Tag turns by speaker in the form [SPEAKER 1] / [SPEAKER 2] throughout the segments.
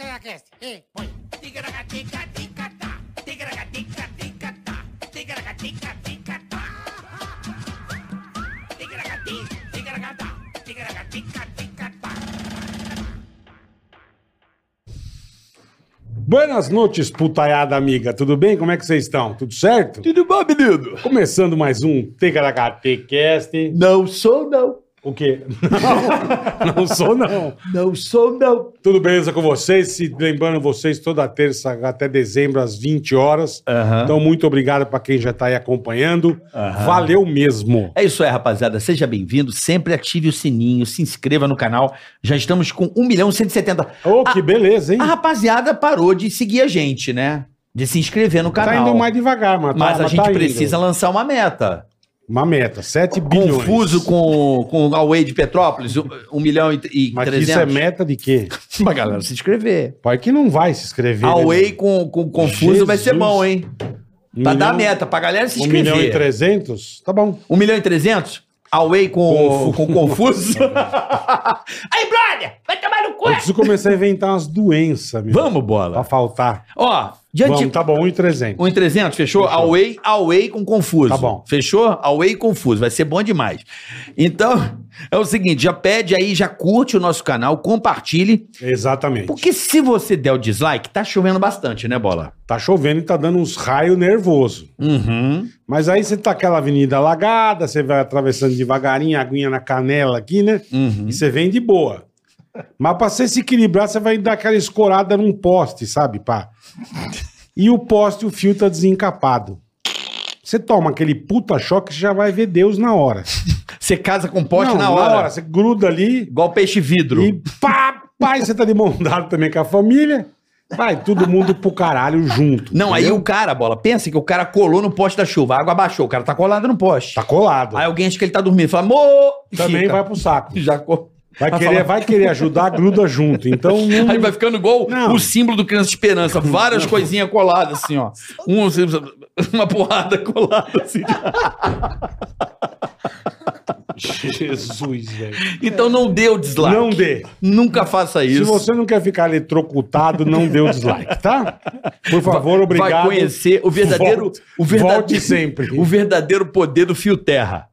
[SPEAKER 1] Ticaracast. E põe.
[SPEAKER 2] Ticaracatica-ticatá, ticaracatica-ticatá, ticaracatica-ticatá. Ticaracati, ticaracatá, ticaracatica-ticatá.
[SPEAKER 3] Buenas noites, putaiada amiga. Tudo bem? Como é que vocês estão? Tudo certo?
[SPEAKER 4] Tudo bom, menino?
[SPEAKER 3] Começando mais um Tecaracatecast.
[SPEAKER 4] Não sou, não.
[SPEAKER 3] O quê? Não, não sou não.
[SPEAKER 4] Não sou, não.
[SPEAKER 3] Tudo beleza com vocês? Se lembrando vocês, toda terça até dezembro, às 20 horas.
[SPEAKER 4] Aham.
[SPEAKER 3] Então, muito obrigado para quem já está aí acompanhando.
[SPEAKER 4] Aham.
[SPEAKER 3] Valeu mesmo.
[SPEAKER 4] É isso aí, rapaziada. Seja bem-vindo. Sempre ative o sininho, se inscreva no canal. Já estamos com 1 milhão e 170.
[SPEAKER 3] Ô, que
[SPEAKER 4] Ah.
[SPEAKER 3] beleza, hein?
[SPEAKER 4] A rapaziada parou de seguir a gente, né? De se inscrever no
[SPEAKER 3] tá
[SPEAKER 4] canal.
[SPEAKER 3] indo mais devagar, mas, tá-
[SPEAKER 4] Mas a
[SPEAKER 3] mas
[SPEAKER 4] gente
[SPEAKER 3] tá indo.
[SPEAKER 4] precisa lançar uma meta.
[SPEAKER 3] Uma meta, 7 bilhões.
[SPEAKER 4] Confuso com, com o Away de Petrópolis, 1 milhão e, e
[SPEAKER 3] Mas
[SPEAKER 4] 300.
[SPEAKER 3] isso é meta de quê?
[SPEAKER 4] Pra galera se inscrever.
[SPEAKER 3] Pai que não vai se inscrever. né?
[SPEAKER 4] Away com, com Confuso vai ser
[SPEAKER 3] Jesus.
[SPEAKER 4] bom, hein?
[SPEAKER 3] Um
[SPEAKER 4] Pra dar
[SPEAKER 3] milhão-
[SPEAKER 4] meta, pra galera se
[SPEAKER 3] Um milhão e
[SPEAKER 4] inscrever.
[SPEAKER 3] 300? Tá bom.
[SPEAKER 4] 1 milhão e 300? Away com,
[SPEAKER 3] Confu-
[SPEAKER 4] com Confuso? Aí, brother! Vai tomar no cu!
[SPEAKER 3] Eu preciso começar a inventar umas doenças, meu.
[SPEAKER 4] Vamos,
[SPEAKER 3] Pra
[SPEAKER 4] bola!
[SPEAKER 3] faltar.
[SPEAKER 4] Ó, diante.
[SPEAKER 3] Vamos, tá bom, 1 e 300.
[SPEAKER 4] 1 em 300, fechou?
[SPEAKER 3] Fechou.
[SPEAKER 4] Away, away com Confuso.
[SPEAKER 3] Tá bom.
[SPEAKER 4] Fechou? Away Confuso. Vai ser bom demais. Então, é o seguinte: já pede aí, já curte o nosso canal, compartilhe.
[SPEAKER 3] Exatamente.
[SPEAKER 4] Porque se você der o dislike, tá chovendo bastante, né, bola?
[SPEAKER 3] Tá chovendo e tá dando uns raios nervoso.
[SPEAKER 4] Uhum.
[SPEAKER 3] Mas aí você tá aquela avenida alagada, você vai atravessando devagarinho, aguinha na canela aqui, né?
[SPEAKER 4] Uhum.
[SPEAKER 3] E você vem de boa. Mas pra você se equilibrar, você vai dar aquela escorada num poste, sabe, pá? E o poste, o fio tá desencapado. Você toma aquele puta choque, você já vai ver Deus na hora.
[SPEAKER 4] Você casa com poste
[SPEAKER 3] Não, é assim.
[SPEAKER 4] na, hora.
[SPEAKER 3] Você gruda ali,
[SPEAKER 4] Igual peixe vidro.
[SPEAKER 3] E pá, pá, e você tá de mão dada também com a família. Vai, todo mundo pro caralho junto.
[SPEAKER 4] Não, aí
[SPEAKER 3] entendeu?
[SPEAKER 4] o cara, bola, pensa que o cara colou no poste da chuva, a água baixou, o cara tá colado no poste.
[SPEAKER 3] Tá colado.
[SPEAKER 4] Aí alguém acha que ele tá dormindo, fala, amor! e
[SPEAKER 3] também
[SPEAKER 4] fica.
[SPEAKER 3] vai pro saco.
[SPEAKER 4] Já co-
[SPEAKER 3] Vai
[SPEAKER 4] Vai
[SPEAKER 3] querer,
[SPEAKER 4] falar-
[SPEAKER 3] vai querer ajudar, gruda junto. Então, não-
[SPEAKER 4] Aí vai ficando igual
[SPEAKER 3] Não.
[SPEAKER 4] o símbolo do Criança de Esperança. Várias coisinhas coladas, assim, ó. Um, uma porrada colada, assim.
[SPEAKER 3] Jesus, velho.
[SPEAKER 4] Então não dê o dislike.
[SPEAKER 3] Não dê.
[SPEAKER 4] Nunca faça isso.
[SPEAKER 3] Se você não quer ficar eletrocutado, não dê o dislike, tá? Por favor, obrigado.
[SPEAKER 4] Vai conhecer o verdadeiro...
[SPEAKER 3] Volte-
[SPEAKER 4] o verdadeiro
[SPEAKER 3] volte sempre.
[SPEAKER 4] O verdadeiro poder do fio terra.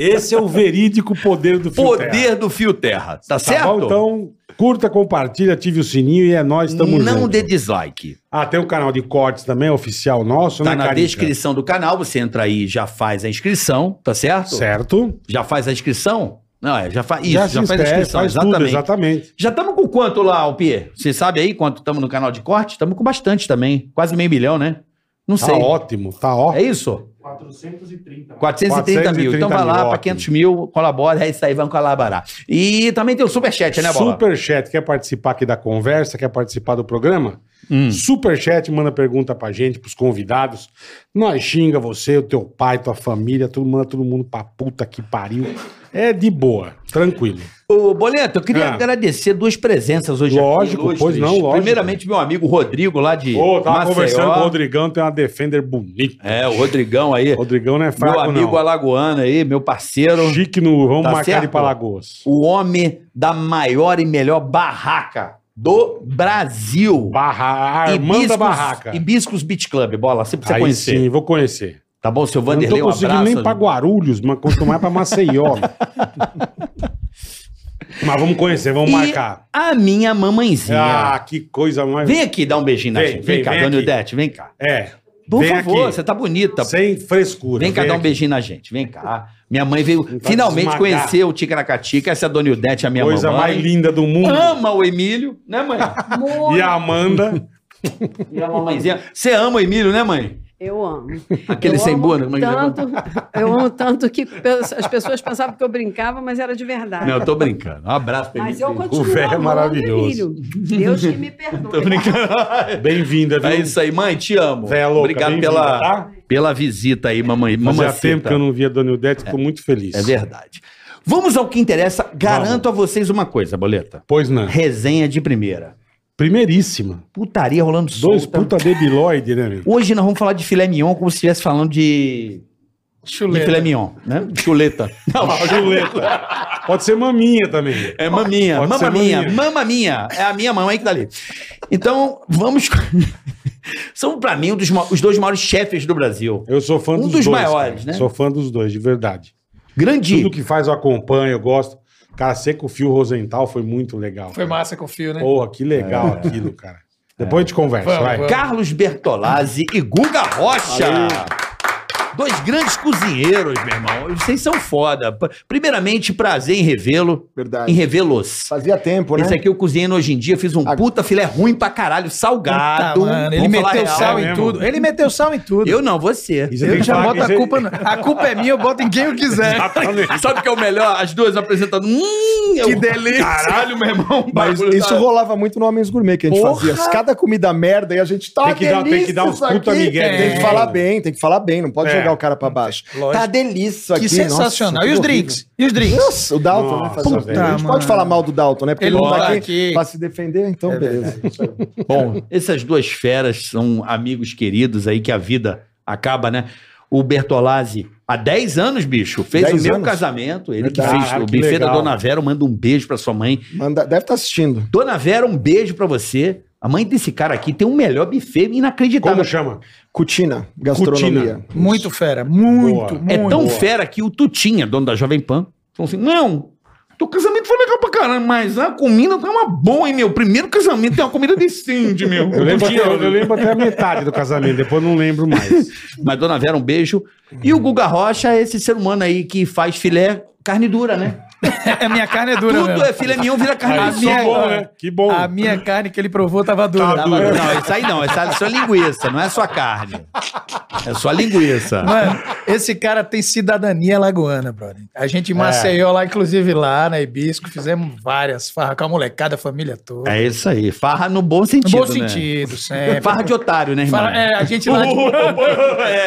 [SPEAKER 3] Esse é o verídico poder do Fio
[SPEAKER 4] poder
[SPEAKER 3] Terra.
[SPEAKER 4] do fio terra. Tá,
[SPEAKER 3] Tá
[SPEAKER 4] certo?
[SPEAKER 3] bom? Então, curta, compartilha, ative o sininho e é nóis, tamo
[SPEAKER 4] não
[SPEAKER 3] junto.
[SPEAKER 4] dê dislike.
[SPEAKER 3] Ah, tem o canal de cortes também, oficial nosso,
[SPEAKER 4] Tá
[SPEAKER 3] né,
[SPEAKER 4] na
[SPEAKER 3] Carica?
[SPEAKER 4] descrição do canal, você entra aí, já faz a inscrição, tá certo?
[SPEAKER 3] Certo.
[SPEAKER 4] Já faz a inscrição? Não, é, já faz isso, já,
[SPEAKER 3] se
[SPEAKER 4] faz a
[SPEAKER 3] inscreve,
[SPEAKER 4] inscrição,
[SPEAKER 3] faz
[SPEAKER 4] exatamente.
[SPEAKER 3] Tudo, exatamente.
[SPEAKER 4] Já estamos com quanto lá, Alpier? Você sabe aí quanto estamos no canal de corte? Estamos com bastante também, quase meio milhão, né? Não
[SPEAKER 3] Tá
[SPEAKER 4] sei.
[SPEAKER 3] ótimo, tá ótimo.
[SPEAKER 4] É isso? 430. 430 mil.
[SPEAKER 3] 430
[SPEAKER 4] Então vai lá
[SPEAKER 3] mil,
[SPEAKER 4] para
[SPEAKER 3] ótimo.
[SPEAKER 4] 500 mil, colabora, é isso aí, vamos colaborar. E também tem o superchat, né, Bola?
[SPEAKER 3] Superchat, quer participar aqui da conversa, quer participar do programa?
[SPEAKER 4] Hum.
[SPEAKER 3] Superchat, manda pergunta pra gente, pros convidados. Nós xinga você, o teu pai, tua família, todo, manda todo mundo pra puta que pariu. É de boa, tranquilo.
[SPEAKER 4] Ô, Boleto, eu queria
[SPEAKER 3] Ah.
[SPEAKER 4] agradecer duas presenças hoje
[SPEAKER 3] Lógico,
[SPEAKER 4] ilustres.
[SPEAKER 3] pois não, lógico.
[SPEAKER 4] Primeiramente, meu amigo Rodrigo, lá de
[SPEAKER 3] Ô, tava
[SPEAKER 4] Maceió.
[SPEAKER 3] conversando com o Rodrigão, tem uma Defender bonita.
[SPEAKER 4] É, o Rodrigão aí.
[SPEAKER 3] Rodrigão não é fraco,
[SPEAKER 4] Meu amigo
[SPEAKER 3] não.
[SPEAKER 4] alagoano aí, meu parceiro.
[SPEAKER 3] Chique no... Vamos
[SPEAKER 4] Tá
[SPEAKER 3] marcar
[SPEAKER 4] certo?
[SPEAKER 3] de Palagoas.
[SPEAKER 4] O homem da maior e melhor barraca do Brasil.
[SPEAKER 3] Barra... A irmã da Barraca.
[SPEAKER 4] Hibiscus Beach Club, bola. Você precisa
[SPEAKER 3] Aí
[SPEAKER 4] conhecer.
[SPEAKER 3] sim, vou conhecer.
[SPEAKER 4] Tá bom, seu
[SPEAKER 3] Eu não
[SPEAKER 4] Vanderlei,
[SPEAKER 3] tô
[SPEAKER 4] um
[SPEAKER 3] conseguindo
[SPEAKER 4] abraço.
[SPEAKER 3] nem pra Guarulhos, mas quanto mais pra Maceió. mas vamos conhecer, vamos
[SPEAKER 4] E
[SPEAKER 3] marcar.
[SPEAKER 4] A minha mamãezinha.
[SPEAKER 3] Ah, que coisa mais.
[SPEAKER 4] Vem aqui dar um beijinho na
[SPEAKER 3] Vem,
[SPEAKER 4] gente. Vem,
[SPEAKER 3] vem,
[SPEAKER 4] cá,
[SPEAKER 3] vem
[SPEAKER 4] dona
[SPEAKER 3] aqui.
[SPEAKER 4] Ildete, vem cá.
[SPEAKER 3] É.
[SPEAKER 4] Por
[SPEAKER 3] vem
[SPEAKER 4] favor,
[SPEAKER 3] aqui,
[SPEAKER 4] você tá bonita.
[SPEAKER 3] Sem frescura.
[SPEAKER 4] Vem cá dar um
[SPEAKER 3] aqui.
[SPEAKER 4] beijinho na gente, vem cá. Minha mãe veio
[SPEAKER 3] Vontade
[SPEAKER 4] finalmente
[SPEAKER 3] de esmagar.
[SPEAKER 4] conhecer o Ticaracatica, essa é a Dona Ildete, a minha
[SPEAKER 3] Coisa
[SPEAKER 4] mamãe.
[SPEAKER 3] mais linda do mundo.
[SPEAKER 4] Ama o Emílio, né, mãe?
[SPEAKER 3] E a Amanda.
[SPEAKER 4] E a mamãezinha. Você ama o Emílio, né, mãe?
[SPEAKER 5] Eu amo.
[SPEAKER 4] Aquele
[SPEAKER 5] eu
[SPEAKER 4] sem
[SPEAKER 5] amo
[SPEAKER 4] bunda, como é que
[SPEAKER 5] tanto, Eu amo tanto que pe- as pessoas pensavam que eu brincava, mas era de verdade.
[SPEAKER 4] Não, eu tô brincando. Um abraço pra
[SPEAKER 5] mas
[SPEAKER 4] Emílio.
[SPEAKER 5] eu continuo
[SPEAKER 3] velho é
[SPEAKER 5] amando
[SPEAKER 3] maravilhoso.
[SPEAKER 5] Emílio. Deus que me perdoe.
[SPEAKER 4] Tô brincando.
[SPEAKER 3] Bem-vinda, viu?
[SPEAKER 4] É isso aí, mãe, te amo.
[SPEAKER 3] Véia é louca,
[SPEAKER 4] Obrigado
[SPEAKER 3] bem-vinda,
[SPEAKER 4] pela,
[SPEAKER 3] tá?
[SPEAKER 4] pela visita aí, mamãe.
[SPEAKER 3] Fazia
[SPEAKER 4] mamacita.
[SPEAKER 3] tempo que eu não via a Dona Ildete, tô muito feliz.
[SPEAKER 4] É verdade. Vamos ao que interessa. Garanto a vocês uma coisa, Boleta.
[SPEAKER 3] Pois não.
[SPEAKER 4] Resenha de primeira.
[SPEAKER 3] Primeiríssima.
[SPEAKER 4] Putaria rolando
[SPEAKER 3] Dois
[SPEAKER 4] solta.
[SPEAKER 3] puta debilóide, né, meu?
[SPEAKER 4] Hoje nós vamos falar de filé mignon como se estivesse falando de... de filé mignon, né? Chuleta. Não,
[SPEAKER 3] Chuleta. Pode ser maminha também.
[SPEAKER 4] É maminha,
[SPEAKER 3] Pode ser
[SPEAKER 4] mama minha,
[SPEAKER 3] maminha.
[SPEAKER 4] mama minha. É a minha mamãe que tá ali. Então, vamos. com- São, pra mim, um dos ma- os dois maiores chefes do Brasil.
[SPEAKER 3] Eu sou fã
[SPEAKER 4] Um
[SPEAKER 3] dos
[SPEAKER 4] dos
[SPEAKER 3] dois.
[SPEAKER 4] maiores, né?
[SPEAKER 3] Sou fã dos dois, de verdade. Tudo
[SPEAKER 4] Grandi.
[SPEAKER 3] que faz eu acompanho, eu gosto. Cara, ser com o Fio Rosenthal foi muito legal.
[SPEAKER 1] Foi massa com o fio, né?
[SPEAKER 3] Porra, que legal aquilo, cara. Depois a gente conversa,
[SPEAKER 1] Vamos,
[SPEAKER 3] vai.
[SPEAKER 1] vamos.
[SPEAKER 4] Carlos Bertolazzi e Guga Rocha. Dois grandes cozinheiros, meu irmão. Vocês são foda. Pr- Primeiramente, prazer em revê-lo. Em
[SPEAKER 6] Verdade.
[SPEAKER 4] revê-los.
[SPEAKER 6] Fazia tempo, né?
[SPEAKER 4] Esse aqui eu cozinhei hoje em dia, fiz um puta filé ruim pra caralho, salgado.
[SPEAKER 1] Puta, mano, ele
[SPEAKER 4] Vamos falar
[SPEAKER 1] meteu
[SPEAKER 4] real.
[SPEAKER 1] sal
[SPEAKER 3] É
[SPEAKER 1] em
[SPEAKER 3] mesmo?
[SPEAKER 1] tudo. Ele meteu sal em tudo.
[SPEAKER 4] Eu não, você.
[SPEAKER 3] E você tem
[SPEAKER 1] Eu
[SPEAKER 3] que
[SPEAKER 1] já
[SPEAKER 3] falar
[SPEAKER 1] boto
[SPEAKER 3] que
[SPEAKER 1] a
[SPEAKER 3] você- Tá
[SPEAKER 1] culpa. no- A culpa é minha, eu boto em quem eu quiser.
[SPEAKER 3] Exatamente.
[SPEAKER 4] Sabe o que é o melhor? As duas apresentando. Hum, que delícia! Caralho, meu irmão.
[SPEAKER 3] é um
[SPEAKER 4] o
[SPEAKER 6] Mas
[SPEAKER 4] bagulho
[SPEAKER 6] isso
[SPEAKER 4] tá-
[SPEAKER 6] rolava muito no Homens Gourmet, que a gente
[SPEAKER 4] Porra!
[SPEAKER 6] fazia cada comida merda e a gente tá
[SPEAKER 3] Tem que dar- tem que
[SPEAKER 6] delícia
[SPEAKER 3] dar uns
[SPEAKER 6] isso
[SPEAKER 3] puta
[SPEAKER 6] aqui.
[SPEAKER 3] migué,
[SPEAKER 6] Tem
[SPEAKER 1] né?
[SPEAKER 6] que falar bem, tem que falar bem, não pode
[SPEAKER 3] É.
[SPEAKER 6] jogar o cara pra baixo.
[SPEAKER 1] Lógico.
[SPEAKER 6] Tá delícia isso aqui.
[SPEAKER 1] que
[SPEAKER 6] nossa,
[SPEAKER 1] sensacional.
[SPEAKER 6] que
[SPEAKER 1] e os
[SPEAKER 6] horrível.
[SPEAKER 1] drinks? E os drinks?
[SPEAKER 6] Nossa, o Dalton, né?
[SPEAKER 3] Nossa,
[SPEAKER 6] fazia-
[SPEAKER 3] velho.
[SPEAKER 6] a gente
[SPEAKER 1] Mano.
[SPEAKER 6] pode falar mal do Dalton, né? Porque
[SPEAKER 1] Ele
[SPEAKER 6] ele não
[SPEAKER 1] não
[SPEAKER 6] tá
[SPEAKER 1] tá
[SPEAKER 6] aqui
[SPEAKER 1] aqui. É
[SPEAKER 6] pra se defender, então beleza.
[SPEAKER 4] Bom, essas duas feras são amigos queridos aí que a vida acaba, né? O Bertolazzi, há 10 anos, bicho, fez
[SPEAKER 6] 10
[SPEAKER 4] o meu
[SPEAKER 6] anos?
[SPEAKER 4] casamento. Ele que
[SPEAKER 6] Verdade.
[SPEAKER 4] fez
[SPEAKER 3] Ah,
[SPEAKER 4] o
[SPEAKER 3] que
[SPEAKER 4] buffet
[SPEAKER 3] legal.
[SPEAKER 4] da Dona Vera. Eu mando um beijo pra sua mãe.
[SPEAKER 6] Manda- deve estar assistindo.
[SPEAKER 4] Dona Vera, um beijo pra você. A mãe desse cara aqui tem o melhor buffet
[SPEAKER 3] Como
[SPEAKER 4] inacreditável.
[SPEAKER 3] chama?
[SPEAKER 6] Cutina, gastronomia.
[SPEAKER 3] Cutina.
[SPEAKER 1] Muito fera. Muito,
[SPEAKER 3] Boa.
[SPEAKER 1] muito.
[SPEAKER 4] É tão fera que o Tutinha, dono da Jovem Pan, falou assim: não. Teu casamento foi legal pra caralho, mas a comida tá uma boa, hein, meu? Primeiro casamento tem uma comida decente, meu.
[SPEAKER 3] Eu lembro, até- eu lembro até a metade do casamento, depois eu não lembro mais.
[SPEAKER 4] Mas Dona Vera, um beijo. E o Guga Rocha é esse ser humano aí que faz filé, carne dura, né?
[SPEAKER 1] A minha carne é dura
[SPEAKER 4] Tudo
[SPEAKER 1] mesmo.
[SPEAKER 4] é filé mignon, vira carne
[SPEAKER 1] A
[SPEAKER 3] Mas
[SPEAKER 4] dura.
[SPEAKER 3] isso é
[SPEAKER 1] minha-
[SPEAKER 3] bom, né? Que bom.
[SPEAKER 1] A minha carne que ele provou tava dura.
[SPEAKER 3] Tá
[SPEAKER 4] Tava- Não, isso aí não, essa é só linguiça, não é só carne. É só linguiça.
[SPEAKER 1] Mano, esse cara tem cidadania lagoana, brother. A gente em Maceió lá, inclusive lá na Ibisco, fizemos várias farras com a molecada, a família toda.
[SPEAKER 4] É isso aí, farra no bom
[SPEAKER 1] No
[SPEAKER 4] sentido,
[SPEAKER 1] bom
[SPEAKER 4] né?
[SPEAKER 1] sentido, sempre.
[SPEAKER 4] Farra de otário, né, irmão?
[SPEAKER 1] Farra- é, a gente lá.
[SPEAKER 4] é,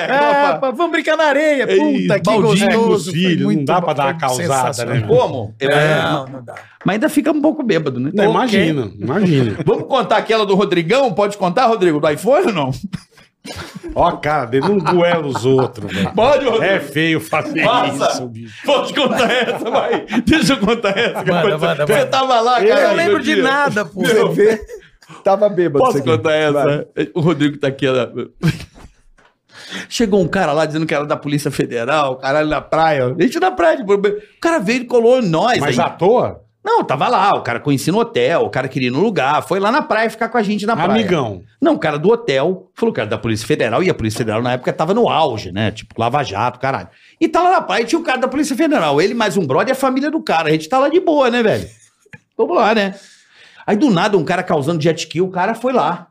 [SPEAKER 1] É, pá, vamos brincar na areia,
[SPEAKER 4] É
[SPEAKER 1] puta,
[SPEAKER 4] isso,
[SPEAKER 1] que
[SPEAKER 4] baldinho,
[SPEAKER 1] gostoso.
[SPEAKER 3] os filhos,
[SPEAKER 1] foi
[SPEAKER 3] não
[SPEAKER 1] muito
[SPEAKER 3] dá
[SPEAKER 1] bom,
[SPEAKER 3] pra dar
[SPEAKER 1] foi
[SPEAKER 3] uma causada,
[SPEAKER 1] sensacional.
[SPEAKER 3] né?
[SPEAKER 4] Como? É,
[SPEAKER 1] Não, não dá.
[SPEAKER 4] Mas ainda fica um pouco bêbado, né?
[SPEAKER 1] é-
[SPEAKER 3] Não, imagina, imagina.
[SPEAKER 4] Vamos contar aquela do Rodrigão? Pode contar, Rodrigo, do iPhone ou não?
[SPEAKER 3] Ó, a cara, dele não duela os outros, velho.
[SPEAKER 4] Pode, Rodrigo.
[SPEAKER 3] É feio fazer
[SPEAKER 4] Passa.
[SPEAKER 3] isso, bicho.
[SPEAKER 4] Pode contar essa, vai. Deixa eu contar essa. que
[SPEAKER 1] Manda,
[SPEAKER 4] aconteceu.
[SPEAKER 1] manda,
[SPEAKER 4] Você
[SPEAKER 1] manda.
[SPEAKER 4] tava lá, cara.
[SPEAKER 1] Eu não
[SPEAKER 4] no
[SPEAKER 1] lembro de
[SPEAKER 4] dia.
[SPEAKER 1] nada, pô.
[SPEAKER 6] Você vê, tava bêbado.
[SPEAKER 4] Posso
[SPEAKER 6] isso aqui.
[SPEAKER 4] contar essa?
[SPEAKER 6] Vai.
[SPEAKER 4] O Rodrigo tá aqui. Ela... Chegou um cara lá dizendo que era da Polícia Federal, caralho, na praia. A gente na praia. tipo, O cara veio e colou em nós.
[SPEAKER 3] Mas
[SPEAKER 4] aí.
[SPEAKER 3] à toa,
[SPEAKER 4] Não, tava lá. O cara conhecia no hotel, o cara queria ir no lugar. Foi lá na praia ficar com a gente na praia.
[SPEAKER 3] amigão.
[SPEAKER 4] Não, o cara do hotel falou, cara, da Polícia Federal, e a Polícia Federal na época tava no auge, né? Tipo, Lava Jato, caralho. E tá lá na praia, tinha o cara da Polícia Federal, ele mais um brother e a família do cara. A gente tá lá de boa, né, velho? Vamos lá, né? Aí do nada, um cara causando jet ski, o cara foi lá.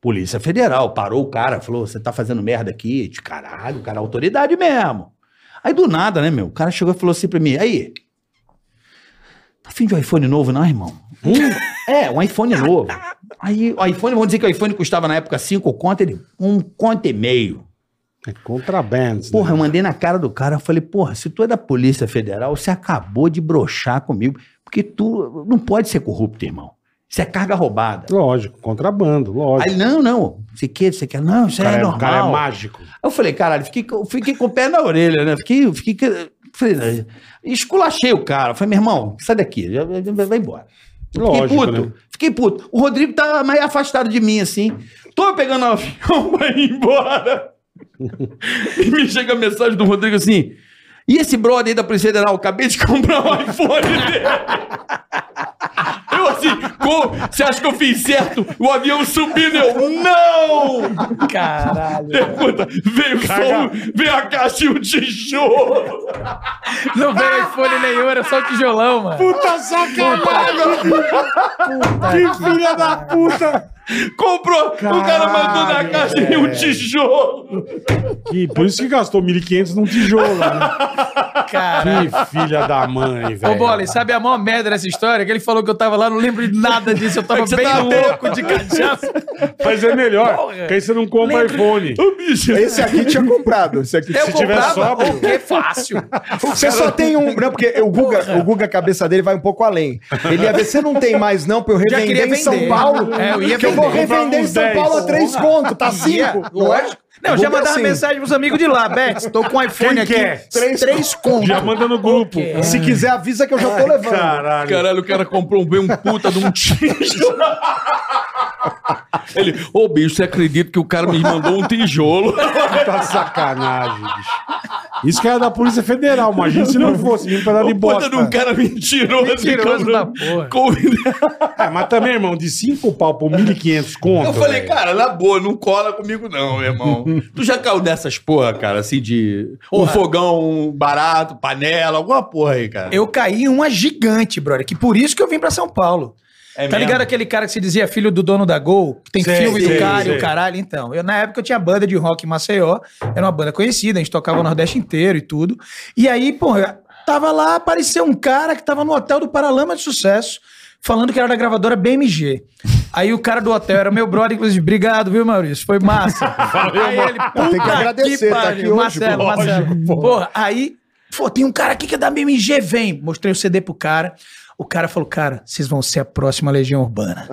[SPEAKER 4] Polícia Federal, parou o cara, falou: você tá fazendo merda aqui? De caralho, o cara é autoridade mesmo. Aí do nada, né, meu? O cara chegou e falou assim pra mim: aí, tá afim de um iPhone novo, não, irmão? Hum, é, um iPhone novo. Aí o iPhone, vamos dizer que o iPhone custava na época 5 conto, ele, um conto e meio.
[SPEAKER 3] É contrabands.
[SPEAKER 4] Porra,
[SPEAKER 3] né?
[SPEAKER 4] eu mandei na cara do cara, eu falei, porra, se tu é da Polícia Federal, você acabou de broxar comigo, porque tu não pode ser corrupto, irmão. Isso é carga roubada.
[SPEAKER 3] Lógico, contrabando, lógico.
[SPEAKER 4] Aí, não, não, você quer, você quer, não, isso
[SPEAKER 3] o, cara
[SPEAKER 4] é
[SPEAKER 3] é, o
[SPEAKER 4] normal.
[SPEAKER 3] cara é mágico.
[SPEAKER 4] Eu falei, caralho, fiquei, com- fiquei com o pé na orelha, né? Fiquei, fiquei, que- falei, né? esculachei o cara. Falei, meu irmão, sai daqui, já- já- já- vai embora.
[SPEAKER 3] Lógico,
[SPEAKER 4] fiquei puto,
[SPEAKER 3] né?
[SPEAKER 4] fiquei puto. O Rodrigo tá mais afastado de mim, assim. Tô pegando o avião pra ir embora. e me chega a mensagem do Rodrigo assim, e esse brother aí da Polícia Federal, acabei de comprar um iPhone dele. Eu assim, como? Você acha que eu fiz certo? O avião subindo, eu, não!
[SPEAKER 1] Caralho.
[SPEAKER 4] Puta, veio só
[SPEAKER 3] Caga.
[SPEAKER 4] o, veio a caixa e o tijolo.
[SPEAKER 1] Não veio iPhone nenhum, era só o tijolão, mano.
[SPEAKER 3] Puta sacanagem! que filha da puta!
[SPEAKER 4] Comprou, o cara mandou na
[SPEAKER 3] Caralho,
[SPEAKER 4] caixa e
[SPEAKER 3] velho.
[SPEAKER 4] o tijolo.
[SPEAKER 3] Que, por isso que gastou 1.500 num tijolo, né?
[SPEAKER 1] Caralho.
[SPEAKER 3] Que filha da mãe, velho.
[SPEAKER 1] Ô, Bola, sabe a maior merda dessa história? Que ele falou que eu tava lá, não lembro de nada disso. Eu tava
[SPEAKER 4] É que você
[SPEAKER 1] bem
[SPEAKER 4] tava
[SPEAKER 1] louco de cachaça.
[SPEAKER 3] Mas é melhor,
[SPEAKER 1] Porra.
[SPEAKER 3] porque aí você não compra iPhone.
[SPEAKER 4] O bicho.
[SPEAKER 6] Esse aqui tinha comprado. Esse aqui
[SPEAKER 1] Eu
[SPEAKER 6] tinha
[SPEAKER 3] tiver
[SPEAKER 1] comprava
[SPEAKER 3] sóbrio.
[SPEAKER 1] o que fácil.
[SPEAKER 6] Você só tem um. Não, porque o Guga, o Guga, a cabeça dele vai um pouco além. Ele ia ver, você não tem mais, não, pra eu
[SPEAKER 1] Já
[SPEAKER 6] revender
[SPEAKER 1] queria
[SPEAKER 6] em São
[SPEAKER 1] vender. né?"
[SPEAKER 6] Paulo.
[SPEAKER 1] É, eu ia
[SPEAKER 6] que eu vou
[SPEAKER 1] vender.
[SPEAKER 6] revender em São
[SPEAKER 3] Comprar uns
[SPEAKER 6] Paulo
[SPEAKER 3] dez.
[SPEAKER 6] a três conto, tá
[SPEAKER 1] Ia,
[SPEAKER 6] cinco.
[SPEAKER 1] lógico. é Não, já
[SPEAKER 6] Google
[SPEAKER 1] mandava
[SPEAKER 6] assim.
[SPEAKER 1] mensagem pros amigos de lá, Beto, tô com um iPhone
[SPEAKER 3] Quem
[SPEAKER 1] aqui.
[SPEAKER 3] quer?
[SPEAKER 1] Três, três conto. É.
[SPEAKER 3] Já manda no grupo.
[SPEAKER 6] Se quiser, avisa que eu já tô levando.
[SPEAKER 3] Caralho.
[SPEAKER 7] Caralho, o cara comprou um, bem um puta de um tijolo. Ele, ô bicho, você acredita que o cara me mandou um tijolo?
[SPEAKER 3] Tá de sacanagem, bicho. Isso que era da Polícia Federal, imagina se não fosse vir pra dar Tá de
[SPEAKER 7] Um puta
[SPEAKER 3] bosta.
[SPEAKER 7] de um cara mentiroso.
[SPEAKER 1] Mentiroso
[SPEAKER 7] cara,
[SPEAKER 1] da porra.
[SPEAKER 7] com-
[SPEAKER 3] É, mas também, irmão, de 5 pau por 1.500 conto.
[SPEAKER 7] Eu falei,
[SPEAKER 3] velho.
[SPEAKER 7] cara, na boa, não cola comigo não, meu irmão. tu já caiu dessas porra, cara, assim de... Um fogão barato, panela, alguma porra aí, cara.
[SPEAKER 1] Eu caí em uma gigante, brother, que por isso que eu vim pra São Paulo.
[SPEAKER 7] É
[SPEAKER 1] tá
[SPEAKER 7] mesmo?
[SPEAKER 1] ligado aquele cara que se dizia filho do dono da Gol? Que tem
[SPEAKER 3] Sei,
[SPEAKER 1] filme
[SPEAKER 3] sei,
[SPEAKER 1] do cara e
[SPEAKER 3] sei.
[SPEAKER 1] o caralho. Então, eu, na época eu tinha banda de rock em Maceió, era uma banda conhecida, a gente tocava o Nordeste inteiro e tudo. E aí, pô, eu tava lá, apareceu um cara que tava no hotel do Paralama de Sucesso, falando que era da gravadora BMG. Aí o cara do hotel era meu brother, inclusive. Obrigado, viu, Maurício? Foi massa. aí ele, puta
[SPEAKER 6] Tem que agradecer, tá aqui hoje,
[SPEAKER 1] Marcelo,
[SPEAKER 6] pô.
[SPEAKER 1] Marcelo. Porra, aí, pô, tem um cara aqui que é da BMG, vem. Mostrei o CD pro cara. O cara falou, cara, vocês vão ser a próxima Legião Urbana.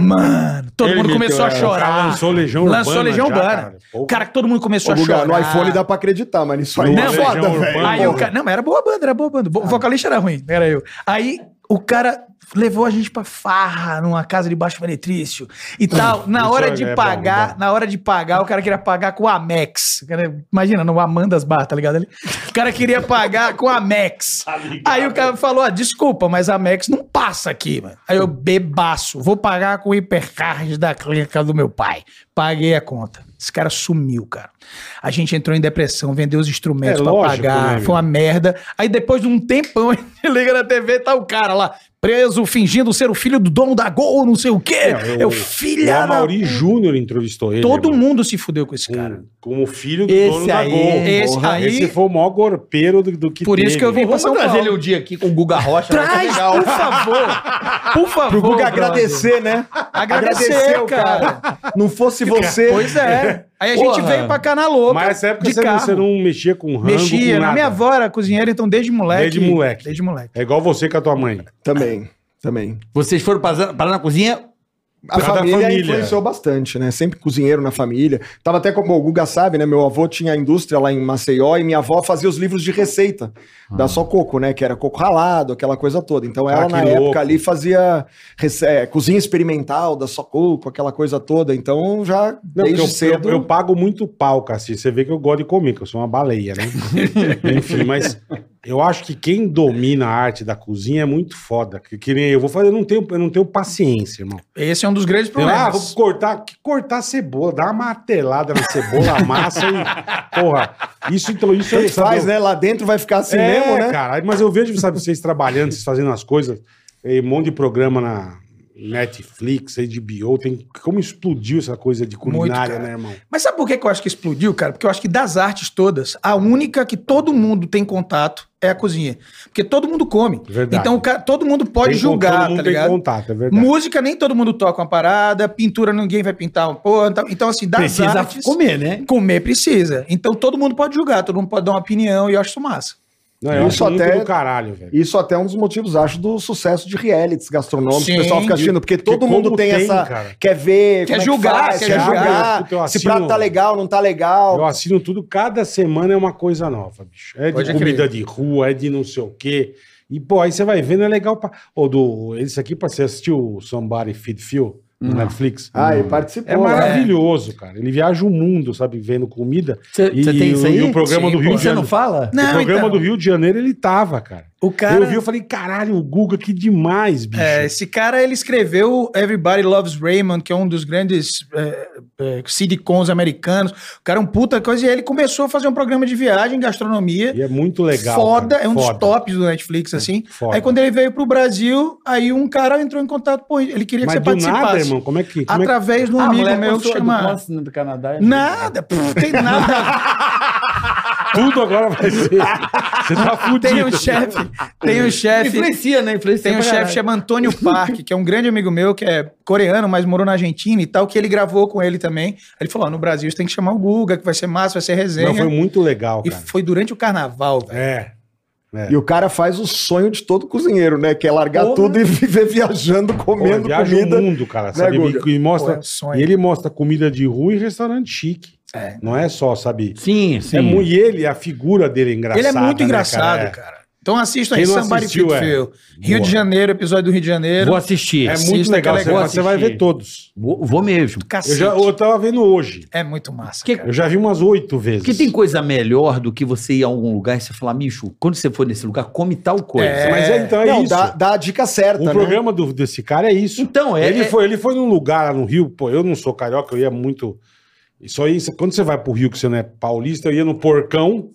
[SPEAKER 1] Mano, todo
[SPEAKER 3] Ele
[SPEAKER 1] mundo
[SPEAKER 3] meteu,
[SPEAKER 1] começou a
[SPEAKER 3] é, o
[SPEAKER 1] chorar.
[SPEAKER 3] cara lançou Legião
[SPEAKER 1] Lançou
[SPEAKER 3] Urbana
[SPEAKER 1] Legião
[SPEAKER 3] já,
[SPEAKER 1] Urbana.
[SPEAKER 3] cara. Porra.
[SPEAKER 1] O cara que todo mundo começou
[SPEAKER 6] Ô,
[SPEAKER 1] a
[SPEAKER 6] Guga,
[SPEAKER 1] chorar.
[SPEAKER 6] no iPhone dá pra acreditar, mas isso aí
[SPEAKER 3] Não,
[SPEAKER 6] é
[SPEAKER 3] Legião
[SPEAKER 6] foda,
[SPEAKER 3] Urbana. Ah.
[SPEAKER 6] velho.
[SPEAKER 1] Aí o
[SPEAKER 6] Porra.
[SPEAKER 1] cara, não, era boa banda, era boa banda. Bo- O vocalista era ruim, era eu. Aí o cara levou a gente pra farra numa casa de baixo benetrício e tal. Na
[SPEAKER 3] Isso
[SPEAKER 1] hora
[SPEAKER 3] é-
[SPEAKER 1] de
[SPEAKER 3] é bom,
[SPEAKER 1] pagar,
[SPEAKER 3] bom.
[SPEAKER 1] na hora de pagar, o cara queria pagar com a Amex. O cara- imagina, no Amandas Bar, tá ligado ali? O cara queria pagar com a Amex.
[SPEAKER 3] Tá
[SPEAKER 1] Aí o cara falou: "Ó, desculpa, mas a Amex não passa aqui, mano. Aí eu bebaço, vou pagar com o hipercard da clínica do meu pai. Paguei a conta. Esse cara sumiu, cara. A gente entrou em depressão, vendeu os instrumentos
[SPEAKER 3] É
[SPEAKER 1] pra
[SPEAKER 3] lógico, né,
[SPEAKER 1] pagar.
[SPEAKER 3] meu?
[SPEAKER 1] Foi uma merda. Aí depois de um tempão, ele liga na TV, tá o cara lá, preso, fingindo ser o filho do dono da Gol, não sei o quê.
[SPEAKER 3] É,
[SPEAKER 1] É,
[SPEAKER 3] o- O
[SPEAKER 1] o filha da...
[SPEAKER 3] Amauri Júnior entrevistou ele.
[SPEAKER 1] Todo
[SPEAKER 3] irmão.
[SPEAKER 1] mundo se fudeu com esse cara.
[SPEAKER 3] Com, com o filho do
[SPEAKER 4] Esse
[SPEAKER 3] dono da
[SPEAKER 4] aí,
[SPEAKER 3] Gol.
[SPEAKER 1] esse
[SPEAKER 3] Porra,
[SPEAKER 1] aí-
[SPEAKER 3] esse foi o maior gorpeiro do, do que
[SPEAKER 1] Por isso
[SPEAKER 3] teve.
[SPEAKER 1] que eu vim pra
[SPEAKER 4] Vamos
[SPEAKER 1] São
[SPEAKER 4] trazer ele
[SPEAKER 1] Paulo.
[SPEAKER 4] um dia aqui com o Guga Rocha. vai ser
[SPEAKER 1] Traz,
[SPEAKER 4] legal.
[SPEAKER 1] por favor. Por favor.
[SPEAKER 6] Pro Guga
[SPEAKER 1] brother.
[SPEAKER 6] agradecer, né?
[SPEAKER 1] Agradecer, cara.
[SPEAKER 6] Não fosse você.
[SPEAKER 1] Pois é. Aí a gente
[SPEAKER 4] Porra.
[SPEAKER 1] veio pra Cana Louca.
[SPEAKER 3] Mas nessa época
[SPEAKER 1] de
[SPEAKER 3] você, não-
[SPEAKER 1] carro.
[SPEAKER 3] você não mexia com rango,
[SPEAKER 1] Mexia.
[SPEAKER 3] com
[SPEAKER 1] Na
[SPEAKER 3] nada.
[SPEAKER 1] minha avó era cozinheira, então desde moleque.
[SPEAKER 3] Desde moleque.
[SPEAKER 1] Desde moleque.
[SPEAKER 3] É igual você com a tua mãe.
[SPEAKER 6] Também, também.
[SPEAKER 4] Vocês foram parar parar na cozinha?
[SPEAKER 6] A
[SPEAKER 3] Cada
[SPEAKER 6] família,
[SPEAKER 3] família.
[SPEAKER 6] influenciou bastante, né? Sempre cozinheiro na família. Tava até como o Guga sabe, né? Meu avô tinha a indústria lá em Maceió e minha avó fazia os livros de receita da Só Coco, né? Que era coco ralado, aquela coisa toda. Então ela
[SPEAKER 3] Hum. Ah, que
[SPEAKER 6] na
[SPEAKER 3] louco.
[SPEAKER 6] época ali fazia rece- é, cozinha experimental da Só Coco, aquela coisa toda. Então já
[SPEAKER 3] Não, porque
[SPEAKER 6] desde
[SPEAKER 3] eu,
[SPEAKER 6] cedo.
[SPEAKER 3] eu- eu pago muito pau, Cassi. Você vê que eu gosto de comer, que eu sou uma baleia, né? Enfim, mas eu acho que quem domina a arte da cozinha é muito foda. Que, que nem eu vou fazer, eu não tenho, eu não tenho paciência, irmão.
[SPEAKER 1] Esse é um dos grandes
[SPEAKER 3] Eu, ah,
[SPEAKER 1] problemas.
[SPEAKER 3] vou cortar, que cortar cebola, dar uma martelada na cebola, amassa e. Porra, isso então, isso
[SPEAKER 6] Tanto
[SPEAKER 3] eu
[SPEAKER 6] faz, né? Lá dentro vai ficar assim
[SPEAKER 3] é,
[SPEAKER 6] mesmo, né?
[SPEAKER 3] cara. Mas eu vejo, sabe, vocês trabalhando, vocês fazendo as coisas. eh, Um monte de programa na Netflix, HBO. Tem, como explodiu essa coisa de culinária,
[SPEAKER 1] cara.
[SPEAKER 3] né, irmão?
[SPEAKER 1] Mas sabe por que que eu acho que explodiu, cara? Porque eu acho que das artes todas, a única que todo mundo tem contato é a cozinha. Porque todo mundo come.
[SPEAKER 3] Verdade.
[SPEAKER 1] Então o cara- todo mundo pode
[SPEAKER 3] Tem con-
[SPEAKER 1] julgar,
[SPEAKER 3] todo mundo
[SPEAKER 1] tá
[SPEAKER 3] tem
[SPEAKER 1] ligado?
[SPEAKER 3] contato, é verdade.
[SPEAKER 1] Música, nem todo mundo toca uma parada. Pintura, ninguém vai pintar uma porra. Então, então, assim, das
[SPEAKER 4] Precisa
[SPEAKER 1] artes...
[SPEAKER 4] comer, né?
[SPEAKER 1] Comer precisa. Então todo mundo pode julgar, todo mundo pode dar uma opinião e eu acho isso massa.
[SPEAKER 3] Não, eu
[SPEAKER 6] Isso
[SPEAKER 3] acho muito
[SPEAKER 6] até-
[SPEAKER 3] É um do caralho, velho.
[SPEAKER 6] Isso até é um dos motivos, acho, do sucesso de realities gastronômicos.
[SPEAKER 1] Sim.
[SPEAKER 6] o pessoal fica assistindo, porque todo
[SPEAKER 3] Porque
[SPEAKER 6] mundo
[SPEAKER 3] como
[SPEAKER 6] tem,
[SPEAKER 3] tem,
[SPEAKER 6] essa.
[SPEAKER 3] cara.
[SPEAKER 6] Quer ver.
[SPEAKER 1] Quer
[SPEAKER 6] como é que
[SPEAKER 1] julgar,
[SPEAKER 6] faz,
[SPEAKER 1] quer
[SPEAKER 6] quer
[SPEAKER 1] julgar.
[SPEAKER 6] julgar.
[SPEAKER 3] Puta, eu
[SPEAKER 6] se
[SPEAKER 3] assino-
[SPEAKER 6] prato tá legal, não tá legal.
[SPEAKER 3] Eu assino tudo, cada semana é uma coisa nova, bicho. É de
[SPEAKER 1] Pode
[SPEAKER 3] comida
[SPEAKER 1] crer.
[SPEAKER 3] de rua, é de não sei o quê. E, pô, aí você vai vendo, é legal pra. Ou do. Esse aqui, pra você assistir o Somebody Feed Phil no Netflix.
[SPEAKER 6] Ah, e
[SPEAKER 3] É
[SPEAKER 6] participou. né?
[SPEAKER 3] maravilhoso, cara. Ele viaja o mundo, sabe, vendo comida.
[SPEAKER 4] Cê-
[SPEAKER 3] E
[SPEAKER 4] cê tem isso
[SPEAKER 3] o-
[SPEAKER 4] aí?
[SPEAKER 3] E o programa
[SPEAKER 1] Sim,
[SPEAKER 3] do
[SPEAKER 1] pô.
[SPEAKER 3] Rio de
[SPEAKER 4] Você não
[SPEAKER 3] Janeiro.
[SPEAKER 4] fala?
[SPEAKER 3] o programa
[SPEAKER 1] então,
[SPEAKER 3] do Rio de Janeiro, ele tava, cara.
[SPEAKER 1] O cara...
[SPEAKER 3] Eu vi, eu falei, caralho, o Guga, que demais, bicho.
[SPEAKER 1] É, esse cara, ele escreveu Everybody Loves Raymond, que é um dos grandes é, é, sitcoms americanos. O cara é um puta coisa. E aí ele começou a fazer um programa de viagem, gastronomia.
[SPEAKER 3] E é muito legal.
[SPEAKER 1] foda,
[SPEAKER 3] cara,
[SPEAKER 1] é um
[SPEAKER 3] foda. É,
[SPEAKER 1] dos tops do Netflix, assim.
[SPEAKER 3] foda.
[SPEAKER 1] Aí quando ele veio pro Brasil, aí um cara entrou em contato, pô, ele queria
[SPEAKER 3] Mas
[SPEAKER 1] que você
[SPEAKER 3] do
[SPEAKER 1] participasse.
[SPEAKER 3] nada, irmão, como é que. Como é que...
[SPEAKER 1] Através de um
[SPEAKER 4] Ah,
[SPEAKER 1] amigo
[SPEAKER 4] moleque,
[SPEAKER 1] meu
[SPEAKER 4] eu
[SPEAKER 1] que
[SPEAKER 4] sou do
[SPEAKER 1] chama...
[SPEAKER 4] Boston, do Canadá.
[SPEAKER 1] Nada, pô, tem nada.
[SPEAKER 3] Tudo agora vai ser. Você tá fudido.
[SPEAKER 1] tem um chefe, tem um chefe...
[SPEAKER 4] Influencia, né? Influencia
[SPEAKER 1] Tem um
[SPEAKER 4] pra
[SPEAKER 1] chefe
[SPEAKER 4] caralho.
[SPEAKER 1] chama Antônio Park, que é um grande amigo meu, que é coreano, mas morou na Argentina e tal, que ele gravou com ele também. Aí Ele falou: ó, no Brasil você tem que chamar o Guga, que vai ser massa, vai ser resenha.
[SPEAKER 3] Não, foi muito legal,
[SPEAKER 1] e
[SPEAKER 3] cara.
[SPEAKER 1] foi durante o carnaval, velho.
[SPEAKER 3] É. é.
[SPEAKER 6] E o cara faz o sonho de todo cozinheiro, né? Que é largar
[SPEAKER 4] Porra.
[SPEAKER 6] tudo e viver viajando, comendo
[SPEAKER 3] Pô, viaja
[SPEAKER 6] comida.
[SPEAKER 3] o mundo, cara. Sabe?
[SPEAKER 6] Guga?
[SPEAKER 3] E- e, mostra,
[SPEAKER 1] né, Pô, é um sonho.
[SPEAKER 3] e ele mostra comida de rua e restaurante chique.
[SPEAKER 1] É.
[SPEAKER 3] Não é só, sabe?
[SPEAKER 4] Sim, sim.
[SPEAKER 3] É mu- e ele, a figura dele é engraçada.
[SPEAKER 1] Ele é muito
[SPEAKER 3] né,
[SPEAKER 1] engraçado,
[SPEAKER 3] É.
[SPEAKER 1] cara? Então assistam aí
[SPEAKER 3] Quem não
[SPEAKER 1] Somebody
[SPEAKER 3] assistiu,
[SPEAKER 1] Feed
[SPEAKER 3] é.
[SPEAKER 1] Phil. Rio
[SPEAKER 3] Boa.
[SPEAKER 1] de Janeiro, episódio do Rio de Janeiro.
[SPEAKER 4] Vou assistir.
[SPEAKER 3] É
[SPEAKER 1] Assista
[SPEAKER 3] muito
[SPEAKER 1] que
[SPEAKER 3] legal,
[SPEAKER 1] é
[SPEAKER 3] você,
[SPEAKER 1] legal
[SPEAKER 3] vai- você vai
[SPEAKER 4] assistir.
[SPEAKER 3] ver todos.
[SPEAKER 4] Vou, vou mesmo.
[SPEAKER 3] Eu,
[SPEAKER 1] Cacete.
[SPEAKER 3] já, eu tava vendo hoje.
[SPEAKER 1] É muito massa.
[SPEAKER 4] Que-
[SPEAKER 1] cara.
[SPEAKER 3] Eu já vi umas oito vezes.
[SPEAKER 4] Porque tem coisa melhor do que você ir a algum lugar e você falar, bicho, quando você for nesse lugar, come tal coisa.
[SPEAKER 1] É.
[SPEAKER 3] Mas é, então é
[SPEAKER 6] Não,
[SPEAKER 3] isso.
[SPEAKER 6] dá, dá a dica certa,
[SPEAKER 3] O
[SPEAKER 6] né?
[SPEAKER 3] programa do- desse cara é isso.
[SPEAKER 4] Então, é.
[SPEAKER 3] ele,
[SPEAKER 4] é-
[SPEAKER 3] foi, ele foi num lugar lá no Rio, pô, eu não sou carioca, eu ia muito. e Só isso, quando você vai pro Rio que você não é paulista, eu ia no porcão.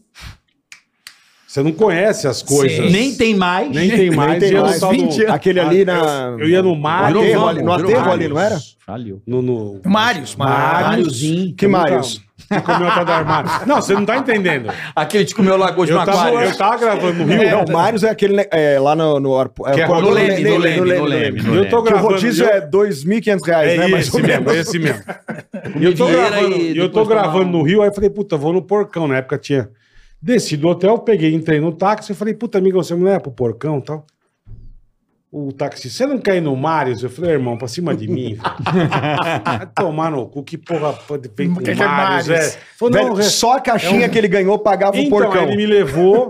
[SPEAKER 3] Você não conhece as coisas.
[SPEAKER 1] Sim.
[SPEAKER 4] Nem tem mais.
[SPEAKER 3] Nem tem mais.
[SPEAKER 6] tem
[SPEAKER 3] eu ia no
[SPEAKER 6] mais.
[SPEAKER 3] tal do-
[SPEAKER 1] 20 anos.
[SPEAKER 6] Aquele ali na-
[SPEAKER 3] Eu, eu ia no Mário.
[SPEAKER 4] aterro
[SPEAKER 3] no-
[SPEAKER 4] ali, no
[SPEAKER 3] no
[SPEAKER 6] aterro
[SPEAKER 3] Mário.
[SPEAKER 6] ali, não era?
[SPEAKER 4] Falhou.
[SPEAKER 3] No, no...
[SPEAKER 1] Marius, Marius.
[SPEAKER 4] Máriozinho.
[SPEAKER 6] Que Marius?
[SPEAKER 3] Que comeu atrás do armário. Não, você não tá entendendo.
[SPEAKER 4] Aquele que comeu lagosta
[SPEAKER 3] Eu
[SPEAKER 4] no
[SPEAKER 3] tava,
[SPEAKER 4] aquário.
[SPEAKER 3] eu tava gravando no Rio.
[SPEAKER 6] Não, o Marius é aquele né, é, lá no, no, arpo- é,
[SPEAKER 3] Que é
[SPEAKER 6] portão
[SPEAKER 3] no
[SPEAKER 6] do
[SPEAKER 3] Leme,
[SPEAKER 6] Leme,
[SPEAKER 4] no
[SPEAKER 6] Leme,
[SPEAKER 4] Leme,
[SPEAKER 6] Leme,
[SPEAKER 4] no Leme,
[SPEAKER 6] Leme.
[SPEAKER 4] no
[SPEAKER 3] eu tô
[SPEAKER 6] Que o
[SPEAKER 3] gravando.
[SPEAKER 6] rodízio
[SPEAKER 3] eu-
[SPEAKER 6] é R$ 2.500,
[SPEAKER 3] É
[SPEAKER 6] né? Mais
[SPEAKER 3] esse
[SPEAKER 6] ou menos.
[SPEAKER 3] mesmo, é esse mesmo. E eu tô
[SPEAKER 4] Vieira
[SPEAKER 3] gravando,
[SPEAKER 4] e
[SPEAKER 3] e eu tô
[SPEAKER 4] depois tomar
[SPEAKER 3] gravando
[SPEAKER 4] um.
[SPEAKER 3] no Rio, aí eu falei, puta, vou no porcão. Na época tinha. Desci do hotel, peguei, entrei no táxi, eu falei, puta, amigo, você não é pro porcão e tal. O táxi, você não quer ir no Marius? Eu falei, irmão, pra cima de mim. velho. Vai tomar no cu, que porra pode ver com
[SPEAKER 1] Que que é
[SPEAKER 3] Marius, é?
[SPEAKER 1] Marius?
[SPEAKER 3] Falei,
[SPEAKER 6] Velho,
[SPEAKER 3] não, é-
[SPEAKER 6] só a caixinha que ele ganhou pagava o
[SPEAKER 3] então,
[SPEAKER 6] porcão.
[SPEAKER 3] ele me levou.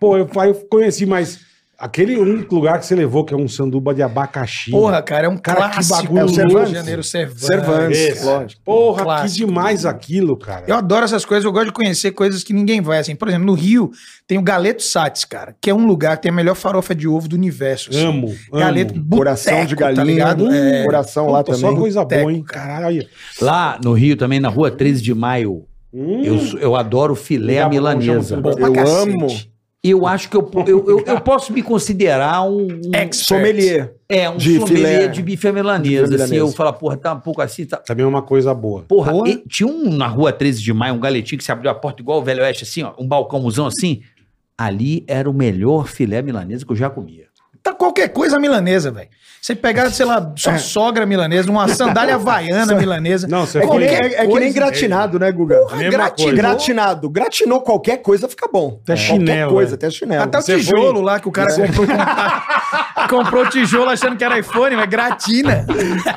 [SPEAKER 3] pô, eu, aí eu conheci, mas aquele único lugar que você levou, que é um sanduba de abacaxi.
[SPEAKER 1] Porra, cara, é um
[SPEAKER 3] Cara, que
[SPEAKER 1] clássico.
[SPEAKER 3] bagulho
[SPEAKER 1] do Rio
[SPEAKER 6] louco.
[SPEAKER 1] de Janeiro, Cervantes.
[SPEAKER 6] Cervantes,
[SPEAKER 3] Esse.
[SPEAKER 6] lógico.
[SPEAKER 3] Porra,
[SPEAKER 1] Clássico.
[SPEAKER 3] que demais aquilo, cara.
[SPEAKER 1] Eu adoro essas coisas, eu gosto de conhecer coisas que ninguém vai, assim. Por exemplo, no Rio tem o Galeto Sates, cara, que é um lugar que tem a melhor farofa de ovo do universo. assim.
[SPEAKER 3] Amo, amo.
[SPEAKER 1] Galeto, boteco,
[SPEAKER 6] Coração de
[SPEAKER 1] tá
[SPEAKER 6] galinha, um
[SPEAKER 1] ligado? É,
[SPEAKER 6] coração lá
[SPEAKER 3] Puta, Só
[SPEAKER 6] também.
[SPEAKER 3] coisa
[SPEAKER 1] Boteco,
[SPEAKER 3] boa, hein?
[SPEAKER 1] cara.
[SPEAKER 3] Caralho. aí.
[SPEAKER 4] Lá no Rio também, na rua 13 de maio,
[SPEAKER 3] Hum.
[SPEAKER 4] eu, sou- eu adoro filé
[SPEAKER 3] Lugar
[SPEAKER 4] à
[SPEAKER 3] bom,
[SPEAKER 4] milanesa.
[SPEAKER 3] chama
[SPEAKER 1] bom pra
[SPEAKER 6] Eu
[SPEAKER 1] cacete.
[SPEAKER 6] amo.
[SPEAKER 4] Eu acho que eu, eu, eu, eu posso me considerar um, um-
[SPEAKER 1] Expert.
[SPEAKER 6] Sommelier.
[SPEAKER 4] é, um
[SPEAKER 6] De
[SPEAKER 4] sommelier
[SPEAKER 6] filé.
[SPEAKER 4] de bife à milanesa.
[SPEAKER 6] De bife à
[SPEAKER 4] assim, eu
[SPEAKER 6] milanesa.
[SPEAKER 4] falo, porra, tá um pouco assim, tá...
[SPEAKER 3] Também é uma coisa boa.
[SPEAKER 4] Porra, e tinha um na rua 13 de maio, um galetinho que se abriu a porta igual o Velho Oeste, assim, ó, um balcãozão assim. Ali era o melhor filé milanesa que eu já comia.
[SPEAKER 1] Tá qualquer coisa milanesa, velho. Você pegar, sei lá, sua sogra milanesa, uma sandália havaiana milanesa.
[SPEAKER 3] Não, você
[SPEAKER 6] É que,
[SPEAKER 3] foi.
[SPEAKER 6] nem,
[SPEAKER 1] Qualquer
[SPEAKER 6] é- é que
[SPEAKER 1] coisa.
[SPEAKER 6] nem gratinado, né, Guga?
[SPEAKER 3] A mesma
[SPEAKER 1] grati-
[SPEAKER 3] coisa.
[SPEAKER 6] Gratinado. Gratinou qualquer coisa, fica bom.
[SPEAKER 3] Até
[SPEAKER 6] Qualquer
[SPEAKER 3] chinelo,
[SPEAKER 6] coisa,
[SPEAKER 3] é.
[SPEAKER 6] até chinelo.
[SPEAKER 1] Até tá o
[SPEAKER 3] Você
[SPEAKER 1] tijolo
[SPEAKER 3] foi-
[SPEAKER 1] lá que o cara
[SPEAKER 6] Você-
[SPEAKER 1] comprou. comprou o tijolo achando que era iPhone, mas gratina.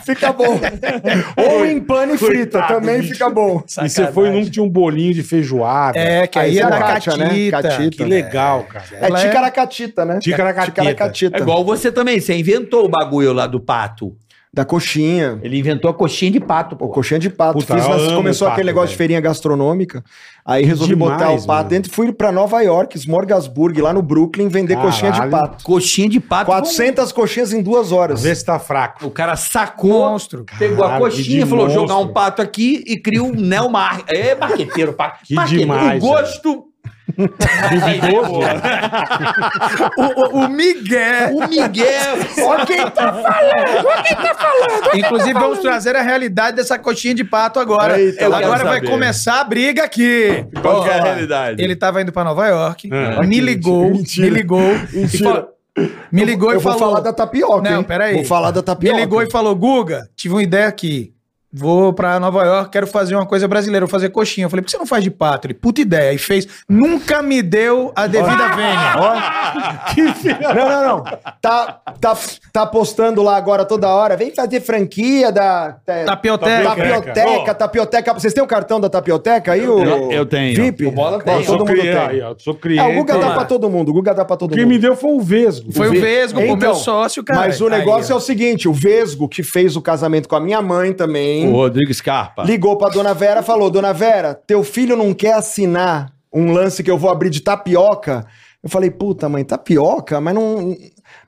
[SPEAKER 6] Fica bom. Ou em pano e frita,
[SPEAKER 3] Coitado,
[SPEAKER 6] também
[SPEAKER 3] bicho.
[SPEAKER 6] fica bom.
[SPEAKER 3] E você foi num que tinha um bolinho de feijoada. Ah,
[SPEAKER 1] É, que aí,
[SPEAKER 6] Aí
[SPEAKER 1] é
[SPEAKER 6] você
[SPEAKER 1] da
[SPEAKER 6] Kátia,
[SPEAKER 1] catita.
[SPEAKER 6] né? Catita.
[SPEAKER 3] Que legal, cara.
[SPEAKER 6] É
[SPEAKER 1] Ela é-
[SPEAKER 6] ticaracatita, né?
[SPEAKER 3] Ticaracatita.
[SPEAKER 6] Ticaracatita.
[SPEAKER 4] É igual você também, você inventou o bagulho lá do pato.
[SPEAKER 6] Da coxinha.
[SPEAKER 4] Ele inventou a coxinha de pato,
[SPEAKER 6] Pô,
[SPEAKER 4] pô.
[SPEAKER 6] coxinha de pato.
[SPEAKER 3] Puta,
[SPEAKER 6] Fiz
[SPEAKER 3] eu
[SPEAKER 6] nas-
[SPEAKER 3] amo
[SPEAKER 6] começou
[SPEAKER 3] pato,
[SPEAKER 6] aquele negócio de
[SPEAKER 3] velho.
[SPEAKER 6] feirinha gastronômica. Aí resolvi
[SPEAKER 3] Demais,
[SPEAKER 6] botar o pato
[SPEAKER 3] mano.
[SPEAKER 6] dentro e fui pra Nova York, Smorgasburg, lá no Brooklyn, vender coxinha de
[SPEAKER 3] Caralho.
[SPEAKER 6] pato.
[SPEAKER 4] Coxinha de pato.
[SPEAKER 6] 400 coxinhas em duas horas.
[SPEAKER 3] Vê se tá fraco.
[SPEAKER 4] O cara sacou,
[SPEAKER 1] Monstro.
[SPEAKER 4] pegou a
[SPEAKER 3] Caralho, que
[SPEAKER 4] coxinha,
[SPEAKER 3] de
[SPEAKER 4] falou
[SPEAKER 3] monstro.
[SPEAKER 4] jogar um pato aqui e criou um neomar. É marqueteiro, pá.
[SPEAKER 3] Que
[SPEAKER 4] Marqueteiro,
[SPEAKER 3] demais,
[SPEAKER 4] O gosto,
[SPEAKER 6] é
[SPEAKER 3] Duvidoso.
[SPEAKER 1] O, o, o Miguel.
[SPEAKER 4] o Miguel.
[SPEAKER 6] Olha quem tá
[SPEAKER 5] tá
[SPEAKER 1] Inclusive, vamos trazer a realidade dessa coxinha de pato agora.
[SPEAKER 6] Eita, eu
[SPEAKER 1] agora
[SPEAKER 4] quero
[SPEAKER 1] vai
[SPEAKER 4] saber.
[SPEAKER 1] começar a briga aqui.
[SPEAKER 7] Qual que é a
[SPEAKER 1] Ó,
[SPEAKER 7] realidade?
[SPEAKER 1] Ele tava indo pra Nova York,
[SPEAKER 3] Ah,
[SPEAKER 1] me ligou,
[SPEAKER 6] mentira.
[SPEAKER 1] me ligou, e
[SPEAKER 6] Mentira.
[SPEAKER 1] falou, me ligou
[SPEAKER 6] Eu
[SPEAKER 1] e falou.
[SPEAKER 6] vou falar da tapioca.
[SPEAKER 1] Não,
[SPEAKER 6] hein?
[SPEAKER 1] peraí.
[SPEAKER 6] Vou falar da
[SPEAKER 1] Me
[SPEAKER 6] tapioca.
[SPEAKER 1] ligou e falou: Guga, tive uma ideia aqui. Vou pra Nova York, quero fazer uma coisa brasileira, vou fazer coxinha. Eu falei, por que você não faz de pato? Ele, puta ideia. E fez, nunca me deu a devida vênia.
[SPEAKER 6] Não, não, não. Tá, tá, tá postando lá agora toda hora. Vem fazer franquia da. da-
[SPEAKER 1] Tapioteca.
[SPEAKER 6] Tapioteca, tapioteca. Vocês têm o cartão da tapioteca aí?
[SPEAKER 4] Eu-
[SPEAKER 6] O...
[SPEAKER 4] eu tenho.
[SPEAKER 6] VIP?
[SPEAKER 4] O Bola tem.
[SPEAKER 6] Ó,
[SPEAKER 3] Eu sou
[SPEAKER 6] Todo mundo tem.
[SPEAKER 3] criança. Eu sou
[SPEAKER 6] É,
[SPEAKER 3] criança.
[SPEAKER 6] o Guga dá pra todo mundo. O Guga dá pra todo
[SPEAKER 3] Quem
[SPEAKER 6] mundo.
[SPEAKER 3] me deu foi o Vesgo.
[SPEAKER 1] Foi o
[SPEAKER 3] Ve-
[SPEAKER 1] Vesgo, pô,
[SPEAKER 6] Então,
[SPEAKER 1] meu sócio, cara.
[SPEAKER 6] Mas o negócio é o seguinte: o Vesgo, que fez o casamento com a minha mãe também,
[SPEAKER 4] Rodrigo Scarpa.
[SPEAKER 6] ligou pra dona Vera e falou: Dona Vera, teu filho não quer assinar um lance que eu vou abrir de tapioca. Eu falei, puta, mãe, tapioca? Mas não.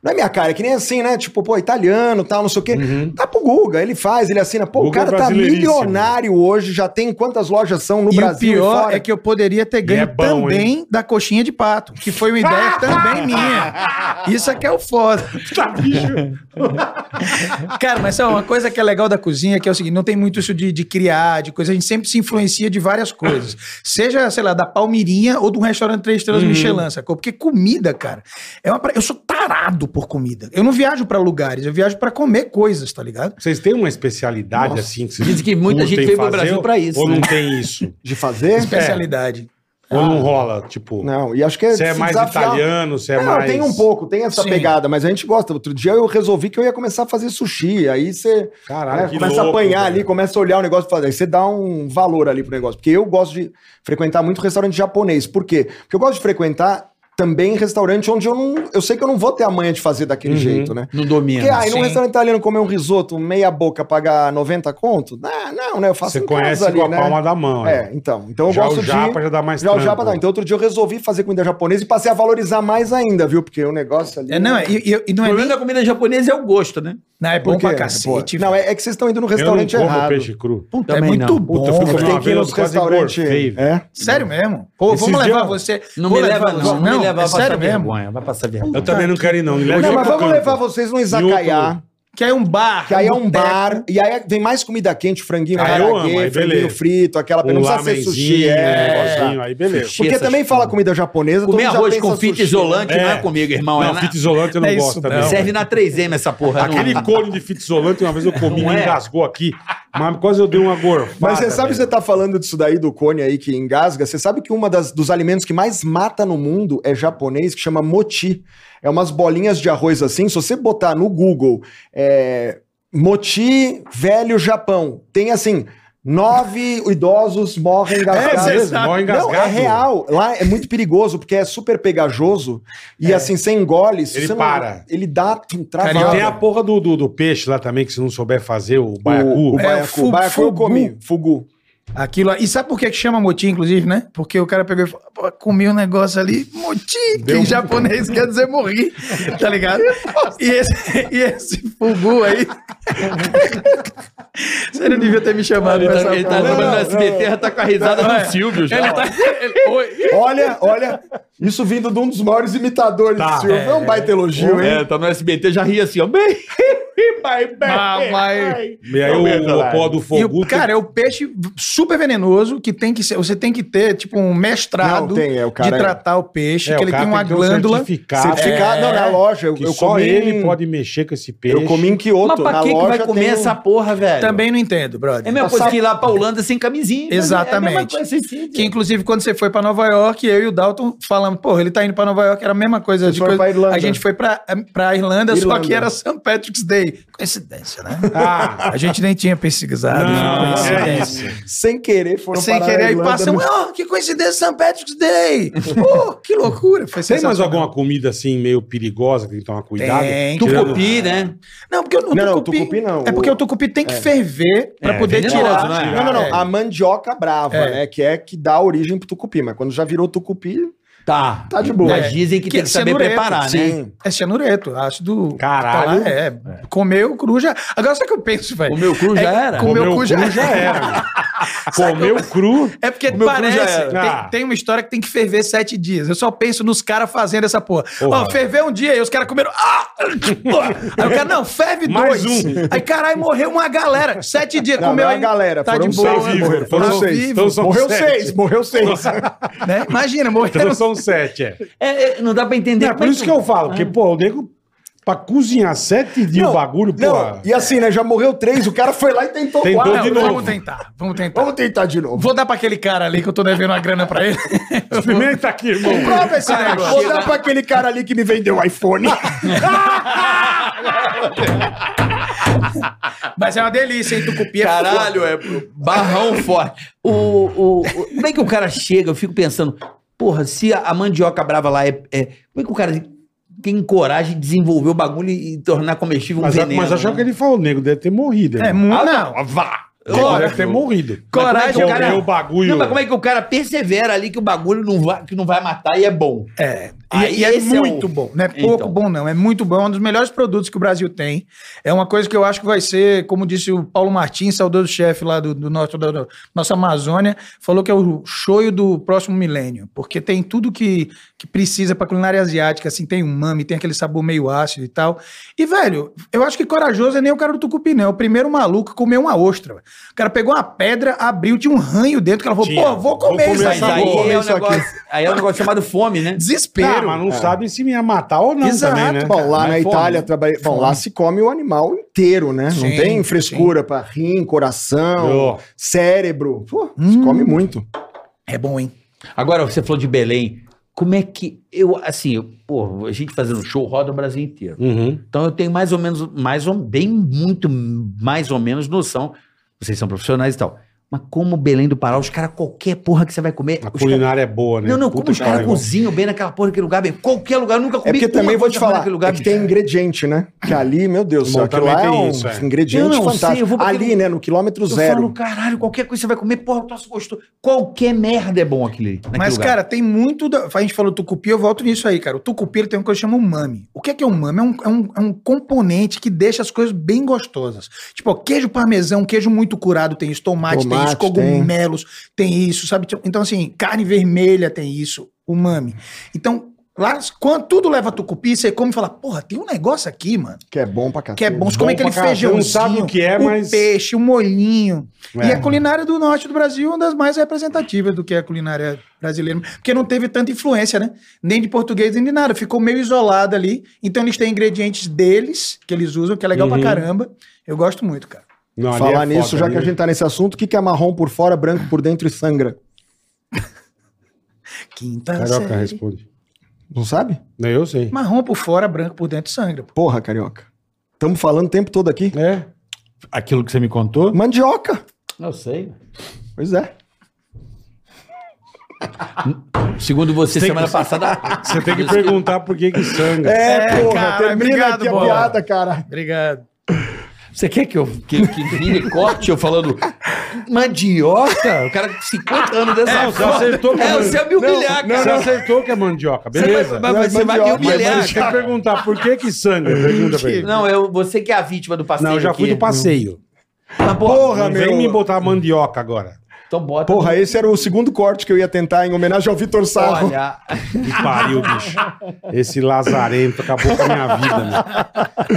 [SPEAKER 6] Não é minha cara, é que nem assim, né? Tipo, pô, italiano, tal, não sei o quê. Dá pro Guga, ele faz, ele assina. Pô, o
[SPEAKER 3] Uhum. Guga é
[SPEAKER 6] cara tá
[SPEAKER 3] brasileiríssimo.
[SPEAKER 6] milionário hoje, já tem quantas lojas são no
[SPEAKER 1] E o
[SPEAKER 6] Brasil e
[SPEAKER 1] pior
[SPEAKER 6] fora.
[SPEAKER 1] é que eu poderia ter ganho
[SPEAKER 3] é bom,
[SPEAKER 1] também da coxinha de pato, que foi uma ideia também minha. Isso aqui é o foda.
[SPEAKER 3] Tá, bicho.
[SPEAKER 1] Cara, mas sabe, uma coisa que é legal da cozinha que é o seguinte: não tem muito isso de, de criar, de coisa. A gente sempre se influencia de várias coisas. Seja, sei lá, da Palmirinha ou de um restaurante três estrelas
[SPEAKER 3] Uhum.
[SPEAKER 1] Michelin, sacou? Porque comida, cara, é uma. pra- Eu sou tarado por comida. Eu não viajo pra lugares, eu viajo pra comer coisas, tá ligado?
[SPEAKER 3] Vocês têm uma especialidade assim que vocês
[SPEAKER 4] Dizem que muita gente
[SPEAKER 3] curtem
[SPEAKER 4] veio pro
[SPEAKER 3] fazer
[SPEAKER 4] Brasil pra isso,
[SPEAKER 3] Ou
[SPEAKER 4] né?
[SPEAKER 6] É.
[SPEAKER 3] não tem isso?
[SPEAKER 6] De fazer?
[SPEAKER 1] Especialidade.
[SPEAKER 3] Ou não rola, tipo...
[SPEAKER 6] Ah. Não, e acho que
[SPEAKER 3] Você é
[SPEAKER 6] se
[SPEAKER 3] mais
[SPEAKER 6] desafiar-
[SPEAKER 3] italiano, você é
[SPEAKER 6] não,
[SPEAKER 3] mais...
[SPEAKER 6] tem um pouco, tem essa
[SPEAKER 1] Sim.
[SPEAKER 6] pegada, mas a gente gosta. Outro dia eu resolvi que eu ia começar a fazer sushi. Aí você
[SPEAKER 3] Caralho,
[SPEAKER 6] né,
[SPEAKER 3] que
[SPEAKER 6] começa a
[SPEAKER 3] louco,
[SPEAKER 6] apanhar
[SPEAKER 3] velho.
[SPEAKER 6] ali, começa a olhar o negócio e fazer. Aí você dá um valor ali pro negócio. Porque eu gosto de frequentar muito restaurante japonês. Por quê? Porque eu gosto de frequentar também restaurante onde eu não. Eu sei que eu não vou ter a manha de fazer daquele
[SPEAKER 3] Uhum.
[SPEAKER 6] jeito, né?
[SPEAKER 4] Não domina.
[SPEAKER 6] Porque aí num
[SPEAKER 1] sim.
[SPEAKER 6] restaurante italiano comer um risoto meia boca, pagar 90 conto? Não, não, né? Eu faço
[SPEAKER 3] Você
[SPEAKER 6] em casa
[SPEAKER 3] conhece
[SPEAKER 6] ali,
[SPEAKER 3] com a
[SPEAKER 6] né?
[SPEAKER 3] palma da mão.
[SPEAKER 6] É, então. Então eu
[SPEAKER 3] Já
[SPEAKER 6] gosto
[SPEAKER 3] o
[SPEAKER 6] de.
[SPEAKER 3] japa já dá mais
[SPEAKER 6] Já o
[SPEAKER 3] trampo.
[SPEAKER 6] japa dá. Então outro dia eu resolvi fazer comida japonesa e passei a valorizar mais ainda, viu? Porque o negócio ali.
[SPEAKER 1] É, não, e, e- e não
[SPEAKER 4] O
[SPEAKER 1] é
[SPEAKER 4] problema
[SPEAKER 1] nem...
[SPEAKER 4] da comida japonesa é o gosto, né?
[SPEAKER 1] Não, é bom
[SPEAKER 6] Por quê?
[SPEAKER 1] pra
[SPEAKER 6] Pô,
[SPEAKER 1] cacete.
[SPEAKER 6] Não, é, é que vocês estão indo no
[SPEAKER 3] Eu não
[SPEAKER 6] restaurante é
[SPEAKER 3] como
[SPEAKER 6] errado.
[SPEAKER 3] peixe cru.
[SPEAKER 1] Puta, é
[SPEAKER 4] também
[SPEAKER 1] muito
[SPEAKER 4] não.
[SPEAKER 1] bom.
[SPEAKER 3] Puta, eu fui comer
[SPEAKER 6] Tem
[SPEAKER 3] uma
[SPEAKER 6] que ir
[SPEAKER 3] vez,
[SPEAKER 6] nos
[SPEAKER 3] eu quase
[SPEAKER 6] restaurantes.
[SPEAKER 3] engordei, velho.
[SPEAKER 6] É.
[SPEAKER 1] Sério mesmo? Pô,
[SPEAKER 3] Esses
[SPEAKER 1] vamos levar
[SPEAKER 3] dias-
[SPEAKER 1] você.
[SPEAKER 4] Não
[SPEAKER 1] Vou
[SPEAKER 4] me
[SPEAKER 1] levar
[SPEAKER 4] leva,
[SPEAKER 1] você.
[SPEAKER 4] não. Não, me leva
[SPEAKER 1] é
[SPEAKER 4] a passar
[SPEAKER 1] sério mesmo.
[SPEAKER 4] vergonha. Vai passar vergonha.
[SPEAKER 3] Eu também não quero ir, não. Me leva
[SPEAKER 6] É. Não,
[SPEAKER 3] pra
[SPEAKER 6] mas vamos
[SPEAKER 3] canto.
[SPEAKER 6] levar vocês no
[SPEAKER 3] outro
[SPEAKER 6] izakaya,
[SPEAKER 3] lugar.
[SPEAKER 1] Que aí é um bar.
[SPEAKER 6] que aí é um
[SPEAKER 1] boteco.
[SPEAKER 6] bar, e aí vem mais comida quente, franguinho,
[SPEAKER 3] Ah, eu amo,
[SPEAKER 6] caraguê,
[SPEAKER 3] aí
[SPEAKER 6] franguinho
[SPEAKER 3] beleza.
[SPEAKER 6] frito, aquela...
[SPEAKER 3] Um
[SPEAKER 6] Não precisa ser
[SPEAKER 3] lamenzinho,
[SPEAKER 6] sushi,
[SPEAKER 3] um negocinho,
[SPEAKER 6] é...
[SPEAKER 3] aí beleza.
[SPEAKER 4] Sushi.
[SPEAKER 6] Porque
[SPEAKER 4] essas
[SPEAKER 6] também fala comida japonesa, todo
[SPEAKER 4] Comer
[SPEAKER 6] mundo já
[SPEAKER 4] arroz
[SPEAKER 6] pensa
[SPEAKER 4] com fita
[SPEAKER 6] sushi,
[SPEAKER 4] isolante
[SPEAKER 3] né?
[SPEAKER 4] não é comigo, irmão. é
[SPEAKER 3] Não,
[SPEAKER 4] na-
[SPEAKER 3] fita isolante eu não
[SPEAKER 1] É isso,
[SPEAKER 3] gosto
[SPEAKER 1] não.
[SPEAKER 3] também.
[SPEAKER 4] Serve na 3M essa porra. não.
[SPEAKER 3] Aquele cone de fita isolante, uma vez eu comi,
[SPEAKER 4] Não
[SPEAKER 3] me
[SPEAKER 4] é?
[SPEAKER 3] engasgou aqui, mas quase eu dei uma gorfada.
[SPEAKER 6] Mas você sabe
[SPEAKER 3] velho.
[SPEAKER 6] que você tá falando disso daí do cone aí que engasga? Você sabe que uma das dos alimentos que mais mata no mundo é japonês, que chama moti. É umas bolinhas de arroz assim. Se você botar no Google é, moti velho Japão, tem assim. Nove idosos morrem engasgados.
[SPEAKER 1] você
[SPEAKER 6] Mesmo.
[SPEAKER 1] sabe.
[SPEAKER 3] Morre
[SPEAKER 6] Não, é
[SPEAKER 3] É, engasgado.
[SPEAKER 6] real. Lá é muito perigoso, porque é super pegajoso. E assim, você engole. se
[SPEAKER 3] É. Ele
[SPEAKER 6] você não-
[SPEAKER 3] para.
[SPEAKER 6] ele dá um
[SPEAKER 3] E tem a
[SPEAKER 6] travado.
[SPEAKER 3] porra do, do, do peixe lá também, que se não souber fazer, o
[SPEAKER 6] O, o
[SPEAKER 3] baiacu.
[SPEAKER 1] É,
[SPEAKER 6] baiacu.
[SPEAKER 1] fu-
[SPEAKER 6] baiacu eu
[SPEAKER 1] fugu.
[SPEAKER 6] comi. Fugu.
[SPEAKER 1] Aquilo, lá. e sabe por que que chama moti, inclusive, né? Porque o cara pegou e falou, "Pô, comi um negócio ali, moti, que em
[SPEAKER 4] um
[SPEAKER 1] japonês quer dizer morri, tá ligado? E esse, e esse fugu aí... Você não devia ter me chamado
[SPEAKER 4] Ele
[SPEAKER 1] pra
[SPEAKER 4] tá,
[SPEAKER 1] essa
[SPEAKER 4] ele tá
[SPEAKER 1] porra.
[SPEAKER 4] trabalhando no SBT, já tá com a risada
[SPEAKER 1] Não, é.
[SPEAKER 4] do Silvio já.
[SPEAKER 1] Ele tá- ele- Oi.
[SPEAKER 6] Olha, olha, isso vindo de um dos maiores imitadores
[SPEAKER 3] Tá,
[SPEAKER 6] do Silvio. É, um baita elogio, hein?
[SPEAKER 4] É, tá no SBT, já ri assim, ó. Bem, bye, bye.
[SPEAKER 1] Ah, mas-
[SPEAKER 3] E aí o, o pó do
[SPEAKER 1] E
[SPEAKER 3] fogo.
[SPEAKER 1] o, cara, é o peixe super venenoso que tem que ser. Você tem que ter, tipo, um mestrado
[SPEAKER 6] Não, tem, é, o cara
[SPEAKER 1] de
[SPEAKER 6] é-
[SPEAKER 1] tratar o peixe,
[SPEAKER 3] É, o
[SPEAKER 1] que ele
[SPEAKER 3] cara
[SPEAKER 1] tem uma
[SPEAKER 3] tem que ter um
[SPEAKER 1] glândula.
[SPEAKER 3] certificado.
[SPEAKER 6] Certificado, não, na loja. Eu,
[SPEAKER 3] que
[SPEAKER 6] eu
[SPEAKER 3] só
[SPEAKER 6] comi
[SPEAKER 3] ele
[SPEAKER 6] em-
[SPEAKER 3] pode mexer com esse peixe.
[SPEAKER 6] Eu comi em
[SPEAKER 4] Mas
[SPEAKER 6] Kyoto.
[SPEAKER 4] pra
[SPEAKER 6] na
[SPEAKER 4] que, que
[SPEAKER 6] loja
[SPEAKER 4] vai comer
[SPEAKER 6] tem um-
[SPEAKER 4] essa porra, velho?
[SPEAKER 1] Também não entendo, brother.
[SPEAKER 4] É a mesma coisa que ir lá pra Holanda sem camisinha.
[SPEAKER 1] Exatamente.
[SPEAKER 4] É a mesma coisa, assim, sim,
[SPEAKER 1] Que inclusive quando você foi pra Nova York, eu e o Dalton falamos, pô, ele tá indo pra Nova York, era a mesma coisa. de
[SPEAKER 6] foram
[SPEAKER 1] coisa-
[SPEAKER 6] pra Irlanda.
[SPEAKER 1] A gente foi pra, pra Irlanda, só
[SPEAKER 6] Irlanda.
[SPEAKER 1] que era St. Patrick's Day. Coincidência, né?
[SPEAKER 3] Ah,
[SPEAKER 1] A gente nem tinha pesquisado.
[SPEAKER 3] Não, é
[SPEAKER 1] coincidência.
[SPEAKER 3] isso.
[SPEAKER 6] Sem querer, foram
[SPEAKER 1] Sem
[SPEAKER 6] parar
[SPEAKER 1] querer,
[SPEAKER 6] na
[SPEAKER 1] aí
[SPEAKER 6] Irlanda, né?
[SPEAKER 1] passam,
[SPEAKER 6] no-
[SPEAKER 1] oh, que coincidência, St. Patrick's Day! Oh, que loucura! Foi
[SPEAKER 3] Tem mais
[SPEAKER 1] sensacional.
[SPEAKER 3] alguma comida assim, meio perigosa, que tem que tomar cuidado?
[SPEAKER 1] é Tem,
[SPEAKER 3] Tirando-
[SPEAKER 4] Tucupi, né?
[SPEAKER 1] Não, porque o tucupi,
[SPEAKER 6] Não, não, o um tucupi não.
[SPEAKER 1] É porque o tucupi tem que ferver pra
[SPEAKER 4] É,
[SPEAKER 1] poder
[SPEAKER 4] venenoso,
[SPEAKER 1] tirar.
[SPEAKER 4] né?
[SPEAKER 6] Não, não, não.
[SPEAKER 1] É.
[SPEAKER 6] A mandioca brava,
[SPEAKER 1] É.
[SPEAKER 6] né? Que é que dá origem pro tucupi. Mas quando já virou tucupi,
[SPEAKER 4] Tá.
[SPEAKER 6] tá de boa.
[SPEAKER 4] Mas dizem que,
[SPEAKER 1] Que
[SPEAKER 4] tem que saber
[SPEAKER 1] cenureta,
[SPEAKER 4] preparar, né?
[SPEAKER 6] Sim.
[SPEAKER 1] É cianureto, ácido.
[SPEAKER 3] Caralho.
[SPEAKER 1] É, é. Comeu cru já. Agora sabe o que eu penso, velho?
[SPEAKER 4] O meu cu já era.
[SPEAKER 1] Comeu
[SPEAKER 3] Comeu
[SPEAKER 1] cru já
[SPEAKER 3] cru já era. Comeu cru.
[SPEAKER 1] É porque
[SPEAKER 4] meu cu
[SPEAKER 1] parece.
[SPEAKER 4] já era.
[SPEAKER 1] Tem,
[SPEAKER 3] Ah.
[SPEAKER 1] tem uma história que tem que ferver sete dias. Eu só penso nos caras fazendo essa porra.
[SPEAKER 3] Porra.
[SPEAKER 1] Ó, ferveu um dia e os caras comeram. Ah! Aí o cara, não, ferve
[SPEAKER 3] Mais
[SPEAKER 1] dois.
[SPEAKER 3] um.
[SPEAKER 1] Aí, caralho, morreu uma galera. Sete dias.
[SPEAKER 6] Não,
[SPEAKER 1] comeu
[SPEAKER 6] não é
[SPEAKER 1] aí,
[SPEAKER 6] a galera,
[SPEAKER 1] Tá
[SPEAKER 6] foram
[SPEAKER 1] de boa.
[SPEAKER 6] seis que morreram,
[SPEAKER 1] tá
[SPEAKER 6] foram seis.
[SPEAKER 1] vivo,
[SPEAKER 3] Então são
[SPEAKER 6] morreu
[SPEAKER 3] sete.
[SPEAKER 6] seis, morreu seis.
[SPEAKER 1] né? Imagina, morreram
[SPEAKER 3] Então são sete, é.
[SPEAKER 4] É, é, não dá pra entender.
[SPEAKER 3] É
[SPEAKER 4] como
[SPEAKER 3] por isso que eu falo, porque, pô, o nego, pra cozinhar sete dias o bagulho, pô.
[SPEAKER 6] Não, e assim, né? Já morreu três, o cara foi lá e tentou,
[SPEAKER 3] Tentou
[SPEAKER 6] quatro.
[SPEAKER 3] de novo.
[SPEAKER 1] Vamos tentar, vamos tentar.
[SPEAKER 6] Vamos tentar de novo.
[SPEAKER 1] Vou dar pra aquele cara ali que eu tô devendo uma grana pra ele.
[SPEAKER 3] Experimenta aqui, irmão.
[SPEAKER 6] Prova esse
[SPEAKER 1] Cara,
[SPEAKER 6] negócio. Vou
[SPEAKER 1] chega-
[SPEAKER 6] dar pra aquele cara ali que me vendeu o iPhone.
[SPEAKER 1] Mas é uma delícia, hein? Tucupi é
[SPEAKER 4] Caralho, é barrão forte. O, o, o- como é que o cara chega? Eu fico pensando, porra, se a, a mandioca brava lá é, é- Como é que o cara tem coragem de desenvolver o bagulho e, e tornar comestível um
[SPEAKER 3] Mas,
[SPEAKER 4] veneno?
[SPEAKER 3] mas achou
[SPEAKER 4] né?
[SPEAKER 3] que ele falou, o nego deve ter morrido.
[SPEAKER 1] É,
[SPEAKER 3] irmão.
[SPEAKER 1] mu-
[SPEAKER 4] Ah,
[SPEAKER 1] não.
[SPEAKER 4] não, vá!
[SPEAKER 3] O nego
[SPEAKER 4] Lógico.
[SPEAKER 3] deve ter morrido.
[SPEAKER 4] Coragem,
[SPEAKER 3] Comeu
[SPEAKER 4] é o cara.
[SPEAKER 3] o bagulho.
[SPEAKER 4] Não, mas como é que o cara persevera ali que o bagulho não vai, que não vai matar e é bom?
[SPEAKER 1] É.
[SPEAKER 4] Aí
[SPEAKER 1] E, e é
[SPEAKER 4] esse é
[SPEAKER 1] muito
[SPEAKER 4] o-
[SPEAKER 1] bom. Não é pouco
[SPEAKER 4] Então.
[SPEAKER 1] bom, não. É muito bom. É um dos melhores produtos que o Brasil tem. É uma coisa que eu acho que vai ser, como disse o Paulo Martins, saudoso chefe lá do, do nosso, da, da nossa Amazônia, falou que é o shoyu do próximo milênio. Porque tem tudo que, que precisa pra culinária asiática. Assim, tem umami, tem aquele sabor meio ácido e tal. E, velho, eu acho que corajoso é nem o cara do Tucupi, não. É o primeiro maluco que comeu uma ostra. velho. O cara pegou uma pedra, abriu, tinha um ranho dentro, que ela falou,
[SPEAKER 3] Tinha.
[SPEAKER 1] pô, vou
[SPEAKER 3] Vou
[SPEAKER 1] comer
[SPEAKER 3] comer
[SPEAKER 1] isso
[SPEAKER 4] Mas
[SPEAKER 1] aí.
[SPEAKER 3] essa
[SPEAKER 4] aí
[SPEAKER 1] vou comer
[SPEAKER 4] é, um
[SPEAKER 1] isso aqui.
[SPEAKER 4] negócio, aí é um negócio chamado fome, né?
[SPEAKER 1] Desespero.
[SPEAKER 3] Ah, mas não sabe se ia matar ou não
[SPEAKER 1] Exato.
[SPEAKER 3] também, né?
[SPEAKER 6] Bom, lá
[SPEAKER 4] Mas
[SPEAKER 6] na
[SPEAKER 4] fome,
[SPEAKER 6] Itália, trabalhei. Bom, lá se come o animal inteiro, né? Não
[SPEAKER 1] Sim,
[SPEAKER 6] tem frescura pra rim, coração,
[SPEAKER 3] Ó.
[SPEAKER 6] cérebro. Pô, se come muito.
[SPEAKER 1] É bom, hein?
[SPEAKER 4] Agora, você falou de Belém. Como é que. Eu, assim, eu, pô, a gente fazendo show roda o Brasil inteiro.
[SPEAKER 3] Uhum.
[SPEAKER 4] Então eu tenho mais ou menos, mais ou bem muito mais ou menos noção. Vocês são profissionais e tal. Mas como Belém do Pará, os caras, qualquer porra que você vai comer.
[SPEAKER 3] A
[SPEAKER 4] os
[SPEAKER 3] culinária é boa,
[SPEAKER 4] cara-
[SPEAKER 3] né?
[SPEAKER 4] Não, não,
[SPEAKER 3] Puta
[SPEAKER 4] como os
[SPEAKER 3] que
[SPEAKER 4] caras
[SPEAKER 3] pariu.
[SPEAKER 4] cozinham bem naquela porra, naquele lugar, bem. Qualquer lugar, eu nunca
[SPEAKER 6] É
[SPEAKER 4] comi
[SPEAKER 6] porque
[SPEAKER 4] uma
[SPEAKER 6] também vou te
[SPEAKER 4] coisa ruim
[SPEAKER 6] falar,
[SPEAKER 4] naquele lugar,
[SPEAKER 6] é que
[SPEAKER 4] bicho.
[SPEAKER 6] tem ingrediente, né? Que ali, meu Deus, do
[SPEAKER 3] Bom,
[SPEAKER 6] céu, aquilo lá é
[SPEAKER 3] também tem
[SPEAKER 6] um
[SPEAKER 3] isso, é.
[SPEAKER 6] ingrediente
[SPEAKER 4] Eu não sei,
[SPEAKER 6] fantástico.
[SPEAKER 4] eu vou pra
[SPEAKER 6] ali,
[SPEAKER 4] aquele-
[SPEAKER 6] né, no quilômetro
[SPEAKER 4] Eu
[SPEAKER 6] zero.
[SPEAKER 4] falo, caralho, qualquer coisa você vai comer, porra, o nosso gostou. Qualquer merda é bom aquele. naquele
[SPEAKER 1] Mas,
[SPEAKER 4] lugar.
[SPEAKER 1] cara, tem muito. da- A gente falou tucupi, eu volto nisso aí, cara. O tucupi ele tem uma coisa que chama umami. O que é que é umami? É um, é, um, é um componente que deixa as coisas bem gostosas. Tipo, ó, queijo parmesão, queijo muito curado tem isso, tomate, tem
[SPEAKER 6] Tomate,
[SPEAKER 1] isso, cogumelos tem. isso, sabe? Tipo, Então, assim, carne vermelha tem isso, umami. Então, lá, quando tudo leva tucupi, você come e fala, porra, tem um negócio aqui, mano,
[SPEAKER 6] Que é bom pra cacete.
[SPEAKER 1] que é bom. Você
[SPEAKER 3] Bom
[SPEAKER 1] come aquele
[SPEAKER 3] pra caralho. Você
[SPEAKER 1] feijãozinho,
[SPEAKER 3] não sabe o que é,
[SPEAKER 1] o
[SPEAKER 3] mas-
[SPEAKER 1] peixe, o molinho.
[SPEAKER 3] É.
[SPEAKER 1] E a culinária do norte do Brasil é uma das mais representativas do que é a culinária brasileira. Porque não teve tanta influência, né? Nem de português, nem de nada. Ficou meio isolado ali. Então eles têm ingredientes deles, que eles usam, que é
[SPEAKER 3] Uhum.
[SPEAKER 1] legal pra caramba. Eu gosto muito, cara.
[SPEAKER 3] Não, ali
[SPEAKER 6] Falar
[SPEAKER 3] é
[SPEAKER 6] nisso,
[SPEAKER 3] foda,
[SPEAKER 6] já
[SPEAKER 3] ali
[SPEAKER 6] que a
[SPEAKER 3] é-
[SPEAKER 6] gente tá nesse assunto, o que, que é marrom por fora, branco por dentro e sangra?
[SPEAKER 4] Tá
[SPEAKER 1] Quinta
[SPEAKER 3] Carioca
[SPEAKER 1] série.
[SPEAKER 3] responde.
[SPEAKER 6] Não sabe?
[SPEAKER 3] Não, eu sei.
[SPEAKER 1] Marrom por fora, branco por dentro, sangra. pô.
[SPEAKER 6] Porra, carioca. Estamos falando o tempo todo aqui.
[SPEAKER 3] É.
[SPEAKER 4] Aquilo que você me contou?
[SPEAKER 6] Mandioca.
[SPEAKER 4] Eu sei.
[SPEAKER 6] Pois é.
[SPEAKER 4] Segundo você,
[SPEAKER 7] Tem
[SPEAKER 4] semana
[SPEAKER 7] que-
[SPEAKER 4] passada.
[SPEAKER 3] Você tem que perguntar por que que sangra.
[SPEAKER 6] É, porra,
[SPEAKER 1] cara,
[SPEAKER 6] termina
[SPEAKER 1] obrigado,
[SPEAKER 6] aqui a
[SPEAKER 1] bola.
[SPEAKER 6] piada, cara.
[SPEAKER 1] Obrigado.
[SPEAKER 4] Você quer que eu que, que vire corte eu falando mandioca? O cara com 50 anos dessa
[SPEAKER 3] É, você acertou com
[SPEAKER 4] É,
[SPEAKER 3] mandi-
[SPEAKER 4] você vai me humilhar,
[SPEAKER 3] Não,
[SPEAKER 4] cara.
[SPEAKER 3] você acertou que é mandioca,
[SPEAKER 4] Você vai-
[SPEAKER 3] beleza.
[SPEAKER 4] mas você vai me
[SPEAKER 6] mandioca,
[SPEAKER 3] Mas-
[SPEAKER 4] humilhar.
[SPEAKER 3] mas você tem que
[SPEAKER 4] cara.
[SPEAKER 3] perguntar por que que sangra? Pergunta pra ele. Não,
[SPEAKER 4] Não, eu, você que é a vítima do passeio.
[SPEAKER 3] eu já fui
[SPEAKER 4] aqui. Tá
[SPEAKER 3] do passeio.
[SPEAKER 4] Mas, porra,
[SPEAKER 6] Porra,
[SPEAKER 3] Não vem me
[SPEAKER 6] meu.
[SPEAKER 3] botar mandioca agora.
[SPEAKER 4] Então bota.
[SPEAKER 6] Porra, tá esse era o segundo corte que eu ia tentar em homenagem ao Vitor Sarro.
[SPEAKER 4] Olha,
[SPEAKER 3] Que pariu, bicho. Esse lazarento acabou com a minha vida, mano.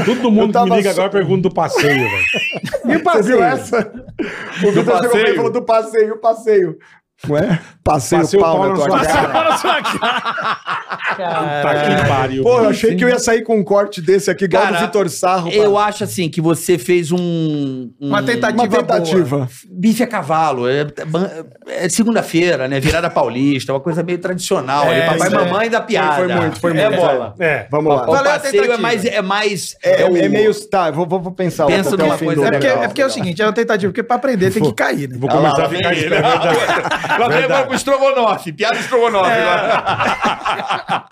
[SPEAKER 3] Todo
[SPEAKER 6] Eu
[SPEAKER 3] mundo que
[SPEAKER 6] tava
[SPEAKER 3] me liga
[SPEAKER 6] só-
[SPEAKER 3] agora pergunta do passeio, velho.
[SPEAKER 6] E o passeio? essa? O Vitor chegou pra mim e
[SPEAKER 7] passeio?
[SPEAKER 6] falou do passeio, passeio. Ué? Passeio,
[SPEAKER 3] Passei o pau na sua
[SPEAKER 6] cara.
[SPEAKER 3] cara. Puta que pariu.
[SPEAKER 6] Porra,
[SPEAKER 3] bicho.
[SPEAKER 6] achei que eu ia sair com um corte desse aqui, igual
[SPEAKER 4] Cara,
[SPEAKER 6] do Vitor Sarro.
[SPEAKER 4] eu
[SPEAKER 6] pá.
[SPEAKER 4] acho assim que você fez um. um-
[SPEAKER 1] Uma tentativa.
[SPEAKER 6] Uma tentativa.
[SPEAKER 4] Bife a cavalo, é, é ban- é segunda-feira, né? Virada paulista, uma coisa meio tradicional.
[SPEAKER 1] É,
[SPEAKER 4] ali, papai e
[SPEAKER 1] isso é.
[SPEAKER 4] mamãe da piada.
[SPEAKER 6] foi muito, foi
[SPEAKER 4] É
[SPEAKER 6] muito.
[SPEAKER 4] bola.
[SPEAKER 3] É.
[SPEAKER 6] Vamos lá.
[SPEAKER 4] O
[SPEAKER 1] Valeu a
[SPEAKER 4] passeio é
[SPEAKER 1] tentativa.
[SPEAKER 4] mais. É, mais
[SPEAKER 6] É,
[SPEAKER 4] o-
[SPEAKER 6] é meio. Tá, eu vou, vou, vou pensar.
[SPEAKER 4] Pensa
[SPEAKER 6] até o
[SPEAKER 4] numa
[SPEAKER 6] fim
[SPEAKER 4] coisa-
[SPEAKER 6] do
[SPEAKER 1] É porque,
[SPEAKER 6] negócio.
[SPEAKER 1] é porque é o seguinte, é uma tentativa, porque pra aprender tem que cair, né?
[SPEAKER 3] Vou
[SPEAKER 6] Tá
[SPEAKER 3] começar Tá a É ficar
[SPEAKER 6] É
[SPEAKER 3] esperando.
[SPEAKER 7] Lá vem agora pro estrogonofe, piada estrogonofe. né? lá.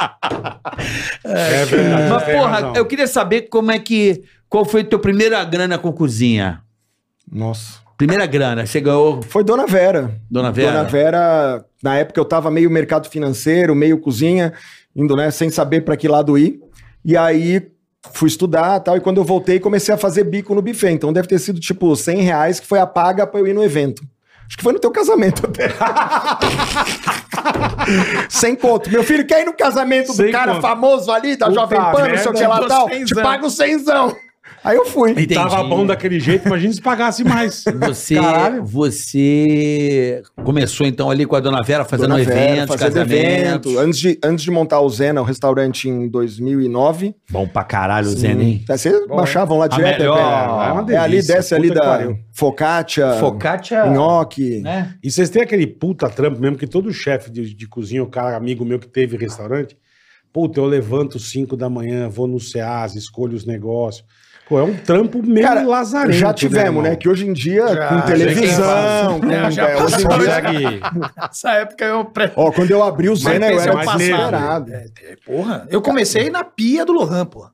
[SPEAKER 3] É verdade.
[SPEAKER 4] Mas,
[SPEAKER 3] você tem
[SPEAKER 4] porra,
[SPEAKER 3] razão.
[SPEAKER 4] eu queria saber como é que. Qual foi a tua primeira grana com cozinha?
[SPEAKER 6] Nossa.
[SPEAKER 4] Primeira grana, você ganhou
[SPEAKER 6] Foi Dona Vera.
[SPEAKER 4] Dona Vera?
[SPEAKER 6] Dona Vera, na época eu tava meio mercado financeiro, meio cozinha, indo, né, sem saber pra que lado ir. E aí fui estudar tal, e quando eu voltei comecei a fazer bico no buffet. Então deve ter sido tipo 100 reais que foi a paga pra eu ir no evento. Acho que foi no teu casamento até. Sem conto. Meu filho quer ir no casamento
[SPEAKER 3] Sem
[SPEAKER 6] do cara
[SPEAKER 3] conto.
[SPEAKER 6] famoso ali, da
[SPEAKER 3] Puta
[SPEAKER 6] Jovem Pan, não
[SPEAKER 3] merda,
[SPEAKER 6] sei o que lá
[SPEAKER 1] dou
[SPEAKER 6] tal. Te
[SPEAKER 1] cenzão.
[SPEAKER 6] pago cenzão. Aí eu fui.
[SPEAKER 3] E tava
[SPEAKER 4] Entendi.
[SPEAKER 3] bom daquele jeito, imagina se pagasse mais.
[SPEAKER 4] Você,
[SPEAKER 3] Caralho.
[SPEAKER 4] você começou então ali com a Dona Vera fazendo
[SPEAKER 6] Dona Vera,
[SPEAKER 4] eventos, casamentos.
[SPEAKER 6] Antes de, antes de montar o Zena, o restaurante em 2009.
[SPEAKER 4] Bom pra caralho, Zena, hein?
[SPEAKER 6] Aí Tá, Vocês baixavam lá direto.
[SPEAKER 4] melhor,
[SPEAKER 6] é,
[SPEAKER 3] é uma
[SPEAKER 6] é, ali,
[SPEAKER 3] delícia,
[SPEAKER 6] desce ali
[SPEAKER 3] puta que
[SPEAKER 6] da
[SPEAKER 3] pariu. Ah, É.
[SPEAKER 6] focaccia,
[SPEAKER 4] Focaccia,
[SPEAKER 6] nhoque.
[SPEAKER 4] né?
[SPEAKER 3] E vocês têm aquele puta trampo mesmo que todo chefe de, de cozinha, o cara, amigo meu que teve restaurante, puta, eu levanto 5 da manhã, vou no SEAS, escolho os negócios. Pô, é um trampo meio
[SPEAKER 6] Cara,
[SPEAKER 3] lazarento.
[SPEAKER 6] já tivemos, né?
[SPEAKER 3] irmão?
[SPEAKER 6] Que hoje em dia,
[SPEAKER 1] Já,
[SPEAKER 6] com
[SPEAKER 1] já
[SPEAKER 6] televisão, com...
[SPEAKER 1] é fácil. Já
[SPEAKER 6] é, hoje em dia...
[SPEAKER 3] Consegue...
[SPEAKER 1] Essa época é eu... Pre...
[SPEAKER 6] Ó, quando eu abri o Zena, eu
[SPEAKER 1] esse
[SPEAKER 6] era
[SPEAKER 1] é o passado.
[SPEAKER 6] desesperado.
[SPEAKER 3] É.
[SPEAKER 1] É, Porra, eu comecei na pia do Lohan, porra.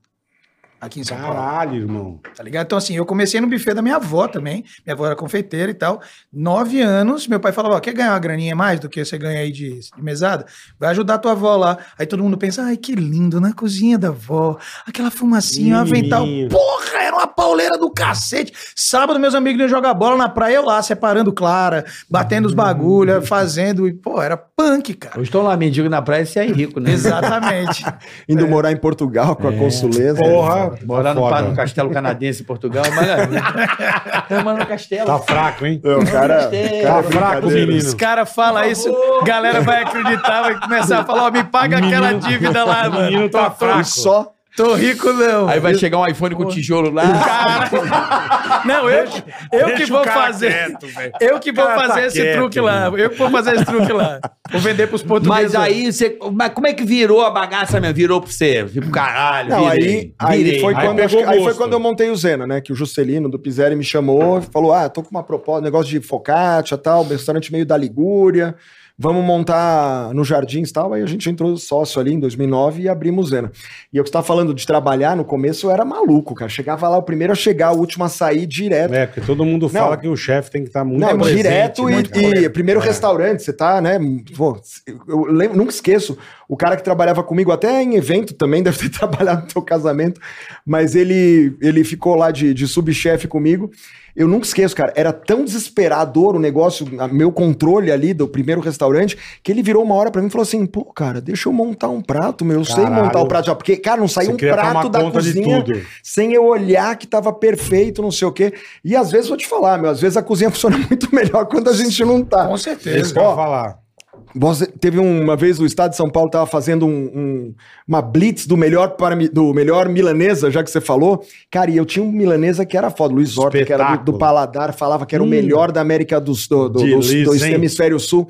[SPEAKER 1] Aqui em São Paulo.
[SPEAKER 3] Caralho, irmão.
[SPEAKER 1] tá ligado? Então, assim, eu comecei no buffet da minha avó também. Minha avó era confeiteira e tal. Nove anos, meu pai falava: ó, quer ganhar uma graninha a mais do que você ganha aí de, de mesada? Vai ajudar tua avó lá. Aí todo mundo pensa: ai, que lindo, na cozinha da avó. Aquela fumacinha, um avental.
[SPEAKER 3] Menininho.
[SPEAKER 1] Porra, era uma pauleira do cacete. Sábado, meus amigos iam jogar bola na praia, eu lá, separando clara, batendo os bagulho, fazendo. E, pô, era punk, cara.
[SPEAKER 4] Eu estou lá, mendigo na praia e você é rico, né?
[SPEAKER 1] Exatamente.
[SPEAKER 6] Indo morar em Portugal
[SPEAKER 4] É.
[SPEAKER 6] com a consuleza.
[SPEAKER 3] Porra.
[SPEAKER 4] Morar no,
[SPEAKER 3] Tá Foda.
[SPEAKER 4] pa- no castelo canadense em Portugal, maravilha. Eu moro no castelo.
[SPEAKER 3] Tá fraco, hein?
[SPEAKER 6] É, O cara...
[SPEAKER 4] Gostei.
[SPEAKER 6] cara
[SPEAKER 3] Tá fraco,
[SPEAKER 6] brincadeira.
[SPEAKER 3] menino.
[SPEAKER 1] Os caras falam isso, galera vai acreditar, vai começar a falar, ó, me paga aquela
[SPEAKER 3] Menino-
[SPEAKER 1] dívida lá, mano.
[SPEAKER 3] menino tá
[SPEAKER 1] Tá fraco.
[SPEAKER 6] E só
[SPEAKER 1] Tô rico, não.
[SPEAKER 7] Aí vai chegar um iPhone com tijolo lá.
[SPEAKER 1] Não, eu, eu que
[SPEAKER 3] Deixa o
[SPEAKER 1] vou
[SPEAKER 3] cara
[SPEAKER 1] fazer.
[SPEAKER 3] quieto, velho.
[SPEAKER 1] eu que vou
[SPEAKER 3] O cara tá
[SPEAKER 1] fazer esse
[SPEAKER 3] quieto,
[SPEAKER 1] truque lá. Eu que vou fazer esse truque lá. Vou vender pros portugueses.
[SPEAKER 7] Mas aí você. Mas como é que virou a bagaça mesmo? Virou pra você? Tipo, caralho,
[SPEAKER 6] Não, aí,
[SPEAKER 7] virei,
[SPEAKER 6] aí,
[SPEAKER 7] virei.
[SPEAKER 6] foi
[SPEAKER 3] Aí
[SPEAKER 6] quando, acho
[SPEAKER 3] pegou
[SPEAKER 6] que- aí foi
[SPEAKER 3] gosto.
[SPEAKER 6] quando eu montei o Zena, né? Que o Juscelino do Pizzeri me chamou e falou: Ah, tô com uma proposta, negócio de focaccia tal, restaurante meio da Ligúria, vamos montar no Jardins tal. Aí a gente entrou sócio ali em 2009 e abrimos o Zena. E eu que estava falando de trabalhar no começo, eu era maluco, cara. Chegava lá, o primeiro a chegar, o último a sair direto.
[SPEAKER 3] É, porque todo mundo fala
[SPEAKER 6] Não.
[SPEAKER 3] que o chefe tem que estar muito
[SPEAKER 6] Não,
[SPEAKER 3] presente,
[SPEAKER 6] direto e,
[SPEAKER 3] muito
[SPEAKER 6] e
[SPEAKER 3] presente.
[SPEAKER 6] primeiro restaurante, você tá, né? pô, eu lembro, nunca esqueço, o cara que trabalhava comigo, até em evento também, deve ter trabalhado no teu casamento, mas ele, ele ficou lá de, de subchefe comigo. Eu nunca esqueço, cara, era tão desesperador o negócio, a- meu controle ali do primeiro restaurante, que ele virou uma hora pra mim e falou assim: pô, cara, deixa eu montar um prato, meu, eu sei
[SPEAKER 3] Caralho.
[SPEAKER 6] montar o prato já, porque, cara, não
[SPEAKER 3] Você
[SPEAKER 6] saiu um
[SPEAKER 3] queria
[SPEAKER 6] prato
[SPEAKER 3] tomar
[SPEAKER 6] da
[SPEAKER 3] conta de
[SPEAKER 6] cozinha
[SPEAKER 3] tudo.
[SPEAKER 6] sem eu olhar que tava perfeito, não sei o quê. E às vezes vou te falar, meu, às vezes a cozinha funciona muito melhor quando a gente não tá.
[SPEAKER 1] Com
[SPEAKER 3] É isso
[SPEAKER 1] certeza.
[SPEAKER 3] que eu ia
[SPEAKER 6] Ó,
[SPEAKER 3] falar.
[SPEAKER 6] Você- teve um, uma vez o Estado de São Paulo estava fazendo um- um- uma blitz do melhor, para, do melhor milanesa, já que você falou. Cara, e eu tinha um milanesa que era foda, Luiz Horta, que era do- do,
[SPEAKER 3] Espetáculo.
[SPEAKER 6] paladar, falava que era o melhor da América do, do, do, do,
[SPEAKER 3] Delícia,
[SPEAKER 6] do
[SPEAKER 3] hein?
[SPEAKER 6] Hemisfério Sul.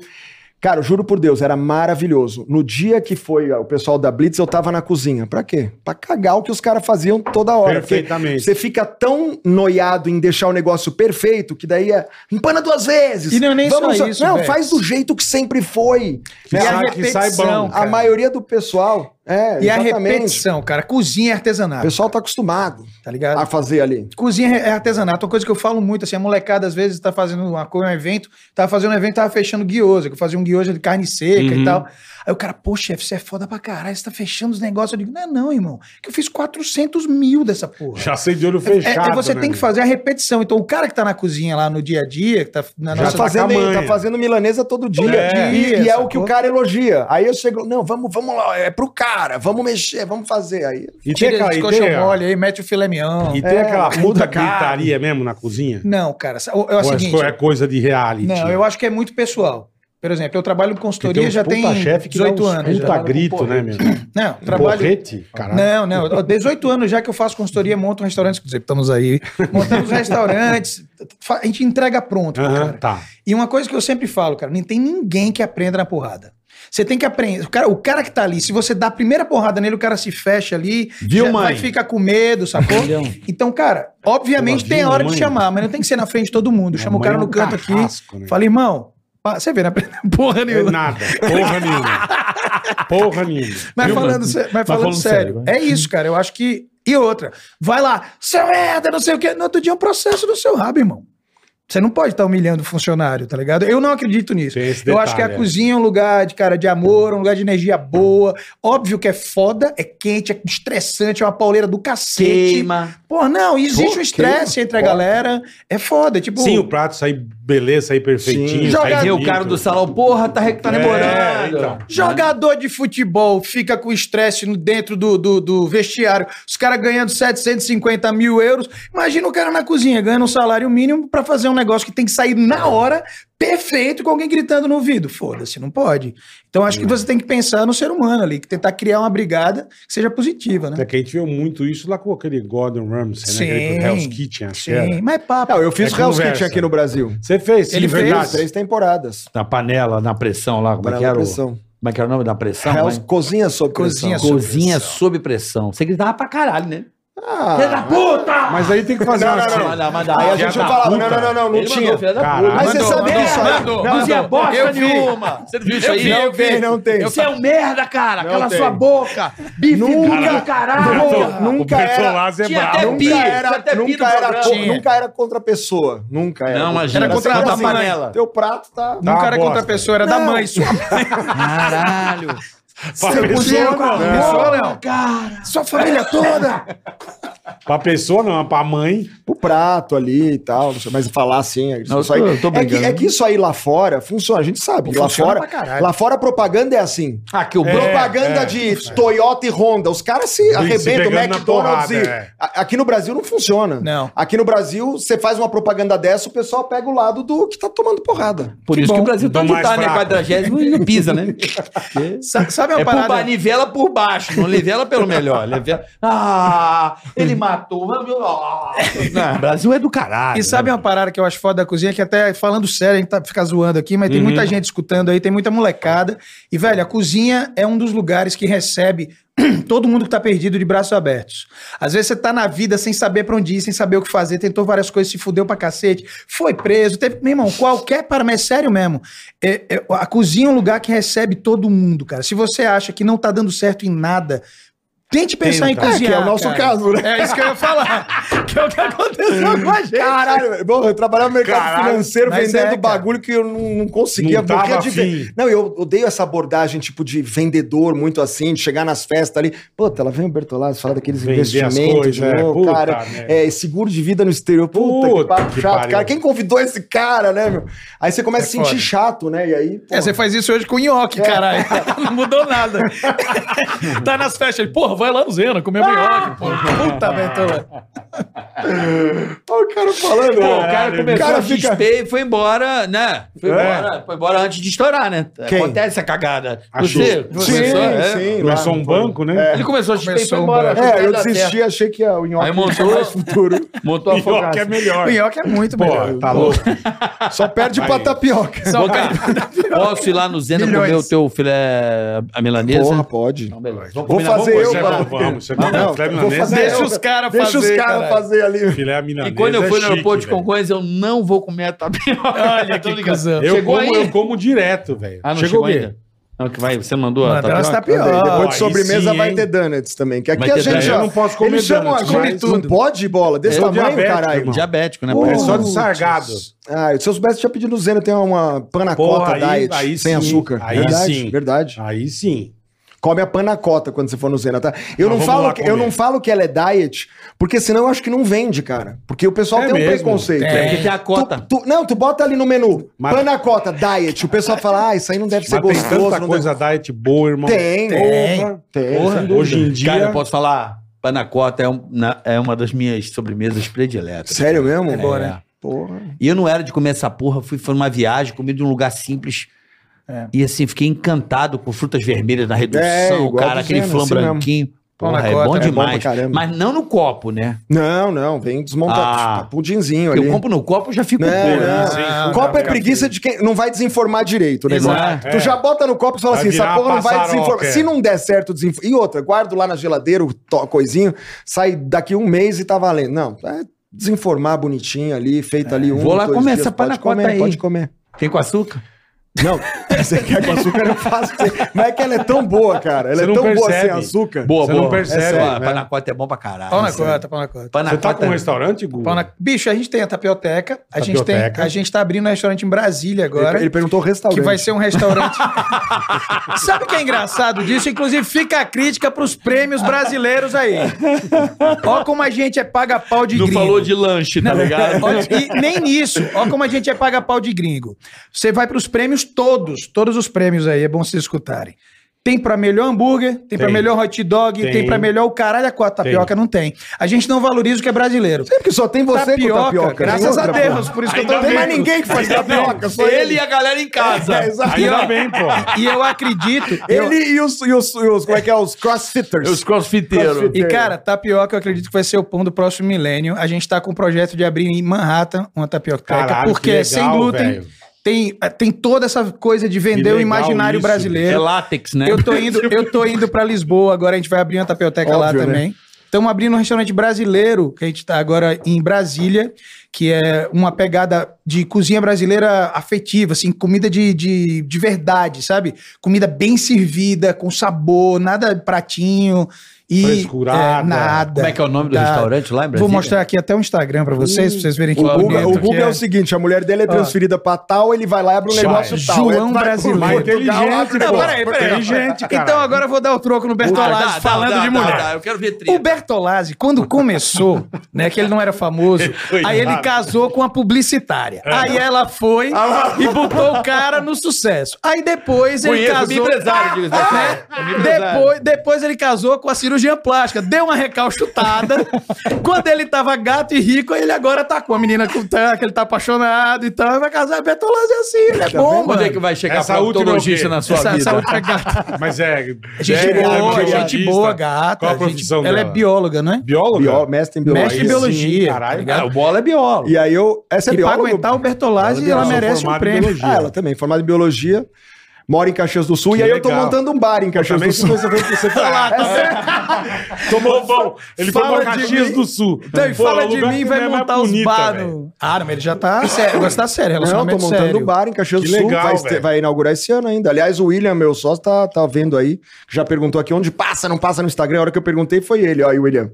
[SPEAKER 6] Cara, eu juro por Deus, era maravilhoso. No dia que foi ó, o pessoal da Blitz, eu tava na cozinha. Pra quê? Pra cagar o que os caras faziam toda hora. porque
[SPEAKER 3] Perfeitamente.
[SPEAKER 6] Você fica tão noiado em deixar o negócio perfeito que daí é. Empana duas vezes.
[SPEAKER 1] E não é nem só isso,
[SPEAKER 6] Não,
[SPEAKER 1] velho.
[SPEAKER 6] faz do jeito que sempre foi.
[SPEAKER 3] Que,
[SPEAKER 1] e É a
[SPEAKER 3] sai, que sai
[SPEAKER 1] repetição,
[SPEAKER 3] bom.
[SPEAKER 1] cara.
[SPEAKER 6] A maioria do pessoal. É,
[SPEAKER 1] E a
[SPEAKER 6] exatamente.
[SPEAKER 1] repetição, cara. Cozinha é
[SPEAKER 6] O
[SPEAKER 1] artesanato,
[SPEAKER 6] pessoal tá acostumado
[SPEAKER 1] tá ligado?
[SPEAKER 6] a fazer ali.
[SPEAKER 1] Cozinha é artesanato, uma coisa que eu falo muito, assim, a molecada às vezes tá fazendo uma coisa, um evento, tava fazendo um evento, tava fechando guiosa, que eu fazia um guiosa de carne seca
[SPEAKER 3] Uhum.
[SPEAKER 1] e tal. Aí o cara, pô, chefe, você é foda pra caralho, você tá fechando os negócios. Eu digo, não é não, irmão, que eu fiz 400 mil dessa porra.
[SPEAKER 3] Já sei de olho
[SPEAKER 1] É,
[SPEAKER 3] fechado.
[SPEAKER 1] é, você
[SPEAKER 3] né,
[SPEAKER 1] tem que
[SPEAKER 3] meu?
[SPEAKER 1] fazer a repetição. Então, o cara que tá na cozinha lá no dia a dia, que tá na
[SPEAKER 3] Já
[SPEAKER 6] Tá
[SPEAKER 1] nossa
[SPEAKER 3] tá
[SPEAKER 6] fazendo,
[SPEAKER 3] com a manha.
[SPEAKER 6] tá fazendo milanesa todo dia.
[SPEAKER 1] É.
[SPEAKER 6] e, e é o que
[SPEAKER 1] Sacou?
[SPEAKER 6] o cara elogia. Aí eu chego, não, vamos, vamos lá, é pro cara, vamos mexer, vamos fazer. Aí
[SPEAKER 3] E tem
[SPEAKER 1] tira
[SPEAKER 3] aquela
[SPEAKER 1] esse
[SPEAKER 3] ideia.
[SPEAKER 1] colchão mole É, aí, mete o filé mignon.
[SPEAKER 3] E tem aquela puta
[SPEAKER 1] cara.
[SPEAKER 3] gritaria mesmo na cozinha?
[SPEAKER 1] Não, cara, eu, eu, é o
[SPEAKER 3] Ou é
[SPEAKER 1] seguinte,
[SPEAKER 3] co- é coisa de reality?
[SPEAKER 1] não, eu acho que é muito pessoal. Por exemplo, eu trabalho em
[SPEAKER 3] Porque
[SPEAKER 1] consultoria já
[SPEAKER 3] puta
[SPEAKER 1] tem
[SPEAKER 3] chefe que
[SPEAKER 1] 18
[SPEAKER 3] dá uns
[SPEAKER 1] anos. já.
[SPEAKER 3] Puta grito, né, meu?
[SPEAKER 1] Não, trabalho...
[SPEAKER 3] Porrete? Caralho.
[SPEAKER 1] Não, não. eu- 18 anos já que eu faço consultoria, monto um restaurantes. Inclusive, estamos aí. Montamos restaurantes. fa- A gente entrega pronto, pro
[SPEAKER 3] Aham,
[SPEAKER 1] cara.
[SPEAKER 3] tá.
[SPEAKER 1] E uma coisa que eu sempre falo, cara, não tem ninguém que aprenda na porrada. Você tem que aprender. O cara, o cara que tá ali, se você dá a primeira porrada nele, o cara se fecha ali.
[SPEAKER 7] Viu,
[SPEAKER 1] já
[SPEAKER 7] mãe?
[SPEAKER 1] Vai ficar com medo, sacou? então, cara, obviamente
[SPEAKER 3] Porra,
[SPEAKER 1] tem a
[SPEAKER 3] viu,
[SPEAKER 1] hora de
[SPEAKER 3] né, mãe?
[SPEAKER 1] chamar, mas não tem que ser na frente de todo mundo. Chama o
[SPEAKER 3] Minha
[SPEAKER 1] cara
[SPEAKER 3] mãe é
[SPEAKER 1] no
[SPEAKER 3] um
[SPEAKER 1] canto aqui.
[SPEAKER 3] carrasco, né?
[SPEAKER 1] Fala, irmão, pá, você vê, não aprendeu porra
[SPEAKER 3] É
[SPEAKER 1] nenhuma.
[SPEAKER 3] nada. Porra nenhuma. Porra nenhuma.
[SPEAKER 1] Mas
[SPEAKER 7] Viu,
[SPEAKER 1] falando,
[SPEAKER 7] mano?
[SPEAKER 1] sé- mas
[SPEAKER 7] Mas
[SPEAKER 1] falando
[SPEAKER 7] falando
[SPEAKER 1] sério,
[SPEAKER 7] sério, vai.
[SPEAKER 1] é isso, cara. Eu acho que. E outra, vai lá, seu merda, não sei o quê. No outro dia é um processo no seu rabo, irmão. Você não pode estar humilhando o funcionário, tá ligado? Eu não acredito nisso.
[SPEAKER 3] Tem esse
[SPEAKER 1] eu
[SPEAKER 3] detalhe,
[SPEAKER 1] acho que a
[SPEAKER 3] é.
[SPEAKER 1] cozinha é um lugar de cara de amor, um lugar de energia boa. Óbvio que é foda, é quente, é estressante, é uma pauleira do cacete.
[SPEAKER 7] Queima.
[SPEAKER 1] Pô, não, existe
[SPEAKER 6] Pô,
[SPEAKER 1] um estresse entre a galera. É foda, tipo.
[SPEAKER 3] Sim, o prato sair beleza, sair perfeitinho.
[SPEAKER 6] Sim.
[SPEAKER 3] sair
[SPEAKER 7] Aí vê o
[SPEAKER 3] bonito.
[SPEAKER 7] cara do salão, porra, tá, re- tá
[SPEAKER 3] É,
[SPEAKER 7] demorando.
[SPEAKER 3] então.
[SPEAKER 1] Jogador de futebol fica com estresse no- dentro do, do, do vestiário. Os caras ganhando 750 mil euros. Imagina o cara na cozinha ganhando um salário mínimo pra fazer um negócio que tem que sair na hora, perfeito, com alguém gritando no ouvido. Foda-se, não pode. Então acho que você tem que pensar no ser humano ali, que tentar criar uma brigada que seja positiva, né?
[SPEAKER 3] É que a gente viu muito isso lá com aquele Gordon Ramsay, né? Aquele do Hell's Kitchen, acho que
[SPEAKER 1] Sim,
[SPEAKER 3] era.
[SPEAKER 1] mas é papo.
[SPEAKER 6] Não, eu fiz
[SPEAKER 3] É
[SPEAKER 6] Hell's
[SPEAKER 3] conversa.
[SPEAKER 6] Kitchen aqui no Brasil.
[SPEAKER 3] Você fez, sim,
[SPEAKER 1] Ele fez. Tá,
[SPEAKER 3] verdade.
[SPEAKER 6] Três temporadas.
[SPEAKER 4] Na panela, na pressão lá, como é que
[SPEAKER 6] Panela
[SPEAKER 4] era? o-
[SPEAKER 6] pressão.
[SPEAKER 4] Como é que era o nome da pressão?
[SPEAKER 6] Hell's
[SPEAKER 4] né?
[SPEAKER 6] Cozinha sob
[SPEAKER 1] Cozinha
[SPEAKER 6] pressão.
[SPEAKER 4] Cozinha sob pressão. Você gritava pra caralho, né?
[SPEAKER 6] Ah,
[SPEAKER 4] Filha da puta!
[SPEAKER 3] Mas aí tem que fazer uma cena.
[SPEAKER 4] Mas dá- mas dá-
[SPEAKER 6] Aí a
[SPEAKER 4] Tá, filha
[SPEAKER 6] gente
[SPEAKER 4] da
[SPEAKER 6] falava,
[SPEAKER 4] puta.
[SPEAKER 6] não, não, não, não, não
[SPEAKER 4] Ele
[SPEAKER 6] tinha.
[SPEAKER 4] mandou, filha da
[SPEAKER 3] Caralho.
[SPEAKER 4] puta.
[SPEAKER 6] Mas você
[SPEAKER 4] Mandou,
[SPEAKER 6] sabe
[SPEAKER 4] mandou,
[SPEAKER 6] disso aí?
[SPEAKER 4] mandou.
[SPEAKER 6] Não,
[SPEAKER 4] Não tinha
[SPEAKER 1] né? não, eu
[SPEAKER 4] bosta
[SPEAKER 1] vi.
[SPEAKER 4] nenhuma. Você não viu isso
[SPEAKER 7] Eu
[SPEAKER 4] aí?
[SPEAKER 7] vi,
[SPEAKER 4] não?
[SPEAKER 7] eu vi.
[SPEAKER 6] não tem.
[SPEAKER 4] Você é um merda, cara.
[SPEAKER 6] Não
[SPEAKER 4] Cala
[SPEAKER 6] tem.
[SPEAKER 4] sua boca. Bife
[SPEAKER 6] Nunca-
[SPEAKER 4] do caralho.
[SPEAKER 6] Nunca-
[SPEAKER 3] O
[SPEAKER 6] nunca era. um
[SPEAKER 3] Bertolazzi é
[SPEAKER 4] Tinha
[SPEAKER 3] brabo.
[SPEAKER 4] até
[SPEAKER 3] velho.
[SPEAKER 4] pi.
[SPEAKER 6] Nunca
[SPEAKER 4] Tinha até
[SPEAKER 6] era,
[SPEAKER 4] pi no
[SPEAKER 6] nunca, era
[SPEAKER 4] programa.
[SPEAKER 6] co- nunca era contra a pessoa. Nunca era.
[SPEAKER 4] Não, imagina.
[SPEAKER 6] Era contra
[SPEAKER 1] Era
[SPEAKER 6] a
[SPEAKER 1] contra a
[SPEAKER 6] panela.
[SPEAKER 4] panela.
[SPEAKER 6] Teu prato tá.
[SPEAKER 1] Não
[SPEAKER 3] Tá
[SPEAKER 1] cara
[SPEAKER 3] uma
[SPEAKER 1] contra a
[SPEAKER 3] bosta.
[SPEAKER 1] pessoa, era da
[SPEAKER 6] Não.
[SPEAKER 1] mãe. Sua,
[SPEAKER 4] Caralho.
[SPEAKER 3] Pra pessoa, não.
[SPEAKER 1] pessoa, não.
[SPEAKER 4] Cara.
[SPEAKER 1] Sua família toda.
[SPEAKER 3] Pra pessoa não, mas pra mãe.
[SPEAKER 6] pro prato ali e tal, não sei, mas falar assim, isso
[SPEAKER 4] Não, eu
[SPEAKER 6] aí-
[SPEAKER 4] tô- tô
[SPEAKER 6] é, que,
[SPEAKER 4] brincando.
[SPEAKER 6] é que isso aí lá fora funciona, a gente sabe. que Lá
[SPEAKER 1] Funciona
[SPEAKER 6] fora,
[SPEAKER 1] pra caralho.
[SPEAKER 6] lá fora a propaganda é assim.
[SPEAKER 4] Ah, que o Bro-
[SPEAKER 6] propaganda
[SPEAKER 3] é,
[SPEAKER 6] de Toyota e Honda, os caras se arrebentam,
[SPEAKER 3] pegando na
[SPEAKER 6] McDonald's
[SPEAKER 3] porrada,
[SPEAKER 6] e...
[SPEAKER 3] é.
[SPEAKER 6] A- Aqui no Brasil não funciona.
[SPEAKER 1] Não.
[SPEAKER 6] Aqui no Brasil, você faz uma propaganda dessa, o pessoal pega o lado do que tá tomando porrada.
[SPEAKER 4] Por isso
[SPEAKER 1] bom.
[SPEAKER 4] que o Brasil tá
[SPEAKER 3] Do
[SPEAKER 4] onde
[SPEAKER 3] mais
[SPEAKER 4] tá, né?
[SPEAKER 3] fraco.
[SPEAKER 4] Quadragésimo e não pisa, né? Porque-
[SPEAKER 1] Sa- Sabe uma
[SPEAKER 4] É por ba-
[SPEAKER 1] parada?
[SPEAKER 4] nivela por baixo, não nivela pelo melhor. Nivela... Ah, ele matou. Ah, não, o Brasil é do caralho.
[SPEAKER 1] E sabe uma parada que eu acho foda da cozinha, que até falando sério, a gente tá, fica zoando aqui, mas tem muita gente escutando aí, tem muita molecada. E, velho, a cozinha é um dos lugares que recebe todo mundo que tá perdido de braços abertos. Às vezes você tá na vida sem saber pra onde ir, sem saber o que fazer, tentou várias coisas, se fudeu pra cacete, foi preso, teve. Meu irmão, qualquer parada, mas é sério mesmo. É- é- a cozinha é um lugar que recebe todo mundo, cara. Se você acha que não tá dando certo em nada, tente pensar em
[SPEAKER 6] cara.
[SPEAKER 1] cozinhar.
[SPEAKER 6] É, que é o nosso caso, né?
[SPEAKER 1] É isso que eu ia falar. que é o que aconteceu com a gente.
[SPEAKER 6] Caralho, velho. Bom, eu trabalhava no mercado
[SPEAKER 3] Caralho,
[SPEAKER 6] financeiro
[SPEAKER 1] mas
[SPEAKER 6] vendendo
[SPEAKER 1] é, cara.
[SPEAKER 6] bagulho que eu não, não conseguia.
[SPEAKER 3] Não tava
[SPEAKER 6] morria de
[SPEAKER 3] afim.
[SPEAKER 6] ve- Não, eu odeio essa abordagem tipo de vendedor muito assim, de chegar nas festas ali. Puta, ela vem o Bertolazzi falar daqueles
[SPEAKER 3] Vender as
[SPEAKER 6] investimentos
[SPEAKER 3] coisas,
[SPEAKER 6] de
[SPEAKER 3] é,
[SPEAKER 6] novo,
[SPEAKER 3] puta
[SPEAKER 6] né, cara.
[SPEAKER 3] merda.
[SPEAKER 6] É, seguro de vida no exterior. Puta, que
[SPEAKER 3] Puta
[SPEAKER 6] papo
[SPEAKER 3] que
[SPEAKER 6] chato,
[SPEAKER 3] pariu. É
[SPEAKER 6] cara. Quem convidou esse cara, né, meu? Aí você começa a sentir chato, né? E aí. pô,
[SPEAKER 1] É, você faz isso hoje com nhoque, caralho. Não mudou nada. tá nas festas. Porra, vai lá no Zena comer nhoque, porra. Puta, Bertola.
[SPEAKER 6] Olha o cara falando.
[SPEAKER 4] Pô,
[SPEAKER 6] ó.
[SPEAKER 4] o cara começou
[SPEAKER 6] cara
[SPEAKER 4] a
[SPEAKER 6] fica-
[SPEAKER 4] desper e foi embora, né? Foi,
[SPEAKER 3] É.
[SPEAKER 4] embora, foi embora antes de estourar, né?
[SPEAKER 6] Quem?
[SPEAKER 4] Acontece essa cagada.
[SPEAKER 3] Achou.
[SPEAKER 4] Você,
[SPEAKER 6] Sim,
[SPEAKER 4] começou, é.
[SPEAKER 6] sim. lá.
[SPEAKER 3] Começou um banco, né?
[SPEAKER 4] Ele começou a desper e foi
[SPEAKER 1] Começou um
[SPEAKER 4] embora.
[SPEAKER 1] banco.
[SPEAKER 4] achou que
[SPEAKER 6] É,
[SPEAKER 4] ia
[SPEAKER 6] eu
[SPEAKER 4] dar
[SPEAKER 6] desisti,
[SPEAKER 4] certo.
[SPEAKER 6] achei que ah, o nhoque
[SPEAKER 4] Aí
[SPEAKER 6] não tinha
[SPEAKER 4] montou-
[SPEAKER 6] mais futuro.
[SPEAKER 4] Montou a
[SPEAKER 3] Pior que é
[SPEAKER 4] fogaça.
[SPEAKER 3] melhor.
[SPEAKER 1] O nhoque é muito melhor.
[SPEAKER 3] Pô, tá louco.
[SPEAKER 6] Só perde
[SPEAKER 3] Aí.
[SPEAKER 6] pra tapioca.
[SPEAKER 1] Só
[SPEAKER 4] Boca- Posso ir lá no Zena
[SPEAKER 1] Milhões.
[SPEAKER 4] comer o teu filé a milanesa?
[SPEAKER 6] Porra, pode.
[SPEAKER 4] Então, beleza. Vamos
[SPEAKER 6] Vou
[SPEAKER 4] combinar, vamos
[SPEAKER 6] fazer eu,
[SPEAKER 4] fazer,
[SPEAKER 6] mano.
[SPEAKER 4] vamos.
[SPEAKER 3] Vamos, você tá
[SPEAKER 6] Não, não,
[SPEAKER 3] filé
[SPEAKER 6] vou
[SPEAKER 3] milanesa
[SPEAKER 6] fazer
[SPEAKER 3] é-
[SPEAKER 1] Deixa os caras
[SPEAKER 6] Deixa
[SPEAKER 1] fazer.
[SPEAKER 6] os caras
[SPEAKER 1] caralho.
[SPEAKER 6] fazer ali.
[SPEAKER 3] Filé milanesa
[SPEAKER 4] E quando eu
[SPEAKER 3] é
[SPEAKER 4] fui no
[SPEAKER 3] chique,
[SPEAKER 4] aeroporto de
[SPEAKER 3] velho.
[SPEAKER 4] Congonhas, eu não vou comer a tapioca.
[SPEAKER 1] Olha
[SPEAKER 4] Tô
[SPEAKER 1] que
[SPEAKER 4] ligado.
[SPEAKER 1] cuzão.
[SPEAKER 3] Eu
[SPEAKER 4] Chegou
[SPEAKER 3] como,
[SPEAKER 4] aí?
[SPEAKER 3] eu como direto, velho.
[SPEAKER 4] Ah, não chegou, ainda? Não, que vai, você mandou a
[SPEAKER 1] Mano, elas tá
[SPEAKER 4] tapioca?
[SPEAKER 1] pior.
[SPEAKER 6] Andei, Depois
[SPEAKER 3] aí
[SPEAKER 6] de sobremesa
[SPEAKER 3] sim,
[SPEAKER 6] vai
[SPEAKER 3] hein?
[SPEAKER 6] ter donuts também. Que
[SPEAKER 4] Vai
[SPEAKER 6] aqui a
[SPEAKER 4] ter
[SPEAKER 6] gente
[SPEAKER 4] donuts.
[SPEAKER 6] já.
[SPEAKER 4] Eu
[SPEAKER 3] não posso comer
[SPEAKER 6] Eles chamam
[SPEAKER 3] donuts,
[SPEAKER 6] a gente-
[SPEAKER 1] mas-
[SPEAKER 6] Não pode bola? Desse
[SPEAKER 4] Eu
[SPEAKER 6] tamanho,
[SPEAKER 3] diabético,
[SPEAKER 6] caralho.
[SPEAKER 3] irmão.
[SPEAKER 4] Diabético, né?
[SPEAKER 6] Pô,
[SPEAKER 3] É
[SPEAKER 4] parece?
[SPEAKER 3] só de sargado.
[SPEAKER 6] Ah, se eu soubesse, eu tinha pedido no Zeno, tem uma panacota
[SPEAKER 3] Porra, aí-
[SPEAKER 6] diet
[SPEAKER 3] aí
[SPEAKER 6] sem
[SPEAKER 3] sim,
[SPEAKER 6] açúcar.
[SPEAKER 3] aí
[SPEAKER 6] verdade,
[SPEAKER 3] sim.
[SPEAKER 6] verdade.
[SPEAKER 3] Aí sim.
[SPEAKER 6] Come a panacota quando você for no Zena, tá?
[SPEAKER 3] Mas
[SPEAKER 6] Eu não,
[SPEAKER 3] vamos
[SPEAKER 6] falo
[SPEAKER 3] lá
[SPEAKER 6] que,
[SPEAKER 3] comer.
[SPEAKER 6] eu não falo que ela é diet, porque senão eu acho que não vende, cara. Porque o pessoal
[SPEAKER 3] É
[SPEAKER 6] tem um
[SPEAKER 3] mesmo.
[SPEAKER 6] preconceito.
[SPEAKER 4] É, porque tem a cota.
[SPEAKER 6] Tu- tu- não, tu bota ali no menu,
[SPEAKER 3] Mas-
[SPEAKER 6] panacota, diet. O pessoal fala, ah, isso aí não deve ser
[SPEAKER 3] Mas tem
[SPEAKER 6] gostoso.
[SPEAKER 3] tanta
[SPEAKER 6] não
[SPEAKER 3] coisa diet boa, irmão.
[SPEAKER 6] deve- Tem,
[SPEAKER 1] Tem.
[SPEAKER 6] porra, tem.
[SPEAKER 3] Porra,
[SPEAKER 6] sem
[SPEAKER 3] hoje
[SPEAKER 6] dúvida.
[SPEAKER 3] em dia.
[SPEAKER 4] Cara, eu posso falar, panacota é, um- na- é uma das minhas sobremesas prediletas.
[SPEAKER 6] Sério mesmo?
[SPEAKER 4] É.
[SPEAKER 1] Boa, né?
[SPEAKER 6] Porra.
[SPEAKER 4] E eu não era de comer essa porra, fui foi numa viagem, comi de um lugar simples.
[SPEAKER 1] É.
[SPEAKER 4] E assim, fiquei encantado com frutas vermelhas na
[SPEAKER 6] É,
[SPEAKER 4] redução,
[SPEAKER 6] igual
[SPEAKER 4] cara,
[SPEAKER 6] do
[SPEAKER 4] aquele
[SPEAKER 6] Zena,
[SPEAKER 4] flan
[SPEAKER 6] assim mesmo.
[SPEAKER 4] branquinho.
[SPEAKER 1] Pão na
[SPEAKER 4] Porra, é
[SPEAKER 1] cota,
[SPEAKER 4] bom
[SPEAKER 1] é bom
[SPEAKER 6] pra
[SPEAKER 4] demais.
[SPEAKER 6] caramba.
[SPEAKER 4] Mas não no copo, né?
[SPEAKER 6] Não, não, vem desmontar
[SPEAKER 4] Ah.
[SPEAKER 6] tá pudinzinho
[SPEAKER 4] Porque
[SPEAKER 6] ali.
[SPEAKER 4] eu compro no copo e já fico
[SPEAKER 6] Não,
[SPEAKER 4] boa.
[SPEAKER 6] não.
[SPEAKER 4] né?
[SPEAKER 1] Ah,
[SPEAKER 6] Copo é
[SPEAKER 1] tá,
[SPEAKER 6] preguiça de quem não vai desinformar direito, né? irmão?
[SPEAKER 4] Exato.
[SPEAKER 6] Tu
[SPEAKER 3] É.
[SPEAKER 6] já bota no copo e fala
[SPEAKER 3] Vai
[SPEAKER 6] assim, essa
[SPEAKER 3] virar
[SPEAKER 6] porra não vai
[SPEAKER 3] passaroca,
[SPEAKER 6] desinformar.
[SPEAKER 3] é.
[SPEAKER 6] Se não der certo, desinforma. E outra, guardo lá na geladeira o to- coisinho, sai daqui um mês e tá valendo. Não, é desinformar bonitinho ali, feito ali um,
[SPEAKER 4] É. Vou lá
[SPEAKER 6] dois
[SPEAKER 4] comer
[SPEAKER 6] dias.
[SPEAKER 4] essa
[SPEAKER 6] pode
[SPEAKER 4] panacota
[SPEAKER 6] comer,
[SPEAKER 4] aí.
[SPEAKER 6] Pode comer.
[SPEAKER 4] Tem com açúcar?
[SPEAKER 6] Não, você quer com açúcar, eu faço. pra você. Mas é que ela é tão boa, cara. Ela
[SPEAKER 3] Você
[SPEAKER 6] é
[SPEAKER 3] não
[SPEAKER 6] tão boa sem
[SPEAKER 3] percebe.
[SPEAKER 6] açúcar.
[SPEAKER 4] Boa,
[SPEAKER 3] Você
[SPEAKER 4] boa.
[SPEAKER 3] não percebe,
[SPEAKER 4] É sério,
[SPEAKER 3] né?
[SPEAKER 4] Panacota é bom pra caralho.
[SPEAKER 1] Pau na
[SPEAKER 4] Sério.
[SPEAKER 1] cota, pau na cota.
[SPEAKER 3] Você tá
[SPEAKER 4] Panacota.
[SPEAKER 3] com um restaurante, Gu?
[SPEAKER 1] Pau na- Bicho, a gente tem a tapioteca. A gente, tem,
[SPEAKER 3] Tapioteca.
[SPEAKER 1] a gente tá abrindo um restaurante em Brasília agora.
[SPEAKER 6] Ele, ele perguntou o restaurante.
[SPEAKER 1] Que vai ser um restaurante. Sabe o que é engraçado disso? Inclusive, fica a crítica pros prêmios brasileiros aí. Ó, como a gente é paga pau de
[SPEAKER 4] Não
[SPEAKER 1] gringo.
[SPEAKER 4] falou de lanche,
[SPEAKER 1] é
[SPEAKER 4] tá ligado?
[SPEAKER 1] Ó, e nem nisso. Ó, como a gente é paga pau de gringo. Você vai pros prêmios todos, todos os prêmios aí, é bom vocês escutarem. Tem pra melhor hambúrguer, tem, pra
[SPEAKER 3] Tem.
[SPEAKER 1] melhor hot dog, tem,
[SPEAKER 3] Tem.
[SPEAKER 1] pra melhor o caralho a quatro tapioca, não tem. A gente não valoriza o que é brasileiro.
[SPEAKER 6] Porque só tem você
[SPEAKER 1] tapioca,
[SPEAKER 6] com tapioca. tem
[SPEAKER 1] graças a
[SPEAKER 6] outra,
[SPEAKER 1] Deus,
[SPEAKER 6] porra.
[SPEAKER 1] por isso que eu
[SPEAKER 6] Não
[SPEAKER 1] tô
[SPEAKER 6] tem mais
[SPEAKER 1] vendo.
[SPEAKER 6] ninguém que faz tapioca, só
[SPEAKER 4] Ele e a galera em casa.
[SPEAKER 6] É, exato.
[SPEAKER 1] E
[SPEAKER 3] Ainda
[SPEAKER 1] eu-
[SPEAKER 3] bem, pô.
[SPEAKER 1] E eu acredito. eu-
[SPEAKER 6] Ele e os, e os- e os- Como é que é? Os crossfitters.
[SPEAKER 4] Os crossfiteiros.
[SPEAKER 1] E, cara, tapioca eu acredito que vai ser o pão do próximo milênio. A gente tá com o projeto de abrir em Manhattan uma tapioteca,
[SPEAKER 3] Caralho,
[SPEAKER 1] porque
[SPEAKER 3] que
[SPEAKER 1] é sem
[SPEAKER 3] legal,
[SPEAKER 1] glúten.
[SPEAKER 3] velho.
[SPEAKER 1] Tem, é, tem toda essa coisa de
[SPEAKER 3] Que
[SPEAKER 1] vender o
[SPEAKER 3] legal
[SPEAKER 1] imaginário
[SPEAKER 3] isso.
[SPEAKER 4] É
[SPEAKER 1] brasileiro.
[SPEAKER 4] látex, né?
[SPEAKER 1] Eu tô indo, eu tô indo para Lisboa, agora a gente vai abrir uma tapioteca lá
[SPEAKER 6] Óbvio, né?
[SPEAKER 1] também. Estamos abrindo um restaurante brasileiro, que a gente tá agora em Brasília, que é uma pegada de cozinha brasileira afetiva, assim, comida de, de, de verdade, sabe? Comida bem servida, com sabor, nada pratinho e
[SPEAKER 3] Frescurada.
[SPEAKER 1] é, nada.
[SPEAKER 4] Como é que é o nome do
[SPEAKER 1] Tá.
[SPEAKER 4] restaurante lá em Brasília?
[SPEAKER 1] Vou mostrar aqui até o Instagram pra vocês, pra vocês verem que
[SPEAKER 6] O Guga,
[SPEAKER 1] bonito
[SPEAKER 6] o
[SPEAKER 1] que
[SPEAKER 6] Guga é o seguinte, a mulher dele é transferida pra tal, ele vai lá e abre um
[SPEAKER 1] Vai.
[SPEAKER 6] negócio tal.
[SPEAKER 1] João
[SPEAKER 6] É, vai-
[SPEAKER 1] Brasileiro.
[SPEAKER 6] vai-
[SPEAKER 3] Mas inteligente,
[SPEAKER 6] abre-
[SPEAKER 3] pô.
[SPEAKER 1] Não, peraí, peraí. tá,
[SPEAKER 3] Inteligente, cara.
[SPEAKER 1] Então agora eu vou dar o troco
[SPEAKER 4] Ah,
[SPEAKER 1] no
[SPEAKER 4] tá,
[SPEAKER 1] Bertolazzi falando de mulher.
[SPEAKER 7] eu quero ver treta.
[SPEAKER 1] O Bertolazzi, quando coitado. começou, né, que ele não era famoso, aí ele casou com a publicitária.
[SPEAKER 7] É.
[SPEAKER 1] Aí ela foi
[SPEAKER 7] Ah,
[SPEAKER 1] e botou o cara no sucesso. Aí depois ele
[SPEAKER 7] Conheço,
[SPEAKER 1] casou...
[SPEAKER 7] meu empresário, digo assim.
[SPEAKER 1] né? Depois, depois ele casou com a cirurgia plástica, deu uma recalchutada. Quando ele tava gato e rico, ele agora tá com a menina com tanque, ele tá apaixonado e tal, vai casar. Bertolazzi é assim, ele é bom,
[SPEAKER 7] Quando
[SPEAKER 1] mano.
[SPEAKER 7] é que vai chegar
[SPEAKER 3] Essa
[SPEAKER 7] proctologista
[SPEAKER 3] última é o quê?
[SPEAKER 7] na sua
[SPEAKER 1] Essa-
[SPEAKER 7] vida?
[SPEAKER 1] essa outra gata.
[SPEAKER 3] Mas é.
[SPEAKER 1] Gente
[SPEAKER 3] é,
[SPEAKER 1] boa,
[SPEAKER 3] é
[SPEAKER 1] gente
[SPEAKER 3] biologista.
[SPEAKER 1] boa, gata.
[SPEAKER 3] Qual a
[SPEAKER 1] gente-
[SPEAKER 3] profissão
[SPEAKER 1] Ela é
[SPEAKER 3] dela?
[SPEAKER 1] bióloga, não é?
[SPEAKER 3] Bióloga?
[SPEAKER 6] Bió- mestre em biologia.
[SPEAKER 1] Mestre em biologia. tá ligado?
[SPEAKER 7] Ah, o bola é biólogo.
[SPEAKER 6] E aí eu... Essa é
[SPEAKER 1] E pra
[SPEAKER 6] bióloga?
[SPEAKER 1] aguentar o Bertolazzi,
[SPEAKER 3] Ela
[SPEAKER 1] ela
[SPEAKER 3] é
[SPEAKER 1] merece um
[SPEAKER 3] formada em
[SPEAKER 1] prêmio.
[SPEAKER 3] biologia.
[SPEAKER 6] Ah, ela também, formada em biologia. Mora em Caxias do Sul.
[SPEAKER 3] Que
[SPEAKER 6] e aí eu tô
[SPEAKER 3] legal.
[SPEAKER 6] montando um bar em Caxias
[SPEAKER 3] Também
[SPEAKER 6] do
[SPEAKER 3] se
[SPEAKER 6] Sul.
[SPEAKER 3] você que você tá Tomou bom. Ele foi
[SPEAKER 1] Fala
[SPEAKER 3] pra
[SPEAKER 1] de
[SPEAKER 3] Caxias
[SPEAKER 1] mim.
[SPEAKER 3] do Sul.
[SPEAKER 1] Então, e
[SPEAKER 3] Pô,
[SPEAKER 1] fala
[SPEAKER 3] o
[SPEAKER 1] de
[SPEAKER 3] lugar
[SPEAKER 1] mim e
[SPEAKER 3] que
[SPEAKER 1] vai
[SPEAKER 3] não é mais
[SPEAKER 1] montar os
[SPEAKER 3] bonita,
[SPEAKER 1] bar
[SPEAKER 3] velho.
[SPEAKER 1] no... Ah, não, mas ele já tá sério. Agora tá
[SPEAKER 6] Não,
[SPEAKER 1] sério,
[SPEAKER 6] tô
[SPEAKER 1] relacionamento
[SPEAKER 6] montando
[SPEAKER 1] sério.
[SPEAKER 6] um bar em Caxias
[SPEAKER 3] Que
[SPEAKER 6] do Sul.
[SPEAKER 3] legal,
[SPEAKER 6] vai,
[SPEAKER 3] velho.
[SPEAKER 6] vai inaugurar esse ano ainda. Aliás, o William, meu sócio, tá, tá vendo aí. Já perguntou aqui onde passa, não passa no Instagram. A hora que eu perguntei foi ele, ó, aí, William.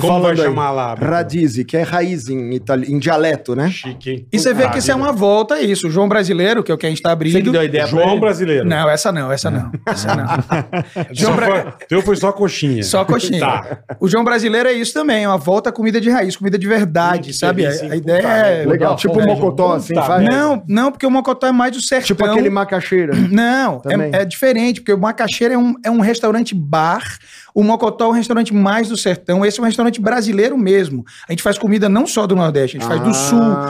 [SPEAKER 3] Como
[SPEAKER 6] falando
[SPEAKER 3] vai
[SPEAKER 6] aí.
[SPEAKER 3] chamar lá, Bruno?
[SPEAKER 6] Radizi, que é raiz em, itali... em dialeto, né?
[SPEAKER 3] Chique, hein?
[SPEAKER 1] E você vê
[SPEAKER 3] Puta
[SPEAKER 1] que isso é
[SPEAKER 3] vida.
[SPEAKER 1] uma volta, é isso. O João Brasileiro, que é o que a gente tá abrindo.
[SPEAKER 4] Você que deu a ideia pra
[SPEAKER 3] João
[SPEAKER 4] ele?
[SPEAKER 3] brasileiro.
[SPEAKER 1] Não, essa não, essa não. Essa não.
[SPEAKER 3] né? Só
[SPEAKER 1] João Bra...
[SPEAKER 3] foi- Teu foi só coxinha.
[SPEAKER 1] Só coxinha.
[SPEAKER 3] Tá.
[SPEAKER 1] O João Brasileiro é isso também, é uma volta à comida de raiz, comida de verdade,
[SPEAKER 3] Que
[SPEAKER 1] sabe?
[SPEAKER 3] delícia, hein?
[SPEAKER 1] a ideia
[SPEAKER 3] Puta,
[SPEAKER 4] né?
[SPEAKER 1] é.
[SPEAKER 6] Legal.
[SPEAKER 4] Não,
[SPEAKER 6] tipo
[SPEAKER 4] pô,
[SPEAKER 6] o
[SPEAKER 4] velho,
[SPEAKER 6] Mocotó, assim,
[SPEAKER 3] puta
[SPEAKER 6] faz.
[SPEAKER 1] Não, não, porque o mocotó é mais do sertão.
[SPEAKER 6] Tipo aquele macaxeira.
[SPEAKER 1] Não,
[SPEAKER 6] Também.
[SPEAKER 1] é, é diferente, porque o Macaxeira é um, é um restaurante bar, o Mocotó é um restaurante mais do sertão, esse é um restaurante brasileiro mesmo. A gente faz comida não só do Nordeste, a gente faz do
[SPEAKER 6] Ah.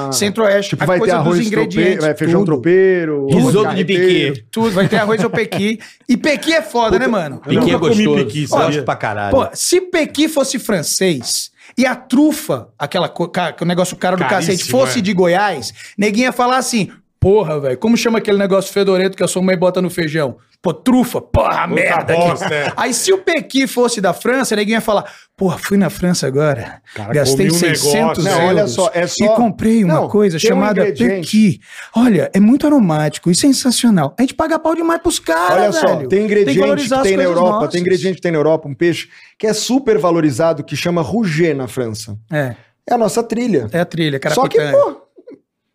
[SPEAKER 1] Sul, Centro-Oeste,
[SPEAKER 6] Tipo, vai ter arroz tropeiro, vai feijão
[SPEAKER 1] tudo.
[SPEAKER 6] tropeiro.
[SPEAKER 4] Risoto de
[SPEAKER 6] carreteiro.
[SPEAKER 4] piquet.
[SPEAKER 1] Tudo, vai ter arroz ou pequi. E pequi é foda, né, mano?
[SPEAKER 3] Eu
[SPEAKER 4] Piquet é
[SPEAKER 3] nunca comi
[SPEAKER 4] gostoso.
[SPEAKER 3] piqui, sabia?
[SPEAKER 4] Gosto pra
[SPEAKER 3] Ah,
[SPEAKER 4] caralho.
[SPEAKER 1] Pô, se Pequi fosse francês e a trufa, aquela co- ca- que o negócio cara do
[SPEAKER 3] Caríssimo,
[SPEAKER 1] cacete, fosse
[SPEAKER 3] é.
[SPEAKER 1] de Goiás, neguinha ia falar assim: porra, velho, como chama aquele negócio fedorento que a sua mãe bota no feijão? Pô, trufa,
[SPEAKER 6] Tá
[SPEAKER 1] porra, merda. aqui."
[SPEAKER 3] bosta, é.
[SPEAKER 1] Aí se o Pequi fosse da França, neguinha ia falar: porra, fui na França agora,
[SPEAKER 3] Cara,
[SPEAKER 1] gastei
[SPEAKER 3] comi um
[SPEAKER 1] 600
[SPEAKER 3] negócio.
[SPEAKER 1] euros
[SPEAKER 6] Não, olha só, é só-
[SPEAKER 1] e comprei uma
[SPEAKER 6] Não,
[SPEAKER 1] coisa
[SPEAKER 6] tem um
[SPEAKER 1] chamada
[SPEAKER 6] ingrediente.
[SPEAKER 1] Pequi. Olha, é muito aromático e sensacional. A gente paga pau demais pros caras,
[SPEAKER 6] Olha só,
[SPEAKER 1] velho.
[SPEAKER 6] tem ingrediente que,
[SPEAKER 1] valorizar as
[SPEAKER 6] tem na
[SPEAKER 1] coisas
[SPEAKER 6] Europa,
[SPEAKER 1] nossas.
[SPEAKER 6] tem ingrediente que tem na Europa, um peixe que é super valorizado, que chama rouget na França.
[SPEAKER 1] É.
[SPEAKER 6] É a nossa trilha.
[SPEAKER 1] É a trilha, cara.
[SPEAKER 6] Só que, pô,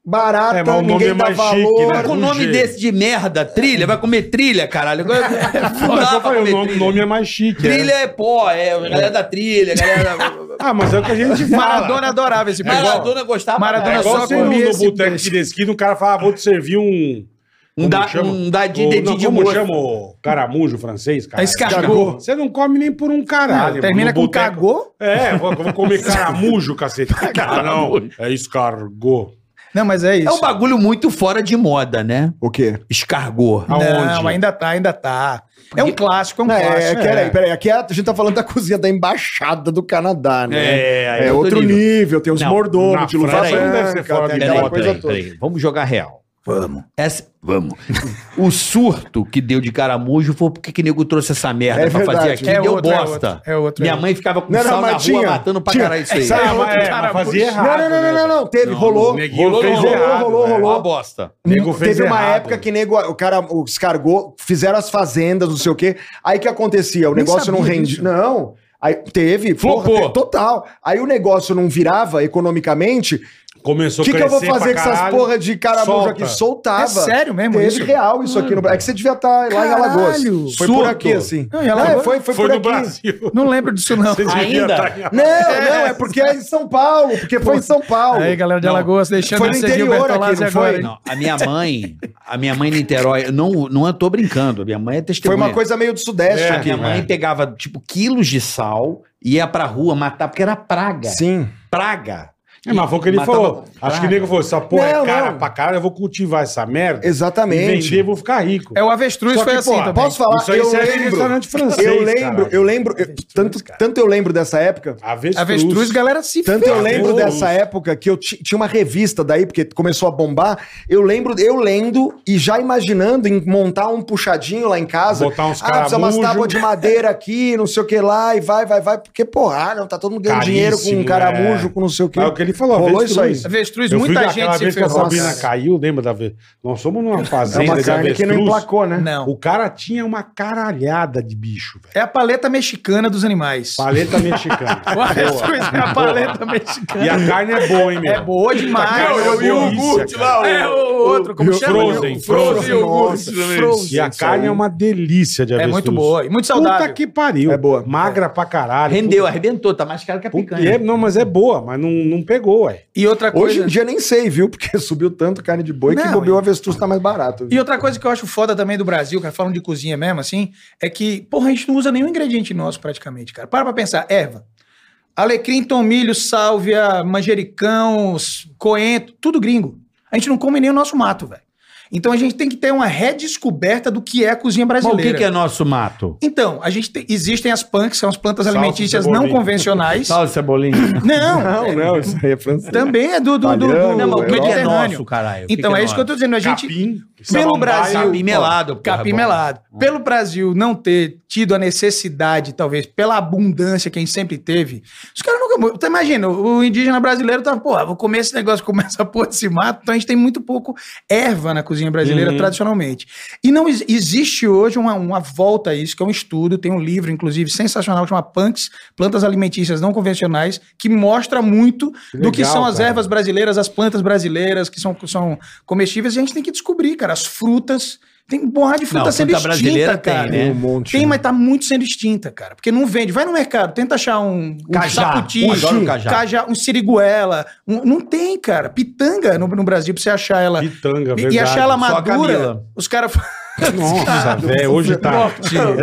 [SPEAKER 6] barata,
[SPEAKER 3] É, mas o nome
[SPEAKER 6] ninguém
[SPEAKER 3] é
[SPEAKER 6] dá
[SPEAKER 3] mais
[SPEAKER 6] valor.
[SPEAKER 3] chique, né?
[SPEAKER 4] Com o nome
[SPEAKER 3] Rugido.
[SPEAKER 4] desse de merda, trilha, vai comer trilha, caralho. Não
[SPEAKER 3] Mas
[SPEAKER 4] dá
[SPEAKER 3] eu falei,
[SPEAKER 4] pra
[SPEAKER 3] o
[SPEAKER 4] comer
[SPEAKER 3] nome,
[SPEAKER 4] trilha.
[SPEAKER 3] nome é mais chique.
[SPEAKER 4] Trilha
[SPEAKER 3] né?
[SPEAKER 4] é pó, é a galera da trilha, a galera...
[SPEAKER 3] Ah, mas é o que a gente fala.
[SPEAKER 1] Maradona adorava esse peixe.
[SPEAKER 4] Maradona gostava.
[SPEAKER 1] Maradona
[SPEAKER 3] É
[SPEAKER 4] pra
[SPEAKER 3] igual
[SPEAKER 1] só
[SPEAKER 3] você no,
[SPEAKER 1] comia
[SPEAKER 3] no
[SPEAKER 1] esse
[SPEAKER 3] boteco
[SPEAKER 1] peixe.
[SPEAKER 3] de esquina, o cara fala, ah, vou te servir um... como
[SPEAKER 4] Um da-
[SPEAKER 3] chama?
[SPEAKER 4] um da de
[SPEAKER 3] O-
[SPEAKER 4] dedinho
[SPEAKER 3] não,
[SPEAKER 4] de
[SPEAKER 3] Como
[SPEAKER 4] mosca.
[SPEAKER 3] chama o caramujo francês,
[SPEAKER 6] Tá
[SPEAKER 3] cara?
[SPEAKER 1] É escargot.
[SPEAKER 3] Você não come nem por um caralho.
[SPEAKER 1] Não, Ah,
[SPEAKER 3] mano.
[SPEAKER 1] termina com
[SPEAKER 3] No boteco-
[SPEAKER 1] cagô?
[SPEAKER 3] É, vou, vou comer caramujo, cacete. Ah, não. É escargot.
[SPEAKER 1] Não, mas é isso.
[SPEAKER 4] É um bagulho muito fora de moda, né?
[SPEAKER 6] O quê?
[SPEAKER 4] Escargou.
[SPEAKER 1] Não, ainda tá, ainda tá. É um clássico, é um
[SPEAKER 6] Não, é, é,
[SPEAKER 1] clássico.
[SPEAKER 6] peraí, peraí. Aqui a gente tá falando da cozinha da embaixada do Canadá, né?
[SPEAKER 4] É, aí
[SPEAKER 6] é
[SPEAKER 4] é outro
[SPEAKER 6] outro nível.
[SPEAKER 4] nível.
[SPEAKER 6] tem os
[SPEAKER 4] Não,
[SPEAKER 3] na
[SPEAKER 6] mordomos de luva
[SPEAKER 3] França
[SPEAKER 6] branca,
[SPEAKER 3] não deve ser fora de
[SPEAKER 6] tem
[SPEAKER 4] Peraí,
[SPEAKER 6] aquela
[SPEAKER 3] moda,
[SPEAKER 6] coisa
[SPEAKER 4] peraí,
[SPEAKER 6] toda.
[SPEAKER 4] peraí. Vamos jogar real.
[SPEAKER 1] Vamos.
[SPEAKER 4] Essa- vamos. o surto que deu de caramujo foi porque que nego trouxe essa merda
[SPEAKER 6] É
[SPEAKER 4] pra
[SPEAKER 6] verdade.
[SPEAKER 4] fazer aqui.
[SPEAKER 1] É
[SPEAKER 4] deu
[SPEAKER 1] outro, é
[SPEAKER 4] bosta.
[SPEAKER 1] outro, é outro, é
[SPEAKER 4] Minha
[SPEAKER 1] outro.
[SPEAKER 4] mãe ficava com
[SPEAKER 6] Não, não,
[SPEAKER 4] sal na
[SPEAKER 6] mas tinha-
[SPEAKER 4] rua matando pra
[SPEAKER 6] tinha-
[SPEAKER 4] caralho isso aí.
[SPEAKER 6] Sabe,
[SPEAKER 3] Ah,
[SPEAKER 6] outro
[SPEAKER 3] mas é, mas
[SPEAKER 1] caramujo.
[SPEAKER 3] fazia
[SPEAKER 6] Não,
[SPEAKER 3] errado.
[SPEAKER 6] não, não,
[SPEAKER 3] né,
[SPEAKER 6] não, não, não. Teve,
[SPEAKER 3] Não,
[SPEAKER 6] rolou.
[SPEAKER 3] o neguinho fez errado,
[SPEAKER 6] rolou,
[SPEAKER 3] né?
[SPEAKER 6] rolou,
[SPEAKER 4] Uma
[SPEAKER 6] rolou.
[SPEAKER 4] bosta.
[SPEAKER 3] Nego fez
[SPEAKER 6] Teve uma
[SPEAKER 3] errado.
[SPEAKER 6] época que nego, o cara o descargou, fizeram as fazendas, não sei o quê. Aí que acontecia? O
[SPEAKER 1] Nem
[SPEAKER 6] negócio não
[SPEAKER 1] sabia
[SPEAKER 6] rendia.
[SPEAKER 1] disso.
[SPEAKER 6] Não. Aí teve, porra,
[SPEAKER 4] Flopou.
[SPEAKER 6] teve- total. Aí o negócio não virava economicamente.
[SPEAKER 3] Começou
[SPEAKER 6] O
[SPEAKER 3] a
[SPEAKER 6] que, que eu vou
[SPEAKER 3] crescer
[SPEAKER 6] fazer com
[SPEAKER 3] pra
[SPEAKER 6] essas
[SPEAKER 3] caralho.
[SPEAKER 6] porra de caramujo
[SPEAKER 3] Solta.
[SPEAKER 6] aqui? Soltava.
[SPEAKER 1] É sério mesmo
[SPEAKER 6] Teve
[SPEAKER 1] isso?
[SPEAKER 6] real isso aqui no Brasil. É que você devia estar lá em
[SPEAKER 1] Caralho.
[SPEAKER 6] Alagoas. Foi por
[SPEAKER 3] Surto.
[SPEAKER 6] aqui, assim.
[SPEAKER 1] Não, em Alagoas?
[SPEAKER 6] É, foi, foi,
[SPEAKER 3] Foi
[SPEAKER 6] por
[SPEAKER 3] no
[SPEAKER 6] aqui.
[SPEAKER 3] Brasil.
[SPEAKER 1] Não lembro disso, não.
[SPEAKER 3] Você devia
[SPEAKER 4] Ainda?
[SPEAKER 3] tá em-
[SPEAKER 6] Não, não, é porque é em São Paulo, porque foi em São Paulo.
[SPEAKER 1] Aí, galera de
[SPEAKER 4] Não.
[SPEAKER 1] Alagoas, deixando
[SPEAKER 6] Foi no
[SPEAKER 1] de seguir
[SPEAKER 6] interior aqui,
[SPEAKER 1] Bertolazzi
[SPEAKER 6] não foi?
[SPEAKER 1] hein?
[SPEAKER 4] Não, a minha mãe, a minha mãe em Niterói, eu não, não eu tô brincando, a minha mãe é
[SPEAKER 6] Foi
[SPEAKER 4] testemunha.
[SPEAKER 6] uma coisa meio do Sudeste
[SPEAKER 3] É,
[SPEAKER 6] aqui.
[SPEAKER 4] Minha mãe
[SPEAKER 3] É.
[SPEAKER 4] pegava, tipo, quilos de sal, ia pra rua matar, porque era praga.
[SPEAKER 6] Sim.
[SPEAKER 4] Praga.
[SPEAKER 3] É, mas foi o que ele
[SPEAKER 1] tá
[SPEAKER 4] Matava-
[SPEAKER 3] falou. Acho que o nego falou: essa porra
[SPEAKER 6] Não,
[SPEAKER 3] é cara
[SPEAKER 6] não.
[SPEAKER 3] pra caralho, eu vou cultivar essa merda. E
[SPEAKER 6] Exatamente.
[SPEAKER 3] vender, eu vou ficar rico.
[SPEAKER 1] É o avestruz
[SPEAKER 6] Só que,
[SPEAKER 1] foi assim
[SPEAKER 6] porra,
[SPEAKER 1] também.
[SPEAKER 6] posso falar?
[SPEAKER 3] Isso aí
[SPEAKER 6] eu
[SPEAKER 3] serve em
[SPEAKER 6] lembro.
[SPEAKER 3] restaurante francês,
[SPEAKER 6] Eu lembro,
[SPEAKER 3] caralho.
[SPEAKER 6] eu lembro. eu- tanto, tanto eu lembro dessa época.
[SPEAKER 3] Avestruz.
[SPEAKER 1] Avestruz, galera, se
[SPEAKER 6] Tanto eu lembro
[SPEAKER 3] Caralho.
[SPEAKER 6] dessa época que eu ti- tinha uma revista daí, porque começou a bombar. Eu lembro, eu lendo e já imaginando em montar um puxadinho lá em casa.
[SPEAKER 3] Botar uns
[SPEAKER 6] ah, precisa umas
[SPEAKER 3] caramujo.
[SPEAKER 6] tábuas de madeira aqui, não sei o que lá, e vai, vai, vai. Porque, porra, ah, não, tá todo mundo ganhando dinheiro com
[SPEAKER 3] Caríssimo,
[SPEAKER 6] caramujo,
[SPEAKER 3] é.
[SPEAKER 6] com não sei o que.
[SPEAKER 3] Mas É o que ele Ele falou,
[SPEAKER 6] Rolou isso aí.
[SPEAKER 1] Avestruz,
[SPEAKER 3] Eu fui
[SPEAKER 1] muita
[SPEAKER 3] daquela
[SPEAKER 1] gente se
[SPEAKER 3] vez que a
[SPEAKER 1] ferrou.
[SPEAKER 3] Sabrina
[SPEAKER 1] Nossa.
[SPEAKER 3] caiu, lembra da vez? Nós fomos numa
[SPEAKER 6] É
[SPEAKER 3] fazenda
[SPEAKER 6] uma
[SPEAKER 3] de
[SPEAKER 6] carne que não
[SPEAKER 3] avestruz.
[SPEAKER 6] emplacou, né?
[SPEAKER 1] Não.
[SPEAKER 3] O cara tinha uma caralhada de bicho, velho.
[SPEAKER 1] É a paleta mexicana dos animais.
[SPEAKER 3] Paleta mexicana.
[SPEAKER 1] O avestruz é a paleta
[SPEAKER 3] e
[SPEAKER 1] mexicana.
[SPEAKER 3] a carne é boa, hein, meu?
[SPEAKER 1] É boa demais.
[SPEAKER 3] Não, eu-
[SPEAKER 1] É
[SPEAKER 3] e o
[SPEAKER 1] boa.
[SPEAKER 3] iogurte
[SPEAKER 7] lá, o,
[SPEAKER 1] É, o outro, como
[SPEAKER 3] e o
[SPEAKER 1] chama?
[SPEAKER 3] Frozen,
[SPEAKER 7] Frozen
[SPEAKER 3] Frozen
[SPEAKER 7] iogurte
[SPEAKER 1] nossa,
[SPEAKER 7] também.
[SPEAKER 1] Frozen.
[SPEAKER 3] E a carne é uma delícia de
[SPEAKER 1] É
[SPEAKER 3] avestruz.
[SPEAKER 1] muito boa e muito
[SPEAKER 3] Puta
[SPEAKER 1] saudável.
[SPEAKER 3] que pariu.
[SPEAKER 6] É boa.
[SPEAKER 3] Magra pra caralho.
[SPEAKER 4] Rendeu,
[SPEAKER 3] Puta-
[SPEAKER 4] arrebentou, tá mais caro que a
[SPEAKER 3] puta-
[SPEAKER 4] picanha.
[SPEAKER 3] é, não, mas é boa, mas não, não pegou, ué.
[SPEAKER 1] E outra
[SPEAKER 6] Hoje
[SPEAKER 1] coisa...
[SPEAKER 6] em dia nem sei, viu? Porque subiu tanto carne de boi que
[SPEAKER 1] Não,
[SPEAKER 6] bobeu
[SPEAKER 1] e-
[SPEAKER 6] o avestruz tá mais barato.
[SPEAKER 1] E outra coisa que eu acho foda também do Brasil, cara, falando de cozinha mesmo, assim, é que, porra, a gente não usa nenhum ingrediente nosso praticamente, cara. Para pra pensar, erva. Alecrim, tomilho, sálvia, manjericão, s- coentro, tudo gringo. A gente não come nem o nosso mato, velho. Então a gente tem que ter uma redescoberta do que é a cozinha
[SPEAKER 4] Mas o
[SPEAKER 1] brasileira.
[SPEAKER 4] que, que é nosso mato?
[SPEAKER 1] Então, a gente tem- existem as punks, são as plantas
[SPEAKER 3] Salsa,
[SPEAKER 1] alimentícias não
[SPEAKER 3] cebolinha.
[SPEAKER 1] convencionais.
[SPEAKER 4] Salve, cebolinha.
[SPEAKER 1] Não, é-
[SPEAKER 6] não, isso aí é francês.
[SPEAKER 1] também é do, do, do- do-
[SPEAKER 6] Italiano,
[SPEAKER 1] do
[SPEAKER 6] Não, mas o
[SPEAKER 4] o que, que é
[SPEAKER 1] Mediterrâneo.
[SPEAKER 4] nosso, caralho? O que
[SPEAKER 1] então,
[SPEAKER 4] que
[SPEAKER 1] é, isso que eu tô dizendo. A gente, pelo
[SPEAKER 3] samambaia,
[SPEAKER 1] Brasil.
[SPEAKER 4] Capim melado,
[SPEAKER 1] ó,
[SPEAKER 4] porra,
[SPEAKER 1] capim
[SPEAKER 4] bom.
[SPEAKER 1] melado. Pelo Brasil não ter tido a necessidade, talvez, pela abundância que a gente sempre teve. Os caras nunca. Tu imagina, o indígena brasileiro tá, porra, vou comer esse negócio, comer essa porra desse mato. Então a gente tem muito pouco erva na cozinha brasileira, tradicionalmente. E não ex- existe hoje uma, uma volta a isso, que é um estudo, tem um livro, inclusive, sensacional, que chama Punks, Plantas Alimentícias Não Convencionais, que mostra muito do que
[SPEAKER 3] legal,
[SPEAKER 1] são as
[SPEAKER 3] cara.
[SPEAKER 1] ervas brasileiras, as plantas brasileiras, que são, que são comestíveis, e a gente tem que descobrir, cara, as frutas. Tem borra de fruta
[SPEAKER 4] Não,
[SPEAKER 1] sendo
[SPEAKER 4] fruta brasileira
[SPEAKER 1] extinta, cara.
[SPEAKER 4] tem, né?
[SPEAKER 6] Um monte,
[SPEAKER 1] Tem,
[SPEAKER 6] né?
[SPEAKER 1] mas tá muito sendo extinta, cara. Porque não vende. Vai no mercado, tenta achar um, um
[SPEAKER 4] Cajá.
[SPEAKER 1] sapoti,
[SPEAKER 4] Eu adoro cajá.
[SPEAKER 1] um siriguela. um- não tem, cara. Pitanga no, no Brasil, pra você achar ela.
[SPEAKER 3] Pitanga,
[SPEAKER 1] e,
[SPEAKER 3] verdade.
[SPEAKER 1] e achar ela
[SPEAKER 4] Só a
[SPEAKER 1] madura,
[SPEAKER 4] Camila.
[SPEAKER 1] os caras
[SPEAKER 3] Nossa, velho, hoje tá.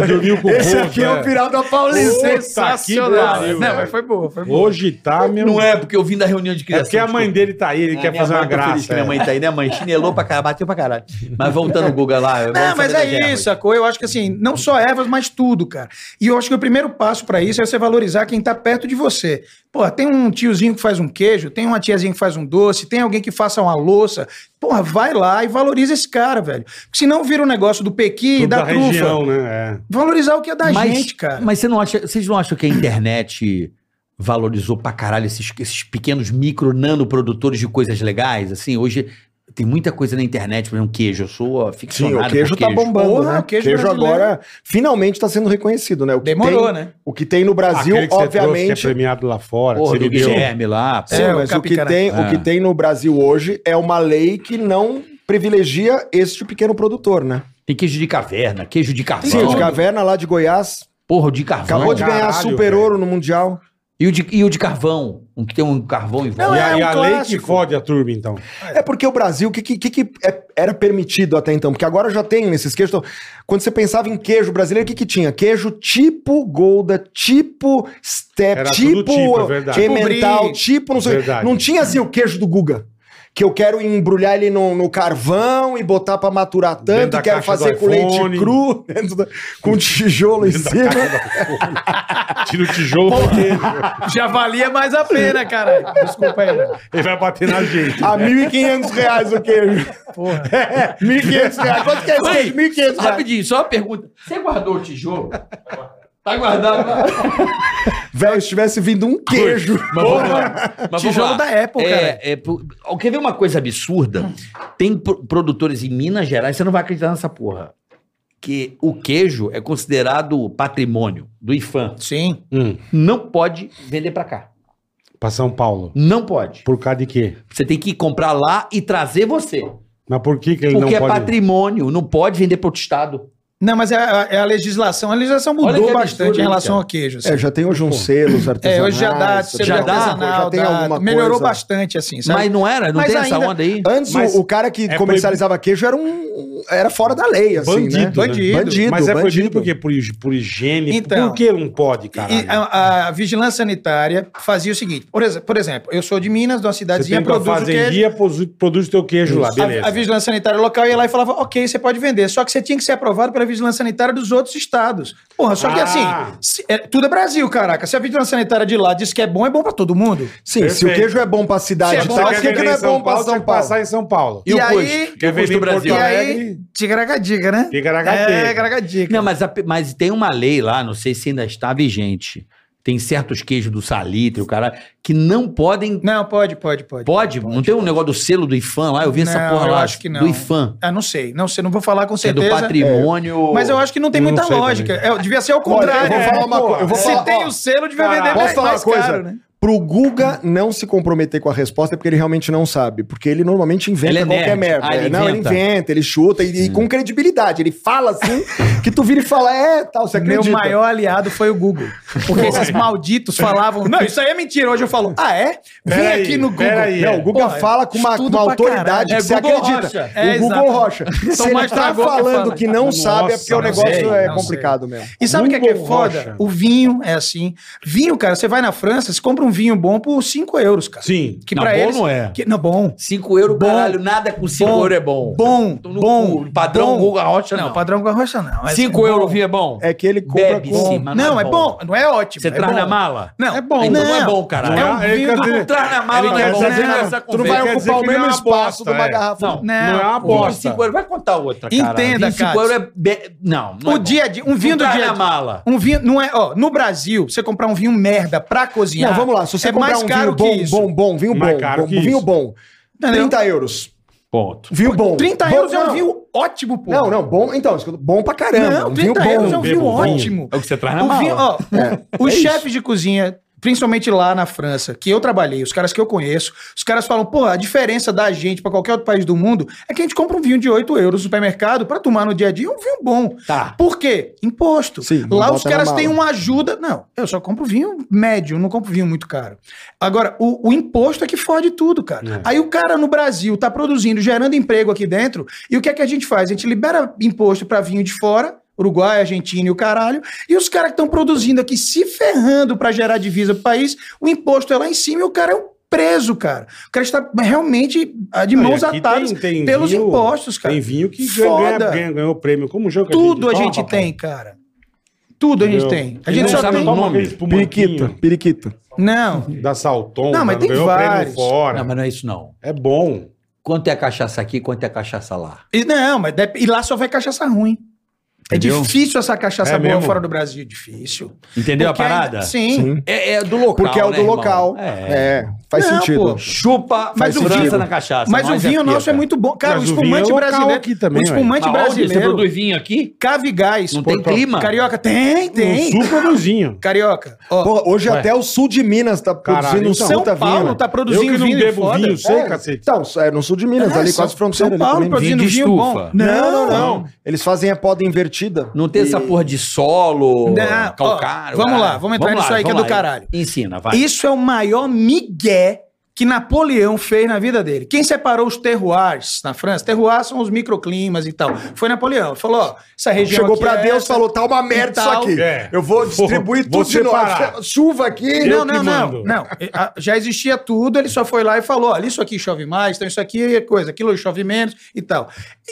[SPEAKER 3] Dormiu com o
[SPEAKER 6] Esse
[SPEAKER 3] rosto,
[SPEAKER 6] aqui é o
[SPEAKER 3] né?
[SPEAKER 6] final da Paulista.
[SPEAKER 3] Puta que
[SPEAKER 1] Sensacional.
[SPEAKER 3] pariu,
[SPEAKER 1] não,
[SPEAKER 3] velho.
[SPEAKER 1] mas foi boa, foi boa.
[SPEAKER 3] Hoje tá, meu.
[SPEAKER 4] Não é, porque eu vim da reunião de
[SPEAKER 3] É
[SPEAKER 4] criança.
[SPEAKER 3] porque a mãe dele tá aí, ele quer fazer uma graça.
[SPEAKER 4] minha
[SPEAKER 3] é.
[SPEAKER 4] mãe tá aí, né, mãe? Chinelou pra caralho, bateu pra caralho. Mas voltando o Guga lá. eu
[SPEAKER 1] Não,
[SPEAKER 4] vou saber
[SPEAKER 1] mas
[SPEAKER 4] da
[SPEAKER 1] é
[SPEAKER 4] guerra,
[SPEAKER 1] isso, sacou? Eu acho que assim, não só ervas, mas tudo, cara. E eu acho que o primeiro passo pra isso é você valorizar quem tá perto de você. Porra, tem um tiozinho que faz um queijo, tem uma tiazinha que faz um doce, tem alguém que faça uma louça. Porra, vai lá e valoriza esse cara, velho. Porque senão vira um negócio do Pequi e
[SPEAKER 3] Tudo
[SPEAKER 1] da,
[SPEAKER 3] da
[SPEAKER 1] trufa.
[SPEAKER 3] região, né? É.
[SPEAKER 1] Valorizar o que é da gente, cara.
[SPEAKER 4] Mas você não acha, vocês não acham que a internet valorizou pra caralho esses, esses pequenos micro nano produtores de coisas legais? Assim, hoje tem muita coisa na internet, por exemplo, um queijo. Eu sou
[SPEAKER 6] Sim,
[SPEAKER 4] aficionado
[SPEAKER 6] o queijo
[SPEAKER 4] por
[SPEAKER 6] tá bombando,
[SPEAKER 1] Porra,
[SPEAKER 6] né?
[SPEAKER 1] o queijo brasileiro.
[SPEAKER 6] agora finalmente tá sendo reconhecido, né? O que
[SPEAKER 1] Demorou,
[SPEAKER 6] tem-
[SPEAKER 1] né?
[SPEAKER 6] O que tem no Brasil,
[SPEAKER 3] Aquele que você trouxe, que é
[SPEAKER 6] obviamente.
[SPEAKER 3] premiado lá fora. que
[SPEAKER 4] Porra, do
[SPEAKER 3] você me deu.
[SPEAKER 4] Guilherme lá.
[SPEAKER 6] Sim,
[SPEAKER 1] É, o
[SPEAKER 6] mas o, que
[SPEAKER 1] capicará.
[SPEAKER 6] tem, o que tem no Brasil hoje é uma lei que não privilegia este pequeno produtor, né?
[SPEAKER 4] Tem queijo de caverna, queijo de carvão.
[SPEAKER 6] Sim, o de caverna lá de Goiás
[SPEAKER 4] Porra, o de carvão.
[SPEAKER 6] acabou de ganhar
[SPEAKER 3] caralho,
[SPEAKER 6] super
[SPEAKER 3] velho.
[SPEAKER 6] ouro no Mundial.
[SPEAKER 4] E o de, e o de carvão, um que tem um carvão em volta.
[SPEAKER 1] Não,
[SPEAKER 3] E
[SPEAKER 1] é
[SPEAKER 3] a,
[SPEAKER 1] um
[SPEAKER 3] e a lei que
[SPEAKER 1] clássico.
[SPEAKER 3] fode a turma, então.
[SPEAKER 6] É porque o Brasil, o que, que, que que é- era permitido até então? Porque agora já tem nesses queijos. Então, quando você pensava em queijo brasileiro, o que, que tinha? Queijo tipo Golda, tipo Step,
[SPEAKER 3] Era
[SPEAKER 6] tipo,
[SPEAKER 3] tudo tipo, é verdade.
[SPEAKER 6] Emmental, tipo,
[SPEAKER 1] Tipo brie.
[SPEAKER 6] não sei o quê.
[SPEAKER 3] Verdade.
[SPEAKER 6] Não tinha assim o queijo do Guga. Que eu quero embrulhar ele no, no carvão e botar pra maturar
[SPEAKER 3] Dentro
[SPEAKER 6] tanto,
[SPEAKER 3] da
[SPEAKER 6] e quero
[SPEAKER 3] caixa do
[SPEAKER 6] fazer com
[SPEAKER 3] iPhone.
[SPEAKER 6] leite cru, dentro da- com tijolo em
[SPEAKER 3] Da
[SPEAKER 6] cima.
[SPEAKER 3] casa da- Tira o tijolo pra dentro.
[SPEAKER 1] Já valia mais a pena, cara. Desculpa aí, né? velho.
[SPEAKER 3] Ele vai bater na gente.
[SPEAKER 6] A 1.500 reais o queijo.
[SPEAKER 1] Porra.
[SPEAKER 6] É, 1.500 reais. Quanto que é esse
[SPEAKER 4] Ei,
[SPEAKER 6] queijo? 1.500 reais.
[SPEAKER 4] Rapidinho, só uma pergunta. Você guardou o tijolo? Tá guardado.
[SPEAKER 6] Velho, se tivesse vindo um queijo.
[SPEAKER 4] Mas vamos lá. Mas
[SPEAKER 1] Tijolo
[SPEAKER 4] vamos lá.
[SPEAKER 1] da Apple,
[SPEAKER 4] é,
[SPEAKER 6] né?
[SPEAKER 1] cara.
[SPEAKER 4] É, pu- ó, quer ver uma coisa absurda? Tem pro- produtores em Minas Gerais, você não vai acreditar nessa porra. Que o queijo é considerado patrimônio do IFAM.
[SPEAKER 1] Sim.
[SPEAKER 3] Hum,
[SPEAKER 4] Não pode vender pra cá.
[SPEAKER 3] pra São Paulo.
[SPEAKER 4] Não pode.
[SPEAKER 3] Por causa de quê?
[SPEAKER 4] Você tem que comprar lá e trazer você.
[SPEAKER 3] Mas por que, que ele
[SPEAKER 4] Porque é
[SPEAKER 3] não pode.
[SPEAKER 4] patrimônio, não pode vender para outro estado.
[SPEAKER 1] Não, mas é a, é a legislação. A legislação
[SPEAKER 4] Olha que
[SPEAKER 1] mudou
[SPEAKER 4] absurdo,
[SPEAKER 1] bastante em
[SPEAKER 4] hein,
[SPEAKER 1] relação
[SPEAKER 4] cara?
[SPEAKER 1] ao queijo. assim.
[SPEAKER 6] É, já tem hoje uns selos artesanais.
[SPEAKER 1] É, hoje já dá, você
[SPEAKER 4] já
[SPEAKER 1] já
[SPEAKER 4] dá,
[SPEAKER 1] dá,
[SPEAKER 6] já tem alguma
[SPEAKER 1] melhorou
[SPEAKER 6] coisa.
[SPEAKER 1] bastante assim, sabe?
[SPEAKER 4] Mas não era? Não
[SPEAKER 1] Mas
[SPEAKER 4] tem essa
[SPEAKER 1] ainda-
[SPEAKER 4] onda aí?
[SPEAKER 6] Antes, o-
[SPEAKER 3] Mas
[SPEAKER 6] o cara que
[SPEAKER 3] é
[SPEAKER 6] comercializava queijo era um. Era fora da lei, assim, né?
[SPEAKER 3] Bandido, né?
[SPEAKER 1] Bandido.
[SPEAKER 6] Bandido,
[SPEAKER 3] Mas é proibido
[SPEAKER 6] bandido.
[SPEAKER 3] por quê? Por, hig- por higiene?
[SPEAKER 1] Então.
[SPEAKER 3] por que não pode, cara?
[SPEAKER 1] E a, a vigilância sanitária fazia o seguinte, por, exe- por exemplo, eu sou de Minas, de uma
[SPEAKER 3] Você
[SPEAKER 1] cidadezinha,
[SPEAKER 3] tem tua
[SPEAKER 1] produz o queijo,
[SPEAKER 3] fazendia, produz, produz teu queijo lá, beleza.
[SPEAKER 1] a, a vigilância sanitária local ia lá e falava, ok, você pode vender, só que você tinha que ser aprovado pela vigilância sanitária dos outros estados. Porra, só que
[SPEAKER 3] Ah.
[SPEAKER 1] assim, se- é- tudo é Brasil, caraca, se a vigilância sanitária de lá diz que é bom, é bom pra todo mundo.
[SPEAKER 6] Sim, se o
[SPEAKER 3] Perfeito.
[SPEAKER 6] queijo é bom pra
[SPEAKER 1] Se
[SPEAKER 6] cidade
[SPEAKER 1] é
[SPEAKER 6] e
[SPEAKER 1] bom
[SPEAKER 6] tal,
[SPEAKER 1] pra
[SPEAKER 6] por que,
[SPEAKER 1] quem
[SPEAKER 6] que não é bom pra
[SPEAKER 3] tem
[SPEAKER 6] São
[SPEAKER 3] que
[SPEAKER 6] Paulo?
[SPEAKER 3] passar em São Paulo.
[SPEAKER 1] E,
[SPEAKER 4] o
[SPEAKER 1] aí,
[SPEAKER 4] custo? Quer
[SPEAKER 3] Quer
[SPEAKER 4] ver
[SPEAKER 3] vender
[SPEAKER 4] do
[SPEAKER 3] em
[SPEAKER 4] Brasil?
[SPEAKER 1] e
[SPEAKER 3] Porto
[SPEAKER 1] aí,
[SPEAKER 3] Alegre?
[SPEAKER 1] tigragadiga, né?
[SPEAKER 3] Tigragadiga.
[SPEAKER 1] É, tigragadiga.
[SPEAKER 4] Não, mas, a- mas tem uma lei lá, não sei se ainda está vigente, Tem certos queijos do salitre, o cara, que não podem.
[SPEAKER 1] Não, pode, pode, pode.
[SPEAKER 4] Pode? não tem um negócio do selo do IFAM lá? Eu vi essa
[SPEAKER 1] Não,
[SPEAKER 4] porra
[SPEAKER 1] eu
[SPEAKER 4] lá.
[SPEAKER 1] acho que não.
[SPEAKER 4] Do IFAM.
[SPEAKER 1] Ah, não sei. Não sei, não vou falar com
[SPEAKER 4] Que é do
[SPEAKER 1] certeza. É.
[SPEAKER 4] patrimônio.
[SPEAKER 1] Mas eu acho que não tem
[SPEAKER 3] Não
[SPEAKER 1] muita
[SPEAKER 3] sei também.
[SPEAKER 1] lógica. É, devia ser ao
[SPEAKER 6] Olha,
[SPEAKER 1] contrário.
[SPEAKER 6] eu vou
[SPEAKER 1] né?
[SPEAKER 6] falar uma coisa. Eu vou
[SPEAKER 1] Se
[SPEAKER 6] falar,
[SPEAKER 1] tem
[SPEAKER 6] ó,
[SPEAKER 1] o selo, devia vender
[SPEAKER 6] Posso
[SPEAKER 1] mais,
[SPEAKER 6] falar
[SPEAKER 1] mais
[SPEAKER 6] uma coisa?
[SPEAKER 1] caro, né?
[SPEAKER 6] Pro Guga não se comprometer com a resposta é porque ele realmente não sabe. Porque ele normalmente inventa
[SPEAKER 4] Ele é
[SPEAKER 6] qualquer
[SPEAKER 4] nerd.
[SPEAKER 6] merda. né?
[SPEAKER 4] Ah, ele
[SPEAKER 6] não, ele
[SPEAKER 4] inventa. Hum.
[SPEAKER 6] inventa, ele chuta e, e com credibilidade. Ele fala assim que tu vira e fala, é, tal, você acredita.
[SPEAKER 1] Meu maior aliado foi o Google. Porque esses malditos falavam. Não, isso aí é mentira. Hoje eu falo, ah, é? Vem
[SPEAKER 3] Peraí,
[SPEAKER 1] aqui no Google.
[SPEAKER 3] peraí,
[SPEAKER 6] Não, o Guga
[SPEAKER 1] Pô,
[SPEAKER 6] fala com uma,
[SPEAKER 1] estudo
[SPEAKER 6] com uma
[SPEAKER 1] pra
[SPEAKER 6] autoridade
[SPEAKER 1] caralho.
[SPEAKER 6] que
[SPEAKER 1] É
[SPEAKER 6] você
[SPEAKER 1] Google
[SPEAKER 6] acredita.
[SPEAKER 1] Rocha. É,
[SPEAKER 6] o Google
[SPEAKER 1] exato.
[SPEAKER 6] Rocha. Se
[SPEAKER 1] Então,
[SPEAKER 6] ele
[SPEAKER 1] mais
[SPEAKER 6] tá
[SPEAKER 1] dragão que
[SPEAKER 6] falando
[SPEAKER 1] fala.
[SPEAKER 6] que não sabe, é porque o
[SPEAKER 3] não
[SPEAKER 6] negócio
[SPEAKER 1] sei,
[SPEAKER 6] é
[SPEAKER 1] não
[SPEAKER 6] complicado mesmo.
[SPEAKER 1] E sabe o que é, que é
[SPEAKER 3] Google
[SPEAKER 1] foda?
[SPEAKER 3] Rocha.
[SPEAKER 1] O vinho é assim. Vinho, cara, você vai na França, você compra um vinho bom por 5 euros, cara.
[SPEAKER 3] Sim.
[SPEAKER 1] Que
[SPEAKER 4] Não,
[SPEAKER 1] pra
[SPEAKER 4] bom
[SPEAKER 1] eles.
[SPEAKER 3] não é.
[SPEAKER 1] que- não, bom.
[SPEAKER 4] 5 euros,
[SPEAKER 1] Bom.
[SPEAKER 4] caralho. Nada com 5 euros é bom.
[SPEAKER 1] Bom,
[SPEAKER 4] Tô no
[SPEAKER 1] bom.
[SPEAKER 4] cu. Padrão
[SPEAKER 1] bom.
[SPEAKER 4] Guga Rocha,
[SPEAKER 1] Não,
[SPEAKER 4] não.
[SPEAKER 1] padrão Guga Rocha não. Mas
[SPEAKER 4] 5
[SPEAKER 1] bom.
[SPEAKER 4] euros vinho é bom?
[SPEAKER 6] É que ele compra
[SPEAKER 4] Bebe
[SPEAKER 6] com...
[SPEAKER 4] sim,
[SPEAKER 1] Não,
[SPEAKER 4] mas não
[SPEAKER 1] é bom. Não é ótimo.
[SPEAKER 4] Você
[SPEAKER 1] é
[SPEAKER 4] traz
[SPEAKER 1] bom.
[SPEAKER 4] na mala?
[SPEAKER 1] Não.
[SPEAKER 3] É bom.
[SPEAKER 4] Então
[SPEAKER 1] não.
[SPEAKER 4] não é bom, caralho.
[SPEAKER 1] É um
[SPEAKER 3] Não é-
[SPEAKER 1] vinho
[SPEAKER 3] quer
[SPEAKER 1] do-
[SPEAKER 3] dizer-
[SPEAKER 4] Traz na mala,
[SPEAKER 3] Ele
[SPEAKER 4] não é
[SPEAKER 3] quer
[SPEAKER 4] bom.
[SPEAKER 1] né?
[SPEAKER 3] dizer
[SPEAKER 4] Não
[SPEAKER 3] que
[SPEAKER 4] é
[SPEAKER 3] não-
[SPEAKER 4] essa
[SPEAKER 6] Tu não vai
[SPEAKER 3] Quer
[SPEAKER 4] conversa.
[SPEAKER 3] dizer
[SPEAKER 6] ocupar o
[SPEAKER 3] que ele
[SPEAKER 6] mesmo
[SPEAKER 3] é uma
[SPEAKER 6] espaço
[SPEAKER 3] bosta,
[SPEAKER 6] de uma
[SPEAKER 3] é.
[SPEAKER 6] garrafa.
[SPEAKER 4] Não,
[SPEAKER 1] Ah, Não.
[SPEAKER 3] Não é uma aposta.
[SPEAKER 4] 25 euros, vai contar outra, cara.
[SPEAKER 1] Entenda,
[SPEAKER 4] 25
[SPEAKER 1] Cássio.
[SPEAKER 4] euros é... Be... Não, não
[SPEAKER 1] O
[SPEAKER 4] é bom.
[SPEAKER 1] dia a dia, um
[SPEAKER 4] Não
[SPEAKER 1] vinho do
[SPEAKER 4] traz
[SPEAKER 1] dia a
[SPEAKER 4] na
[SPEAKER 1] dia.
[SPEAKER 4] mala.
[SPEAKER 1] Um vinho, não é, ó, no Brasil, você comprar um vinho merda pra cozinhar.
[SPEAKER 6] Não, vamos lá. Se você
[SPEAKER 1] é
[SPEAKER 6] comprar
[SPEAKER 1] mais
[SPEAKER 6] um
[SPEAKER 1] caro
[SPEAKER 6] vinho bom,
[SPEAKER 1] que isso.
[SPEAKER 6] bom, bom, vinho
[SPEAKER 3] Mais
[SPEAKER 6] bom,
[SPEAKER 3] caro
[SPEAKER 6] bom,
[SPEAKER 3] que
[SPEAKER 6] vinho
[SPEAKER 3] isso.
[SPEAKER 6] bom.
[SPEAKER 1] Entendeu?
[SPEAKER 6] 30 euros.
[SPEAKER 4] Ponto.
[SPEAKER 6] Vinho bom.
[SPEAKER 1] 30
[SPEAKER 6] Bom,
[SPEAKER 1] euros é um
[SPEAKER 6] não.
[SPEAKER 1] vinho ótimo, pô.
[SPEAKER 6] Não, não, bom. Então, isso que eu tô- bom pra caramba.
[SPEAKER 1] Não,
[SPEAKER 6] um vinho
[SPEAKER 1] 30
[SPEAKER 6] bom. É,
[SPEAKER 1] euros é um vinho
[SPEAKER 3] bebo vinho.
[SPEAKER 1] ótimo.
[SPEAKER 4] É o que você traz na
[SPEAKER 1] O
[SPEAKER 4] mala.
[SPEAKER 1] vinho, ó, os chefes de cozinha, principalmente lá na França, que eu trabalhei, os caras que eu conheço, os caras falam, pô, a diferença da gente pra qualquer outro país do mundo é que a gente compra um vinho de 8 euros no supermercado pra tomar no dia a dia, um vinho bom.
[SPEAKER 4] Tá.
[SPEAKER 1] Por quê? Imposto.
[SPEAKER 6] Sim, não
[SPEAKER 1] lá
[SPEAKER 6] bota
[SPEAKER 1] os caras
[SPEAKER 6] na
[SPEAKER 1] têm
[SPEAKER 6] mala.
[SPEAKER 1] uma ajuda. Não, eu só compro vinho médio, não compro vinho muito caro. Agora, o, o imposto é que fode tudo, cara.
[SPEAKER 3] É.
[SPEAKER 1] Aí o cara no Brasil tá produzindo, gerando emprego aqui dentro, e o que é que a gente faz? A gente libera imposto pra vinho de fora, Uruguai, Argentina e o caralho, e os caras que estão produzindo aqui se ferrando pra gerar divisa pro país, o imposto é lá em cima e o cara é um preso, cara. O cara está realmente ah, de
[SPEAKER 3] Não, e
[SPEAKER 1] mãos
[SPEAKER 3] aqui
[SPEAKER 1] atadas
[SPEAKER 3] tem- tem
[SPEAKER 1] pelos
[SPEAKER 3] vinho-
[SPEAKER 1] impostos, cara.
[SPEAKER 3] Tem vinho que ganha,
[SPEAKER 1] Foda.
[SPEAKER 3] ganha, ganhou prêmio. Como o jogo é que
[SPEAKER 1] Tudo a
[SPEAKER 3] toma,
[SPEAKER 1] gente
[SPEAKER 3] papai?
[SPEAKER 1] tem, cara. Tudo a gente
[SPEAKER 3] Entendeu?
[SPEAKER 1] tem. A
[SPEAKER 4] E
[SPEAKER 1] gente
[SPEAKER 4] não
[SPEAKER 1] só
[SPEAKER 4] sabe
[SPEAKER 1] tem.
[SPEAKER 4] o
[SPEAKER 3] Toma
[SPEAKER 4] nome.
[SPEAKER 3] aqueles pulmão
[SPEAKER 6] Periquito, periquito.
[SPEAKER 1] Não.
[SPEAKER 3] Da Salton.
[SPEAKER 1] Não, mas
[SPEAKER 3] cara,
[SPEAKER 1] tem
[SPEAKER 3] ganhou prêmio
[SPEAKER 1] vários.
[SPEAKER 3] fora.
[SPEAKER 4] Não, mas não é isso, não.
[SPEAKER 3] É bom.
[SPEAKER 4] Quanto é a cachaça aqui, quanto é a cachaça lá?
[SPEAKER 1] E Não, mas dep- e lá só vai cachaça ruim. É
[SPEAKER 4] Entendeu?
[SPEAKER 1] difícil essa cachaça
[SPEAKER 3] É
[SPEAKER 1] boa
[SPEAKER 3] mesmo?
[SPEAKER 1] fora do Brasil. Difícil.
[SPEAKER 4] Entendeu
[SPEAKER 1] Porque
[SPEAKER 4] a
[SPEAKER 1] ainda-
[SPEAKER 4] parada?
[SPEAKER 1] Sim.
[SPEAKER 4] É, é do local,
[SPEAKER 6] Porque é o
[SPEAKER 4] né,
[SPEAKER 6] do
[SPEAKER 4] irmão?
[SPEAKER 6] local.
[SPEAKER 4] É.
[SPEAKER 6] É, faz
[SPEAKER 1] Não,
[SPEAKER 6] sentido.
[SPEAKER 1] pô.
[SPEAKER 4] Chupa,
[SPEAKER 1] Mas
[SPEAKER 4] mas
[SPEAKER 1] o
[SPEAKER 4] França
[SPEAKER 1] vinho-
[SPEAKER 4] na cachaça.
[SPEAKER 1] Mas o
[SPEAKER 4] nós
[SPEAKER 1] vinho
[SPEAKER 4] pica.
[SPEAKER 1] nosso é muito bom. Cara,
[SPEAKER 3] Mas
[SPEAKER 1] o
[SPEAKER 3] o vinho é
[SPEAKER 1] espumante
[SPEAKER 3] local
[SPEAKER 1] brasileiro.
[SPEAKER 3] aqui também,
[SPEAKER 1] o
[SPEAKER 4] Mas
[SPEAKER 1] espumante
[SPEAKER 4] onde? Você
[SPEAKER 1] brasileiro.
[SPEAKER 4] produz vinho aqui?
[SPEAKER 1] Cavigás.
[SPEAKER 4] Não tem
[SPEAKER 1] pô,
[SPEAKER 4] clima?
[SPEAKER 1] Carioca,
[SPEAKER 3] Tem.
[SPEAKER 1] tem, tem.
[SPEAKER 3] No sul produzinho.
[SPEAKER 1] Carioca. Ó,
[SPEAKER 6] Porra, hoje
[SPEAKER 3] Ué.
[SPEAKER 6] até o sul de Minas tá
[SPEAKER 3] Caralho,
[SPEAKER 6] produzindo um
[SPEAKER 3] então.
[SPEAKER 1] São
[SPEAKER 6] puta
[SPEAKER 1] Paulo
[SPEAKER 6] vinho.
[SPEAKER 1] tá
[SPEAKER 3] Eu
[SPEAKER 1] produzindo
[SPEAKER 3] que não
[SPEAKER 1] vinho
[SPEAKER 3] bebo
[SPEAKER 1] foda.
[SPEAKER 3] vinho, sei,
[SPEAKER 6] É,
[SPEAKER 3] cacete.
[SPEAKER 6] Então, é no sul de Minas,
[SPEAKER 1] É,
[SPEAKER 6] ali
[SPEAKER 1] São-
[SPEAKER 6] quase fronteira.
[SPEAKER 1] São
[SPEAKER 6] ali
[SPEAKER 1] Paulo
[SPEAKER 6] também.
[SPEAKER 1] produzindo
[SPEAKER 4] Vinho de
[SPEAKER 1] vinho bom.
[SPEAKER 4] estufa.
[SPEAKER 6] Não, não, não. Eles fazem a poda invertida.
[SPEAKER 4] Não tem essa porra de solo,
[SPEAKER 1] Não,
[SPEAKER 4] calcário.
[SPEAKER 1] ó, vamos
[SPEAKER 4] caralho.
[SPEAKER 1] lá, vamos entrar nisso aí que é
[SPEAKER 4] vamos
[SPEAKER 1] do
[SPEAKER 4] lá.
[SPEAKER 1] caralho.
[SPEAKER 4] Ensina, vai.
[SPEAKER 1] Isso é o maior migué que Napoleão fez na vida dele. Quem separou os terroirs na França? Terroirs são os microclimas e tal. Foi Napoleão. Ele Falou, ó, essa região
[SPEAKER 6] Chegou
[SPEAKER 1] aqui
[SPEAKER 6] pra
[SPEAKER 1] é
[SPEAKER 6] Deus e
[SPEAKER 1] essa.
[SPEAKER 6] falou: tá uma merda isso
[SPEAKER 1] tal.
[SPEAKER 6] aqui.
[SPEAKER 3] É.
[SPEAKER 6] Eu vou distribuir
[SPEAKER 3] Vou
[SPEAKER 6] tudo de
[SPEAKER 3] separar.
[SPEAKER 6] novo. Chuva aqui. né?
[SPEAKER 1] Não,
[SPEAKER 3] Eu que
[SPEAKER 1] não,
[SPEAKER 3] mando.
[SPEAKER 1] não, não. E, a- Já existia tudo, ele só foi lá e falou: olha, isso aqui chove mais, então isso aqui é coisa, aquilo chove menos e tal.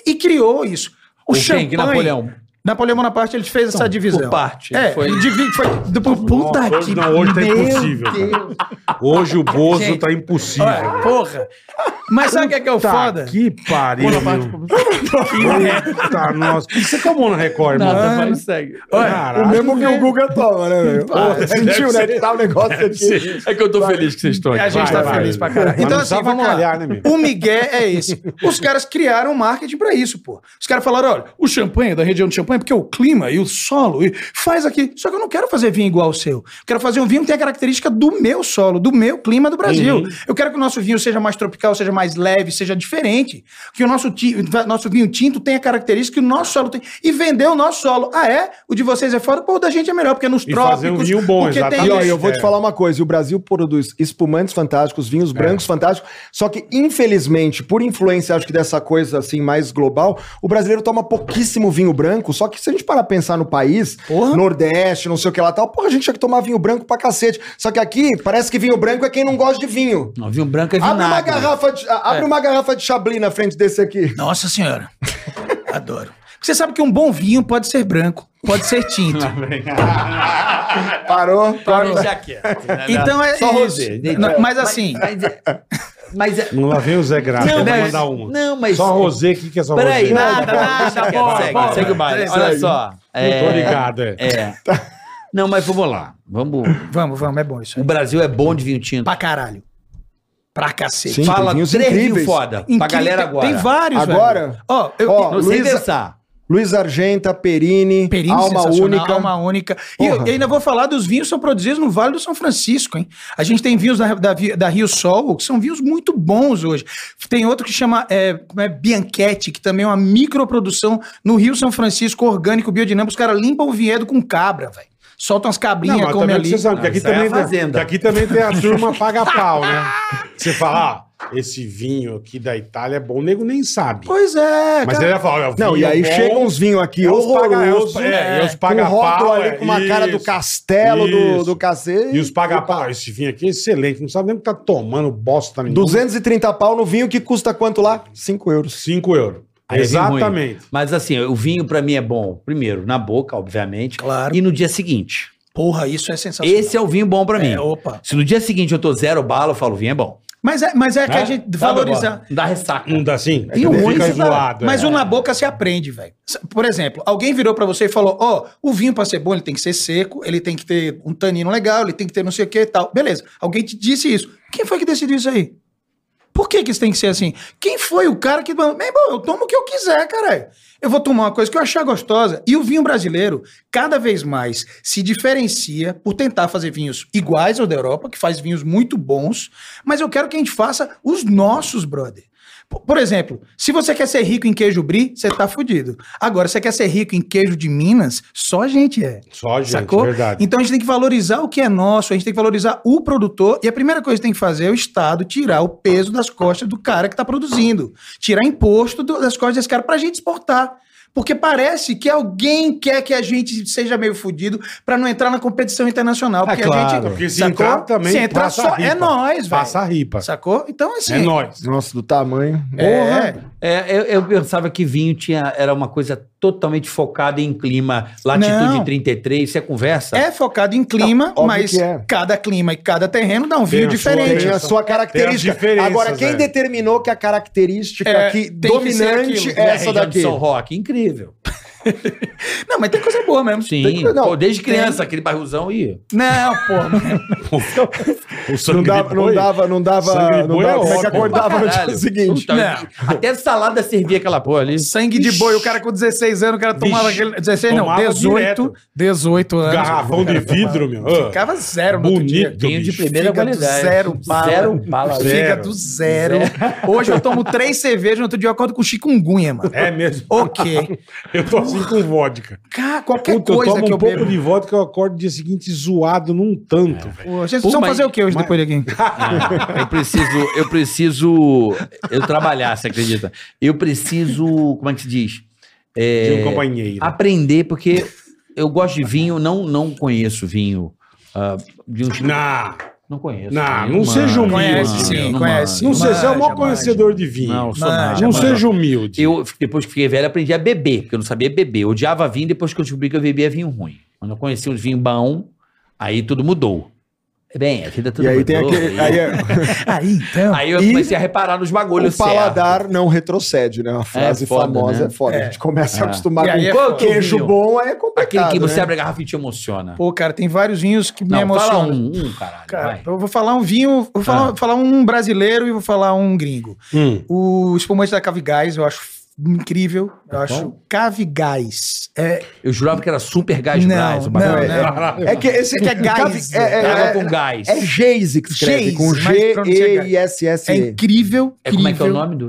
[SPEAKER 1] E, e criou isso. O,
[SPEAKER 4] O quem?
[SPEAKER 1] champanhe...
[SPEAKER 4] Que Napoleão?
[SPEAKER 1] Napoleão Bonaparte, ele fez essa divisão.
[SPEAKER 4] por parte,
[SPEAKER 1] É,
[SPEAKER 4] foi-
[SPEAKER 1] foi... Divi... foi... do- Puta
[SPEAKER 3] Nossa, hoje
[SPEAKER 1] que
[SPEAKER 3] não, hoje tá
[SPEAKER 1] Meu
[SPEAKER 3] impossível, cara.
[SPEAKER 1] Deus.
[SPEAKER 3] Hoje o Bozo
[SPEAKER 1] Gente.
[SPEAKER 3] tá impossível.
[SPEAKER 1] Olha, porra. Mas sabe o que é que é o
[SPEAKER 3] Tá
[SPEAKER 1] foda?
[SPEAKER 3] que pariu. Puta, nossa. Por que você tomou no Record, mano?
[SPEAKER 4] Nada, mas segue.
[SPEAKER 6] O
[SPEAKER 3] Caralho.
[SPEAKER 6] mesmo que o Guga toma, né, velho? Pô, Sentiu, né? Que tá o negócio aqui.
[SPEAKER 4] É que eu tô feliz que vocês estão aqui.
[SPEAKER 1] A gente
[SPEAKER 3] Vai,
[SPEAKER 1] tá
[SPEAKER 3] vai.
[SPEAKER 1] feliz pra
[SPEAKER 3] Mas
[SPEAKER 1] caralho.
[SPEAKER 3] não
[SPEAKER 1] Então, assim,
[SPEAKER 3] precisava
[SPEAKER 1] vamos
[SPEAKER 3] calhar,
[SPEAKER 1] lá.
[SPEAKER 3] né, meu?
[SPEAKER 1] o Miguel é esse. Os caras criaram um marketing pra isso, pô. Os caras falaram, olha, o champanhe é da região de champanhe, porque o clima e o solo e faz aqui. Só que eu não quero fazer vinho igual ao seu. Eu quero fazer um vinho que tem a característica do meu solo, do meu clima do Brasil.
[SPEAKER 3] Uhum.
[SPEAKER 1] Eu quero que o nosso vinho seja mais tropical, seja mais leve, seja diferente. Que o nosso, ti- nosso vinho tinto tenha a característica que o nosso solo tem. E vender o nosso solo. Ah, é? O de vocês é fora? Pô, o da gente é melhor, porque é nos
[SPEAKER 3] E
[SPEAKER 1] trópicos.
[SPEAKER 3] fazer um vinho bom,
[SPEAKER 1] porque tem
[SPEAKER 3] exatamente.
[SPEAKER 6] E ó, eu vou
[SPEAKER 3] É.
[SPEAKER 6] te falar uma coisa: o Brasil produz espumantes fantásticos, vinhos brancos fantásticos, só que, infelizmente, por influência, acho que dessa coisa assim mais global, o brasileiro toma pouquíssimo vinho branco. Só que se a gente parar pra pensar no país,
[SPEAKER 1] Porra.
[SPEAKER 6] Nordeste, não sei o que lá tal, porra, a gente tinha que tomar vinho branco pra cacete. Só que aqui parece que vinho branco é quem não gosta de vinho.
[SPEAKER 4] Não, vinho branco é vinho
[SPEAKER 6] Abre uma
[SPEAKER 4] nada.
[SPEAKER 6] garrafa de, a- abre uma garrafa de chablis na frente desse aqui.
[SPEAKER 1] Nossa senhora. Adoro. Você sabe que um bom vinho pode ser branco, pode ser tinto.
[SPEAKER 6] Parou.
[SPEAKER 4] Parou. Já quieto, né?
[SPEAKER 1] então é
[SPEAKER 4] Só
[SPEAKER 1] isso.
[SPEAKER 4] rosé. gente.
[SPEAKER 1] Não, mas assim,
[SPEAKER 4] Mas, é- mas é...
[SPEAKER 3] Não lá vem o Zé Graça.
[SPEAKER 4] Não,
[SPEAKER 3] Não,
[SPEAKER 4] mas-
[SPEAKER 3] mandar uma.
[SPEAKER 4] não, mas-
[SPEAKER 3] Só Rosé, o que, que é só
[SPEAKER 4] Peraí,
[SPEAKER 3] Rosé?
[SPEAKER 4] nada, tá
[SPEAKER 1] Deixa
[SPEAKER 4] nada,
[SPEAKER 1] quieto,
[SPEAKER 4] bola,
[SPEAKER 1] segue,
[SPEAKER 4] bola.
[SPEAKER 1] segue o baile.
[SPEAKER 4] Olha só.
[SPEAKER 3] Não tô ligado, é.
[SPEAKER 4] É. Não, mas vamos lá. Vamos.
[SPEAKER 1] Vamos, vamos, é bom isso
[SPEAKER 4] O
[SPEAKER 1] aí.
[SPEAKER 4] Brasil é bom de vinho tinto.
[SPEAKER 1] Pra caralho. Pra cacete.
[SPEAKER 6] Sim,
[SPEAKER 4] Fala
[SPEAKER 6] tem vinhos
[SPEAKER 4] três vinhos
[SPEAKER 6] incríveis.
[SPEAKER 4] foda pra
[SPEAKER 1] Incrível.
[SPEAKER 4] galera agora.
[SPEAKER 1] Tem vários,
[SPEAKER 6] Agora?
[SPEAKER 1] velho. Ó, eu,
[SPEAKER 6] Ó,
[SPEAKER 4] Não sei
[SPEAKER 6] Luísa-
[SPEAKER 4] pensar.
[SPEAKER 6] Luiz Argenta, Perini,
[SPEAKER 1] Perini
[SPEAKER 6] Alma
[SPEAKER 1] sensacional,
[SPEAKER 6] Única.
[SPEAKER 1] Alma única. E eu,
[SPEAKER 6] Porra.
[SPEAKER 1] eu ainda vou falar dos vinhos que são produzidos no Vale do São Francisco, hein? A gente tem vinhos da, da, Vi- da Rio Sol, que são vinhos muito bons hoje. Tem outro que chama é, como é, Bianchetti, que também é uma microprodução no Rio São Francisco, orgânico, biodinâmico. Os caras limpam o vinhedo com cabra, velho. Soltam as
[SPEAKER 3] Não,
[SPEAKER 1] cabrinhas,
[SPEAKER 3] mas
[SPEAKER 1] comem
[SPEAKER 3] também
[SPEAKER 1] ali.
[SPEAKER 3] você sabe que aqui,
[SPEAKER 4] Isso aí é
[SPEAKER 3] também
[SPEAKER 4] a
[SPEAKER 3] tem,
[SPEAKER 4] fazenda.
[SPEAKER 3] que aqui também tem a turma paga-pau, né? Você fala, ah, esse vinho aqui da Itália é bom, o nego nem sabe.
[SPEAKER 1] Pois é,
[SPEAKER 3] Mas
[SPEAKER 1] cara.
[SPEAKER 3] ele vai falar, olha, o
[SPEAKER 6] Não,
[SPEAKER 3] vinho é
[SPEAKER 6] e aí
[SPEAKER 3] bom,
[SPEAKER 6] chegam uns vinhos aqui
[SPEAKER 3] é os paga- é os-
[SPEAKER 6] horrorosos.
[SPEAKER 3] é, é os
[SPEAKER 6] com
[SPEAKER 3] paga-pau,
[SPEAKER 6] rótulo
[SPEAKER 3] é,
[SPEAKER 6] ali com uma cara do
[SPEAKER 3] isso.
[SPEAKER 6] castelo
[SPEAKER 3] Isso.
[SPEAKER 6] do, do cacete.
[SPEAKER 3] E os paga-pau, esse vinho aqui é excelente, não sabe nem o que tá tomando bosta nenhuma.
[SPEAKER 6] 230 pau no vinho que custa quanto lá? 5 euros.
[SPEAKER 3] 5 euros.
[SPEAKER 4] Aí é vinho ruim.
[SPEAKER 3] Exatamente.
[SPEAKER 4] Mas assim, o vinho pra mim é bom. Primeiro, na boca, obviamente.
[SPEAKER 1] Claro.
[SPEAKER 4] E no dia seguinte.
[SPEAKER 1] Porra, isso é sensacional.
[SPEAKER 4] Esse é o vinho bom pra mim.
[SPEAKER 1] É, opa.
[SPEAKER 4] Se no dia seguinte eu tô zero bala, eu falo, vinho é bom.
[SPEAKER 1] Mas é, mas é
[SPEAKER 4] Né?
[SPEAKER 1] que a gente valorizar.
[SPEAKER 4] Dá ressaca.
[SPEAKER 3] Não dá assim? É
[SPEAKER 4] Vinho
[SPEAKER 3] que
[SPEAKER 4] ruim,
[SPEAKER 3] fica
[SPEAKER 4] você fala,
[SPEAKER 3] zoado.
[SPEAKER 1] Mas
[SPEAKER 3] é.
[SPEAKER 1] um na boca se aprende, velho. S- Por exemplo, alguém virou pra você e falou: Ó, o vinho pra ser bom, ele tem que ser seco, ele tem que ter um tanino legal, ele tem que ter não sei o que e tal. Beleza. Alguém te disse isso. Quem foi que decidiu isso aí? Por que, que isso tem que ser assim? Quem foi o cara que. Meu irmão, eu tomo o que eu quiser, caralho. Eu vou tomar uma coisa que eu achar gostosa. E o vinho brasileiro, cada vez mais, se diferencia por tentar fazer vinhos iguais ao da Europa, que faz vinhos muito bons. Mas eu quero que a gente faça os nossos, brother. P- Por exemplo, se você quer ser rico em queijo brie, você tá fudido. Agora, se você quer ser rico em queijo de Minas, só a gente é.
[SPEAKER 3] Só, gente,
[SPEAKER 1] Sacou?
[SPEAKER 3] verdade.
[SPEAKER 1] Então a gente tem que valorizar o que é nosso, a gente tem que valorizar o produtor. E a primeira coisa que tem que fazer é o Estado tirar o peso das costas do cara que está produzindo. Tirar imposto do- das costas desse cara para a gente exportar. Porque parece que alguém quer que a gente seja meio fudido para não entrar na competição internacional. Porque a gente.
[SPEAKER 3] É Porque se
[SPEAKER 1] sacou?
[SPEAKER 3] entrar também,
[SPEAKER 1] Se entrar
[SPEAKER 3] passa
[SPEAKER 1] só,
[SPEAKER 3] ripa.
[SPEAKER 1] é nós, velho.
[SPEAKER 3] Passa a ripa.
[SPEAKER 1] Sacou? Então, assim.
[SPEAKER 3] É nós.
[SPEAKER 6] Nossa, do tamanho.
[SPEAKER 1] é-
[SPEAKER 4] É, eu, eu pensava que vinho tinha, era uma coisa totalmente focada em clima, latitude
[SPEAKER 1] Não.
[SPEAKER 4] 33, isso é conversa.
[SPEAKER 1] É focado em clima,
[SPEAKER 6] Não, óbvio
[SPEAKER 1] mas
[SPEAKER 6] que é.
[SPEAKER 1] cada clima e cada terreno dá um
[SPEAKER 3] Tem
[SPEAKER 1] vinho
[SPEAKER 3] a sua
[SPEAKER 1] diferente.
[SPEAKER 6] Tem a sua característica.
[SPEAKER 3] diferenças,
[SPEAKER 6] Agora, quem
[SPEAKER 3] é.
[SPEAKER 6] determinou que a característica
[SPEAKER 1] É,
[SPEAKER 6] que
[SPEAKER 1] tem que ser
[SPEAKER 6] dominante
[SPEAKER 1] aquilo,
[SPEAKER 6] é
[SPEAKER 4] E a
[SPEAKER 6] essa
[SPEAKER 4] região
[SPEAKER 6] daqui?
[SPEAKER 4] de né, São Roque, incrível.
[SPEAKER 1] Não, mas tem coisa boa mesmo.
[SPEAKER 4] Sim,
[SPEAKER 6] Não,
[SPEAKER 4] pô, desde criança, aquele bairrozão ia.
[SPEAKER 1] Não, porra. mano.
[SPEAKER 3] O
[SPEAKER 6] Não
[SPEAKER 3] sangue
[SPEAKER 6] dava,
[SPEAKER 3] de
[SPEAKER 6] não
[SPEAKER 3] boi.
[SPEAKER 6] dava, não
[SPEAKER 3] Sangue
[SPEAKER 6] dava,
[SPEAKER 3] de
[SPEAKER 6] não
[SPEAKER 3] boi é
[SPEAKER 6] dava. Como é que
[SPEAKER 3] ótimo.
[SPEAKER 6] acordava no
[SPEAKER 4] Caralho.
[SPEAKER 6] dia seguinte?
[SPEAKER 4] Puta, Até salada servia aquela porra ali.
[SPEAKER 1] né? Sangue de boi, o cara com 16 anos, o cara tomava
[SPEAKER 3] Vixe,
[SPEAKER 1] aquele. 16 não,
[SPEAKER 3] tomava
[SPEAKER 1] 18.
[SPEAKER 3] direto.
[SPEAKER 1] 18 anos.
[SPEAKER 3] Garrafão de vidro, meu. Ah,
[SPEAKER 1] Ficava zero no outro dia.
[SPEAKER 3] Bonito,
[SPEAKER 4] Vinho de
[SPEAKER 3] bicho.
[SPEAKER 4] primeira
[SPEAKER 1] Fica do
[SPEAKER 4] qualidade.
[SPEAKER 1] zero bala.
[SPEAKER 4] Zero bala.
[SPEAKER 1] Fica do zero. Hoje eu tomo três cervejas, no outro dia eu acordo com chikungunya, mano.
[SPEAKER 3] É mesmo.
[SPEAKER 1] O quê?
[SPEAKER 3] Eu tô assim com vodka.
[SPEAKER 1] Cara, qualquer
[SPEAKER 3] Puta, eu
[SPEAKER 1] coisa
[SPEAKER 3] tomo
[SPEAKER 1] que eu
[SPEAKER 3] um pouco
[SPEAKER 1] bebo.
[SPEAKER 3] de vodka, eu acordo no dia seguinte zoado num
[SPEAKER 4] É,
[SPEAKER 3] tanto, velho.
[SPEAKER 1] Pô, Vocês
[SPEAKER 4] Pô,
[SPEAKER 1] precisam
[SPEAKER 4] mas-
[SPEAKER 1] fazer o que hoje
[SPEAKER 3] mas-
[SPEAKER 1] depois daqui?
[SPEAKER 4] Ah, Eu preciso, eu preciso. Eu trabalhar, você acredita? Eu preciso. Como é que se diz? É,
[SPEAKER 3] De um companheiro.
[SPEAKER 4] aprender, porque eu gosto de vinho, não, não conheço vinho. ah, de um estilo-
[SPEAKER 3] Não,
[SPEAKER 4] Não conheço.
[SPEAKER 3] Não,
[SPEAKER 4] vinho,
[SPEAKER 3] não seja humilde.
[SPEAKER 1] Conhece sim, conhece.
[SPEAKER 3] não
[SPEAKER 1] Não
[SPEAKER 3] sei, você é o maior
[SPEAKER 1] manja,
[SPEAKER 3] conhecedor de
[SPEAKER 4] manjo.
[SPEAKER 3] vinho.
[SPEAKER 4] Não,
[SPEAKER 3] Não,
[SPEAKER 4] eu sou
[SPEAKER 1] Manja,
[SPEAKER 4] nada,
[SPEAKER 1] não
[SPEAKER 4] manja.
[SPEAKER 3] seja um humilde.
[SPEAKER 4] Eu, depois que fiquei velho, aprendi a beber, porque eu não sabia beber. Eu odiava vinho, depois que eu descobri que eu bebia vinho ruim. Quando eu conheci os vinhos bom, aí tudo mudou. É Bem, a vida tudo
[SPEAKER 6] E aí tem
[SPEAKER 4] mudou, aí-
[SPEAKER 6] aquele. Aí é-
[SPEAKER 1] Aí então.
[SPEAKER 4] Aí eu
[SPEAKER 6] E
[SPEAKER 4] comecei a reparar nos bagulhos
[SPEAKER 6] o paladar não retrocede, né? Uma frase
[SPEAKER 4] foda,
[SPEAKER 6] famosa
[SPEAKER 4] né?
[SPEAKER 6] é foda. A gente começa a acostumar
[SPEAKER 1] E aí é
[SPEAKER 6] com um
[SPEAKER 1] foda.
[SPEAKER 6] queijo
[SPEAKER 4] Vinho.
[SPEAKER 6] bom, aí é
[SPEAKER 4] Aquele
[SPEAKER 6] complicado.
[SPEAKER 4] que você
[SPEAKER 6] né?
[SPEAKER 4] abre a garrafa e te emociona.
[SPEAKER 1] Pô, cara, tem vários vinhos que me
[SPEAKER 4] não, fala
[SPEAKER 1] emocionam.
[SPEAKER 4] um, um, caralho.
[SPEAKER 1] Cara,
[SPEAKER 4] vai.
[SPEAKER 1] eu vou falar um vinho, vou falar, falar um brasileiro e vou falar um gringo.
[SPEAKER 3] Hum.
[SPEAKER 1] O espumante da Cavigás, eu acho f- incrível.
[SPEAKER 6] É
[SPEAKER 1] Eu acho Cavigás. É,
[SPEAKER 4] Eu jurava que era super gás
[SPEAKER 1] não,
[SPEAKER 4] gás. o
[SPEAKER 1] não,
[SPEAKER 4] bagulho.
[SPEAKER 1] não.
[SPEAKER 6] É que esse
[SPEAKER 1] que é gás.
[SPEAKER 6] É, é,
[SPEAKER 4] Água
[SPEAKER 6] é,
[SPEAKER 4] com gás.
[SPEAKER 6] é Geise que escreve,
[SPEAKER 1] Geise,
[SPEAKER 6] com
[SPEAKER 1] mas pronuncia gás. É
[SPEAKER 6] G-E-I-S-S-E.
[SPEAKER 1] incrível.
[SPEAKER 4] É, como é que é o
[SPEAKER 1] incrível.
[SPEAKER 4] nome do vinho?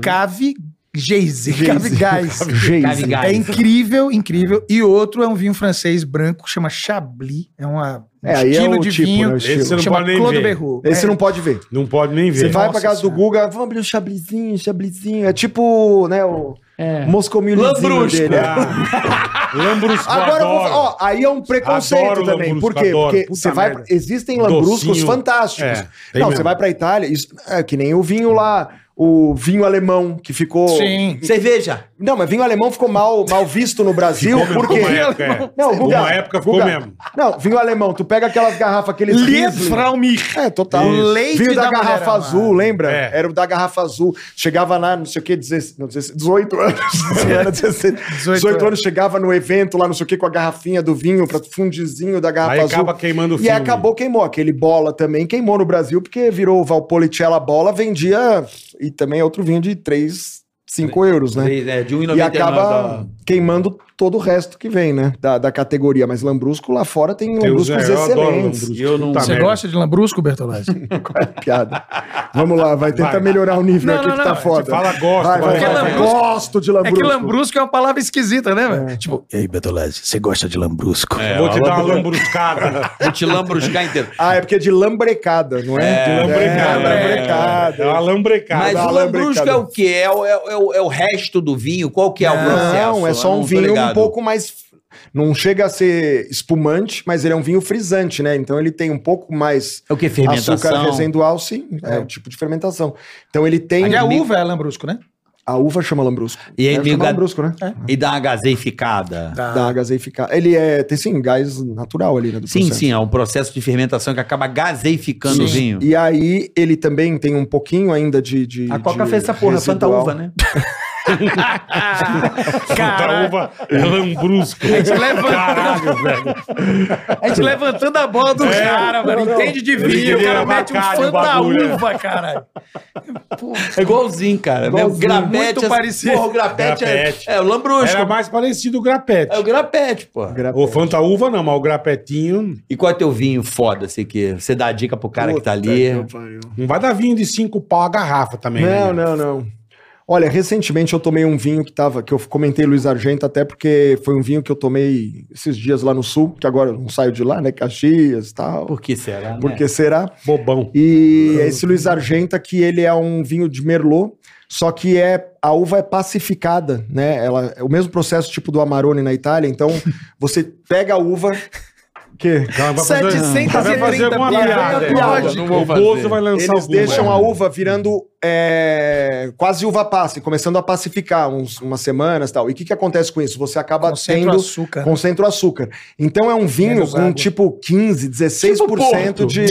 [SPEAKER 1] Cavigás.
[SPEAKER 6] Geise.
[SPEAKER 1] Cavigás.
[SPEAKER 6] Geise.
[SPEAKER 4] Cavigás.
[SPEAKER 1] É incrível, incrível. E outro é um vinho francês branco, chama Chablis. É uma, um
[SPEAKER 6] É, aí é o tipo, né? o
[SPEAKER 3] Esse
[SPEAKER 6] estilo.
[SPEAKER 3] não
[SPEAKER 1] chama
[SPEAKER 3] pode nem
[SPEAKER 1] Claude
[SPEAKER 3] ver.
[SPEAKER 1] Berrou.
[SPEAKER 6] Esse
[SPEAKER 1] É,
[SPEAKER 6] não pode ver.
[SPEAKER 3] Não pode nem
[SPEAKER 6] Você
[SPEAKER 3] ver.
[SPEAKER 6] vai
[SPEAKER 1] Nossa
[SPEAKER 6] pra casa do
[SPEAKER 1] Senhora.
[SPEAKER 6] Guga, vamos abrir um chablizinho, chablizinho. É tipo, né, o
[SPEAKER 4] É.
[SPEAKER 6] moscomilhozinho
[SPEAKER 4] Lambrusco.
[SPEAKER 6] dele. é.
[SPEAKER 3] Ah, Lambrusco,
[SPEAKER 6] Agora, eu vou
[SPEAKER 3] adoro.
[SPEAKER 6] falar, ó, aí é um preconceito
[SPEAKER 3] Adoro
[SPEAKER 6] também.
[SPEAKER 3] lambrusco,
[SPEAKER 6] Por quê?
[SPEAKER 3] adoro.
[SPEAKER 6] Porque
[SPEAKER 3] Puta
[SPEAKER 6] você vai,
[SPEAKER 3] merda.
[SPEAKER 6] existem lambruscos
[SPEAKER 3] Docinho.
[SPEAKER 6] fantásticos.
[SPEAKER 3] É, tem
[SPEAKER 6] não,
[SPEAKER 3] mesmo.
[SPEAKER 6] você vai pra Itália, isso, é que nem o vinho lá, o vinho alemão, que ficou.
[SPEAKER 1] Sim.
[SPEAKER 4] Cerveja.
[SPEAKER 6] Não, mas vinho alemão ficou mal, mal visto no Brasil,
[SPEAKER 3] Ficou
[SPEAKER 6] porque.
[SPEAKER 3] mesmo, uma época, é.
[SPEAKER 6] Não,
[SPEAKER 3] Ficou
[SPEAKER 6] Guga,
[SPEAKER 3] uma época, ficou
[SPEAKER 6] Guga,
[SPEAKER 3] mesmo.
[SPEAKER 6] Não, vinho alemão, tu pega aquelas garrafas, aqueles. Riesling.
[SPEAKER 1] Liebfraumich.
[SPEAKER 6] É, total.
[SPEAKER 1] Isso. Leite
[SPEAKER 6] Vinho da,
[SPEAKER 1] da
[SPEAKER 6] garrafa
[SPEAKER 1] mulher amada.
[SPEAKER 6] azul, lembra?
[SPEAKER 3] É.
[SPEAKER 6] Era o da garrafa azul. Chegava lá, não sei o quê, 16, não, 16, 18 anos. Era 16, 18,
[SPEAKER 1] 18 anos.
[SPEAKER 6] anos, chegava no evento lá, não sei o quê, com a garrafinha do vinho, pra fundizinho da garrafa
[SPEAKER 3] Aí
[SPEAKER 6] azul.
[SPEAKER 3] acaba queimando o
[SPEAKER 6] um- E aí
[SPEAKER 3] filme.
[SPEAKER 6] acabou, queimou. Aquele bola também queimou no Brasil, porque virou o Valpolicella Bola, vendia. E também é outro vinho de 3, 5 euros, né?
[SPEAKER 4] É, de 1,99.
[SPEAKER 6] E acaba queimando todo o resto que vem, né? Da, da categoria. Mas Lambrusco lá fora tem
[SPEAKER 3] Deus,
[SPEAKER 6] Lambruscos
[SPEAKER 3] é, eu adoro
[SPEAKER 6] excelentes.
[SPEAKER 3] Lambrusco.
[SPEAKER 4] Eu não-
[SPEAKER 3] Puta
[SPEAKER 1] Você
[SPEAKER 3] merda.
[SPEAKER 1] gosta de lambrusco, Bertolazzi?
[SPEAKER 6] Qual é a piada? Vamos lá, vai tentar
[SPEAKER 3] Vai.
[SPEAKER 6] melhorar o nível
[SPEAKER 1] Não,
[SPEAKER 6] aqui
[SPEAKER 1] não,
[SPEAKER 6] que tá
[SPEAKER 1] não,
[SPEAKER 6] foda.
[SPEAKER 3] fala gosto,
[SPEAKER 6] Vai,
[SPEAKER 3] vai,
[SPEAKER 6] vai, vai,
[SPEAKER 1] vai,
[SPEAKER 6] vai.
[SPEAKER 1] vai.
[SPEAKER 6] Gosto de
[SPEAKER 1] É
[SPEAKER 6] lambrusco. É.
[SPEAKER 1] que lambrusco é uma palavra esquisita, né, velho? Tipo, e aí, Bertolazzi, você gosta de lambrusco?
[SPEAKER 7] É,
[SPEAKER 3] Vou te
[SPEAKER 7] ó,
[SPEAKER 3] dar uma lambruscada.
[SPEAKER 7] Vou te lambruscar inteiro.
[SPEAKER 6] Ah, é porque é de lambrecada, não é?
[SPEAKER 3] De lambrecada.
[SPEAKER 6] É,
[SPEAKER 3] É,
[SPEAKER 6] lambrecada.
[SPEAKER 3] É uma lambrecada.
[SPEAKER 4] Mas
[SPEAKER 6] dá
[SPEAKER 4] o
[SPEAKER 6] uma
[SPEAKER 4] lambrusco
[SPEAKER 6] brincada.
[SPEAKER 4] é o quê? É o, é, o- é o- é o resto do vinho? Qual que é o processo?
[SPEAKER 6] Não, é
[SPEAKER 4] Eu
[SPEAKER 6] só um
[SPEAKER 4] tô
[SPEAKER 6] vinho um
[SPEAKER 4] ligado.
[SPEAKER 6] pouco mais. Não chega a ser espumante, mas ele é um vinho frisante, né? Então ele tem um pouco mais
[SPEAKER 4] É o que?
[SPEAKER 6] açúcar
[SPEAKER 4] Fermentação?
[SPEAKER 6] residual, sim. É o tipo de fermentação. Então ele tem.
[SPEAKER 1] Aliás, a uva é lambrusco, né?
[SPEAKER 6] A uva chama lambrusco.
[SPEAKER 4] E aí
[SPEAKER 6] É,
[SPEAKER 4] vem o
[SPEAKER 6] chama
[SPEAKER 4] ga-
[SPEAKER 6] lambrusco, né?
[SPEAKER 4] E dá uma gaseificada?
[SPEAKER 6] Da gaseificar. Ele é, tem sim gás natural ali, né? do
[SPEAKER 4] Sim,
[SPEAKER 6] processo.
[SPEAKER 4] sim, é um processo de fermentação que acaba gaseificando o vinho.
[SPEAKER 6] E aí ele também tem um pouquinho ainda de. de
[SPEAKER 4] A Coca
[SPEAKER 6] de
[SPEAKER 4] fez essa porra, Fanta
[SPEAKER 6] residual.
[SPEAKER 4] Uva, né?
[SPEAKER 3] Puta uva é lambrusco.
[SPEAKER 1] A gente levantando,
[SPEAKER 3] Caralho, velho.
[SPEAKER 1] a gente levantando a bola do cara, mano. Entende de vinho. O
[SPEAKER 3] queria
[SPEAKER 1] cara mete um
[SPEAKER 3] abacalho, o
[SPEAKER 1] fanta
[SPEAKER 3] bagulho,
[SPEAKER 1] uva, cara.
[SPEAKER 4] É igualzinho, cara.
[SPEAKER 6] Igualzinho.
[SPEAKER 4] O grapete
[SPEAKER 1] Muito
[SPEAKER 4] é-
[SPEAKER 1] parecido.
[SPEAKER 4] Porra, o grapete,
[SPEAKER 3] Grapete.
[SPEAKER 4] é. É o lambrusco.
[SPEAKER 3] Era mais parecido o grapete.
[SPEAKER 4] É o grapete, porra.
[SPEAKER 6] É
[SPEAKER 3] O Fanta Uva não, mas o grapetinho.
[SPEAKER 4] E qual é teu vinho foda, assim, que você dá a dica pro cara que tá ali?
[SPEAKER 3] Não vai dar vinho de cinco pau a garrafa também.
[SPEAKER 6] Não,
[SPEAKER 3] né?
[SPEAKER 6] não, não. Olha, recentemente eu tomei um vinho que tava, que eu comentei Luiz Argento, até porque foi um vinho que eu tomei esses dias lá no sul, que agora eu não saio de lá, né? Caxias e tal.
[SPEAKER 4] Por que será, né?
[SPEAKER 6] Porque será?
[SPEAKER 3] Bobão.
[SPEAKER 6] E é esse Luiz Argenta, que ele é um vinho de Merlot, só que é a uva é pacificada, né? Ela é o mesmo processo tipo do Amarone na Itália, então você pega a uva que
[SPEAKER 3] Ela vai fazer-
[SPEAKER 1] 730
[SPEAKER 3] Ela vai fazer alguma
[SPEAKER 1] piada.
[SPEAKER 3] piada.
[SPEAKER 1] Piada.
[SPEAKER 3] Lógico. O Bozo vai lançar
[SPEAKER 6] Eles
[SPEAKER 3] alguma.
[SPEAKER 6] deixam a uva virando é, quase uva passe, começando a pacificar uns, umas semanas e tal. E o que, que acontece com isso? Você acaba
[SPEAKER 1] Concentra
[SPEAKER 6] tendo.
[SPEAKER 1] açúcar. né?
[SPEAKER 6] Concentra o açúcar. Então é um vinho
[SPEAKER 1] Menos
[SPEAKER 6] com
[SPEAKER 1] água.
[SPEAKER 6] tipo 15,
[SPEAKER 3] Tipo
[SPEAKER 6] 16% de.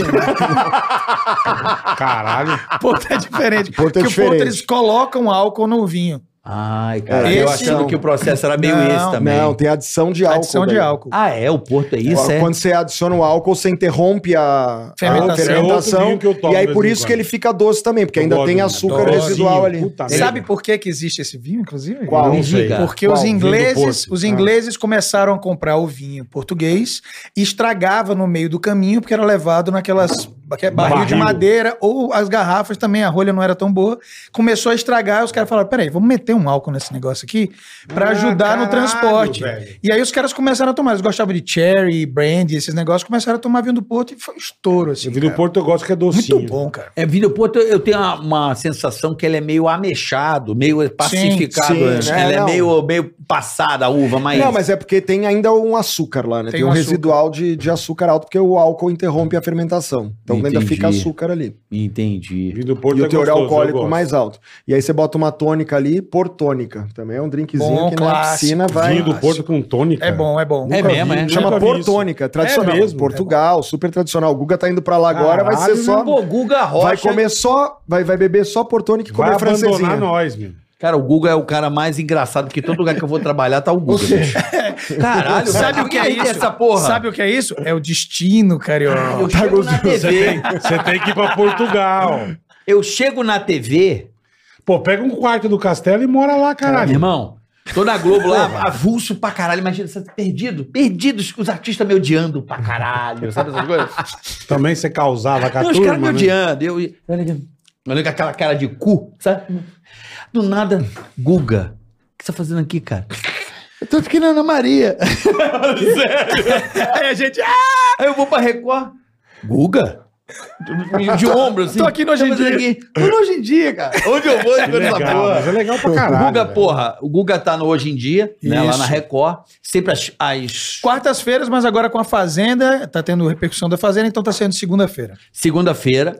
[SPEAKER 3] Caralho.
[SPEAKER 1] Porto é diferente.
[SPEAKER 6] Porto é
[SPEAKER 1] Porque o
[SPEAKER 6] diferente.
[SPEAKER 1] Porto eles colocam álcool no vinho.
[SPEAKER 4] Ai, cara,
[SPEAKER 6] É,
[SPEAKER 4] eu
[SPEAKER 6] esse
[SPEAKER 4] achando
[SPEAKER 6] não.
[SPEAKER 4] que o processo era meio
[SPEAKER 1] Não,
[SPEAKER 4] esse também.
[SPEAKER 6] Não, tem adição de álcool.
[SPEAKER 1] adição de
[SPEAKER 6] velho.
[SPEAKER 1] álcool.
[SPEAKER 4] Ah, é? O Porto é isso,
[SPEAKER 6] Quando
[SPEAKER 4] é?
[SPEAKER 6] quando você adiciona o álcool, você interrompe a a
[SPEAKER 1] Fermentação.
[SPEAKER 6] fermentação.
[SPEAKER 1] É
[SPEAKER 3] Ah, outro vinho que eu tomo
[SPEAKER 6] e aí
[SPEAKER 3] de
[SPEAKER 6] por
[SPEAKER 3] vez em
[SPEAKER 6] isso que
[SPEAKER 3] quando.
[SPEAKER 6] ele fica doce também, porque
[SPEAKER 3] Eu
[SPEAKER 6] ainda
[SPEAKER 3] gosto
[SPEAKER 6] tem
[SPEAKER 3] de-
[SPEAKER 6] açúcar
[SPEAKER 1] adoro.
[SPEAKER 6] residual ali.
[SPEAKER 3] Puta merda.
[SPEAKER 1] Sabe por que, que existe esse vinho, inclusive?
[SPEAKER 6] Qual?
[SPEAKER 4] Me diga.
[SPEAKER 1] Porque
[SPEAKER 6] Qual?
[SPEAKER 1] os
[SPEAKER 6] Vinho do Ah.
[SPEAKER 1] ingleses,
[SPEAKER 6] Porto.
[SPEAKER 1] os ingleses começaram a comprar o vinho português e estragava no meio do caminho porque era levado naquelas barril, de
[SPEAKER 3] Barril.
[SPEAKER 1] madeira ou as garrafas também, a rolha não era tão boa. Começou a estragar, os caras falaram: "Peraí, vamos meter um álcool nesse negócio aqui pra
[SPEAKER 3] Ah,
[SPEAKER 1] ajudar no
[SPEAKER 3] caralho,
[SPEAKER 1] transporte".
[SPEAKER 3] velho.
[SPEAKER 1] E aí os caras começaram a tomar, eles gostavam de cherry, brandy, esses negócios, começaram a tomar vinho do Porto e foi um estouro assim.
[SPEAKER 3] Eu vi no
[SPEAKER 1] cara.
[SPEAKER 3] Porto, eu gosto que é
[SPEAKER 1] Muito
[SPEAKER 3] docinho.
[SPEAKER 1] bom, cara.
[SPEAKER 4] É, vinho do Porto, eu tenho uma, uma sensação que ele é meio ameixado, meio pacificado.
[SPEAKER 6] sim,
[SPEAKER 4] né?
[SPEAKER 6] né?
[SPEAKER 4] Ela é
[SPEAKER 6] Não.
[SPEAKER 4] meio, meio passada a uva, mas...
[SPEAKER 6] Não, mas é porque tem ainda um açúcar lá, né?
[SPEAKER 1] Tem
[SPEAKER 6] Tem, um
[SPEAKER 1] um
[SPEAKER 6] residual de, de açúcar alto, porque o álcool interrompe a fermentação. Então ainda
[SPEAKER 4] Entendi.
[SPEAKER 6] fica açúcar ali.
[SPEAKER 4] Entendi.
[SPEAKER 3] Vinho do Porto
[SPEAKER 6] e
[SPEAKER 3] é
[SPEAKER 6] o teor
[SPEAKER 3] gostoso, eu
[SPEAKER 6] alcoólico
[SPEAKER 3] gosto.
[SPEAKER 6] mais alto. E aí você bota uma tônica ali, por tônica. Também é um drinkzinho
[SPEAKER 1] Bom,
[SPEAKER 6] que na
[SPEAKER 1] clássico.
[SPEAKER 6] piscina vai.
[SPEAKER 3] Vinho do Porto com tônica.
[SPEAKER 1] É bom, é bom.
[SPEAKER 4] É
[SPEAKER 3] Nunca
[SPEAKER 4] mesmo,
[SPEAKER 3] vi,
[SPEAKER 4] é?
[SPEAKER 3] nunca vi
[SPEAKER 6] Chama por
[SPEAKER 3] isso.
[SPEAKER 6] tônica, tradicional.
[SPEAKER 3] mesmo?
[SPEAKER 6] Portugal, super tradicional. O Guga tá indo pra lá agora, vai ser
[SPEAKER 3] Caralho,
[SPEAKER 6] só.
[SPEAKER 4] Pô, Guga Rocha...
[SPEAKER 6] Vai comer só, vai, vai beber só por tônica e
[SPEAKER 3] Vai
[SPEAKER 6] comer
[SPEAKER 3] abandonar
[SPEAKER 6] é francesinha.
[SPEAKER 3] nós, meu.
[SPEAKER 4] Cara, o Guga é o cara mais engraçado, porque todo lugar que eu vou trabalhar tá o Guga. bicho. Caralho,
[SPEAKER 1] Sabe o que é
[SPEAKER 4] aí
[SPEAKER 1] isso?
[SPEAKER 4] Essa porra.
[SPEAKER 1] Sabe o que é isso? É o destino, carioca.
[SPEAKER 4] eu chego na TV,
[SPEAKER 3] Você tem que ir pra Portugal.
[SPEAKER 4] eu chego na TV,
[SPEAKER 3] Pô, pega um quarto do castelo e mora lá,
[SPEAKER 4] meu
[SPEAKER 3] caralho.
[SPEAKER 4] irmão, tô na Globo lá, avulso pra caralho, imagina, você tá perdido, perdidos, os artistas me odiando pra caralho, sabe essas coisas?
[SPEAKER 3] Também você causava com a
[SPEAKER 4] Não, os
[SPEAKER 3] turma,
[SPEAKER 4] caras me
[SPEAKER 3] né?
[SPEAKER 4] odiando, eu, eu olhando com aquela cara de cu, sabe? Do nada, Guga, o que você tá fazendo aqui, cara? Eu tô aqui na Ana Maria.
[SPEAKER 1] Aí a gente.
[SPEAKER 4] Aí eu vou pra Record. Guga? De, de ombro, assim.
[SPEAKER 1] Tô aqui no Hoje em
[SPEAKER 4] Tá fazendo
[SPEAKER 1] Dia.
[SPEAKER 4] aqui. Tô no hoje em dia, cara. Onde eu vou, eu
[SPEAKER 3] É
[SPEAKER 4] fico nessa
[SPEAKER 3] legal,
[SPEAKER 4] porra.
[SPEAKER 3] mas é legal pra
[SPEAKER 4] O
[SPEAKER 3] caralho.
[SPEAKER 4] Guga,
[SPEAKER 3] velho.
[SPEAKER 4] porra, o Guga tá no Hoje em Dia, né, lá
[SPEAKER 1] Isso.
[SPEAKER 4] na Record, sempre às, às
[SPEAKER 1] Quartas-feiras, mas agora com a Fazenda, tá tendo repercussão da Fazenda, então tá saindo segunda-feira.
[SPEAKER 4] segunda-feira.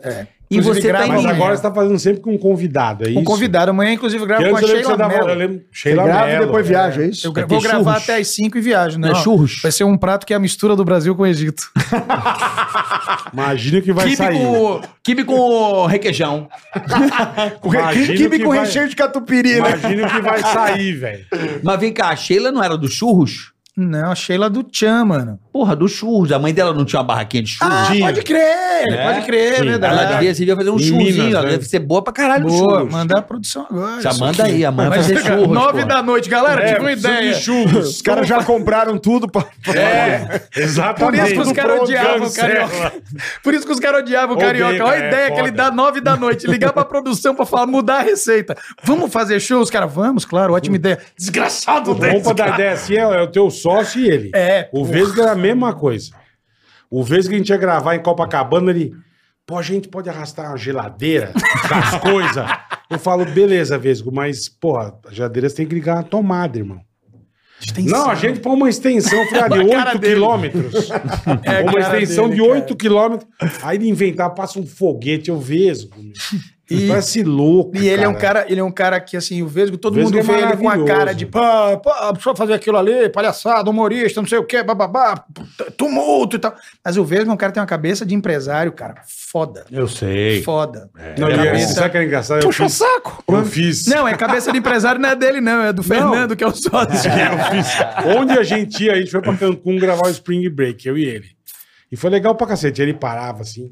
[SPEAKER 4] E
[SPEAKER 1] Inclusive,
[SPEAKER 4] você tá
[SPEAKER 1] grava-
[SPEAKER 4] em
[SPEAKER 3] Mas
[SPEAKER 1] Sim.
[SPEAKER 4] linha.
[SPEAKER 3] agora você tá fazendo sempre com um convidado, é isso?
[SPEAKER 1] Um convidado. Amanhã, inclusive, eu
[SPEAKER 3] Que
[SPEAKER 1] gravo com a
[SPEAKER 3] antes eu lembro que você
[SPEAKER 1] Sheila
[SPEAKER 3] dava- eu
[SPEAKER 1] Mello.
[SPEAKER 3] lembro,
[SPEAKER 6] Você
[SPEAKER 3] Sheila
[SPEAKER 6] grava e
[SPEAKER 3] Mello,
[SPEAKER 6] depois
[SPEAKER 3] é.
[SPEAKER 6] viaja, é isso?
[SPEAKER 1] Eu gra- vou
[SPEAKER 4] ter
[SPEAKER 1] gravar
[SPEAKER 4] churros?
[SPEAKER 1] até as 5 e viajo, né?
[SPEAKER 4] Não é churros?
[SPEAKER 1] Vai ser um prato que é a mistura do Brasil com o Egito.
[SPEAKER 3] Imagina o que vai
[SPEAKER 7] Kibe
[SPEAKER 3] sair.
[SPEAKER 7] com, kibe com requeijão.
[SPEAKER 6] Com re-
[SPEAKER 3] Imagino
[SPEAKER 6] kibe
[SPEAKER 3] que
[SPEAKER 6] com
[SPEAKER 3] vai-
[SPEAKER 6] recheio de catupiry, né?
[SPEAKER 3] Imagina o que vai sair, velho.
[SPEAKER 4] Mas vem cá, a Sheila não era dos churros?
[SPEAKER 1] Não, a Sheila do Tchan, mano. Ah,
[SPEAKER 4] Porra, dos churros. A mãe dela não tinha uma barraquinha de churros?
[SPEAKER 3] Dinho.
[SPEAKER 1] Pode crer, pode crer, é
[SPEAKER 3] Sim,
[SPEAKER 1] verdade.
[SPEAKER 4] ela devia, você devia fazer um
[SPEAKER 3] Em Minas,
[SPEAKER 4] churrozinho. Ela
[SPEAKER 3] né?
[SPEAKER 4] deve ser boa pra caralho os
[SPEAKER 1] Boa,
[SPEAKER 4] churros.
[SPEAKER 1] mandar a produção agora.
[SPEAKER 4] Já
[SPEAKER 1] isso
[SPEAKER 4] manda
[SPEAKER 1] aqui.
[SPEAKER 4] aí, a mãe vai fazer
[SPEAKER 1] fica
[SPEAKER 4] churros.
[SPEAKER 1] nove
[SPEAKER 4] porra.
[SPEAKER 1] da noite, galera, tive uma ideia.
[SPEAKER 6] Os caras já compraram tudo pra...
[SPEAKER 3] É,
[SPEAKER 1] Por
[SPEAKER 3] Exatamente.
[SPEAKER 1] isso que os caras odiavam o
[SPEAKER 3] Cancela.
[SPEAKER 1] carioca. Por isso que os caras odiavam o
[SPEAKER 3] Odeio,
[SPEAKER 1] carioca. Olha a
[SPEAKER 3] cara, é
[SPEAKER 1] ideia que ele
[SPEAKER 3] foda.
[SPEAKER 1] dá nove da noite. Ligar pra produção pra falar, mudar a receita. Vamos fazer show? Os caras, vamos, claro, ótima ideia. Desgraçado
[SPEAKER 3] O Pompa
[SPEAKER 1] desse.
[SPEAKER 3] da DSI é, é o teu sócio e ele.
[SPEAKER 1] É,
[SPEAKER 3] O Vesga era a mesma coisa. O Vesga a gente ia gravar em Copacabana, ele. Pô, a gente pode arrastar uma geladeira das coisas. Eu falo, beleza, Vesgo, mas, porra, a geladeira você tem que ligar na tomada, irmão. Não, a gente põe uma extensão, eu falei, ah, de
[SPEAKER 1] É a cara
[SPEAKER 3] 8
[SPEAKER 1] dele.
[SPEAKER 3] quilômetros.
[SPEAKER 1] É a
[SPEAKER 3] uma
[SPEAKER 1] cara
[SPEAKER 3] extensão
[SPEAKER 1] dele,
[SPEAKER 3] de
[SPEAKER 1] cara.
[SPEAKER 3] 8 quilômetros. Aí ele inventar, passa um foguete, eu vesgo. meu.
[SPEAKER 1] E-
[SPEAKER 3] Parece louco.
[SPEAKER 1] E ele é um cara, ele é um cara que assim, o Vesgo, todo
[SPEAKER 3] O Vesgo
[SPEAKER 1] mundo
[SPEAKER 3] é
[SPEAKER 1] vê ele com a
[SPEAKER 3] maravilhoso.
[SPEAKER 1] cara de pá, pá, só fazer aquilo ali, palhaçada, humorista, não sei o quê, bababá, tumulto e tal. Mas o Vesgo é um cara que tem uma cabeça de empresário, cara, foda.
[SPEAKER 3] Eu sei.
[SPEAKER 1] Foda.
[SPEAKER 3] Não, e esse- sabe o que é engraçado? Puxa o saco. Eu fiz.
[SPEAKER 1] Não, é cabeça de empresário não é dele não, é do Fernando que é o sócio.
[SPEAKER 3] Onde a gente ia, a gente foi pra Cancún gravar o Spring Break, eu e ele. E foi legal pra cacete. Ele parava assim.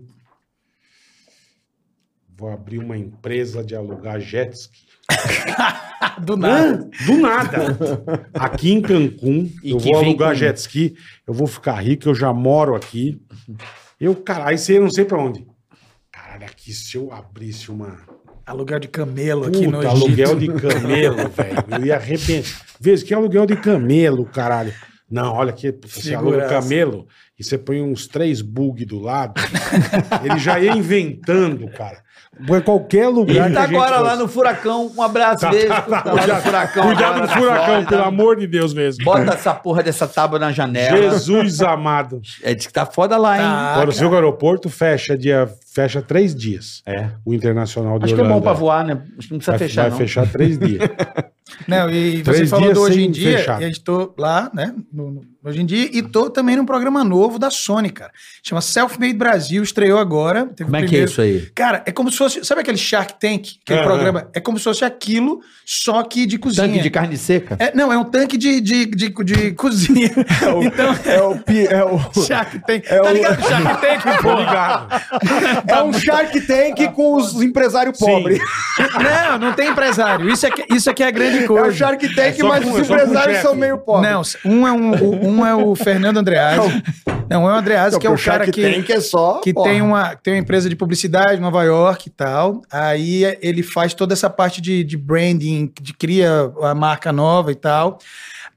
[SPEAKER 3] Vou abrir uma empresa de alugar jet ski.
[SPEAKER 1] Do nada.
[SPEAKER 3] Do nada. Aqui em Cancún,
[SPEAKER 4] E
[SPEAKER 3] eu
[SPEAKER 4] que
[SPEAKER 3] vou
[SPEAKER 4] vem
[SPEAKER 3] alugar
[SPEAKER 4] com-
[SPEAKER 3] jet ski, eu vou ficar rico, eu já moro aqui. Eu, cara, aí você ia não sei pra onde. Caralho, aqui se eu abrisse uma.
[SPEAKER 1] Aluguel de camelo aqui no
[SPEAKER 3] Puta,
[SPEAKER 1] Egito.
[SPEAKER 3] aluguel de camelo, velho. Eu ia arrebentar. Veja, que aluguel de camelo, caralho. Não, olha aqui, puta, você aluga o
[SPEAKER 1] Figuraça.
[SPEAKER 3] camelo e você põe uns três bug do lado. ele já ia inventando, cara. Põe qualquer
[SPEAKER 4] Ele
[SPEAKER 3] lugar.
[SPEAKER 4] tá
[SPEAKER 3] que a gente
[SPEAKER 4] agora lá
[SPEAKER 3] fosse.
[SPEAKER 4] no furacão. Um abraço dele. Tá, lá no furacão.
[SPEAKER 3] Cuidado
[SPEAKER 4] agora
[SPEAKER 3] do
[SPEAKER 4] na
[SPEAKER 3] furacão,
[SPEAKER 4] Flórida.
[SPEAKER 3] pelo amor de Deus mesmo.
[SPEAKER 4] Bota essa porra dessa tábua na janela.
[SPEAKER 3] Jesus amado.
[SPEAKER 4] É, diz que tá foda lá, hein?
[SPEAKER 1] Tá.
[SPEAKER 3] Agora, o seu aeroporto fecha, dia, fecha três dias.
[SPEAKER 4] É.
[SPEAKER 3] O Internacional de
[SPEAKER 4] Acho que é
[SPEAKER 3] Orlando.
[SPEAKER 4] bom pra voar, né? Acho que não precisa
[SPEAKER 3] Vai,
[SPEAKER 4] fechar,
[SPEAKER 3] vai
[SPEAKER 4] não.
[SPEAKER 3] fechar três dias.
[SPEAKER 1] Não, Né? e
[SPEAKER 3] Três
[SPEAKER 1] você falou
[SPEAKER 3] dias
[SPEAKER 1] do Hoje
[SPEAKER 3] sem
[SPEAKER 1] em Dia,
[SPEAKER 3] fechar.
[SPEAKER 1] e a gente tô lá, né, no- no Hoje em Dia, e tô também num programa novo da Sony, cara. Chama Self-Made Brasil, estreou agora. teve
[SPEAKER 4] Como
[SPEAKER 1] o
[SPEAKER 4] é que é
[SPEAKER 1] primeiro-
[SPEAKER 4] isso aí?
[SPEAKER 1] Cara, é como se fosse, sabe aquele Shark Tank, aquele
[SPEAKER 3] Aham.
[SPEAKER 1] programa? É como se fosse aquilo, só que de cozinha.
[SPEAKER 4] Tanque de carne seca.
[SPEAKER 1] É, não, é um tanque de, de, de, de cozinha. então,
[SPEAKER 6] É o... pi- É, o...
[SPEAKER 1] Shark Tank.
[SPEAKER 6] É
[SPEAKER 1] tá
[SPEAKER 6] o-
[SPEAKER 1] ligado o Shark Tank,
[SPEAKER 3] Tá
[SPEAKER 1] pô?
[SPEAKER 3] Obrigado.
[SPEAKER 1] tá
[SPEAKER 6] é um Shark Tank com os empresários pobres.
[SPEAKER 1] Não, não tem empresário. Isso é que, isso é, que é a grande
[SPEAKER 6] É o
[SPEAKER 1] coisa.
[SPEAKER 6] Shark
[SPEAKER 3] É
[SPEAKER 6] Tank,
[SPEAKER 3] só
[SPEAKER 6] mas
[SPEAKER 3] com-
[SPEAKER 6] os
[SPEAKER 3] é só com
[SPEAKER 6] empresários
[SPEAKER 3] chefe.
[SPEAKER 6] são meio pobres.
[SPEAKER 1] Não, um é, um, o- um é o Fernando Andreazzi. Não, é o Andreazzi,
[SPEAKER 6] Então,
[SPEAKER 1] que é o
[SPEAKER 6] pro Shark
[SPEAKER 1] cara que...
[SPEAKER 6] Tank é só...
[SPEAKER 1] que
[SPEAKER 6] porra.
[SPEAKER 1] tem uma, tem uma empresa de publicidade em Nova York e tal. Aí eh, ele faz toda essa parte de, de branding, de cria a marca nova e tal.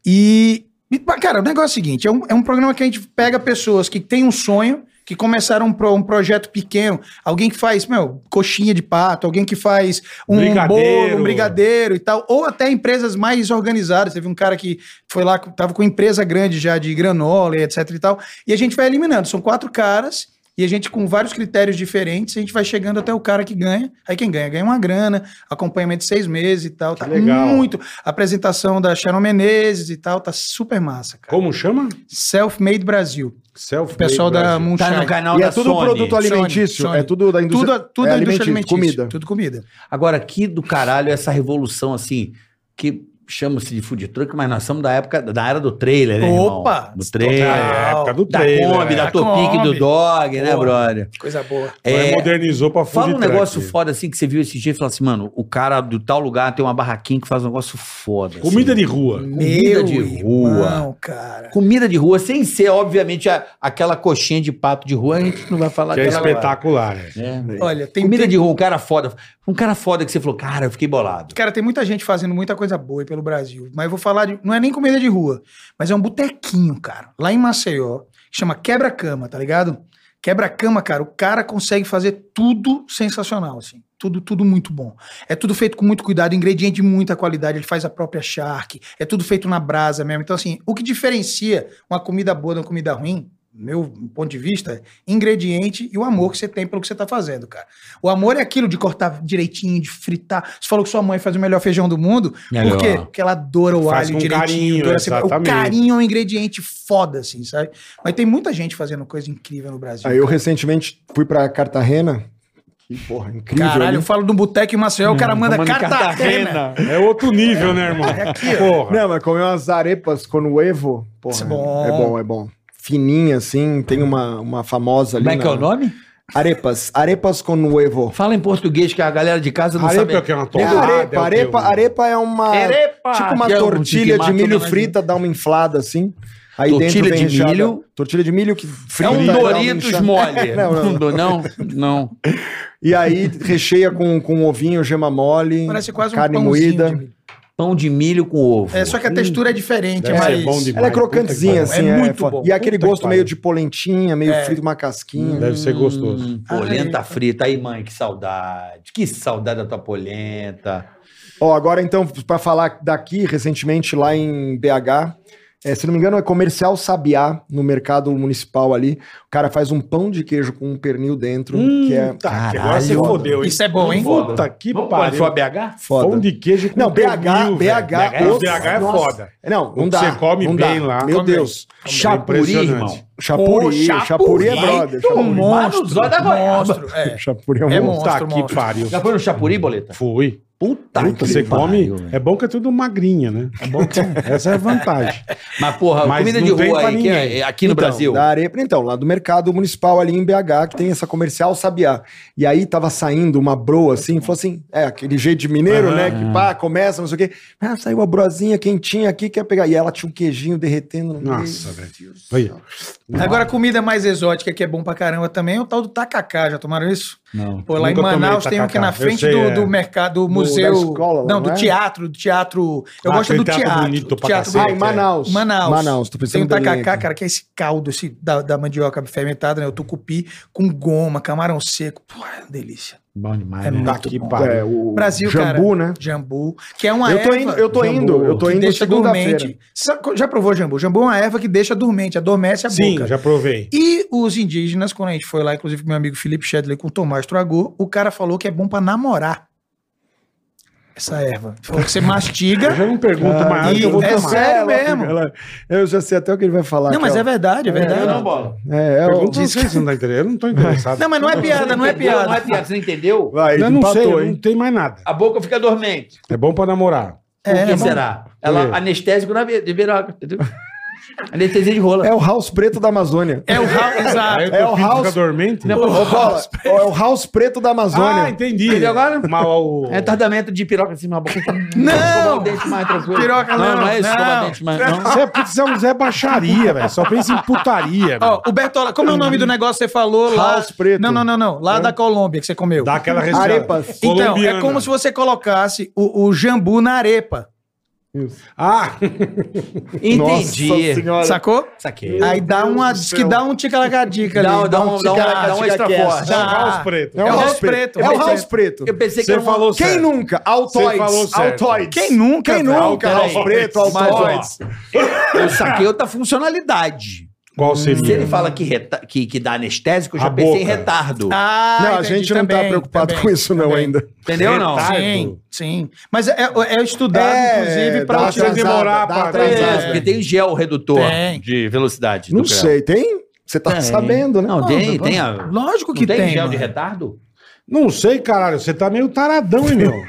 [SPEAKER 1] E, e, cara, o negócio é o seguinte: é um, é um programa que a gente pega pessoas que têm um sonho. Que começaram um, pro- um projeto pequeno, alguém que faz, meu, coxinha de pato, alguém que faz um
[SPEAKER 3] Brigadeiro.
[SPEAKER 1] bolo, um brigadeiro e tal, ou até empresas mais organizadas. Teve um cara que foi lá, tava com empresa grande já de granola e etc e tal. E a gente vai eliminando. São quatro caras e a gente, com vários critérios diferentes, a gente vai chegando até o cara que ganha. Aí quem ganha, ganha uma grana, acompanhamento de seis meses e tal. Tá
[SPEAKER 3] legal.
[SPEAKER 1] muito. A apresentação da Sharon Menezes e tal, tá super massa, cara.
[SPEAKER 3] Como chama?
[SPEAKER 1] Self-Made Brasil.
[SPEAKER 3] Selfie.
[SPEAKER 1] O um pessoal da
[SPEAKER 3] um
[SPEAKER 4] Tá
[SPEAKER 1] Moonshine.
[SPEAKER 4] no canal
[SPEAKER 6] E
[SPEAKER 4] da
[SPEAKER 6] é tudo
[SPEAKER 4] Sony.
[SPEAKER 6] produto alimentício,
[SPEAKER 1] Sony.
[SPEAKER 6] é tudo da indústria,
[SPEAKER 1] tudo tudo
[SPEAKER 6] é
[SPEAKER 1] é indústria alimentícia.
[SPEAKER 6] comida.
[SPEAKER 1] Tudo comida.
[SPEAKER 4] Agora, que do caralho é essa revolução, assim, que chama-se de food truck, mas nós somos da época, da era do trailer, né, irmão?
[SPEAKER 1] Opa!
[SPEAKER 4] Do trailer.
[SPEAKER 1] Total.
[SPEAKER 3] É, época do
[SPEAKER 4] Da
[SPEAKER 3] trailer.
[SPEAKER 4] Kombi,
[SPEAKER 3] é.
[SPEAKER 4] da
[SPEAKER 1] Da
[SPEAKER 4] Topic, do
[SPEAKER 1] Kombi.
[SPEAKER 4] Dog, né,
[SPEAKER 1] Porra.
[SPEAKER 4] brother?
[SPEAKER 1] Coisa boa.
[SPEAKER 3] Agora
[SPEAKER 4] É,
[SPEAKER 3] modernizou pra food
[SPEAKER 4] Fala um
[SPEAKER 3] truck.
[SPEAKER 4] negócio foda assim que você viu esse dia e falou assim, mano, o cara do tal lugar tem uma barraquinha que faz um negócio foda. assim.
[SPEAKER 3] Comida de rua.
[SPEAKER 1] Meu
[SPEAKER 4] de
[SPEAKER 1] irmão, cara.
[SPEAKER 4] Comida de rua, sem ser, obviamente, a- aquela coxinha de pato de rua, a gente não vai falar
[SPEAKER 3] Que é
[SPEAKER 4] dela agora.
[SPEAKER 3] espetacular. né?
[SPEAKER 4] É.
[SPEAKER 1] Olha, tem,
[SPEAKER 4] Comida
[SPEAKER 1] tem-
[SPEAKER 4] de rua, um cara foda. Um cara foda que você falou, cara, eu fiquei bolado.
[SPEAKER 1] Cara, tem muita gente fazendo muita coisa boa aí pelo Brasil. Mas eu vou falar de. Não é nem comida de rua, mas é um botequinho, cara. Lá em Maceió, que chama Quebra-Cama, tá ligado? Quebra-cama, cara, o cara consegue fazer tudo sensacional, assim. Tudo, tudo muito bom. É tudo feito com muito cuidado, ingrediente de muita qualidade, ele faz a própria charque, é tudo feito na brasa mesmo. Então, assim, o que diferencia uma comida boa de uma comida ruim meu ponto de vista, é ingrediente e o amor que você tem pelo que você tá fazendo, cara. O amor é aquilo de cortar direitinho, de fritar. Você falou que sua mãe faz o melhor feijão do mundo.
[SPEAKER 4] Melhor.
[SPEAKER 1] Por quê? Porque ela adora o
[SPEAKER 3] É Faz
[SPEAKER 1] alho
[SPEAKER 3] com
[SPEAKER 1] direitinho.
[SPEAKER 3] carinho,
[SPEAKER 1] adora a cebola. o
[SPEAKER 3] exatamente.
[SPEAKER 1] carinho é um ingrediente foda, assim, sabe? Mas tem muita gente fazendo coisa incrível no Brasil.
[SPEAKER 6] Aí eu recentemente fui pra Cartagena. Que porra, incrível.
[SPEAKER 1] Caralho,
[SPEAKER 3] né?
[SPEAKER 6] ali.
[SPEAKER 1] eu falo do boteco em Maceió, o
[SPEAKER 3] Hum,
[SPEAKER 1] cara manda Cartagena.
[SPEAKER 3] É outro nível, né, irmão?
[SPEAKER 4] É
[SPEAKER 3] Porra.
[SPEAKER 6] Não, mas comer umas arepas com o Evo, porra,
[SPEAKER 1] Isso
[SPEAKER 6] é
[SPEAKER 1] é bom.
[SPEAKER 6] bom, é bom. Fininha, assim, tem uma, uma famosa ali.
[SPEAKER 4] Como é que é
[SPEAKER 6] na-
[SPEAKER 4] o nome?
[SPEAKER 6] Arepas, arepas com o Evo.
[SPEAKER 4] Fala em português que a galera de casa não
[SPEAKER 3] Arepa
[SPEAKER 4] sabe.
[SPEAKER 3] é o que é uma
[SPEAKER 6] É
[SPEAKER 3] torrada, é o que
[SPEAKER 6] arepa, arepa,
[SPEAKER 3] eu-
[SPEAKER 6] arepa é uma.
[SPEAKER 4] Arepa!
[SPEAKER 6] Tipo uma
[SPEAKER 4] Que é o
[SPEAKER 6] tortilha
[SPEAKER 4] que
[SPEAKER 6] de
[SPEAKER 4] mata
[SPEAKER 6] milho
[SPEAKER 4] mais-
[SPEAKER 6] frita, dá uma inflada assim. Aí
[SPEAKER 4] Tortilha
[SPEAKER 6] dentro vem
[SPEAKER 4] de
[SPEAKER 6] recheada-
[SPEAKER 4] milho.
[SPEAKER 6] Tortilha de milho que frita.
[SPEAKER 4] É um
[SPEAKER 6] dá uma
[SPEAKER 4] Doritos
[SPEAKER 6] inchada.
[SPEAKER 4] mole.
[SPEAKER 6] Não, não, não.
[SPEAKER 4] não, não. não.
[SPEAKER 6] E aí recheia com, com ovinho, gema mole,
[SPEAKER 1] Parece quase um
[SPEAKER 6] carne
[SPEAKER 1] pãozinho de
[SPEAKER 6] moída.
[SPEAKER 1] milho.
[SPEAKER 4] Pão de milho com ovo.
[SPEAKER 1] É, só que a textura é diferente,
[SPEAKER 3] Hum.
[SPEAKER 1] é
[SPEAKER 3] Deve ser
[SPEAKER 1] mais...
[SPEAKER 3] bom demais.
[SPEAKER 6] Ela é crocantezinha,
[SPEAKER 1] Puta que
[SPEAKER 6] assim.
[SPEAKER 1] pariu. É
[SPEAKER 6] É
[SPEAKER 1] muito
[SPEAKER 6] foda.
[SPEAKER 1] bom.
[SPEAKER 6] E aquele
[SPEAKER 3] Puta que
[SPEAKER 6] gosto
[SPEAKER 3] pariu.
[SPEAKER 6] meio de polentinha, meio
[SPEAKER 1] É.
[SPEAKER 6] frito, uma casquinha.
[SPEAKER 3] Hum, Deve ser gostoso.
[SPEAKER 4] Hum, polenta frita. Aí, mãe, que saudade. Que saudade da tua polenta.
[SPEAKER 6] Ó, agora então, pra falar daqui, recentemente lá em BH, é, se não me engano, é comercial Sabiá, no mercado municipal ali. O cara faz um pão de queijo com um pernil dentro, que é
[SPEAKER 3] Tá, que
[SPEAKER 4] Caralho.
[SPEAKER 3] agora você fodeu, hein?
[SPEAKER 1] Isso é bom, hein?
[SPEAKER 3] Puta que
[SPEAKER 4] Vamos
[SPEAKER 3] pariu.
[SPEAKER 4] pra BH?
[SPEAKER 6] foda.
[SPEAKER 3] Pão de queijo com
[SPEAKER 6] Não, BH,
[SPEAKER 3] pernil, velho.
[SPEAKER 6] BH,
[SPEAKER 3] O BH
[SPEAKER 6] nossa,
[SPEAKER 3] é
[SPEAKER 6] nossa.
[SPEAKER 3] foda.
[SPEAKER 6] Não, não
[SPEAKER 3] que
[SPEAKER 6] dá.
[SPEAKER 3] você come
[SPEAKER 6] não
[SPEAKER 3] bem
[SPEAKER 6] dá.
[SPEAKER 3] lá.
[SPEAKER 6] Meu
[SPEAKER 1] Come
[SPEAKER 6] Deus.
[SPEAKER 4] Chapuri, irmão.
[SPEAKER 1] Pô,
[SPEAKER 6] Chapuri, Chapuri é brother.
[SPEAKER 4] Então,
[SPEAKER 6] Chapuri.
[SPEAKER 4] monstro, da
[SPEAKER 1] um Monstro, é.
[SPEAKER 6] Chapuri é
[SPEAKER 1] É
[SPEAKER 6] um monstro.
[SPEAKER 1] monstro,
[SPEAKER 3] Puta que
[SPEAKER 1] monstro.
[SPEAKER 3] pariu.
[SPEAKER 4] Ah, Já foi no Chapuri, Boleta?
[SPEAKER 3] Fui.
[SPEAKER 4] Puta
[SPEAKER 3] Puta, você come. é bom que é tudo magrinha, né? É bom que... Essa é a vantagem.
[SPEAKER 4] Mas, porra,
[SPEAKER 3] Mas
[SPEAKER 4] comida
[SPEAKER 3] não
[SPEAKER 4] de
[SPEAKER 3] tem
[SPEAKER 4] rua
[SPEAKER 3] pra
[SPEAKER 4] aí, que
[SPEAKER 3] ninguém.
[SPEAKER 4] é- é aqui no
[SPEAKER 6] Então,
[SPEAKER 4] Brasil.
[SPEAKER 6] Da arepa, então, lá do mercado municipal ali em BH, que tem essa comercial Sabiá. E aí tava saindo uma broa assim, falou assim, é, aquele jeito de mineiro,
[SPEAKER 3] Aham.
[SPEAKER 6] né? Que pá, começa, não sei o quê. Ah, saiu a broazinha quentinha aqui, quer pegar. E ela tinha um queijinho derretendo no
[SPEAKER 3] Nossa, velho. Olha.
[SPEAKER 1] Agora, comida mais exótica que é bom pra caramba também é o tal do tacacá. Já tomaram isso?
[SPEAKER 4] Não.
[SPEAKER 1] Pô, lá em
[SPEAKER 3] Nunca tomei
[SPEAKER 1] Manauus tem um
[SPEAKER 3] tacacá.
[SPEAKER 1] que é na
[SPEAKER 3] Eu
[SPEAKER 1] frente
[SPEAKER 3] sei,
[SPEAKER 1] do,
[SPEAKER 3] é.
[SPEAKER 1] do mercado, do
[SPEAKER 6] da
[SPEAKER 1] museu.
[SPEAKER 6] escola lá,
[SPEAKER 1] não, do
[SPEAKER 6] não é?
[SPEAKER 1] teatro, do teatro. Eu
[SPEAKER 3] Ah,
[SPEAKER 1] gosto
[SPEAKER 3] aquele
[SPEAKER 1] do
[SPEAKER 3] teatro
[SPEAKER 1] teatro.
[SPEAKER 3] bonito pra
[SPEAKER 1] teatro
[SPEAKER 3] cacete.
[SPEAKER 6] Ah, em Manaus.
[SPEAKER 1] Manaus.
[SPEAKER 6] Manaus, tô pensando
[SPEAKER 1] Tem um
[SPEAKER 6] em Belém
[SPEAKER 1] tacacá,
[SPEAKER 6] aqui.
[SPEAKER 1] cara, que é esse caldo esse da, da mandioca fermentada, né? O tucupi, com goma, camarão seco. Pô, é uma delícia.
[SPEAKER 4] Bom demais,
[SPEAKER 1] É
[SPEAKER 4] né?
[SPEAKER 1] muito
[SPEAKER 3] Tá que
[SPEAKER 1] bom.
[SPEAKER 3] pariu.
[SPEAKER 6] É, o
[SPEAKER 1] Brasil,
[SPEAKER 6] jambu,
[SPEAKER 1] cara.
[SPEAKER 6] né?
[SPEAKER 1] Jambu. Que é uma
[SPEAKER 6] Eu tô
[SPEAKER 1] erva
[SPEAKER 6] indo, eu tô
[SPEAKER 3] Jambu.
[SPEAKER 6] indo, eu tô
[SPEAKER 1] que
[SPEAKER 6] indo
[SPEAKER 1] deixa
[SPEAKER 6] segunda-feira.
[SPEAKER 1] dormente. Sabe- Já provou jambu? Jambu é uma erva que deixa dormente, adormece a
[SPEAKER 3] Sim,
[SPEAKER 1] boca.
[SPEAKER 3] já provei.
[SPEAKER 1] E os indígenas, quando a gente foi lá, inclusive com meu amigo Felipe Shedley, com o Tomás Tragô, o cara falou que é bom pra namorar. Essa erva. Ele Falou que você
[SPEAKER 3] Eu já
[SPEAKER 1] mastiga.
[SPEAKER 3] não pergunto mais nada que eu vou
[SPEAKER 1] é
[SPEAKER 3] tomar.
[SPEAKER 1] sério mesmo.
[SPEAKER 6] ela- eu já sei até o que ele vai falar.
[SPEAKER 1] não, mas é
[SPEAKER 6] aquela-
[SPEAKER 1] verdade, é verdade.
[SPEAKER 4] não, bola.
[SPEAKER 6] É, é, o-
[SPEAKER 3] Pergunta pra você se não tá interessado. Eu não tô interessado.
[SPEAKER 1] Não, mas não é piada, não é piada.
[SPEAKER 4] Não é piada, você não entendeu?
[SPEAKER 6] Vai,
[SPEAKER 3] Eu não sei,
[SPEAKER 6] empatou,
[SPEAKER 3] eu
[SPEAKER 6] hein?
[SPEAKER 3] não tem mais nada.
[SPEAKER 4] A boca fica dormente.
[SPEAKER 3] É bom pra namorar.
[SPEAKER 4] Por
[SPEAKER 1] É,
[SPEAKER 4] que
[SPEAKER 1] mas-
[SPEAKER 4] será?
[SPEAKER 3] quê?
[SPEAKER 4] Ela anestésico na ve- de piroca, entendeu? Anestesia de rola.
[SPEAKER 6] É o house preto da Amazônia.
[SPEAKER 1] É o ra-
[SPEAKER 3] Aí
[SPEAKER 1] exato.
[SPEAKER 3] o
[SPEAKER 6] É
[SPEAKER 3] teu
[SPEAKER 6] o
[SPEAKER 3] filho
[SPEAKER 6] house-
[SPEAKER 3] fica dormente?
[SPEAKER 6] Ô, Bola, é o house preto da Amazônia.
[SPEAKER 3] Ah, entendi.
[SPEAKER 4] Entendeu agora?
[SPEAKER 3] Mas o-
[SPEAKER 4] É tardamento de piroca assim na boca. Escovar o dente mais tranquilo.
[SPEAKER 1] Piroca não,
[SPEAKER 4] Não, não é isso, escovar
[SPEAKER 1] não.
[SPEAKER 4] dente mais. Não.
[SPEAKER 3] Você é, putz, é um Zé Baixaria, velho. Só pensa em putaria. velho.
[SPEAKER 1] Ó, o Bertola, como é o nome do negócio que você falou lá?
[SPEAKER 6] House preto.
[SPEAKER 1] Não, não, não, não. Lá da Colômbia que você comeu.
[SPEAKER 3] Dá aquela respirada.
[SPEAKER 6] Arepas.
[SPEAKER 1] Então,
[SPEAKER 3] Colombiana.
[SPEAKER 1] é como se você colocasse o, o jambu na arepa.
[SPEAKER 3] Ah,
[SPEAKER 6] Nossa
[SPEAKER 4] Entendi.
[SPEAKER 6] senhora.
[SPEAKER 1] Sacou?
[SPEAKER 4] Saquei.
[SPEAKER 1] Aí então, dá uma. Diz que dá um ticalacadica ali.
[SPEAKER 4] Dá um- dá um- dá um-
[SPEAKER 1] ticaracatica-
[SPEAKER 4] dá um extra forte.
[SPEAKER 1] Dá.
[SPEAKER 3] é o House Preto.
[SPEAKER 1] É o House Preto.
[SPEAKER 6] É o house
[SPEAKER 1] House
[SPEAKER 6] preto.
[SPEAKER 4] Eu pensei que
[SPEAKER 3] Você
[SPEAKER 4] era uma-
[SPEAKER 3] falou
[SPEAKER 6] Quem
[SPEAKER 3] certo.
[SPEAKER 6] nunca?
[SPEAKER 3] Você falou
[SPEAKER 6] Altoids.
[SPEAKER 3] certo.
[SPEAKER 6] Altoids.
[SPEAKER 1] Quem nunca,
[SPEAKER 6] Quem
[SPEAKER 1] velho?
[SPEAKER 6] nunca?
[SPEAKER 4] Peraí.
[SPEAKER 6] House preto,
[SPEAKER 3] Mas,
[SPEAKER 4] ó,
[SPEAKER 6] altoids.
[SPEAKER 4] Eu saquei outra funcionalidade.
[SPEAKER 3] Qual seria?
[SPEAKER 4] Se ele fala que, reta- que, que dá anestésico, eu já
[SPEAKER 3] A
[SPEAKER 4] pensei em
[SPEAKER 3] boca.
[SPEAKER 4] retardo.
[SPEAKER 1] Ah,
[SPEAKER 6] Não, a
[SPEAKER 1] entendi,
[SPEAKER 6] gente não tá
[SPEAKER 1] também,
[SPEAKER 6] preocupado
[SPEAKER 1] também,
[SPEAKER 6] com isso não
[SPEAKER 1] também.
[SPEAKER 6] ainda.
[SPEAKER 4] Entendeu ou não?
[SPEAKER 3] Retardo.
[SPEAKER 1] Sim, sim. Mas é, é estudado,
[SPEAKER 6] É,
[SPEAKER 1] inclusive,
[SPEAKER 6] dá
[SPEAKER 1] para
[SPEAKER 3] Pra você
[SPEAKER 6] atrasada,
[SPEAKER 3] demorar
[SPEAKER 6] dá
[SPEAKER 3] pra...
[SPEAKER 6] atrasada.
[SPEAKER 4] É, porque tem gel redutor
[SPEAKER 1] Tem.
[SPEAKER 4] de velocidade.
[SPEAKER 6] Não
[SPEAKER 4] do creme.
[SPEAKER 6] sei, tem? Você tá
[SPEAKER 4] Tem.
[SPEAKER 6] sabendo, né?
[SPEAKER 4] Não, tem, tem. a-
[SPEAKER 1] Lógico que
[SPEAKER 4] não
[SPEAKER 1] tem,
[SPEAKER 4] gel
[SPEAKER 1] mano.
[SPEAKER 4] de retardo?
[SPEAKER 3] Não sei, caralho. Você tá meio taradão, hein, meu?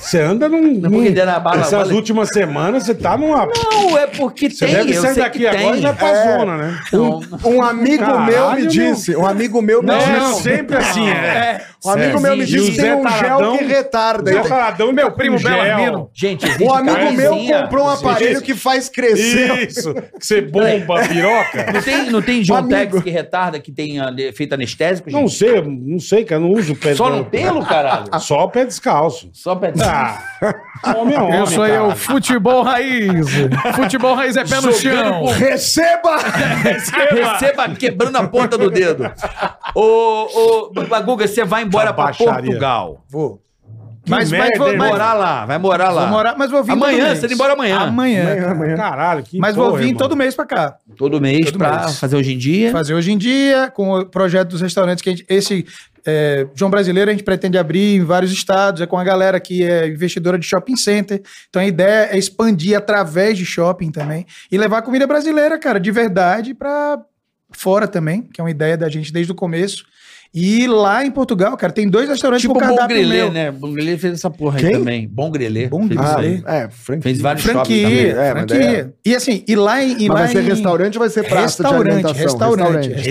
[SPEAKER 3] Você anda num...
[SPEAKER 4] Não,
[SPEAKER 3] num-
[SPEAKER 4] porque deram a bala-
[SPEAKER 3] Essas
[SPEAKER 4] bala-
[SPEAKER 3] últimas semanas você tá numa... Você
[SPEAKER 4] Não, é porque tem.
[SPEAKER 3] deve
[SPEAKER 4] eu
[SPEAKER 3] sair
[SPEAKER 4] sei
[SPEAKER 3] daqui
[SPEAKER 4] que
[SPEAKER 3] agora e
[SPEAKER 4] tem.
[SPEAKER 3] já pra zona, né?
[SPEAKER 4] Não,
[SPEAKER 6] Um amigo
[SPEAKER 3] Caralho,
[SPEAKER 6] meu me
[SPEAKER 3] meu.
[SPEAKER 6] disse, um amigo meu me disse,
[SPEAKER 3] sempre assim,
[SPEAKER 1] É.
[SPEAKER 6] um amigo meu me
[SPEAKER 3] Zezinho,
[SPEAKER 6] disse que tem
[SPEAKER 3] Zé
[SPEAKER 6] um
[SPEAKER 3] Taradão.
[SPEAKER 6] gel que retarda.
[SPEAKER 3] Zé
[SPEAKER 6] Então,
[SPEAKER 3] é Taradão, meu primo
[SPEAKER 1] Belarmino.
[SPEAKER 4] Gente, existe
[SPEAKER 6] Um amigo meu
[SPEAKER 4] camisinha.
[SPEAKER 6] comprou um aparelho que faz crescer.
[SPEAKER 3] Isso, que você bomba a piroca.
[SPEAKER 4] Não tem, não tem
[SPEAKER 6] Amigo.
[SPEAKER 4] Jontex que retarda, que tem ah, efeito anestésico,
[SPEAKER 3] Não
[SPEAKER 4] gente?
[SPEAKER 3] sei, não sei, cara, não uso pé
[SPEAKER 4] Só no pelo, caralho?
[SPEAKER 3] Só pé descalço.
[SPEAKER 4] Só pra...
[SPEAKER 3] Ah, homem é homem.
[SPEAKER 1] Eu sou
[SPEAKER 3] cara.
[SPEAKER 1] eu, futebol raiz. futebol raiz é pé no chão.
[SPEAKER 6] Receba!
[SPEAKER 4] Receba quebrando a ponta do dedo. Ô, ô, Guga, você vai embora
[SPEAKER 3] Essa
[SPEAKER 4] pra
[SPEAKER 3] baixaria.
[SPEAKER 4] Portugal.
[SPEAKER 1] Vou. mas, mas,
[SPEAKER 3] merda,
[SPEAKER 1] vou,
[SPEAKER 3] hein,
[SPEAKER 1] mas,
[SPEAKER 3] mano?
[SPEAKER 4] Morar lá, vai morar lá.
[SPEAKER 1] vou morar, mas vou vir todo
[SPEAKER 4] Amanhã,
[SPEAKER 1] mês.
[SPEAKER 4] você vai embora amanhã.
[SPEAKER 1] Amanhã.
[SPEAKER 6] Amanhã, amanhã.
[SPEAKER 3] Caralho, que
[SPEAKER 1] Mas vou
[SPEAKER 3] porra,
[SPEAKER 1] vir
[SPEAKER 3] irmão.
[SPEAKER 1] todo mês pra cá.
[SPEAKER 4] Todo mês
[SPEAKER 1] Todo
[SPEAKER 4] pra
[SPEAKER 1] mês.
[SPEAKER 4] fazer hoje em dia.
[SPEAKER 1] Fazer hoje em dia, com o projeto dos restaurantes que a gente. Esse é, João Brasileiro a gente pretende abrir em vários estados, é com a galera que é investidora de shopping center. Então a ideia é expandir através de shopping também e levar comida brasileira, cara, de verdade, pra fora também, que é uma ideia da gente desde o começo. E lá em Portugal, cara, tem dois restaurantes
[SPEAKER 4] Tipo
[SPEAKER 1] com
[SPEAKER 4] o Bom
[SPEAKER 1] um cardápio
[SPEAKER 4] Grelê,
[SPEAKER 1] meu.
[SPEAKER 4] né? Bom Grelê fez essa porra
[SPEAKER 6] Quem?
[SPEAKER 4] aí também. É Bom Grelê.
[SPEAKER 1] Bom
[SPEAKER 4] fez
[SPEAKER 1] Grelê.
[SPEAKER 4] isso aí.
[SPEAKER 6] Ah, é, Frank.
[SPEAKER 4] Fez vários shopping também.
[SPEAKER 1] Franquia,
[SPEAKER 6] É, mas daí
[SPEAKER 1] franquia. E assim, e lá em. E
[SPEAKER 6] Mas
[SPEAKER 1] lá
[SPEAKER 6] vai ser
[SPEAKER 1] em-
[SPEAKER 6] restaurante ou vai ser praça de
[SPEAKER 1] Restaurante,
[SPEAKER 6] alimentação?
[SPEAKER 1] restaurante,
[SPEAKER 6] Restaurante.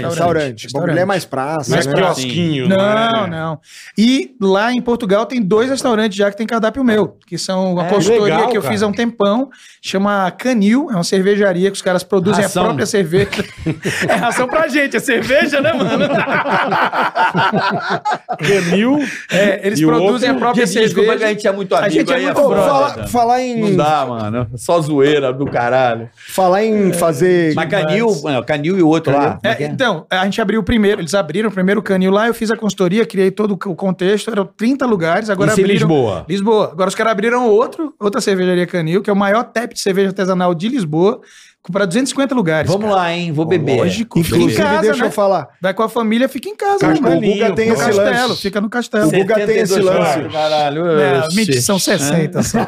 [SPEAKER 4] Restaurante.
[SPEAKER 6] Restaurante. Bom, ele é mais
[SPEAKER 3] Mas
[SPEAKER 6] praça,
[SPEAKER 4] Mas
[SPEAKER 6] né?
[SPEAKER 4] pra-
[SPEAKER 3] quiosquinho. né? é?
[SPEAKER 1] Não, não. E lá em Portugal tem dois restaurantes já que tem cardápio meu, que são uma
[SPEAKER 4] É,
[SPEAKER 1] consultoria
[SPEAKER 3] legal,
[SPEAKER 1] que eu
[SPEAKER 3] cara.
[SPEAKER 1] fiz há um tempão, chama Canil, é uma cervejaria que os caras produzem
[SPEAKER 4] Ração.
[SPEAKER 1] a própria cerveja. é ração pra gente, é cerveja, né, mano?
[SPEAKER 3] Canil.
[SPEAKER 1] É, eles
[SPEAKER 3] E o outro-
[SPEAKER 1] produzem a própria
[SPEAKER 4] Gente, desculpa que a
[SPEAKER 1] cerveja.
[SPEAKER 4] gente é muito
[SPEAKER 1] A
[SPEAKER 4] amigo
[SPEAKER 1] gente é
[SPEAKER 4] aí,
[SPEAKER 1] muito
[SPEAKER 4] a
[SPEAKER 6] Pô,
[SPEAKER 1] brother.
[SPEAKER 6] fala- falar em,
[SPEAKER 4] Não dá, mano. Só zoeira do caralho.
[SPEAKER 6] falar
[SPEAKER 4] É.
[SPEAKER 6] em fazer...
[SPEAKER 4] Mas Canil, mano, Canil e o outro lá.
[SPEAKER 1] É, então, a gente abriu o primeiro, eles abriram o primeiro canil lá, eu fiz a consultoria, criei todo o contexto, eram 30 lugares, agora
[SPEAKER 4] Isso em
[SPEAKER 1] abriram...
[SPEAKER 4] Lisboa.
[SPEAKER 1] Lisboa. Agora os caras abriram outro, outra cervejaria Canil, que é o maior tap de cerveja artesanal de Lisboa, para 250 lugares.
[SPEAKER 4] Vamos lá, hein? Vou beber.
[SPEAKER 1] Lógico. Fica em
[SPEAKER 6] Inclusive,
[SPEAKER 1] casa,
[SPEAKER 6] deixa
[SPEAKER 1] né?
[SPEAKER 6] eu falar.
[SPEAKER 1] Vai com a família, fica em casa,
[SPEAKER 3] Castelo,
[SPEAKER 1] né,
[SPEAKER 6] O
[SPEAKER 1] mano?
[SPEAKER 6] Guga tem
[SPEAKER 1] No
[SPEAKER 6] esse
[SPEAKER 1] castelo,
[SPEAKER 6] lance.
[SPEAKER 1] fica no castelo.
[SPEAKER 6] O Guga tem esse
[SPEAKER 4] 72
[SPEAKER 6] lance.
[SPEAKER 4] horas, Caralho.
[SPEAKER 1] É,
[SPEAKER 4] Oxi.
[SPEAKER 1] mentira, são 60. só.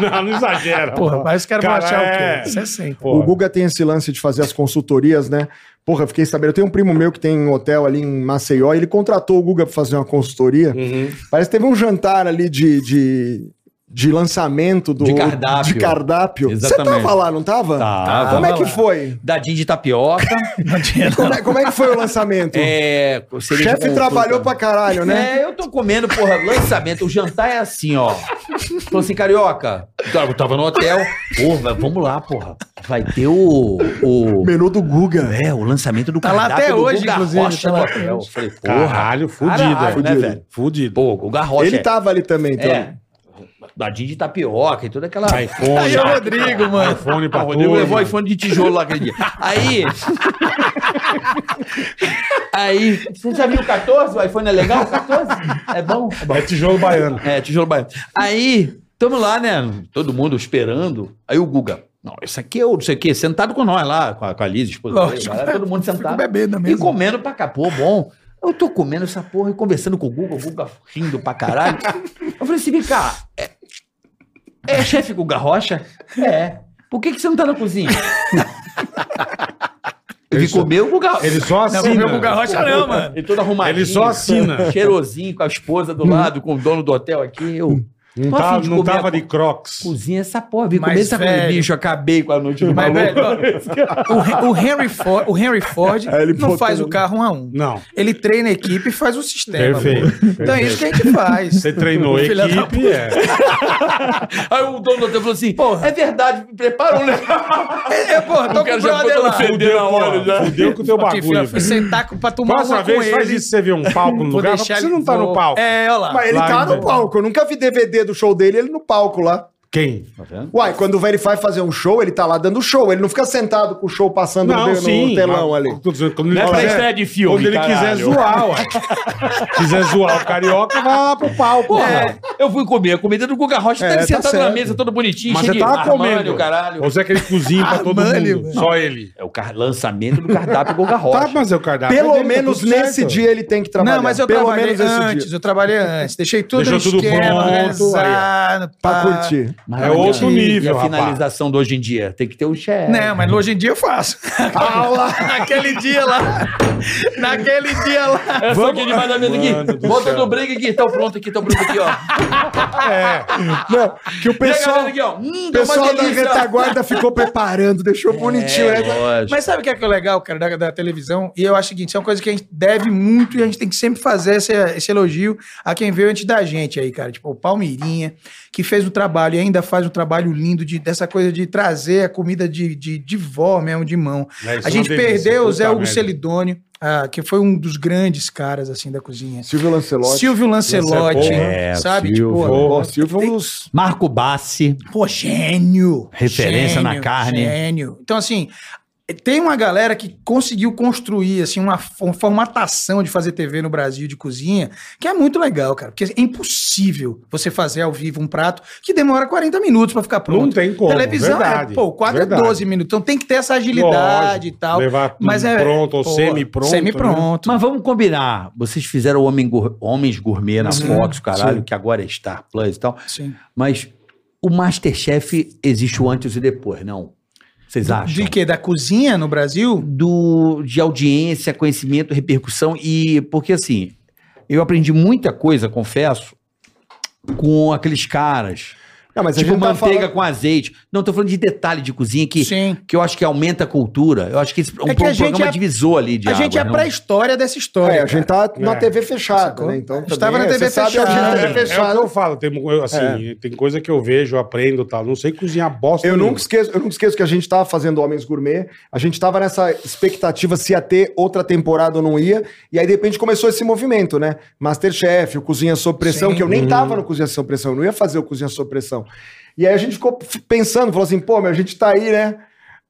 [SPEAKER 3] Não, não exagera.
[SPEAKER 1] Porra, mas os caras vão
[SPEAKER 3] Cara,
[SPEAKER 1] achar o
[SPEAKER 3] é.
[SPEAKER 1] quê? 60.
[SPEAKER 3] Porra.
[SPEAKER 6] O Guga tem esse lance de fazer as consultorias, né? Porra, eu fiquei sabendo. Eu tenho um primo meu que tem um hotel ali em Maceió, ele contratou o Guga pra fazer uma consultoria.
[SPEAKER 4] Uhum.
[SPEAKER 6] Parece que teve um jantar ali de, de, de lançamento do.
[SPEAKER 4] De cardápio.
[SPEAKER 6] de cardápio. Você
[SPEAKER 4] Exatamente.
[SPEAKER 6] tava lá, não tava?
[SPEAKER 4] Tava.
[SPEAKER 6] Como é
[SPEAKER 1] Tava
[SPEAKER 6] que
[SPEAKER 1] lá.
[SPEAKER 6] foi?
[SPEAKER 4] Dadinho de tapioca.
[SPEAKER 6] Como é, como é que foi o lançamento?
[SPEAKER 4] é,
[SPEAKER 6] o
[SPEAKER 4] cereja
[SPEAKER 6] chefe
[SPEAKER 4] com-
[SPEAKER 6] trabalhou pra caralho, né?
[SPEAKER 4] É, eu tô comendo, porra, lançamento. O jantar é assim, ó. Falou assim, carioca. tá, Eu tava no hotel. Porra, vamos lá, porra. Vai ter o. o...
[SPEAKER 6] Menu do Guga.
[SPEAKER 4] É, o lançamento do
[SPEAKER 1] Tá lá até
[SPEAKER 4] do
[SPEAKER 1] hoje,
[SPEAKER 4] Guga
[SPEAKER 1] inclusive,
[SPEAKER 4] Rocha
[SPEAKER 1] tá
[SPEAKER 4] no
[SPEAKER 1] lá
[SPEAKER 4] hotel. Eu Falei, porra.
[SPEAKER 3] Caralho, fudido.
[SPEAKER 4] Caralho, né,
[SPEAKER 3] fudido.
[SPEAKER 4] velho?
[SPEAKER 3] Fudido.
[SPEAKER 4] Pô, Guga Rocha.
[SPEAKER 6] Ele
[SPEAKER 4] é-
[SPEAKER 6] tava ali também, então.
[SPEAKER 4] É. Dadinho de tapioca e toda aquela.
[SPEAKER 3] iPhone.
[SPEAKER 1] Aí é o Rodrigo, mano.
[SPEAKER 3] iPhone pra
[SPEAKER 4] Ah, o Rodrigo
[SPEAKER 3] turma.
[SPEAKER 4] levou iPhone de tijolo lá aquele dia. Aí. Aí. Você já viu o 14? O iPhone é legal? O 14? É bom? É bom.
[SPEAKER 3] É tijolo baiano.
[SPEAKER 4] É, tijolo baiano. Aí, tamo lá, né? Todo mundo esperando. Aí o Guga. Não, esse aqui é o não sei o quê, sentado com nós lá, com a, com a Liz, esposa. dele,
[SPEAKER 1] Lógico. é
[SPEAKER 4] lá, todo mundo
[SPEAKER 1] Fico
[SPEAKER 4] sentado.
[SPEAKER 1] bebendo
[SPEAKER 4] Tá. E
[SPEAKER 1] mesmo.
[SPEAKER 4] comendo pra cá, pô, bom. Eu tô comendo essa porra e conversando com o Guga, o Guga rindo pra caralho. Eu falei assim, vem cá, é, é chefe Guga Rocha? É. Por que, que você não tá na cozinha? Eu vim comer o Guga
[SPEAKER 3] Ele só
[SPEAKER 1] Não, vou ver o Guga
[SPEAKER 3] assina.
[SPEAKER 1] Rocha não, mano.
[SPEAKER 4] Ele todo arrumadinho. assim,
[SPEAKER 3] Ele só assina. Hum.
[SPEAKER 4] Cheirosinho, com a esposa do lado, com o dono do hotel aqui. Eu
[SPEAKER 3] Não,
[SPEAKER 4] Tô
[SPEAKER 3] tá,
[SPEAKER 4] afim de
[SPEAKER 3] não
[SPEAKER 4] comer
[SPEAKER 3] tava
[SPEAKER 4] a-
[SPEAKER 3] de crocs.
[SPEAKER 4] cozinha essa porra, vim
[SPEAKER 1] Mas,
[SPEAKER 4] comer essa coisa de
[SPEAKER 1] velho.
[SPEAKER 4] bicho, acabei com a noite do
[SPEAKER 1] Mas,
[SPEAKER 4] maluco.
[SPEAKER 1] velho, ó, o, o Henry Ford, o Henry Ford
[SPEAKER 6] Aí ele
[SPEAKER 1] não
[SPEAKER 6] botou-
[SPEAKER 1] faz o carro um a um.
[SPEAKER 3] Não.
[SPEAKER 1] Ele treina a equipe e faz o sistema.
[SPEAKER 3] Perfeito,
[SPEAKER 1] pô. Então é isso que a gente faz.
[SPEAKER 3] Você tá- treinou a
[SPEAKER 1] Filha da
[SPEAKER 3] equipe, é.
[SPEAKER 4] Aí o dono do hotel falou assim, é verdade, me prepara um
[SPEAKER 3] Tá
[SPEAKER 4] negócio.
[SPEAKER 1] É, porra, tô com o brother lá.
[SPEAKER 3] Fudeu, porra, fudeu com o teu
[SPEAKER 1] Te fui,
[SPEAKER 3] bagulho. velho.
[SPEAKER 1] fui sentar com- pra tomar
[SPEAKER 3] Próxima
[SPEAKER 1] uma com
[SPEAKER 3] vez, faz
[SPEAKER 1] ele.
[SPEAKER 3] isso se você vê um palco no
[SPEAKER 1] Vou
[SPEAKER 3] lugar.
[SPEAKER 1] deixar
[SPEAKER 3] Você
[SPEAKER 1] ele-
[SPEAKER 3] não tá no
[SPEAKER 1] vou-
[SPEAKER 3] palco.
[SPEAKER 1] É, olha lá.
[SPEAKER 6] Mas ele
[SPEAKER 3] Lá
[SPEAKER 6] tá
[SPEAKER 3] em
[SPEAKER 6] no
[SPEAKER 3] Belém.
[SPEAKER 6] palco. Eu nunca vi DVD do show dele, ele no palco lá.
[SPEAKER 3] Quem?
[SPEAKER 6] Uai, quando o velho faz fazer um show, ele tá lá dando show. Ele não fica sentado com o show passando no,
[SPEAKER 3] Não,
[SPEAKER 6] meio-
[SPEAKER 3] sim.
[SPEAKER 6] no telão
[SPEAKER 3] mas-
[SPEAKER 6] ali.
[SPEAKER 3] tô dizendo, Quando ele,
[SPEAKER 4] Não é pra
[SPEAKER 3] quiser-
[SPEAKER 4] estreia de filme,
[SPEAKER 3] quando ele quiser
[SPEAKER 4] caralho.
[SPEAKER 3] zoar, ué. quiser zoar o carioca, vai lá pro palco.
[SPEAKER 4] Porra, eu fui comer a comida do Guga Rocha,
[SPEAKER 6] É,
[SPEAKER 4] tava
[SPEAKER 6] tá
[SPEAKER 4] sentado na
[SPEAKER 6] certo.
[SPEAKER 4] mesa, todo bonitinho,
[SPEAKER 3] Mas
[SPEAKER 4] cheio
[SPEAKER 3] você
[SPEAKER 4] de
[SPEAKER 3] tava
[SPEAKER 4] Armani,
[SPEAKER 3] comendo.
[SPEAKER 4] o caralho.
[SPEAKER 3] Ou você é aquele cozinho pra todo
[SPEAKER 1] Armani,
[SPEAKER 3] mundo.
[SPEAKER 1] velho.
[SPEAKER 3] Só ele.
[SPEAKER 4] É o car- lançamento do cardápio Guga
[SPEAKER 3] Tá,
[SPEAKER 4] Rocha.
[SPEAKER 3] mas é o cardápio.
[SPEAKER 6] Pelo
[SPEAKER 3] dele, tá
[SPEAKER 6] menos
[SPEAKER 3] tudo
[SPEAKER 6] nesse
[SPEAKER 3] certo.
[SPEAKER 6] dia ele tem que trabalhar.
[SPEAKER 1] Não, mas eu
[SPEAKER 6] Pelo
[SPEAKER 1] trabalhei
[SPEAKER 6] menos esse
[SPEAKER 1] antes,
[SPEAKER 6] dia.
[SPEAKER 1] eu trabalhei antes. Deixei tudo
[SPEAKER 3] Deixou
[SPEAKER 1] no
[SPEAKER 3] tudo
[SPEAKER 1] esquema,
[SPEAKER 3] pronto,
[SPEAKER 1] organizado,
[SPEAKER 6] Pra
[SPEAKER 4] Ah.
[SPEAKER 1] pá.
[SPEAKER 6] curtir.
[SPEAKER 4] Mas
[SPEAKER 3] É
[SPEAKER 4] não
[SPEAKER 3] outro
[SPEAKER 4] adianta.
[SPEAKER 3] nível,
[SPEAKER 4] E a
[SPEAKER 3] rapaz.
[SPEAKER 4] finalização do hoje em dia? Tem que ter um chefe.
[SPEAKER 1] Não, mas hoje em dia eu faço. Naquele dia lá. Naquele dia lá.
[SPEAKER 4] É só aqui debaixo da mesa
[SPEAKER 3] Mano
[SPEAKER 4] aqui.
[SPEAKER 3] do
[SPEAKER 4] Bota
[SPEAKER 3] céu.
[SPEAKER 4] do briga aqui. Tão pronto aqui, tão pronto aqui, ó.
[SPEAKER 6] Não, que o
[SPEAKER 4] E a
[SPEAKER 6] pessoal,
[SPEAKER 4] galera aqui, ó. Hum,
[SPEAKER 6] o
[SPEAKER 4] deu uma
[SPEAKER 6] pessoal da
[SPEAKER 4] delícia.
[SPEAKER 6] retaguarda ficou preparando, deixou bonitinho. né?
[SPEAKER 4] Lógico.
[SPEAKER 1] Mas sabe o que é, que é legal, cara, da, da televisão? E eu acho o seguinte, isso é uma coisa que a gente deve muito e a gente tem que sempre fazer esse, esse elogio a quem veio antes da gente aí, cara. Tipo, o Palmeirinha, que fez um trabalho e ainda faz um trabalho lindo de, dessa coisa de trazer a comida de, de, de vó mesmo, de mão.
[SPEAKER 3] É, isso
[SPEAKER 1] a
[SPEAKER 3] é
[SPEAKER 1] gente
[SPEAKER 3] uma delícia,
[SPEAKER 1] perdeu o
[SPEAKER 3] puta
[SPEAKER 1] Zé Hugo
[SPEAKER 3] merda.
[SPEAKER 1] Celidônio, ah, que foi um dos grandes caras, assim, da cozinha.
[SPEAKER 6] Silvio Lancelotti.
[SPEAKER 1] Silvio Lancelotti, né?
[SPEAKER 3] Lancelotti.
[SPEAKER 4] É,
[SPEAKER 1] sabe?
[SPEAKER 4] Silvio.
[SPEAKER 1] Tipo,
[SPEAKER 6] Pô, Silvio é um dos...
[SPEAKER 4] Marco Bassi.
[SPEAKER 1] Pô, gênio.
[SPEAKER 4] Referência
[SPEAKER 1] Gênio,
[SPEAKER 4] na carne.
[SPEAKER 1] Gênio. Então, assim, Tem uma galera que conseguiu construir assim, uma, f- uma formatação de fazer TV no Brasil de cozinha, que é muito legal, cara. Porque é impossível você fazer ao vivo um prato que demora 40 minutos pra ficar pronto.
[SPEAKER 3] Não tem como,
[SPEAKER 1] Televisão
[SPEAKER 3] verdade,
[SPEAKER 1] é, pô, 4
[SPEAKER 3] verdade.
[SPEAKER 1] é 12 minutos. Então tem que ter essa agilidade e tal.
[SPEAKER 3] Levar
[SPEAKER 1] Mas é.
[SPEAKER 3] pronto ou
[SPEAKER 1] pô,
[SPEAKER 3] semi-pronto. né?
[SPEAKER 1] Semi-pronto.
[SPEAKER 4] Mas vamos combinar. Vocês fizeram Homem Gour- Homens Gourmet na
[SPEAKER 1] Sim,
[SPEAKER 4] Fox, caralho,
[SPEAKER 3] sim.
[SPEAKER 4] que agora é Star Plus e tal.
[SPEAKER 1] Sim.
[SPEAKER 4] Mas o Masterchef existe o antes e depois, não? Vocês acham?
[SPEAKER 1] De quê? Da cozinha no Brasil?
[SPEAKER 4] do, de audiência, conhecimento, repercussão e porque assim, eu aprendi muita coisa, confesso, com aqueles caras,
[SPEAKER 6] Não, mas
[SPEAKER 4] tipo
[SPEAKER 6] a gente tá
[SPEAKER 4] manteiga
[SPEAKER 6] falando-
[SPEAKER 4] com azeite. Não tô falando de detalhe de cozinha que
[SPEAKER 1] Sim.
[SPEAKER 4] que eu acho que aumenta a cultura. Eu acho que esse é um,
[SPEAKER 1] É que a
[SPEAKER 4] um
[SPEAKER 1] gente
[SPEAKER 4] programa
[SPEAKER 1] é-
[SPEAKER 4] divisor ali de né?
[SPEAKER 1] a gente
[SPEAKER 4] águas,
[SPEAKER 1] é a
[SPEAKER 4] não?
[SPEAKER 1] pré-história dessa história.
[SPEAKER 6] É, a
[SPEAKER 1] cara.
[SPEAKER 6] gente tá na
[SPEAKER 3] É.
[SPEAKER 6] TV fechada,
[SPEAKER 1] Sacou?
[SPEAKER 6] né? Então,
[SPEAKER 1] Estava
[SPEAKER 6] também,
[SPEAKER 1] na TV
[SPEAKER 6] você sabe, a gente tá na
[SPEAKER 1] fechada.
[SPEAKER 6] TV
[SPEAKER 3] É o
[SPEAKER 6] fechada.
[SPEAKER 3] que eu falo, tem, eu,
[SPEAKER 1] É.
[SPEAKER 3] assim, tem coisa que eu vejo, aprendo e tal. Não sei cozinhar bosta.
[SPEAKER 6] Eu
[SPEAKER 3] nenhuma.
[SPEAKER 6] nunca esqueço, eu nunca esqueço que a gente tava fazendo Homens Gourmet, a gente tava nessa expectativa se ia ter outra temporada ou não ia, e aí de repente começou esse movimento, né? Masterchef, o Cozinha Sob Pressão,
[SPEAKER 1] Sim.
[SPEAKER 6] que eu
[SPEAKER 3] Uhum.
[SPEAKER 6] nem tava no Cozinha Sob Pressão, eu não ia fazer o Cozinha Sob Pressão. E aí a gente ficou f- pensando, falou assim, pô, meu, a gente tá aí, né,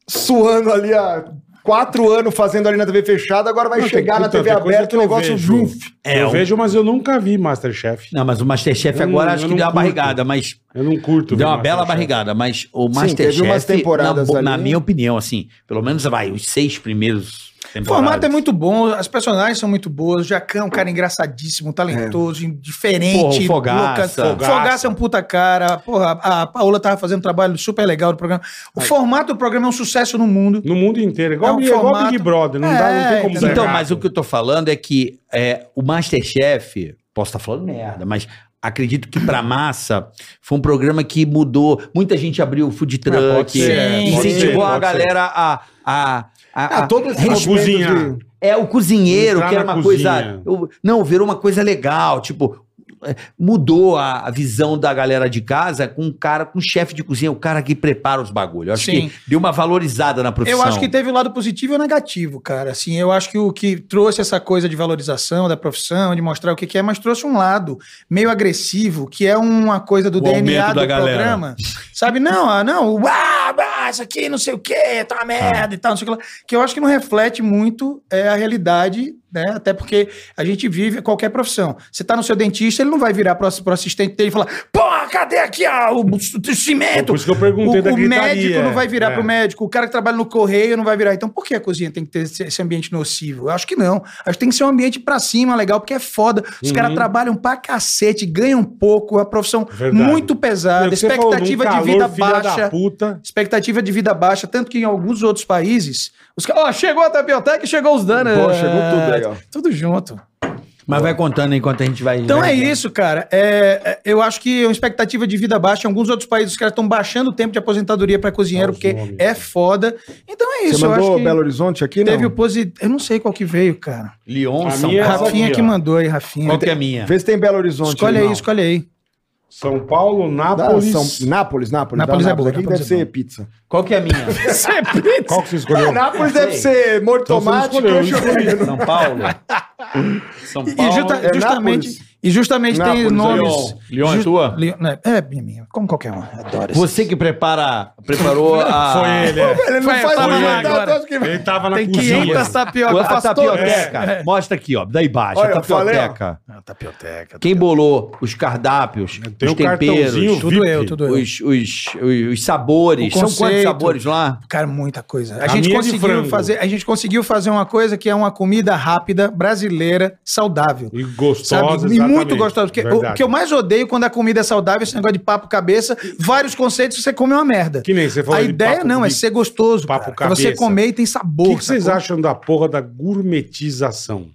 [SPEAKER 6] suando ali há quatro anos fazendo ali na TV fechada, agora vai
[SPEAKER 3] Não, tem-
[SPEAKER 6] chegar na
[SPEAKER 3] então,
[SPEAKER 6] TV
[SPEAKER 3] tem coisa que
[SPEAKER 6] aberta o
[SPEAKER 3] eu
[SPEAKER 6] negócio
[SPEAKER 3] vejo.
[SPEAKER 6] juf.
[SPEAKER 4] É,
[SPEAKER 1] um-
[SPEAKER 3] eu
[SPEAKER 4] o-
[SPEAKER 3] vejo, mas eu nunca vi Masterchef.
[SPEAKER 4] Não, mas o Masterchef
[SPEAKER 3] Eu
[SPEAKER 4] agora
[SPEAKER 3] não-
[SPEAKER 4] acho
[SPEAKER 3] eu
[SPEAKER 4] que
[SPEAKER 3] não
[SPEAKER 4] deu uma
[SPEAKER 3] curto.
[SPEAKER 4] barrigada, mas
[SPEAKER 3] Eu não curto. ver
[SPEAKER 4] Deu uma bela
[SPEAKER 3] Masterchef.
[SPEAKER 4] barrigada, mas o
[SPEAKER 6] teve umas
[SPEAKER 4] Masterchef, na,
[SPEAKER 6] temporadas
[SPEAKER 4] bo- na
[SPEAKER 6] ali.
[SPEAKER 4] minha opinião, assim, pelo menos vai, os seis primeiros
[SPEAKER 1] O
[SPEAKER 4] temporadas.
[SPEAKER 1] formato é muito bom, as personagens são muito boas. O Jacan é um cara engraçadíssimo, talentoso,
[SPEAKER 4] Porra,
[SPEAKER 1] diferente.
[SPEAKER 4] o Fogaça.
[SPEAKER 1] louca- Fogaça. Fogaça é um puta cara. Porra, a a Paola tava fazendo um trabalho super legal do programa. O formato do programa é um sucesso no mundo.
[SPEAKER 3] No mundo inteiro. Igual,
[SPEAKER 1] É um
[SPEAKER 3] Big- igual
[SPEAKER 1] formato-
[SPEAKER 3] Big Brother. Não, dá, não
[SPEAKER 1] É,
[SPEAKER 3] tem como dar
[SPEAKER 4] Então,
[SPEAKER 3] errado.
[SPEAKER 4] mas o que eu tô falando é que é, o Masterchef, posso estar falando merda, mas acredito que pra massa foi um programa que mudou. Muita gente abriu o food truck,
[SPEAKER 3] Ah, pode ser,
[SPEAKER 1] é, pode
[SPEAKER 4] incentivou
[SPEAKER 3] ser,
[SPEAKER 4] a
[SPEAKER 3] pode
[SPEAKER 4] galera a. a, a,
[SPEAKER 6] Ah,
[SPEAKER 4] a-
[SPEAKER 6] todo esse
[SPEAKER 4] res-
[SPEAKER 6] movimento
[SPEAKER 3] cozinhar.
[SPEAKER 6] de-
[SPEAKER 4] é o cozinheiro,
[SPEAKER 3] Entrar
[SPEAKER 4] que era
[SPEAKER 3] na
[SPEAKER 4] uma
[SPEAKER 3] cozinha.
[SPEAKER 4] coisa. eu- não, virou uma coisa legal. Tipo, é, mudou a, a visão da galera de casa com um cara, com um chefe de cozinha, o cara que prepara os bagulhos. Eu Acho
[SPEAKER 1] Sim.
[SPEAKER 4] que deu uma valorizada na profissão.
[SPEAKER 1] Eu acho que teve o lado positivo e o negativo, cara. Assim, eu acho que o que trouxe essa coisa de valorização da profissão, de mostrar o que, que é, mas trouxe um lado meio agressivo, que é uma coisa do
[SPEAKER 4] O
[SPEAKER 1] DNA
[SPEAKER 4] aumento
[SPEAKER 1] do
[SPEAKER 4] da galera.
[SPEAKER 1] programa. Sabe? Não, ah, não, uá, uá, isso aqui não sei o quê, tá uma
[SPEAKER 4] Ah.
[SPEAKER 1] merda e tal, não sei o que lá. Que eu acho que não reflete muito é, a realidade, né? Até porque a gente vive qualquer profissão. Você tá no seu dentista, ele não vai virar pro, pro assistente dele e falar, porra, cadê aqui ah, o, o cimento?
[SPEAKER 3] É Por isso que eu perguntei
[SPEAKER 1] o,
[SPEAKER 3] da
[SPEAKER 1] o
[SPEAKER 3] gritaria.
[SPEAKER 1] médico não vai virar
[SPEAKER 3] É.
[SPEAKER 1] pro médico, o cara que trabalha no correio não vai virar. Então, por que a cozinha tem que ter esse esse ambiente nocivo? Eu acho que não. Acho que tem que ser um ambiente pra cima, legal, porque é foda. Os caras
[SPEAKER 3] Uhum.
[SPEAKER 1] trabalham pra cacete, ganham pouco, é uma profissão
[SPEAKER 3] Verdade.
[SPEAKER 1] muito pesada,
[SPEAKER 3] É o que você falou, num
[SPEAKER 1] expectativa
[SPEAKER 3] calor,
[SPEAKER 1] de vida
[SPEAKER 3] filha Da
[SPEAKER 1] baixa.
[SPEAKER 3] puta.
[SPEAKER 1] Expectativa de vida baixa, tanto que em alguns outros países, os caras. Ó, chegou a tapioteca e chegou os danos.
[SPEAKER 6] Pô, chegou
[SPEAKER 1] É.
[SPEAKER 6] tudo aí, ó.
[SPEAKER 1] Tudo junto.
[SPEAKER 4] Mas vai contando enquanto a gente vai.
[SPEAKER 1] Então
[SPEAKER 4] vai-
[SPEAKER 1] é isso, cara. É, é, eu acho que a expectativa de vida baixa. Em alguns outros países, os caras estão baixando o tempo de aposentadoria para cozinheiro,
[SPEAKER 3] Olha os
[SPEAKER 1] porque
[SPEAKER 3] nomes.
[SPEAKER 1] é foda. Então é isso.
[SPEAKER 6] Você
[SPEAKER 1] eu acho
[SPEAKER 6] mandou
[SPEAKER 1] que
[SPEAKER 6] Belo Horizonte aqui,
[SPEAKER 1] teve
[SPEAKER 6] não?
[SPEAKER 1] o positivo. Eu não sei qual que veio, cara.
[SPEAKER 4] Lyon,
[SPEAKER 3] A
[SPEAKER 4] São
[SPEAKER 3] minha-
[SPEAKER 4] Paulo.
[SPEAKER 1] Rafinha
[SPEAKER 3] aqui,
[SPEAKER 1] é que
[SPEAKER 3] ó.
[SPEAKER 1] mandou aí, Rafinha.
[SPEAKER 4] Qual que é a minha?
[SPEAKER 6] Vê se tem Belo Horizonte.
[SPEAKER 1] Escolhe aí,
[SPEAKER 6] irmão.
[SPEAKER 1] escolhe aí.
[SPEAKER 3] São Paulo,
[SPEAKER 6] Dá,
[SPEAKER 3] Nápoles.
[SPEAKER 6] São, Nápoles, Nápoles.
[SPEAKER 1] Nápoles
[SPEAKER 6] dá
[SPEAKER 1] é boa,
[SPEAKER 6] Aqui que
[SPEAKER 1] Nápoles
[SPEAKER 6] deve
[SPEAKER 1] é
[SPEAKER 6] ser
[SPEAKER 1] boa.
[SPEAKER 6] pizza.
[SPEAKER 4] Qual que é a minha?
[SPEAKER 3] Qual que você escolheu?
[SPEAKER 6] Nápoles deve ser molho de
[SPEAKER 3] Então você não
[SPEAKER 6] tomate,
[SPEAKER 3] escolheu,
[SPEAKER 6] queijo
[SPEAKER 3] não escolheu.
[SPEAKER 6] mineiro.
[SPEAKER 4] São Paulo? São
[SPEAKER 1] E,
[SPEAKER 4] Paulo.
[SPEAKER 1] justa-
[SPEAKER 6] é
[SPEAKER 1] justamente,
[SPEAKER 6] Nápoles.
[SPEAKER 1] e justamente tem
[SPEAKER 6] Nápoles,
[SPEAKER 1] nomes.
[SPEAKER 7] Lyon é
[SPEAKER 1] Ju-
[SPEAKER 7] tua?
[SPEAKER 1] Lyon- né, é, minha, minha. Como qualquer um. Adoro esse.
[SPEAKER 4] Você que prepara, preparou a.
[SPEAKER 3] Foi ele, é.
[SPEAKER 6] Ele não
[SPEAKER 1] Vai,
[SPEAKER 6] faz
[SPEAKER 1] tá
[SPEAKER 6] nada,
[SPEAKER 1] lá
[SPEAKER 6] tá,
[SPEAKER 1] agora.
[SPEAKER 6] tá, acho que-
[SPEAKER 3] Ele tava na
[SPEAKER 1] Tem
[SPEAKER 3] cozinha.
[SPEAKER 1] 500 tapioca.
[SPEAKER 4] A,
[SPEAKER 1] eu faço todas.
[SPEAKER 4] tapioteca. Mostra aqui, ó. Daí baixo.
[SPEAKER 6] Olha,
[SPEAKER 4] a
[SPEAKER 6] eu falei,
[SPEAKER 4] tapioteca.
[SPEAKER 1] Ah, tapioteca.
[SPEAKER 4] Quem bolou os cardápios,
[SPEAKER 3] Tem
[SPEAKER 4] os
[SPEAKER 3] um cartãozinho
[SPEAKER 4] temperos,
[SPEAKER 1] Tudo
[SPEAKER 3] VIP.
[SPEAKER 1] eu, tudo eu.
[SPEAKER 4] os, os, os, os sabores.
[SPEAKER 1] O
[SPEAKER 4] São quantos
[SPEAKER 1] conceito.
[SPEAKER 4] sabores lá?
[SPEAKER 1] Cara, muita coisa. A,
[SPEAKER 3] A
[SPEAKER 1] gente
[SPEAKER 3] minha é de
[SPEAKER 1] conseguiu
[SPEAKER 3] frango.
[SPEAKER 1] fazer, a gente conseguiu fazer uma coisa que é uma comida rápida, brasileira, saudável.
[SPEAKER 3] E gostosa,
[SPEAKER 1] Sabe? E
[SPEAKER 3] exatamente.
[SPEAKER 1] muito gostosa. Porque o- o
[SPEAKER 3] Verdade.
[SPEAKER 1] que eu mais odeio quando a comida é saudável, esse negócio de papo cabeça, vários conceitos você come uma merda.
[SPEAKER 3] Que nem você falou
[SPEAKER 1] a
[SPEAKER 3] de
[SPEAKER 1] ideia
[SPEAKER 3] papo
[SPEAKER 1] não é
[SPEAKER 3] de-
[SPEAKER 1] ser tá gostoso,
[SPEAKER 3] papo
[SPEAKER 1] cara. É Você
[SPEAKER 3] cabeça.
[SPEAKER 1] comer e tem sabor.
[SPEAKER 3] O que que vocês
[SPEAKER 1] sacou?
[SPEAKER 3] acham da porra da gourmetização?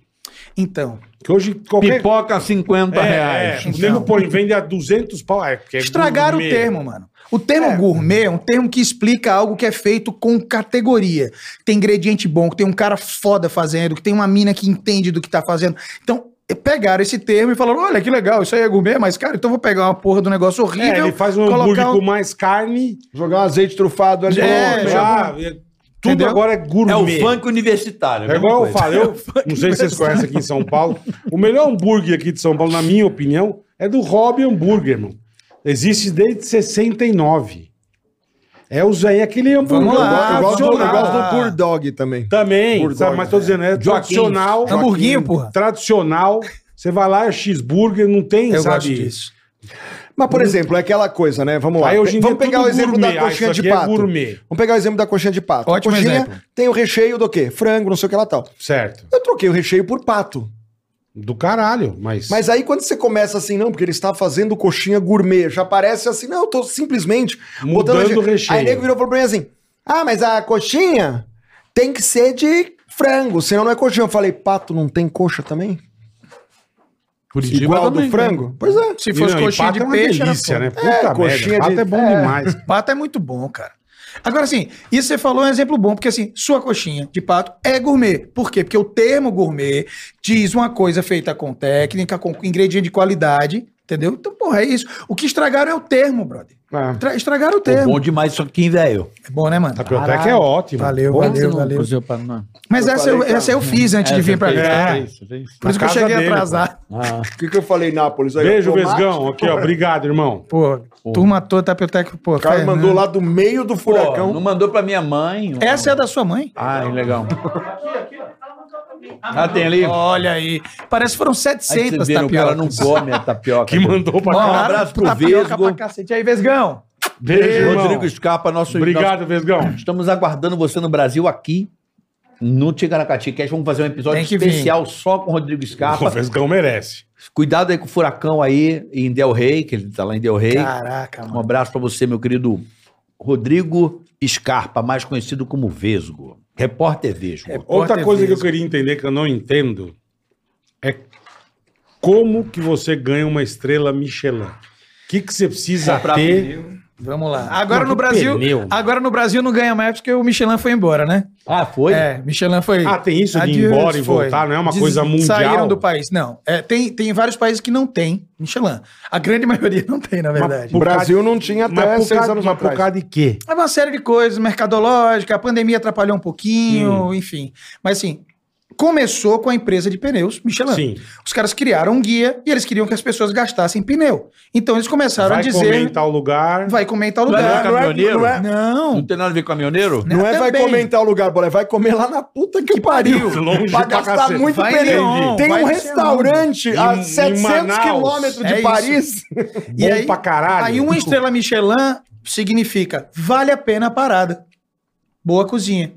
[SPEAKER 1] Então,
[SPEAKER 3] Que hoje qualquer...
[SPEAKER 4] Pipoca 50
[SPEAKER 3] É,
[SPEAKER 4] reais.
[SPEAKER 3] é, o nego põe, vende a 200 pau. É, porque é
[SPEAKER 1] estragaram
[SPEAKER 3] gourmet.
[SPEAKER 1] o termo, mano. O termo gourmet é um termo que explica algo que é feito com categoria. Tem ingrediente bom, que tem um cara foda fazendo, que tem uma mina que entende do que tá fazendo. Então, pegaram esse termo e falaram: olha que legal, isso aí é gourmet, mas cara, então eu vou pegar uma porra do negócio horrível.
[SPEAKER 3] É, ele faz um
[SPEAKER 1] colocar
[SPEAKER 3] hambúrguer
[SPEAKER 1] um-
[SPEAKER 3] com mais carne.
[SPEAKER 6] Jogar um azeite trufado ali.
[SPEAKER 1] É,
[SPEAKER 6] Pô,
[SPEAKER 1] já-
[SPEAKER 3] já- é- tudo
[SPEAKER 1] Entendeu?
[SPEAKER 3] agora é gourmet.
[SPEAKER 4] É o funk universitário.
[SPEAKER 3] É igual eu falo, eu não sei se vocês conhecem aqui em São Paulo. O melhor hambúrguer aqui de São Paulo, na minha opinião, é do Rob Hambúrguer, irmão. Existe desde 69. É os aí, aquele hambúrguer
[SPEAKER 1] Vamos
[SPEAKER 6] Eu,
[SPEAKER 1] lá,
[SPEAKER 6] go- eu gosto, do- eu
[SPEAKER 3] tradicional.
[SPEAKER 6] gosto do Bulldog também.
[SPEAKER 3] Também,
[SPEAKER 6] Bulldog,
[SPEAKER 3] sabe? Mas tô dizendo, é tradicional.
[SPEAKER 1] Hamburguinho, porra.
[SPEAKER 3] Tradicional. Você vai lá, é cheeseburger, não tem,
[SPEAKER 1] Eu
[SPEAKER 3] sabe?
[SPEAKER 1] gosto disso.
[SPEAKER 6] Mas, por exemplo, é aquela coisa, né? Vamos lá.
[SPEAKER 3] Aí hoje em dia
[SPEAKER 6] Vamos
[SPEAKER 3] é
[SPEAKER 6] pegar
[SPEAKER 3] tudo
[SPEAKER 6] o exemplo
[SPEAKER 3] gourmet.
[SPEAKER 6] da
[SPEAKER 3] Ah,
[SPEAKER 6] coxinha
[SPEAKER 3] isso aqui
[SPEAKER 6] de
[SPEAKER 3] é
[SPEAKER 6] pato.
[SPEAKER 3] gourmet.
[SPEAKER 6] Vamos pegar o exemplo da coxinha de pato.
[SPEAKER 1] Ótimo
[SPEAKER 6] a coxinha
[SPEAKER 1] exemplo.
[SPEAKER 6] tem o recheio do quê? Frango, não sei o que lá tal.
[SPEAKER 3] Certo.
[SPEAKER 6] Eu troquei o recheio por pato.
[SPEAKER 3] Do caralho, mas...
[SPEAKER 6] Mas aí quando você começa assim, não, porque ele está fazendo coxinha gourmet, já parece assim, não, eu tô simplesmente
[SPEAKER 3] Mudando
[SPEAKER 6] botando
[SPEAKER 3] o recheio.
[SPEAKER 6] Aí nego virou pra mim assim: "Ah, mas a coxinha tem que ser de frango, senão não é coxinha". Eu falei: "Pato não tem coxa também?"
[SPEAKER 7] Curitiba
[SPEAKER 6] Igual
[SPEAKER 7] também,
[SPEAKER 6] do
[SPEAKER 3] né?
[SPEAKER 6] frango? Pois é.
[SPEAKER 1] Se fosse coxinha de
[SPEAKER 3] é
[SPEAKER 1] peixe,
[SPEAKER 3] uma
[SPEAKER 1] era
[SPEAKER 3] delícia,
[SPEAKER 1] foda.
[SPEAKER 3] né? Puta
[SPEAKER 6] coxinha
[SPEAKER 3] merda, pato
[SPEAKER 6] de-
[SPEAKER 3] é bom
[SPEAKER 6] é.
[SPEAKER 3] demais.
[SPEAKER 1] Pato é muito bom, cara. Agora, assim, isso você falou é um exemplo bom, porque assim, sua coxinha de pato é gourmet. Por quê? Porque o termo gourmet diz uma coisa feita com técnica, com ingrediente de qualidade, entendeu? Então, porra, é isso. O que estragaram é o termo, brother.
[SPEAKER 3] Ah,
[SPEAKER 1] Tra- estragaram
[SPEAKER 4] Pô,
[SPEAKER 1] o termo.
[SPEAKER 4] É bom demais isso aqui, hein, velho.
[SPEAKER 1] É bom, né, mano?
[SPEAKER 3] a Piotec é ótima.
[SPEAKER 1] Valeu,
[SPEAKER 3] Pô,
[SPEAKER 1] valeu, valeu. Mas
[SPEAKER 6] Eu
[SPEAKER 1] essa eu,
[SPEAKER 6] falei,
[SPEAKER 1] essa eu fiz antes de vir pra cá. É. Por isso que eu
[SPEAKER 3] casa
[SPEAKER 1] cheguei
[SPEAKER 3] dele, pô.
[SPEAKER 1] atrasado.
[SPEAKER 3] Ah.
[SPEAKER 6] O que, que eu falei, Nápoles? Aí,
[SPEAKER 3] Beijo,
[SPEAKER 6] tomate,
[SPEAKER 3] Vesgão. Aqui, ó. Obrigado, irmão.
[SPEAKER 1] Pô, turma toda, Tapioteca, pô.
[SPEAKER 6] O cara
[SPEAKER 1] Fernando.
[SPEAKER 6] mandou lá do meio do
[SPEAKER 4] Pô,
[SPEAKER 6] furacão.
[SPEAKER 4] não mandou pra minha mãe. ó.
[SPEAKER 1] Essa é da sua mãe?
[SPEAKER 4] Ai, legal. Ah, tem ali.
[SPEAKER 1] Olha aí. Parece que foram
[SPEAKER 4] Aí você
[SPEAKER 1] 700
[SPEAKER 4] vê, o cara não
[SPEAKER 1] tapiocas.
[SPEAKER 4] come a tapioca.
[SPEAKER 3] Que mandou pra cá.
[SPEAKER 1] Mandaram
[SPEAKER 4] abraço pro
[SPEAKER 1] tapioca
[SPEAKER 4] Vesgo.
[SPEAKER 1] pra cacete. E aí, Vesgão?
[SPEAKER 3] Beijo, irmão.
[SPEAKER 4] Rodrigo então. Scarpa, nosso
[SPEAKER 3] Obrigado, Vesgão.
[SPEAKER 4] nosso- Estamos aguardando você no Brasil aqui. No Ticaracati Cast, vamos fazer um episódio
[SPEAKER 1] Tem que vir.
[SPEAKER 4] especial só com o Rodrigo
[SPEAKER 3] O
[SPEAKER 4] Scarpa.
[SPEAKER 3] Vesgão merece.
[SPEAKER 4] Cuidado aí com o furacão aí em Del Rey, que ele tá lá em Del Rey.
[SPEAKER 1] Caraca,
[SPEAKER 4] Um abraço pra você, meu querido Rodrigo Scarpa, mais conhecido como Vesgo. Repórter Vesgo.
[SPEAKER 3] Outra
[SPEAKER 1] Repórter
[SPEAKER 3] coisa que eu
[SPEAKER 1] Vesgo.
[SPEAKER 3] queria entender, que eu não entendo, é como que você ganha uma estrela Michelin? O que, que você precisa ter?
[SPEAKER 1] Vamos lá. Agora
[SPEAKER 3] Mano,
[SPEAKER 1] no
[SPEAKER 3] que
[SPEAKER 1] Brasil,
[SPEAKER 3] pneu, mano.
[SPEAKER 1] agora no Brasil não ganha mais porque o Michelin foi embora, né?
[SPEAKER 4] Ah, foi?
[SPEAKER 1] É, Michelin foi.
[SPEAKER 3] Ah, tem isso de ir
[SPEAKER 1] Adios,
[SPEAKER 3] embora e
[SPEAKER 1] foi.
[SPEAKER 3] voltar, não é uma
[SPEAKER 1] Des-
[SPEAKER 3] coisa mundial?
[SPEAKER 1] Saíram do país. Não. É, tem, tem vários países que não tem Michelin. A grande maioria não tem, na verdade.
[SPEAKER 6] O
[SPEAKER 1] Mas,
[SPEAKER 3] por-
[SPEAKER 6] Brasil não tinha
[SPEAKER 3] Mas
[SPEAKER 6] até
[SPEAKER 3] por
[SPEAKER 6] seis
[SPEAKER 3] causa-
[SPEAKER 6] anos
[SPEAKER 3] mas por
[SPEAKER 6] atrás.
[SPEAKER 3] causa de quê?
[SPEAKER 1] uma série de coisas, mercadológica, a pandemia atrapalhou um pouquinho, enfim. Mas assim, começou com a empresa de pneus Michelin.
[SPEAKER 3] Sim.
[SPEAKER 1] Os caras criaram um guia e eles queriam que as pessoas gastassem pneu. Então eles começaram
[SPEAKER 3] Vai
[SPEAKER 1] a dizer.
[SPEAKER 3] comer em tal lugar.
[SPEAKER 1] Vai comer em tal
[SPEAKER 4] Não é
[SPEAKER 1] lugar.
[SPEAKER 4] caminhoneiro?
[SPEAKER 1] não, é-
[SPEAKER 4] Não
[SPEAKER 1] não. né?
[SPEAKER 4] tem nada a ver com caminhoneiro?
[SPEAKER 6] Não é vai
[SPEAKER 1] Também.
[SPEAKER 6] comer em tal lugar, bola, é vai comer lá na puta que, pariu.
[SPEAKER 3] Longe
[SPEAKER 6] Pra
[SPEAKER 3] pra
[SPEAKER 6] gastar
[SPEAKER 3] cacete. um
[SPEAKER 6] muito
[SPEAKER 1] Vai em
[SPEAKER 6] pneu.
[SPEAKER 1] Lyon,
[SPEAKER 6] Tem
[SPEAKER 1] vai
[SPEAKER 6] um
[SPEAKER 1] em
[SPEAKER 6] restaurante
[SPEAKER 3] Em-
[SPEAKER 6] a
[SPEAKER 3] em
[SPEAKER 6] 700
[SPEAKER 3] Manaus.
[SPEAKER 6] quilômetros de
[SPEAKER 1] É isso.
[SPEAKER 6] Paris.
[SPEAKER 1] E
[SPEAKER 3] Bom
[SPEAKER 1] aí-
[SPEAKER 3] pra caralho.
[SPEAKER 1] Aí uma estrela Michelin significa vale a pena a parada. Boa cozinha.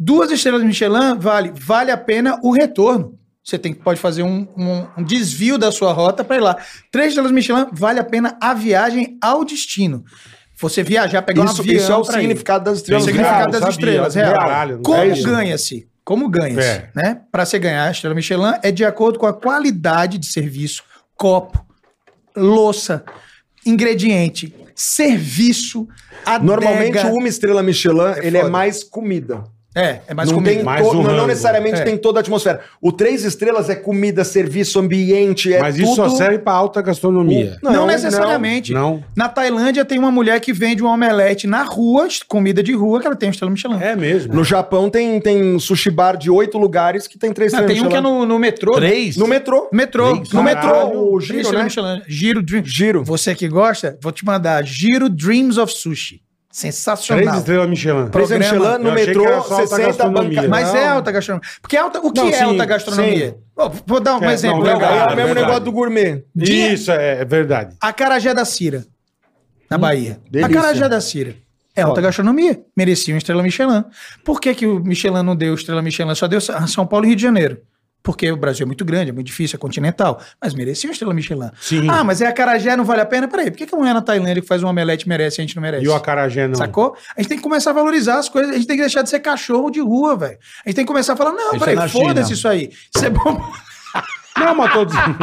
[SPEAKER 1] Duas estrelas Michelin vale vale a pena o retorno. Você tem, pode fazer um, um- um desvio da sua rota para ir lá. Três estrelas Michelin vale a pena a viagem ao destino. Você viajar, pegar um
[SPEAKER 6] Isso,
[SPEAKER 1] avião
[SPEAKER 6] isso é o
[SPEAKER 1] pra ir.
[SPEAKER 6] significado das
[SPEAKER 1] O
[SPEAKER 6] estrelas.
[SPEAKER 1] significado
[SPEAKER 3] Real,
[SPEAKER 1] das
[SPEAKER 3] sabia.
[SPEAKER 1] estrelas, real.
[SPEAKER 3] Caralho, não
[SPEAKER 1] Como
[SPEAKER 3] é isso.
[SPEAKER 1] ganha-se? Como ganha-se?
[SPEAKER 3] É.
[SPEAKER 1] Né? Para você ganhar a estrela Michelin é de acordo com a qualidade de serviço, copo, louça, ingrediente, serviço, adega.
[SPEAKER 6] Normalmente, um uma estrela Michelin, ele é
[SPEAKER 1] foda.
[SPEAKER 6] mais comida.
[SPEAKER 1] É, é mais
[SPEAKER 6] não
[SPEAKER 1] comida.
[SPEAKER 6] tem
[SPEAKER 3] Mais
[SPEAKER 6] to-
[SPEAKER 3] um
[SPEAKER 6] não, não
[SPEAKER 3] rango.
[SPEAKER 6] necessariamente
[SPEAKER 1] É.
[SPEAKER 6] tem toda a atmosfera. O três estrelas é comida, serviço, ambiente, é
[SPEAKER 3] Mas
[SPEAKER 6] tudo...
[SPEAKER 3] isso só serve pra alta gastronomia.
[SPEAKER 1] Não, necessariamente.
[SPEAKER 3] Não.
[SPEAKER 1] Na Tailândia tem uma mulher que vende um omelete na rua, comida de rua, que ela tem uma estrela Michelin.
[SPEAKER 3] É mesmo.
[SPEAKER 6] No Japão tem, tem sushi bar de oito lugares que tem três
[SPEAKER 1] Não,
[SPEAKER 6] estrelas
[SPEAKER 1] tem um que é
[SPEAKER 6] Michelin.
[SPEAKER 1] no, no metrô.
[SPEAKER 4] Três?
[SPEAKER 6] No metrô.
[SPEAKER 1] Metrô. No
[SPEAKER 6] Caralho,
[SPEAKER 1] metrô.
[SPEAKER 6] o
[SPEAKER 1] Três
[SPEAKER 6] giro,
[SPEAKER 1] estrelas
[SPEAKER 6] né?
[SPEAKER 1] Michelin. Giro, Dream-
[SPEAKER 6] Giro.
[SPEAKER 1] Você que gosta, vou te mandar Giro Dreams of Sushi. Sensacional.
[SPEAKER 3] Três estrelas Michelin.
[SPEAKER 1] Pro-
[SPEAKER 6] Três estrelas
[SPEAKER 1] programa.
[SPEAKER 6] Michelin, no
[SPEAKER 3] Eu achei que era
[SPEAKER 6] metrô,
[SPEAKER 3] só alta
[SPEAKER 6] 60
[SPEAKER 3] gastronomia.
[SPEAKER 6] banca...
[SPEAKER 1] Mas
[SPEAKER 6] Não.
[SPEAKER 1] é alta gastronomia. Porque alta, o que
[SPEAKER 3] Não,
[SPEAKER 1] é
[SPEAKER 3] sim,
[SPEAKER 1] alta gastronomia?
[SPEAKER 3] sim.
[SPEAKER 1] Ó, vou dar um
[SPEAKER 3] É,
[SPEAKER 1] exemplo
[SPEAKER 3] não,
[SPEAKER 1] legal.
[SPEAKER 3] legal.
[SPEAKER 6] É o mesmo
[SPEAKER 3] Verdade.
[SPEAKER 6] negócio do gourmet.
[SPEAKER 3] Isso, é, é verdade.
[SPEAKER 1] A Carajé da Cira, na
[SPEAKER 3] Hum,
[SPEAKER 1] Bahia. A
[SPEAKER 6] delícia.
[SPEAKER 1] Carajé da Cira. É alta gastronomia. Merecia uma estrela Michelin. Por que, que o Michelin não deu estrela Michelin? Só deu Sa- São Paulo e Rio de Janeiro. Porque o Brasil é muito grande, é muito difícil, é continental. Mas merecia uma estrela Michelin.
[SPEAKER 3] Sim.
[SPEAKER 1] Ah, mas é a Carajé, não vale a pena? Peraí, por que, que a mulher na Tailândia que faz um omelete merece e a gente não merece?
[SPEAKER 3] E o acarajé não.
[SPEAKER 1] Sacou? A gente tem que começar a valorizar as coisas. A gente tem que deixar de ser cachorro de rua, velho. A gente tem que começar a falar: não,
[SPEAKER 4] Isso é
[SPEAKER 1] peraí,
[SPEAKER 4] na China.
[SPEAKER 1] foda-se isso aí. Isso é bom.
[SPEAKER 3] Não, mas tô dizendo-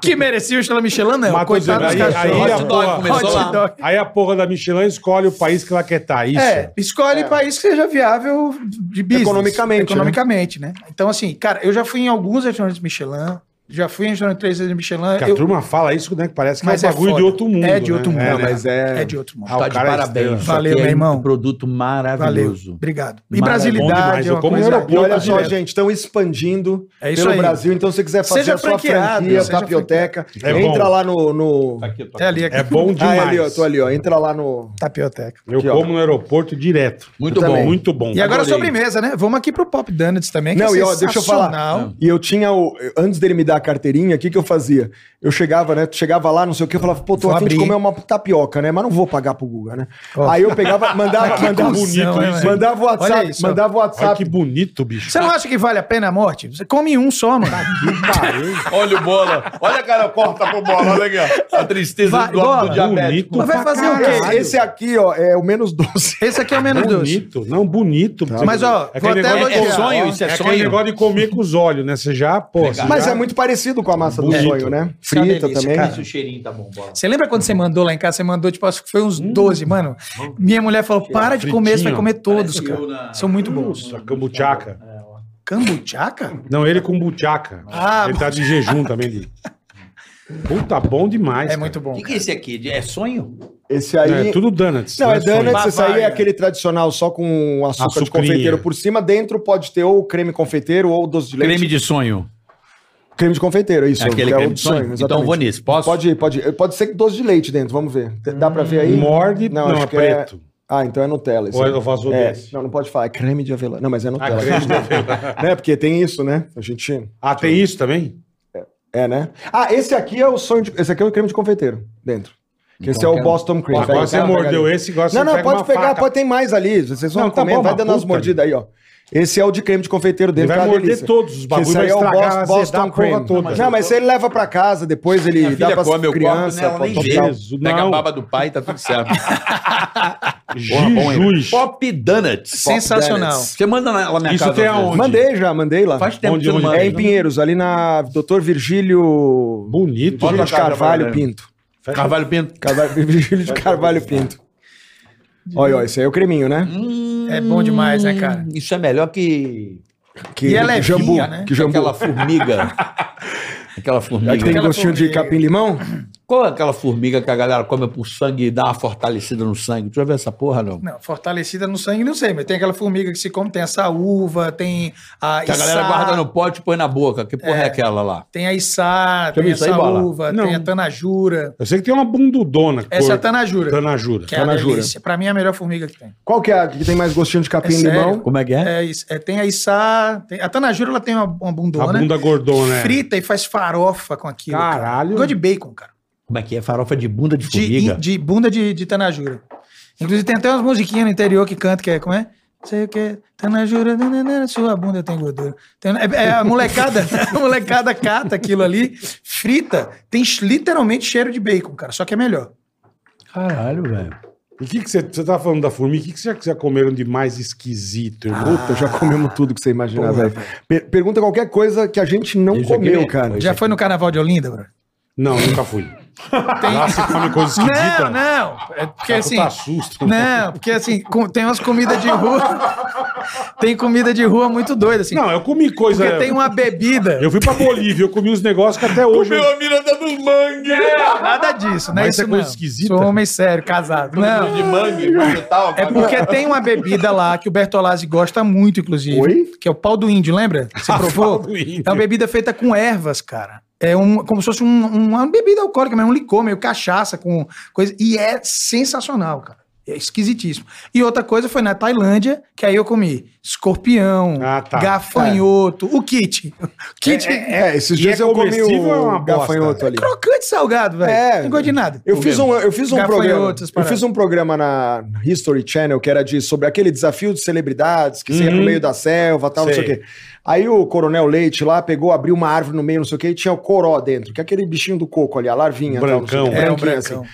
[SPEAKER 1] que merecia o Estrela Michelin, não.
[SPEAKER 3] Mas tô
[SPEAKER 1] Coitado dos
[SPEAKER 3] dizendo, aí- é
[SPEAKER 1] cachorros.
[SPEAKER 3] aí a
[SPEAKER 1] Hot dog,
[SPEAKER 3] porra-
[SPEAKER 1] começou
[SPEAKER 4] Hot
[SPEAKER 1] lá.
[SPEAKER 3] Aí a porra da Michelin escolhe o país que ela quer estar. Isso.
[SPEAKER 1] Então- É, escolhe país que seja viável de business.
[SPEAKER 6] Economicamente, né?
[SPEAKER 1] Economicamente, né? Então, assim, cara, eu já fui em alguns restaurantes Michelin, Já fui em restaurante três vezes Michelin.
[SPEAKER 3] Que a
[SPEAKER 1] eu-
[SPEAKER 3] turma fala isso, né? Que parece que
[SPEAKER 1] Mas
[SPEAKER 3] é um
[SPEAKER 1] é
[SPEAKER 3] bagulho
[SPEAKER 1] foda.
[SPEAKER 3] de outro mundo.
[SPEAKER 1] É de
[SPEAKER 3] né?
[SPEAKER 1] outro mundo.
[SPEAKER 3] né?
[SPEAKER 6] mas é.
[SPEAKER 1] É de outro mundo.
[SPEAKER 3] Ah, o
[SPEAKER 4] Tá de
[SPEAKER 3] cara é
[SPEAKER 4] parabéns.
[SPEAKER 3] estrela.
[SPEAKER 4] Isso aqui
[SPEAKER 1] Valeu,
[SPEAKER 4] é
[SPEAKER 1] meu irmão.
[SPEAKER 4] Um produto
[SPEAKER 1] Valeu.
[SPEAKER 4] maravilhoso.
[SPEAKER 1] Obrigado. E
[SPEAKER 4] Maravilha.
[SPEAKER 3] Bom
[SPEAKER 1] brasilidade.
[SPEAKER 3] demais,
[SPEAKER 1] é
[SPEAKER 3] eu
[SPEAKER 1] uma
[SPEAKER 3] como
[SPEAKER 1] coisa-
[SPEAKER 3] no aeroporto,
[SPEAKER 6] E olha só,
[SPEAKER 1] direto.
[SPEAKER 6] gente, estão expandindo
[SPEAKER 1] É isso
[SPEAKER 6] pelo
[SPEAKER 1] aí.
[SPEAKER 6] Brasil. Então, se você quiser fazer
[SPEAKER 1] Seja
[SPEAKER 6] a sua
[SPEAKER 1] franqueado,
[SPEAKER 6] franquia,
[SPEAKER 1] seja
[SPEAKER 6] tapioteca,
[SPEAKER 3] É bom.
[SPEAKER 6] entra lá no. no...
[SPEAKER 1] É ali, aqui.
[SPEAKER 3] É bom
[SPEAKER 6] Ah,
[SPEAKER 3] demais.
[SPEAKER 6] é ali, ó, tô ali, ó. Entra lá no.
[SPEAKER 1] Tapioteca.
[SPEAKER 3] Eu
[SPEAKER 6] Aqui, ó.
[SPEAKER 3] como no aeroporto direto.
[SPEAKER 4] Muito
[SPEAKER 6] Eu
[SPEAKER 4] bom.
[SPEAKER 6] também.
[SPEAKER 3] Muito bom.
[SPEAKER 1] E agora
[SPEAKER 3] Adorei.
[SPEAKER 1] sobremesa, né? Vamos aqui pro Pop Donuts também. que
[SPEAKER 6] Não,
[SPEAKER 1] é
[SPEAKER 6] e ó, deixa eu falar.
[SPEAKER 1] sensacional.
[SPEAKER 6] E eu tinha o. Antes dele me dar a carteirinha, o que, que eu fazia? Eu chegava, né? Chegava lá, não sei o que, eu falava, pô, tô
[SPEAKER 1] Vou
[SPEAKER 6] afim de
[SPEAKER 1] abrir.
[SPEAKER 6] comer uma tapioca, né? Mas não vou pagar pro Guga, né?
[SPEAKER 1] Ó.
[SPEAKER 6] Aí eu pegava, mandava,
[SPEAKER 1] Que
[SPEAKER 6] mandava,
[SPEAKER 1] cuzão,
[SPEAKER 6] bonito
[SPEAKER 1] hein,
[SPEAKER 6] isso,
[SPEAKER 1] velho?
[SPEAKER 6] mandava o
[SPEAKER 1] Olha
[SPEAKER 6] WhatsApp,
[SPEAKER 1] isso, ó.
[SPEAKER 6] mandava o
[SPEAKER 3] Olha que
[SPEAKER 6] WhatsApp.
[SPEAKER 3] bonito, bicho.
[SPEAKER 1] Você não acha que vale a pena a morte? Você come um só, mano.
[SPEAKER 6] Tá
[SPEAKER 7] Olha o bola. Olha a cara corta pro bola. Olha aqui, ó. A tristeza
[SPEAKER 1] Vai,
[SPEAKER 7] do, do
[SPEAKER 1] bola.
[SPEAKER 7] diabético.
[SPEAKER 1] Mas vai
[SPEAKER 3] pra
[SPEAKER 1] fazer o quê?
[SPEAKER 3] caralho.
[SPEAKER 6] Esse aqui, ó, é o menos doce.
[SPEAKER 1] Esse aqui é o menos doce.
[SPEAKER 3] Bonito, não, bonito.
[SPEAKER 1] Tá. Mas, ó,
[SPEAKER 3] é
[SPEAKER 1] vou
[SPEAKER 3] aquele
[SPEAKER 1] até
[SPEAKER 3] negócio, é
[SPEAKER 1] elogiar.
[SPEAKER 7] Sonho, isso é
[SPEAKER 3] aquele
[SPEAKER 7] sonho.
[SPEAKER 3] negócio de comer com os olhos, né? Você já, pô. você
[SPEAKER 6] Mas
[SPEAKER 3] já-
[SPEAKER 6] é muito parecido com a massa do
[SPEAKER 3] Bonito.
[SPEAKER 6] sonho, né?
[SPEAKER 1] Isso é uma
[SPEAKER 6] Frita
[SPEAKER 1] delícia,
[SPEAKER 6] também.
[SPEAKER 4] o cheirinho tá bom, bola.
[SPEAKER 1] Você lembra quando você mandou lá em casa? Você mandou, tipo, acho que foi uns 12,
[SPEAKER 4] Hum.
[SPEAKER 1] mano. Minha mulher falou: para de comer, você vai
[SPEAKER 3] Fritinho.
[SPEAKER 1] comer todos,
[SPEAKER 4] Parece
[SPEAKER 1] cara.
[SPEAKER 4] eu é né? na-
[SPEAKER 1] São é muito bons.
[SPEAKER 3] Nossa, cambuchaca.
[SPEAKER 1] Cambuchaca?
[SPEAKER 3] Não, ele com buchaca.
[SPEAKER 1] Ah,
[SPEAKER 3] ele tá de jejum também. De... Puta, bom demais.
[SPEAKER 1] É
[SPEAKER 3] cara.
[SPEAKER 1] muito
[SPEAKER 4] O
[SPEAKER 1] bom.
[SPEAKER 4] que, que é esse aqui? É sonho?
[SPEAKER 6] Esse aí.
[SPEAKER 3] É tudo donuts.
[SPEAKER 6] Não, é
[SPEAKER 3] sonho.
[SPEAKER 6] donuts, esse aí é
[SPEAKER 1] Papaya.
[SPEAKER 6] aquele tradicional só com açúcar de
[SPEAKER 3] Açucrinha.
[SPEAKER 6] confeiteiro por cima. Dentro pode ter ou creme confeiteiro ou doce de leite.
[SPEAKER 4] Creme de sonho.
[SPEAKER 6] Creme de confeiteiro, isso.
[SPEAKER 4] É aquele
[SPEAKER 6] que é
[SPEAKER 4] creme
[SPEAKER 6] o
[SPEAKER 4] de sonho? Então
[SPEAKER 6] exatamente.
[SPEAKER 4] eu vou nisso. Posso?
[SPEAKER 6] Pode ir, pode ir. Pode ser que doce de leite dentro, vamos ver. Dá pra ver aí?
[SPEAKER 3] Morde, não,
[SPEAKER 6] acho
[SPEAKER 3] é
[SPEAKER 6] que
[SPEAKER 3] preto.
[SPEAKER 6] Ah, então é Nutella. esse
[SPEAKER 3] Ou
[SPEAKER 6] aí.
[SPEAKER 3] é o vaso
[SPEAKER 6] É,
[SPEAKER 3] desse.
[SPEAKER 6] Não, não pode falar, é creme de avelã. Não, mas é
[SPEAKER 3] Ah,
[SPEAKER 6] Nutella.
[SPEAKER 3] creme de avelã.
[SPEAKER 6] né? Porque tem isso, né? A gente...
[SPEAKER 3] ah, tem isso também?
[SPEAKER 6] É, né? Ah, esse aqui é o sonho de... Esse aqui é o creme de confeiteiro, dentro. Que esse é o Boston Cream.
[SPEAKER 3] Agora
[SPEAKER 6] Pega,
[SPEAKER 3] você
[SPEAKER 6] pega
[SPEAKER 3] mordeu
[SPEAKER 6] ali.
[SPEAKER 3] esse, agora você
[SPEAKER 6] Não, não,
[SPEAKER 3] pega
[SPEAKER 6] pode
[SPEAKER 3] uma
[SPEAKER 6] pegar,
[SPEAKER 3] faca.
[SPEAKER 6] pode ter mais ali. Vocês vão
[SPEAKER 3] Não, tá
[SPEAKER 6] comendo,
[SPEAKER 3] bom,
[SPEAKER 6] vai
[SPEAKER 3] uma
[SPEAKER 6] dando umas
[SPEAKER 3] puta,
[SPEAKER 6] mordidas aí, ó. Esse é o de creme de confeiteiro dentro.
[SPEAKER 3] Ele vai
[SPEAKER 6] que é uma
[SPEAKER 3] morder
[SPEAKER 6] delícia.
[SPEAKER 3] todos os bagulhos,
[SPEAKER 6] Esse aí
[SPEAKER 3] vai
[SPEAKER 6] é o
[SPEAKER 3] estragar,
[SPEAKER 6] Boston,
[SPEAKER 3] azedar a
[SPEAKER 6] Boston
[SPEAKER 3] porra
[SPEAKER 6] Cream.
[SPEAKER 3] toda.
[SPEAKER 6] Não, mas ele leva pra casa, depois ele dá
[SPEAKER 7] filha
[SPEAKER 6] pra
[SPEAKER 7] come, eu corto,
[SPEAKER 6] criança.
[SPEAKER 7] né? Ela nem
[SPEAKER 6] pra-
[SPEAKER 7] vê.
[SPEAKER 6] total.
[SPEAKER 3] Jesus,
[SPEAKER 7] Pega a
[SPEAKER 3] não.
[SPEAKER 7] baba do pai, tá tudo certo.
[SPEAKER 3] é Jesus.
[SPEAKER 4] Pop Donuts.
[SPEAKER 1] Sensacional.
[SPEAKER 4] Você manda na- lá na minha
[SPEAKER 3] Isso
[SPEAKER 4] casa.
[SPEAKER 3] tem
[SPEAKER 4] às vezes.
[SPEAKER 3] aonde?
[SPEAKER 6] Mandei já, mandei lá.
[SPEAKER 4] Faz tempo
[SPEAKER 3] Onde,
[SPEAKER 4] que você
[SPEAKER 3] onde?
[SPEAKER 4] não manda.
[SPEAKER 6] É em Pinheiros, ali na Dr. Virgílio
[SPEAKER 3] Bonito. É.
[SPEAKER 7] Bota
[SPEAKER 6] Virgílio
[SPEAKER 7] a
[SPEAKER 6] de
[SPEAKER 7] cara
[SPEAKER 6] Carvalho
[SPEAKER 7] pra
[SPEAKER 6] Pinto.
[SPEAKER 4] Carvalho Pinto.
[SPEAKER 6] Carvalho- Virgílio de Carvalho Pinto. Olha, olha, esse aí é o creminho, né?
[SPEAKER 1] É bom demais, né, cara?
[SPEAKER 4] Isso é melhor que,
[SPEAKER 6] Que,
[SPEAKER 1] E ela é
[SPEAKER 6] jambu,
[SPEAKER 1] vinha, né?
[SPEAKER 6] Que
[SPEAKER 4] que
[SPEAKER 6] jambu.
[SPEAKER 4] aquela formiga. aquela formiga.
[SPEAKER 6] Aí que tem
[SPEAKER 1] aquela
[SPEAKER 6] gostinho de
[SPEAKER 1] formiga.
[SPEAKER 6] capim-limão?
[SPEAKER 4] Qual é aquela formiga que a galera come por sangue e dá uma fortalecida no sangue? Tu já viu essa porra, não?
[SPEAKER 1] Não, fortalecida no sangue, não sei, mas tem aquela formiga que se come, tem essa uva, tem a
[SPEAKER 4] Que a galera
[SPEAKER 1] içá,
[SPEAKER 4] guarda no pote e põe na boca. Que porra é, aquela lá?
[SPEAKER 1] tem a
[SPEAKER 4] Deixa
[SPEAKER 1] içá,
[SPEAKER 4] eu ver
[SPEAKER 1] tem
[SPEAKER 4] isso
[SPEAKER 1] essa
[SPEAKER 4] aí, Bola.
[SPEAKER 1] uva,
[SPEAKER 3] Não.
[SPEAKER 1] tem a tanajura.
[SPEAKER 3] Eu sei que tem uma bundudona.
[SPEAKER 1] Essa é a
[SPEAKER 3] cor-
[SPEAKER 1] tanajura,
[SPEAKER 3] Tanajura.
[SPEAKER 1] que é a
[SPEAKER 6] tanajura.
[SPEAKER 1] delícia. Pra mim é a melhor formiga que tem.
[SPEAKER 6] Qual que é a que tem mais gostinho de capim-limão?
[SPEAKER 4] Como é que é?
[SPEAKER 1] É isso, é, tem a içá, tem- a tanajura ela tem uma, uma
[SPEAKER 3] A
[SPEAKER 1] bundona,
[SPEAKER 3] bunda gordona, é.
[SPEAKER 1] frita e faz farofa com aquilo. cara.
[SPEAKER 3] Caralho.
[SPEAKER 1] Igual de bacon, cara.
[SPEAKER 4] Como é que é? Farofa de bunda de
[SPEAKER 1] De,
[SPEAKER 4] formiga?
[SPEAKER 1] de bunda de, de tanajura. Inclusive tem até umas musiquinhas no interior que canta, que é, como é? Sei o que, tanajura, nananana, sua bunda tem gordura. Tem- é, é a molecada, a molecada cata aquilo ali, frita, tem ch- literalmente cheiro de bacon, cara, só que é melhor.
[SPEAKER 4] Caralho, velho.
[SPEAKER 3] E o que, que você, você tá falando da formiga? O que, que você, que já comeram de mais esquisito, irmão?
[SPEAKER 6] Puta, já comemos tudo que você imaginar, velho. Per- pergunta qualquer coisa que a gente não
[SPEAKER 4] Isso aqui
[SPEAKER 6] comeu,
[SPEAKER 4] mesmo.
[SPEAKER 6] cara.
[SPEAKER 1] Já foi no carnaval de Olinda, bro?
[SPEAKER 3] Não, nunca fui. Lá você come coisa esquisita.
[SPEAKER 1] Não, não. É porque
[SPEAKER 3] Tá,
[SPEAKER 1] assim.
[SPEAKER 3] tá susto.
[SPEAKER 1] Não, porque assim, com- tem umas comidas de rua. tem comida de rua muito doida, assim.
[SPEAKER 3] Não, eu comi coisa...
[SPEAKER 1] porque tem uma bebida.
[SPEAKER 3] Eu fui pra Bolívia, eu comi uns negócios que até hoje... eu-
[SPEAKER 7] Comeu a miranda do mangue.
[SPEAKER 1] Nada disso, não é
[SPEAKER 3] Mas isso é
[SPEAKER 1] isso
[SPEAKER 3] coisa
[SPEAKER 1] não.
[SPEAKER 3] esquisita.
[SPEAKER 1] Sou homem sério, casado. Não.
[SPEAKER 7] De mangue, coisa e tal.
[SPEAKER 1] É porque tem uma bebida lá que o Bertolazzi gosta muito, inclusive.
[SPEAKER 6] Oi?
[SPEAKER 1] Que é o pau do índio, lembra? Você provou?
[SPEAKER 3] Ah, do índio.
[SPEAKER 1] É uma bebida feita com ervas, cara. É um, como se fosse um- uma bebida alcoólica, mas um licor, meio cachaça, com coisa. E é sensacional, cara. É esquisitíssimo. E outra coisa foi na Tailândia, que aí eu comi escorpião,
[SPEAKER 3] Ah, tá.
[SPEAKER 1] gafanhoto, o kit. O kit é,
[SPEAKER 6] É, esses
[SPEAKER 3] E
[SPEAKER 6] dias
[SPEAKER 3] é
[SPEAKER 6] eu comi
[SPEAKER 3] comestível ou é uma
[SPEAKER 6] o
[SPEAKER 3] bosta?
[SPEAKER 6] gafanhoto ali.
[SPEAKER 1] crocante salgado, velho.
[SPEAKER 6] É.
[SPEAKER 1] Não gosto de nada.
[SPEAKER 6] Eu fiz, um, eu fiz um
[SPEAKER 1] Gafanhotos,
[SPEAKER 6] programa. Eu
[SPEAKER 1] parada.
[SPEAKER 6] fiz um programa na History Channel que era de sobre aquele desafio de celebridades que você ia no
[SPEAKER 3] Uhum.
[SPEAKER 6] meio da selva, tal, não
[SPEAKER 3] Sei.
[SPEAKER 6] sei o quê. Aí o Coronel Leite lá pegou, abriu uma árvore no meio, não sei o quê, e tinha o coró dentro, que é aquele bichinho do coco ali, a larvinha, tal, não sei o quê,
[SPEAKER 3] Brancão.
[SPEAKER 1] É, um
[SPEAKER 6] branquinho,
[SPEAKER 1] brancão.
[SPEAKER 6] assim.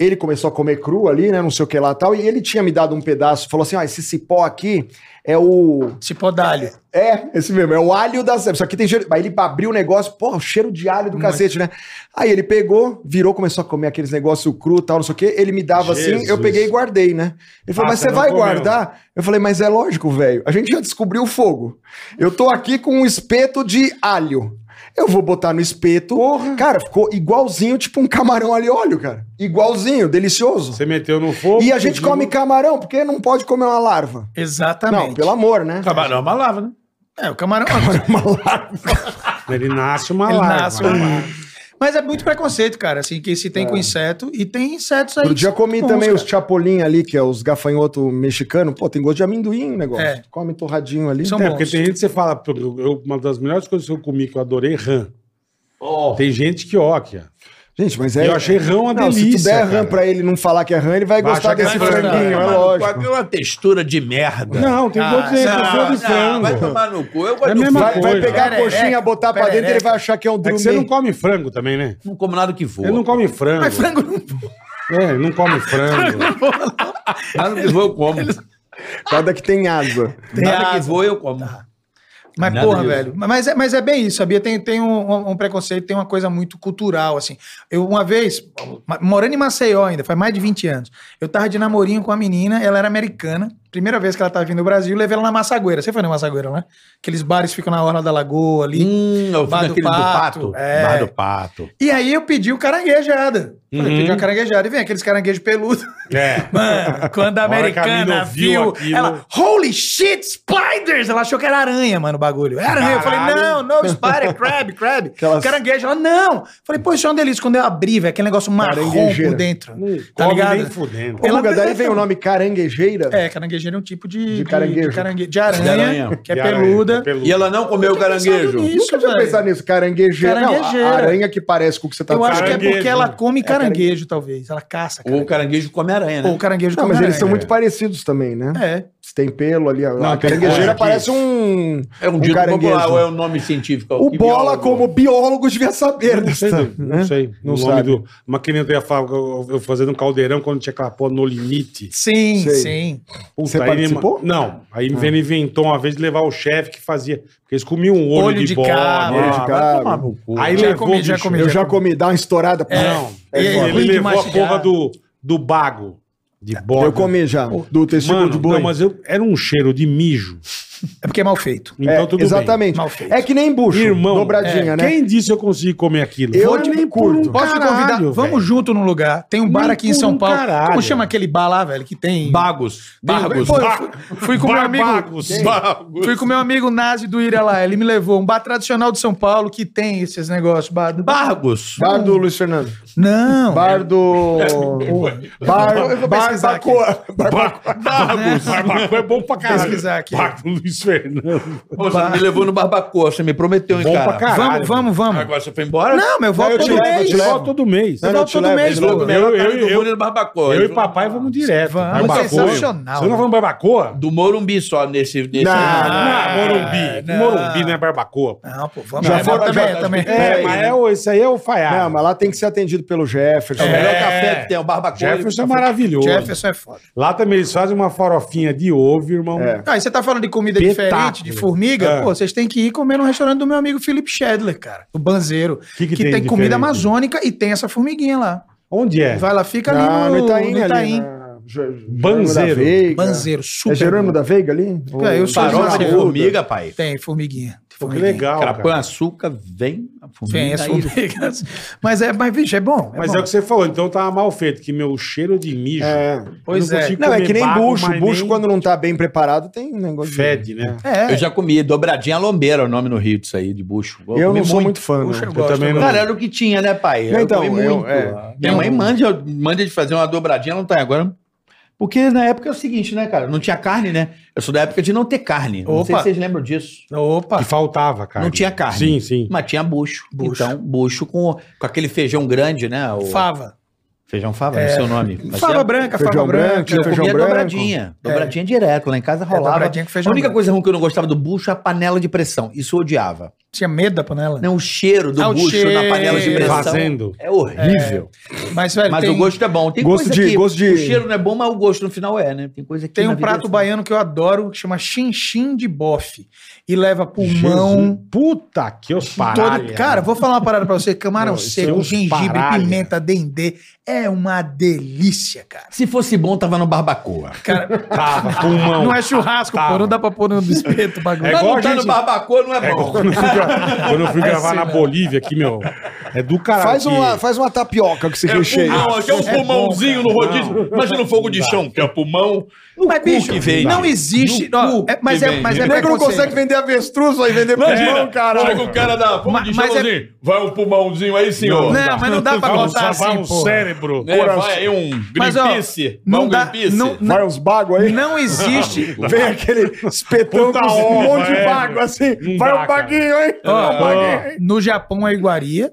[SPEAKER 6] Ele começou a comer cru ali, né, não sei o que lá, tal, e ele tinha me dado um pedaço, falou assim: "Ó, esse cipó aqui é o
[SPEAKER 1] Cipó d'alho.
[SPEAKER 6] é, esse mesmo, é o alho da selva. Só que tem cheiro. Aí ele abriu o negócio, porra, o cheiro de alho do cacete, né? Aí ele pegou, virou, começou a comer aqueles negócios cru e tal, não sei o quê. Ele me dava assim,
[SPEAKER 3] Jesus.
[SPEAKER 6] eu peguei e guardei, né? Ele falou,
[SPEAKER 3] Ah,
[SPEAKER 6] mas
[SPEAKER 3] você
[SPEAKER 6] você
[SPEAKER 3] não
[SPEAKER 6] vai
[SPEAKER 3] comeu.
[SPEAKER 6] guardar? Eu falei, mas é lógico, velho. A gente já descobriu o fogo. Eu tô aqui com um espeto de alho. Eu vou botar no espeto. Cara, ficou igualzinho, tipo um camarão ali óleo, cara. Igualzinho, delicioso.
[SPEAKER 3] Você meteu no fogo.
[SPEAKER 6] E a gente
[SPEAKER 3] pediu-
[SPEAKER 6] come camarão, porque não pode comer uma larva.
[SPEAKER 1] Exatamente.
[SPEAKER 6] Não, pelo amor, né?
[SPEAKER 4] Camarão é uma lava, né?
[SPEAKER 1] É, o camarão.
[SPEAKER 3] Ele nasce uma
[SPEAKER 1] Ele
[SPEAKER 3] larva.
[SPEAKER 1] nasce uma Mas é muito preconceito, cara, assim, que se tem com inseto e tem insetos aí.
[SPEAKER 6] É.
[SPEAKER 1] tipo
[SPEAKER 6] Outro dia
[SPEAKER 1] que
[SPEAKER 6] comi
[SPEAKER 1] são
[SPEAKER 6] também
[SPEAKER 1] bons,
[SPEAKER 6] os chapolim ali, que é os gafanhoto mexicano. Pô, tem gosto de amendoim o negócio.
[SPEAKER 1] É.
[SPEAKER 6] Come torradinho ali.
[SPEAKER 1] São
[SPEAKER 3] É,
[SPEAKER 1] bons.
[SPEAKER 3] porque tem gente que você fala, pô, eu- eu- uma das melhores coisas que eu comi, que eu adorei, rã. Tem gente que, ó, que ó,
[SPEAKER 6] Gente, mas é.
[SPEAKER 3] Eu achei rã uma
[SPEAKER 6] Não,
[SPEAKER 3] delícia.
[SPEAKER 6] Se tu der rã
[SPEAKER 3] cara.
[SPEAKER 6] pra ele não falar que é rã, ele vai,
[SPEAKER 3] Vai
[SPEAKER 6] gostar
[SPEAKER 3] achar que é
[SPEAKER 6] desse
[SPEAKER 3] frango,
[SPEAKER 6] franguinho, é
[SPEAKER 3] né?
[SPEAKER 6] lógico.
[SPEAKER 4] Tem uma textura de merda.
[SPEAKER 3] Não, tem
[SPEAKER 1] Ah,
[SPEAKER 3] gosto de
[SPEAKER 1] não,
[SPEAKER 3] pessoa de
[SPEAKER 4] vai
[SPEAKER 3] frango.
[SPEAKER 4] tomar no cu. Eu gosto
[SPEAKER 3] É
[SPEAKER 4] de
[SPEAKER 3] mesmo-
[SPEAKER 4] frango.
[SPEAKER 6] Vai, vai
[SPEAKER 3] coisa.
[SPEAKER 6] pegar a
[SPEAKER 1] Perereca,
[SPEAKER 6] coxinha, botar pra dentro,
[SPEAKER 1] perereca.
[SPEAKER 6] ele vai achar que é um
[SPEAKER 3] É
[SPEAKER 6] drume.
[SPEAKER 3] que você não come frango também, né?
[SPEAKER 4] Não como nada que voa.
[SPEAKER 3] Ele não come frango.
[SPEAKER 1] Mas frango não
[SPEAKER 3] É, não come frango.
[SPEAKER 4] Nada que voa eu como.
[SPEAKER 6] Nada que tem asa.
[SPEAKER 1] tem
[SPEAKER 4] Nada que
[SPEAKER 1] asa.
[SPEAKER 4] voa eu como.
[SPEAKER 3] Tá.
[SPEAKER 1] Mas,
[SPEAKER 4] Nada
[SPEAKER 1] porra,
[SPEAKER 4] disso.
[SPEAKER 1] velho. Mas é, mas é bem isso, sabia? Tem, tem um, um preconceito, tem uma coisa muito cultural, assim. Eu, uma vez, ma- morando em Maceió ainda, faz mais de 20 anos, eu tava de namorinho com uma menina, ela era americana, primeira vez que ela tava vindo no Brasil, levei ela na Massagueira. Você foi na Massagueira, né? Aqueles bares que ficam na Orla da Lagoa ali.
[SPEAKER 4] Hum, eu
[SPEAKER 1] Bar
[SPEAKER 4] fui
[SPEAKER 1] do
[SPEAKER 4] naquele do
[SPEAKER 1] pato,
[SPEAKER 4] pato.
[SPEAKER 1] é.
[SPEAKER 4] Bar do pato.
[SPEAKER 1] E aí eu pedi o caranguejada. Falei,
[SPEAKER 3] Uhum.
[SPEAKER 1] pedi uma caranguejada. E vem aqueles caranguejos peludos.
[SPEAKER 3] É.
[SPEAKER 1] Mano, quando a
[SPEAKER 3] A hora que a
[SPEAKER 1] americana
[SPEAKER 3] mina viu
[SPEAKER 1] viu,
[SPEAKER 3] aquilo-
[SPEAKER 1] ela, holy shit, spiders! Ela achou que era aranha, mano, o bagulho. Era aranha. Eu falei,
[SPEAKER 3] Caralho.
[SPEAKER 1] não, não, spider, é crab, crab.
[SPEAKER 6] Aquelas-
[SPEAKER 1] Caranguejo. Ela, não. Falei, pô, isso é uma delícia. Quando eu abri, velho, aquele negócio marrom
[SPEAKER 6] Caranguejeira.
[SPEAKER 1] por dentro.
[SPEAKER 3] Não
[SPEAKER 1] tá
[SPEAKER 3] come
[SPEAKER 1] ligado?
[SPEAKER 3] nem fudendo.
[SPEAKER 6] Ô,
[SPEAKER 1] Ela-
[SPEAKER 6] Guga, daí vem o nome caranguejeira.
[SPEAKER 1] É, caranguejeira é um tipo de... De
[SPEAKER 6] caranguejo.
[SPEAKER 1] De, carangue- de aranha,
[SPEAKER 4] De aranha.
[SPEAKER 1] que é
[SPEAKER 3] E aranha,
[SPEAKER 1] peluda.
[SPEAKER 3] é peluda.
[SPEAKER 4] E ela não comeu caranguejo.
[SPEAKER 1] Sabe
[SPEAKER 6] Nunca tinha
[SPEAKER 1] velho?
[SPEAKER 6] pensado nisso, caranguejeira.
[SPEAKER 1] Caranguejeira.
[SPEAKER 6] Não, a aranha que parece com o que você tá
[SPEAKER 1] Eu acho que é
[SPEAKER 3] Caranguejo.
[SPEAKER 1] porque ela come caranguejo, talvez. Ela caça
[SPEAKER 4] Ou o caranguejo come aranha, né?
[SPEAKER 1] Ou caranguejo
[SPEAKER 6] Não,
[SPEAKER 1] come
[SPEAKER 6] mas eles são
[SPEAKER 1] aranha.
[SPEAKER 6] muito parecidos também, né?
[SPEAKER 1] É.
[SPEAKER 6] Se tem pelo ali. A,
[SPEAKER 3] Não,
[SPEAKER 6] a
[SPEAKER 3] tem coisa
[SPEAKER 6] caranguejeira parece
[SPEAKER 3] aqui.
[SPEAKER 6] um.
[SPEAKER 4] É um dito
[SPEAKER 6] caranguejo.
[SPEAKER 4] popular, ou é um nome científico.
[SPEAKER 6] O
[SPEAKER 4] Que
[SPEAKER 6] Bola,
[SPEAKER 4] biólogo.
[SPEAKER 6] como biólogo, devia saber
[SPEAKER 3] Não sei,
[SPEAKER 6] dessa.
[SPEAKER 3] não sei.
[SPEAKER 6] é né? Não
[SPEAKER 3] o nome
[SPEAKER 6] sabe.
[SPEAKER 3] do. Mas que nem eu ia falar, eu, eu fazendo um caldeirão quando tinha aquela porra no limite.
[SPEAKER 1] Sim,
[SPEAKER 6] Sei.
[SPEAKER 1] sim.
[SPEAKER 3] Puta,
[SPEAKER 6] Você
[SPEAKER 3] aí ele-
[SPEAKER 6] participou? Ah.
[SPEAKER 3] Não. Aí ele inventou uma vez de levar o chefe que fazia. Porque eles comiam um olho,
[SPEAKER 1] Olho
[SPEAKER 3] de,
[SPEAKER 1] de
[SPEAKER 3] bode.
[SPEAKER 1] cabra,
[SPEAKER 3] ah,
[SPEAKER 6] olho de
[SPEAKER 3] vai
[SPEAKER 6] cabra.
[SPEAKER 3] tomar no cu. Aí
[SPEAKER 1] Já
[SPEAKER 3] levou
[SPEAKER 1] comi,
[SPEAKER 3] o
[SPEAKER 1] já
[SPEAKER 3] bicho.
[SPEAKER 1] comi.
[SPEAKER 6] Eu já comi, dá uma estourada.
[SPEAKER 1] É.
[SPEAKER 6] É,
[SPEAKER 1] É ruim
[SPEAKER 3] Ele
[SPEAKER 1] de
[SPEAKER 3] levou a
[SPEAKER 1] mastigar.
[SPEAKER 3] porra do, do bago. De bode.
[SPEAKER 6] Eu comi já, do testículo
[SPEAKER 3] Mano,
[SPEAKER 6] de boi.
[SPEAKER 3] não, mas eu, era um cheiro de mijo.
[SPEAKER 1] É porque é mal feito.
[SPEAKER 6] É,
[SPEAKER 3] Então tudo bem.
[SPEAKER 6] exatamente.
[SPEAKER 1] Mal feito.
[SPEAKER 6] É que nem bucho,
[SPEAKER 3] Irmão, é,
[SPEAKER 6] dobradinha, né?
[SPEAKER 3] Quem disse eu consegui comer aquilo?
[SPEAKER 6] Eu
[SPEAKER 3] Foi
[SPEAKER 6] nem
[SPEAKER 3] nem por um
[SPEAKER 6] curto.
[SPEAKER 1] Posso te convidar?
[SPEAKER 3] caralho,
[SPEAKER 1] Vamos
[SPEAKER 3] velho.
[SPEAKER 1] junto num lugar. Tem um bar aqui em
[SPEAKER 3] por
[SPEAKER 1] São
[SPEAKER 3] um
[SPEAKER 1] Paulo.
[SPEAKER 3] caralho.
[SPEAKER 1] Como chama aquele bar lá, velho, que tem...
[SPEAKER 4] Bagos. Bargos.
[SPEAKER 1] Pô, eu fui, fui com meu amigo...
[SPEAKER 3] Barbagos.
[SPEAKER 4] Bargos.
[SPEAKER 1] Fui com meu amigo Nazi do Ira lá. Ele me levou um bar tradicional de São Paulo que tem esses negócios. Bar do...
[SPEAKER 4] Bargos.
[SPEAKER 6] Bar do Luiz Fernando.
[SPEAKER 1] Não.
[SPEAKER 6] Bar do... bar
[SPEAKER 1] Eu vou
[SPEAKER 6] bar
[SPEAKER 1] pesquisar
[SPEAKER 6] da
[SPEAKER 1] aqui.
[SPEAKER 6] cor.
[SPEAKER 3] Barbagos. Barbacoa é bom pra caralho.
[SPEAKER 1] Pesquisar aqui.
[SPEAKER 3] Barco Luiz Fernando.
[SPEAKER 4] Pô, Você me levou no barbacoa, você me prometeu, hein,
[SPEAKER 3] Bom
[SPEAKER 4] cara.
[SPEAKER 3] pra caralho.
[SPEAKER 1] Vamos, vamos, vamos.
[SPEAKER 4] Agora você foi embora?
[SPEAKER 1] Não, mas eu
[SPEAKER 6] Vai, eu
[SPEAKER 1] volto
[SPEAKER 6] te
[SPEAKER 1] todo
[SPEAKER 6] levo, eu
[SPEAKER 1] mês.
[SPEAKER 6] te levo.
[SPEAKER 3] Só todo mês.
[SPEAKER 1] Eu volto todo mês,
[SPEAKER 4] Pelo
[SPEAKER 1] Lobo.
[SPEAKER 4] melhor
[SPEAKER 3] eu-
[SPEAKER 4] é cara
[SPEAKER 3] eu-
[SPEAKER 4] do mundo
[SPEAKER 3] eu-
[SPEAKER 4] no
[SPEAKER 3] Eu
[SPEAKER 4] barbacoa.
[SPEAKER 3] e
[SPEAKER 4] Ele falou,
[SPEAKER 3] papai vamos direto.
[SPEAKER 1] Vamos,
[SPEAKER 3] Barbacoa.
[SPEAKER 1] sensacional.
[SPEAKER 3] Você não vamos barbacoa?
[SPEAKER 4] Do Morumbi só nesse... nesse
[SPEAKER 6] Não.
[SPEAKER 3] Ah, Morumbi.
[SPEAKER 1] não.
[SPEAKER 3] Morumbi não é barbacoa.
[SPEAKER 1] Não, pô, vamos.
[SPEAKER 6] Já
[SPEAKER 1] Não,
[SPEAKER 6] foram-
[SPEAKER 1] também,
[SPEAKER 6] já-
[SPEAKER 1] também.
[SPEAKER 3] É,
[SPEAKER 6] Peraí,
[SPEAKER 3] mas
[SPEAKER 6] né?
[SPEAKER 3] é o, esse aí é o
[SPEAKER 6] Não,
[SPEAKER 3] falhado.
[SPEAKER 6] mas lá tem que ser atendido pelo Jefferson.
[SPEAKER 4] É o melhor
[SPEAKER 3] É.
[SPEAKER 4] café que tem, o barbacoa.
[SPEAKER 3] Jefferson é
[SPEAKER 4] Café-
[SPEAKER 3] maravilhoso.
[SPEAKER 1] Jefferson é foda.
[SPEAKER 3] Lá também eles fazem uma farofinha de ovo, irmão.
[SPEAKER 6] É.
[SPEAKER 1] Ah, e você tá falando de comida
[SPEAKER 3] Espetáculo.
[SPEAKER 1] diferente, de formiga?
[SPEAKER 3] É.
[SPEAKER 1] Pô, vocês têm que ir comer no restaurante do meu amigo Felipe Schedler, cara. O Banzeiro.
[SPEAKER 3] Que que tem
[SPEAKER 1] Que, tem,
[SPEAKER 3] de diferente?
[SPEAKER 1] comida amazônica e tem essa formiguinha lá.
[SPEAKER 3] Onde é?
[SPEAKER 1] Vai lá, fica ali
[SPEAKER 6] Ah,
[SPEAKER 1] no,
[SPEAKER 6] no Itaim,
[SPEAKER 1] no Itaim.
[SPEAKER 6] ali. na- Jo- Jerônimo
[SPEAKER 3] Banzeiro.
[SPEAKER 6] da Veiga.
[SPEAKER 1] Banzeiro, super.
[SPEAKER 6] É Jerônimo
[SPEAKER 1] bom.
[SPEAKER 6] da Veiga ali? Ou-
[SPEAKER 1] É, eu sou
[SPEAKER 4] Farofa de
[SPEAKER 1] Jefferson.
[SPEAKER 4] formiga, pai.
[SPEAKER 1] Tem, formiguinha. tem
[SPEAKER 3] Pô, que
[SPEAKER 1] formiguinha.
[SPEAKER 3] legal,
[SPEAKER 4] Carapã,
[SPEAKER 3] cara.
[SPEAKER 4] açúcar, vem a formiga.
[SPEAKER 1] Vem é as
[SPEAKER 4] aí.
[SPEAKER 1] formigas. Mas, é, mas, bicho, é bom. é
[SPEAKER 3] Mas
[SPEAKER 1] bom.
[SPEAKER 3] é o que você falou, então tava mal feito, que meu cheiro de mijo.
[SPEAKER 6] É.
[SPEAKER 1] Pois
[SPEAKER 3] eu não
[SPEAKER 1] é.
[SPEAKER 3] consigo
[SPEAKER 6] Não, é
[SPEAKER 3] comer
[SPEAKER 6] que nem
[SPEAKER 3] bago,
[SPEAKER 6] bucho.
[SPEAKER 3] mas
[SPEAKER 6] Bucho,
[SPEAKER 3] nem
[SPEAKER 6] quando não tá bem preparado, tem um negócio. de-
[SPEAKER 3] Fede, né?
[SPEAKER 1] É.
[SPEAKER 4] Eu já comi dobradinha lombeira, o nome no Rio disso aí, de bucho.
[SPEAKER 6] Eu, não
[SPEAKER 4] comi
[SPEAKER 6] sou muito fã,
[SPEAKER 1] Bucho
[SPEAKER 6] não.
[SPEAKER 1] eu gosto,
[SPEAKER 3] também
[SPEAKER 1] eu
[SPEAKER 3] não.
[SPEAKER 1] gosto.
[SPEAKER 4] Cara, era o que tinha, né, pai? Eu
[SPEAKER 6] Então,
[SPEAKER 4] comi
[SPEAKER 6] eu-
[SPEAKER 4] muito.
[SPEAKER 6] é.
[SPEAKER 4] Minha mãe manda, manda de fazer uma dobradinha, não tá agora. Porque na época é o seguinte, né, cara? Não tinha carne, né? Eu sou da época de não ter carne. Não sei
[SPEAKER 1] Opa.
[SPEAKER 4] se vocês lembram disso.
[SPEAKER 1] Opa.
[SPEAKER 3] Que faltava, cara.
[SPEAKER 4] Não tinha carne.
[SPEAKER 3] Sim, sim.
[SPEAKER 4] Mas tinha bucho.
[SPEAKER 1] Bucho.
[SPEAKER 4] Então, bucho com, com aquele feijão grande, né? O
[SPEAKER 1] Fava. É.
[SPEAKER 4] Feijão fava, não sei o nome. Mas é
[SPEAKER 1] Fava
[SPEAKER 4] era-
[SPEAKER 1] branca,
[SPEAKER 6] feijão
[SPEAKER 1] fava branca.
[SPEAKER 6] branco,
[SPEAKER 4] Eu
[SPEAKER 6] feijão
[SPEAKER 4] comia
[SPEAKER 6] branco.
[SPEAKER 4] dobradinha.
[SPEAKER 1] É.
[SPEAKER 4] Dobradinha direto. Lá em casa rolava.
[SPEAKER 1] dobradinha com feijão
[SPEAKER 4] a única
[SPEAKER 1] branco.
[SPEAKER 4] coisa ruim que eu não gostava do bucho é a panela de pressão. Isso eu odiava.
[SPEAKER 1] Tinha medo da panela.
[SPEAKER 4] Não, o cheiro do
[SPEAKER 1] Ah, o
[SPEAKER 4] bucho na
[SPEAKER 1] cheiro.
[SPEAKER 4] panela de pressão.
[SPEAKER 3] Fazendo.
[SPEAKER 4] É horrível.
[SPEAKER 1] Mas, velho,
[SPEAKER 4] Mas
[SPEAKER 1] tem,
[SPEAKER 4] o gosto é bom. Tem
[SPEAKER 6] Gosto
[SPEAKER 4] coisa
[SPEAKER 6] de-
[SPEAKER 4] que
[SPEAKER 6] gosto de-
[SPEAKER 4] o cheiro não é bom, mas o gosto no final é, né? Tem coisa que
[SPEAKER 1] tem
[SPEAKER 4] na
[SPEAKER 1] um
[SPEAKER 4] vida é
[SPEAKER 1] prato
[SPEAKER 4] assim.
[SPEAKER 1] baiano que eu adoro, que chama chinchim de bofe. E leva pulmão,
[SPEAKER 3] Jesus. Puta que os paralho.
[SPEAKER 1] Todo... Cara, vou falar uma parada pra você. Camarão
[SPEAKER 3] Não, isso é
[SPEAKER 1] seco,
[SPEAKER 3] uns
[SPEAKER 1] gengibre,
[SPEAKER 3] paralha.
[SPEAKER 1] pimenta, dendê. É uma delícia, cara.
[SPEAKER 4] assim. Se fosse bom, tava no barbacoa.
[SPEAKER 1] Cara,
[SPEAKER 3] Tava, pulmão.
[SPEAKER 1] não é churrasco,
[SPEAKER 3] Tá.
[SPEAKER 1] pô. Não dá pra pôr no espeto o bagulho.
[SPEAKER 3] É
[SPEAKER 4] mas
[SPEAKER 3] igual
[SPEAKER 4] não
[SPEAKER 3] a
[SPEAKER 4] tá
[SPEAKER 3] gente-
[SPEAKER 4] no barbacoa, não é, bom.
[SPEAKER 3] Quando eu fui pra gra- quando eu fui gravar
[SPEAKER 1] Assim,
[SPEAKER 3] na
[SPEAKER 1] né?
[SPEAKER 3] Bolívia aqui, meu, é do caralho.
[SPEAKER 6] Faz
[SPEAKER 3] aqui.
[SPEAKER 6] uma, faz uma tapioca com esse
[SPEAKER 7] É
[SPEAKER 6] recheio.
[SPEAKER 7] pulmão, aqui é um pulmãozinho no rodízio. Imagina um fogo de chão, que é pulmão. No
[SPEAKER 1] Mas,
[SPEAKER 7] cu
[SPEAKER 1] bicho,
[SPEAKER 7] que vem.
[SPEAKER 1] não existe.
[SPEAKER 7] No
[SPEAKER 1] ó,
[SPEAKER 7] cu
[SPEAKER 1] é- mas
[SPEAKER 7] que
[SPEAKER 1] é,
[SPEAKER 7] vem.
[SPEAKER 1] mas é
[SPEAKER 6] O negro não
[SPEAKER 1] preconceito.
[SPEAKER 6] consegue vender avestruz, vai vender pulmão,
[SPEAKER 7] Olha que
[SPEAKER 6] caralho.
[SPEAKER 7] o cara dá fogo
[SPEAKER 1] Mas-
[SPEAKER 7] de
[SPEAKER 1] mas é-
[SPEAKER 7] chãozinho. Vai um pulmãozinho aí, senhor.
[SPEAKER 1] Não, mas não dá pra
[SPEAKER 3] Vai um-
[SPEAKER 1] botar
[SPEAKER 3] vai
[SPEAKER 1] assim,
[SPEAKER 3] um
[SPEAKER 1] pô.
[SPEAKER 3] cérebro.
[SPEAKER 7] É, vai aí um
[SPEAKER 1] Mas, ó,
[SPEAKER 7] Greenpeace. Vai
[SPEAKER 1] não
[SPEAKER 7] um
[SPEAKER 1] dá-
[SPEAKER 7] Greenpeace.
[SPEAKER 1] não-
[SPEAKER 6] Vai uns bagos aí.
[SPEAKER 1] Não existe.
[SPEAKER 6] Vem aquele espetão
[SPEAKER 3] Puta
[SPEAKER 6] com um
[SPEAKER 3] ova,
[SPEAKER 6] monte de
[SPEAKER 3] é.
[SPEAKER 6] bago assim.
[SPEAKER 3] Não
[SPEAKER 6] Vai
[SPEAKER 3] dá,
[SPEAKER 6] um baguinho, hein?
[SPEAKER 3] ah.
[SPEAKER 1] Ó,
[SPEAKER 6] Vai um baguinho.
[SPEAKER 1] no Japão é iguaria,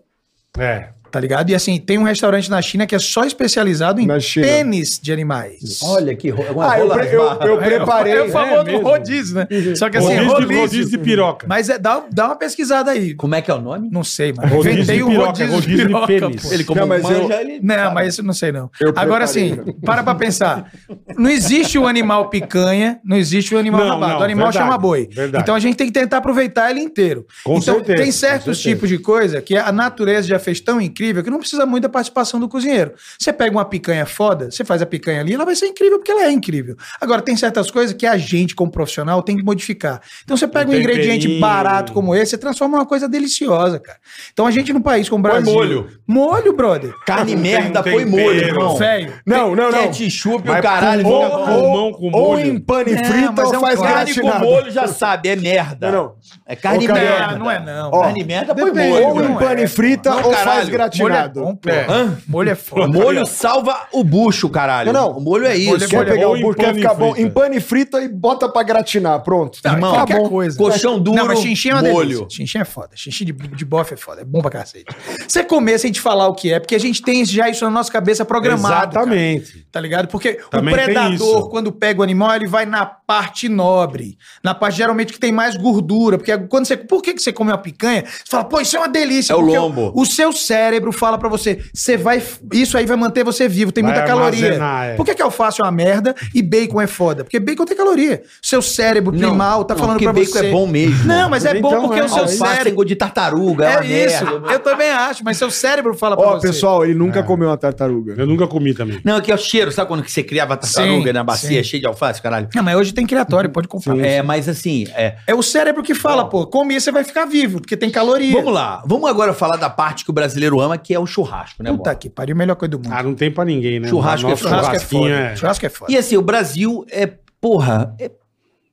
[SPEAKER 3] É.
[SPEAKER 1] tá ligado? E assim, tem um restaurante na China que é só especializado em
[SPEAKER 6] Na China.
[SPEAKER 1] pênis de animais.
[SPEAKER 4] Olha que ro... uma
[SPEAKER 6] Ah, eu,
[SPEAKER 4] rola
[SPEAKER 6] pre- eu,
[SPEAKER 4] barra.
[SPEAKER 6] eu preparei.
[SPEAKER 1] É o
[SPEAKER 3] É
[SPEAKER 1] famoso
[SPEAKER 3] mesmo?
[SPEAKER 1] rodízio, né? Só que assim,
[SPEAKER 3] Rodízio, de-
[SPEAKER 1] rodízio.
[SPEAKER 3] rodízio de piroca.
[SPEAKER 1] Mas é, dá, dá uma pesquisada aí.
[SPEAKER 4] Como é que é o nome?
[SPEAKER 1] Não sei, mano.
[SPEAKER 3] Rodízio de
[SPEAKER 1] Inventei um
[SPEAKER 3] piroca,
[SPEAKER 1] rodízio,
[SPEAKER 3] rodízio
[SPEAKER 1] de
[SPEAKER 3] de
[SPEAKER 1] piroca.
[SPEAKER 3] pênis.
[SPEAKER 1] pô.
[SPEAKER 4] Ele como
[SPEAKER 6] Não, mas
[SPEAKER 4] manja, ele...
[SPEAKER 1] Não, mas isso eu não sei não.
[SPEAKER 6] Eu
[SPEAKER 1] Agora
[SPEAKER 6] preparei,
[SPEAKER 1] sim, para pra pensar. Não existe o animal picanha, não existe o animal
[SPEAKER 3] Não,
[SPEAKER 1] rabado.
[SPEAKER 3] não,
[SPEAKER 1] o animal
[SPEAKER 3] verdade,
[SPEAKER 1] chama boi.
[SPEAKER 3] verdade.
[SPEAKER 1] Então a gente tem que tentar aproveitar ele inteiro.
[SPEAKER 3] Com
[SPEAKER 1] então
[SPEAKER 3] certeza,
[SPEAKER 1] tem certos
[SPEAKER 3] com certeza.
[SPEAKER 1] tipos de coisa que a natureza já fez tão incrível que não precisa muito da participação do cozinheiro. Você pega uma picanha foda, você faz a picanha ali, ela vai ser incrível porque ela é incrível. Agora tem certas coisas que a gente como profissional tem que modificar. Então você pega um,
[SPEAKER 3] Um
[SPEAKER 1] ingrediente
[SPEAKER 3] temperinho.
[SPEAKER 1] barato como esse, você transforma numa coisa deliciosa, cara. Então a gente num país como o
[SPEAKER 7] Põe
[SPEAKER 1] Brasil,
[SPEAKER 7] molho.
[SPEAKER 1] Molho, brother.
[SPEAKER 4] Carne
[SPEAKER 3] Não tem-
[SPEAKER 4] merda,
[SPEAKER 3] não tem
[SPEAKER 4] põe molho,
[SPEAKER 3] tempero.
[SPEAKER 4] irmão.
[SPEAKER 1] Velho.
[SPEAKER 6] Não, não, não.
[SPEAKER 4] Ketchup, o
[SPEAKER 3] Mas
[SPEAKER 4] caralho.
[SPEAKER 3] pulmão,
[SPEAKER 4] fica bom.
[SPEAKER 3] pulmão com
[SPEAKER 6] Ou
[SPEAKER 3] molho.
[SPEAKER 6] em pane
[SPEAKER 1] É,
[SPEAKER 6] frita
[SPEAKER 1] mas
[SPEAKER 6] ou
[SPEAKER 1] é um
[SPEAKER 6] faz
[SPEAKER 1] clássico.
[SPEAKER 4] Carne com
[SPEAKER 6] gratinado.
[SPEAKER 4] molho já sabe, é merda.
[SPEAKER 6] Não, não.
[SPEAKER 4] É carne
[SPEAKER 6] Ô, cara,
[SPEAKER 4] merda.
[SPEAKER 1] Não, não é não.
[SPEAKER 6] Ó,
[SPEAKER 4] Carne merda, põe
[SPEAKER 1] Depende.
[SPEAKER 4] né, molho.
[SPEAKER 6] Ou em
[SPEAKER 1] Não
[SPEAKER 6] pane
[SPEAKER 1] é,
[SPEAKER 6] frita
[SPEAKER 4] não,
[SPEAKER 6] ou faz
[SPEAKER 4] caralho.
[SPEAKER 1] Molho é
[SPEAKER 6] gratinado.
[SPEAKER 1] bom, pô.
[SPEAKER 6] É.
[SPEAKER 1] Hã? Molho é
[SPEAKER 4] O
[SPEAKER 1] foda.
[SPEAKER 4] molho salva o bucho, caralho.
[SPEAKER 6] Não, não.
[SPEAKER 4] O molho é isso.
[SPEAKER 1] Molho é
[SPEAKER 6] Quer
[SPEAKER 1] Olha,
[SPEAKER 6] pegar
[SPEAKER 3] ou
[SPEAKER 6] o
[SPEAKER 3] em
[SPEAKER 6] burro, quer
[SPEAKER 3] pane
[SPEAKER 6] ficar bom
[SPEAKER 3] frita.
[SPEAKER 6] em pane frita e bota pra gratinar, pronto.
[SPEAKER 1] Tá,
[SPEAKER 4] Irmão,
[SPEAKER 1] qualquer
[SPEAKER 4] acabou.
[SPEAKER 1] coisa.
[SPEAKER 4] um Colchão duro,
[SPEAKER 1] Não, mas xinxim é uma
[SPEAKER 4] molho.
[SPEAKER 1] delícia. Xinxim é foda. Xinxim de, de bofe é foda. É bom pra cacete. Você comer sem te falar o que é, porque a gente tem já isso na nossa cabeça programado. cara.
[SPEAKER 3] Exatamente.
[SPEAKER 1] Tá ligado? Porque
[SPEAKER 3] Também
[SPEAKER 1] o
[SPEAKER 3] tem
[SPEAKER 1] predador,
[SPEAKER 3] isso.
[SPEAKER 1] quando pega o animal, ele vai na parte nobre. Na parte geralmente que tem mais gordura. Porque quando você. Por que, que você come uma picanha? Você fala, pô, isso é uma delícia.
[SPEAKER 4] É o
[SPEAKER 1] porque
[SPEAKER 4] lombo.
[SPEAKER 1] O, seu cérebro fala pra você, você vai. Isso aí vai manter você vivo, tem
[SPEAKER 3] Vai
[SPEAKER 1] muita caloria.
[SPEAKER 3] armazenar, é.
[SPEAKER 1] Por que, que alface é uma merda e bacon é foda? Porque bacon tem caloria. Seu cérebro
[SPEAKER 4] Não,
[SPEAKER 1] primal tá
[SPEAKER 4] não,
[SPEAKER 1] falando
[SPEAKER 4] porque
[SPEAKER 1] pra
[SPEAKER 4] bacon
[SPEAKER 1] você.
[SPEAKER 4] é bom mesmo.
[SPEAKER 1] Não, mas é bom
[SPEAKER 3] Então,
[SPEAKER 1] porque
[SPEAKER 3] é,
[SPEAKER 1] o seu
[SPEAKER 4] Alface tem
[SPEAKER 1] cérebro.
[SPEAKER 4] gosto de tartaruga.
[SPEAKER 1] É
[SPEAKER 4] uma
[SPEAKER 1] isso.
[SPEAKER 4] merda.
[SPEAKER 1] Eu também acho, mas seu cérebro fala pra
[SPEAKER 6] Ó,
[SPEAKER 1] você.
[SPEAKER 6] pessoal, ele
[SPEAKER 3] É.
[SPEAKER 6] nunca comeu uma tartaruga.
[SPEAKER 3] Eu nunca comi também.
[SPEAKER 4] Não, aqui é o cheiro. Sabe quando que você criava tartaruga
[SPEAKER 1] Sim,
[SPEAKER 4] na bacia,
[SPEAKER 1] sim.
[SPEAKER 4] cheia de alface, caralho?
[SPEAKER 1] Não, mas hoje tem criatório, pode comprar.
[SPEAKER 4] É, mas assim, é,
[SPEAKER 1] É o cérebro que fala, pô, come isso você vai ficar vivo, porque tem caloria.
[SPEAKER 4] Vamos lá, vamos agora falar da parte que o brasileiro ama, que é o churrasco, né,
[SPEAKER 1] Puta
[SPEAKER 4] Bola?
[SPEAKER 1] que pariu, melhor coisa do mundo.
[SPEAKER 3] Ah, não tem pra ninguém, né?
[SPEAKER 4] Churrasco
[SPEAKER 3] A
[SPEAKER 4] é
[SPEAKER 3] nossa
[SPEAKER 4] foda.
[SPEAKER 1] churrasco é foda.
[SPEAKER 3] churrasquinha
[SPEAKER 1] Churrasco é foda.
[SPEAKER 4] E assim, o Brasil é, porra, é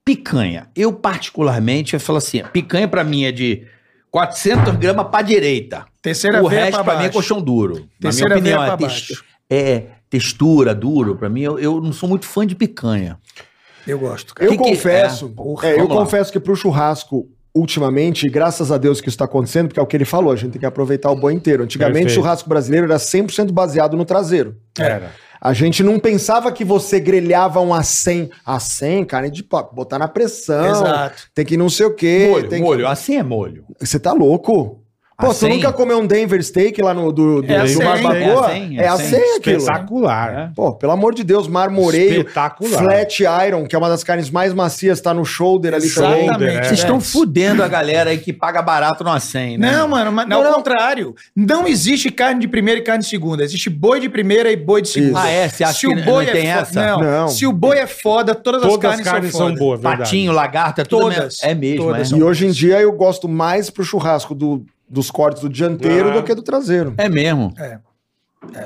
[SPEAKER 4] picanha. Eu, particularmente, eu falo assim, picanha pra mim é de 400 gramas pra direita.
[SPEAKER 1] Terceira
[SPEAKER 4] o
[SPEAKER 1] veia
[SPEAKER 4] resto
[SPEAKER 1] pra
[SPEAKER 4] pra mim é
[SPEAKER 1] baixo.
[SPEAKER 4] colchão duro.
[SPEAKER 1] Terceira
[SPEAKER 4] na minha opinião,
[SPEAKER 1] veia
[SPEAKER 4] é,
[SPEAKER 1] pra
[SPEAKER 4] tex-
[SPEAKER 1] baixo.
[SPEAKER 4] é textura, duro. Pra mim, eu, eu não sou muito fã de picanha.
[SPEAKER 1] Eu gosto, cara.
[SPEAKER 6] Eu
[SPEAKER 4] Que que-
[SPEAKER 6] confesso,
[SPEAKER 4] é, porra,
[SPEAKER 6] é, eu
[SPEAKER 4] vamos lá.
[SPEAKER 6] confesso que pro churrasco, ultimamente, e graças a Deus que isso tá acontecendo, porque é o que ele falou, a gente tem que aproveitar o boi inteiro. Antigamente, o
[SPEAKER 3] Perfeito.
[SPEAKER 6] churrasco brasileiro era 100% baseado no traseiro.
[SPEAKER 3] Era.
[SPEAKER 6] A gente não pensava que você grelhava um a 100, a 100, carne de pop, botar na pressão,
[SPEAKER 1] Exato.
[SPEAKER 6] tem que não sei o quê.
[SPEAKER 4] Molho,
[SPEAKER 6] tem que-
[SPEAKER 4] molho. Assim é molho.
[SPEAKER 6] Você tá louco? Pô,
[SPEAKER 4] Assim?
[SPEAKER 6] tu nunca comeu um Denver Steak lá no do, do,
[SPEAKER 1] É
[SPEAKER 6] do
[SPEAKER 1] assim,
[SPEAKER 6] Barbacoa?
[SPEAKER 4] é assim, é
[SPEAKER 6] É a
[SPEAKER 4] assim.
[SPEAKER 6] 100 aquilo.
[SPEAKER 3] Espetacular.
[SPEAKER 6] Pô, pelo amor de Deus, marmoreio,
[SPEAKER 3] Espetacular.
[SPEAKER 6] flat iron, que é uma das carnes mais macias, tá no shoulder ali também.
[SPEAKER 1] Exatamente.
[SPEAKER 3] Shoulder, é.
[SPEAKER 4] Vocês estão
[SPEAKER 1] velho.
[SPEAKER 4] fudendo a galera aí que paga barato no acém, né?
[SPEAKER 1] Não, mano, mas,
[SPEAKER 6] Não,
[SPEAKER 1] ao
[SPEAKER 6] não.
[SPEAKER 1] contrário. Não existe carne de primeira e carne de segunda. Existe boi de primeira e boi de segunda.
[SPEAKER 4] Ah, é? Você acha
[SPEAKER 1] Se
[SPEAKER 4] que
[SPEAKER 1] o
[SPEAKER 4] não-
[SPEAKER 1] boi
[SPEAKER 4] não
[SPEAKER 1] é
[SPEAKER 4] tem
[SPEAKER 1] fo-
[SPEAKER 4] essa?
[SPEAKER 1] Não.
[SPEAKER 6] Não.
[SPEAKER 1] Se o boi é foda, todas,
[SPEAKER 3] Todas
[SPEAKER 1] as carnes, são, foda.
[SPEAKER 3] boas, verdade.
[SPEAKER 4] É Patinho, lagarta, tudo
[SPEAKER 1] Todas.
[SPEAKER 4] É mesmo,
[SPEAKER 1] Todas.
[SPEAKER 4] é.
[SPEAKER 6] E hoje em dia eu gosto mais pro churrasco do- dos cortes do dianteiro
[SPEAKER 3] Ah.
[SPEAKER 6] do que do traseiro.
[SPEAKER 4] É mesmo.
[SPEAKER 1] É.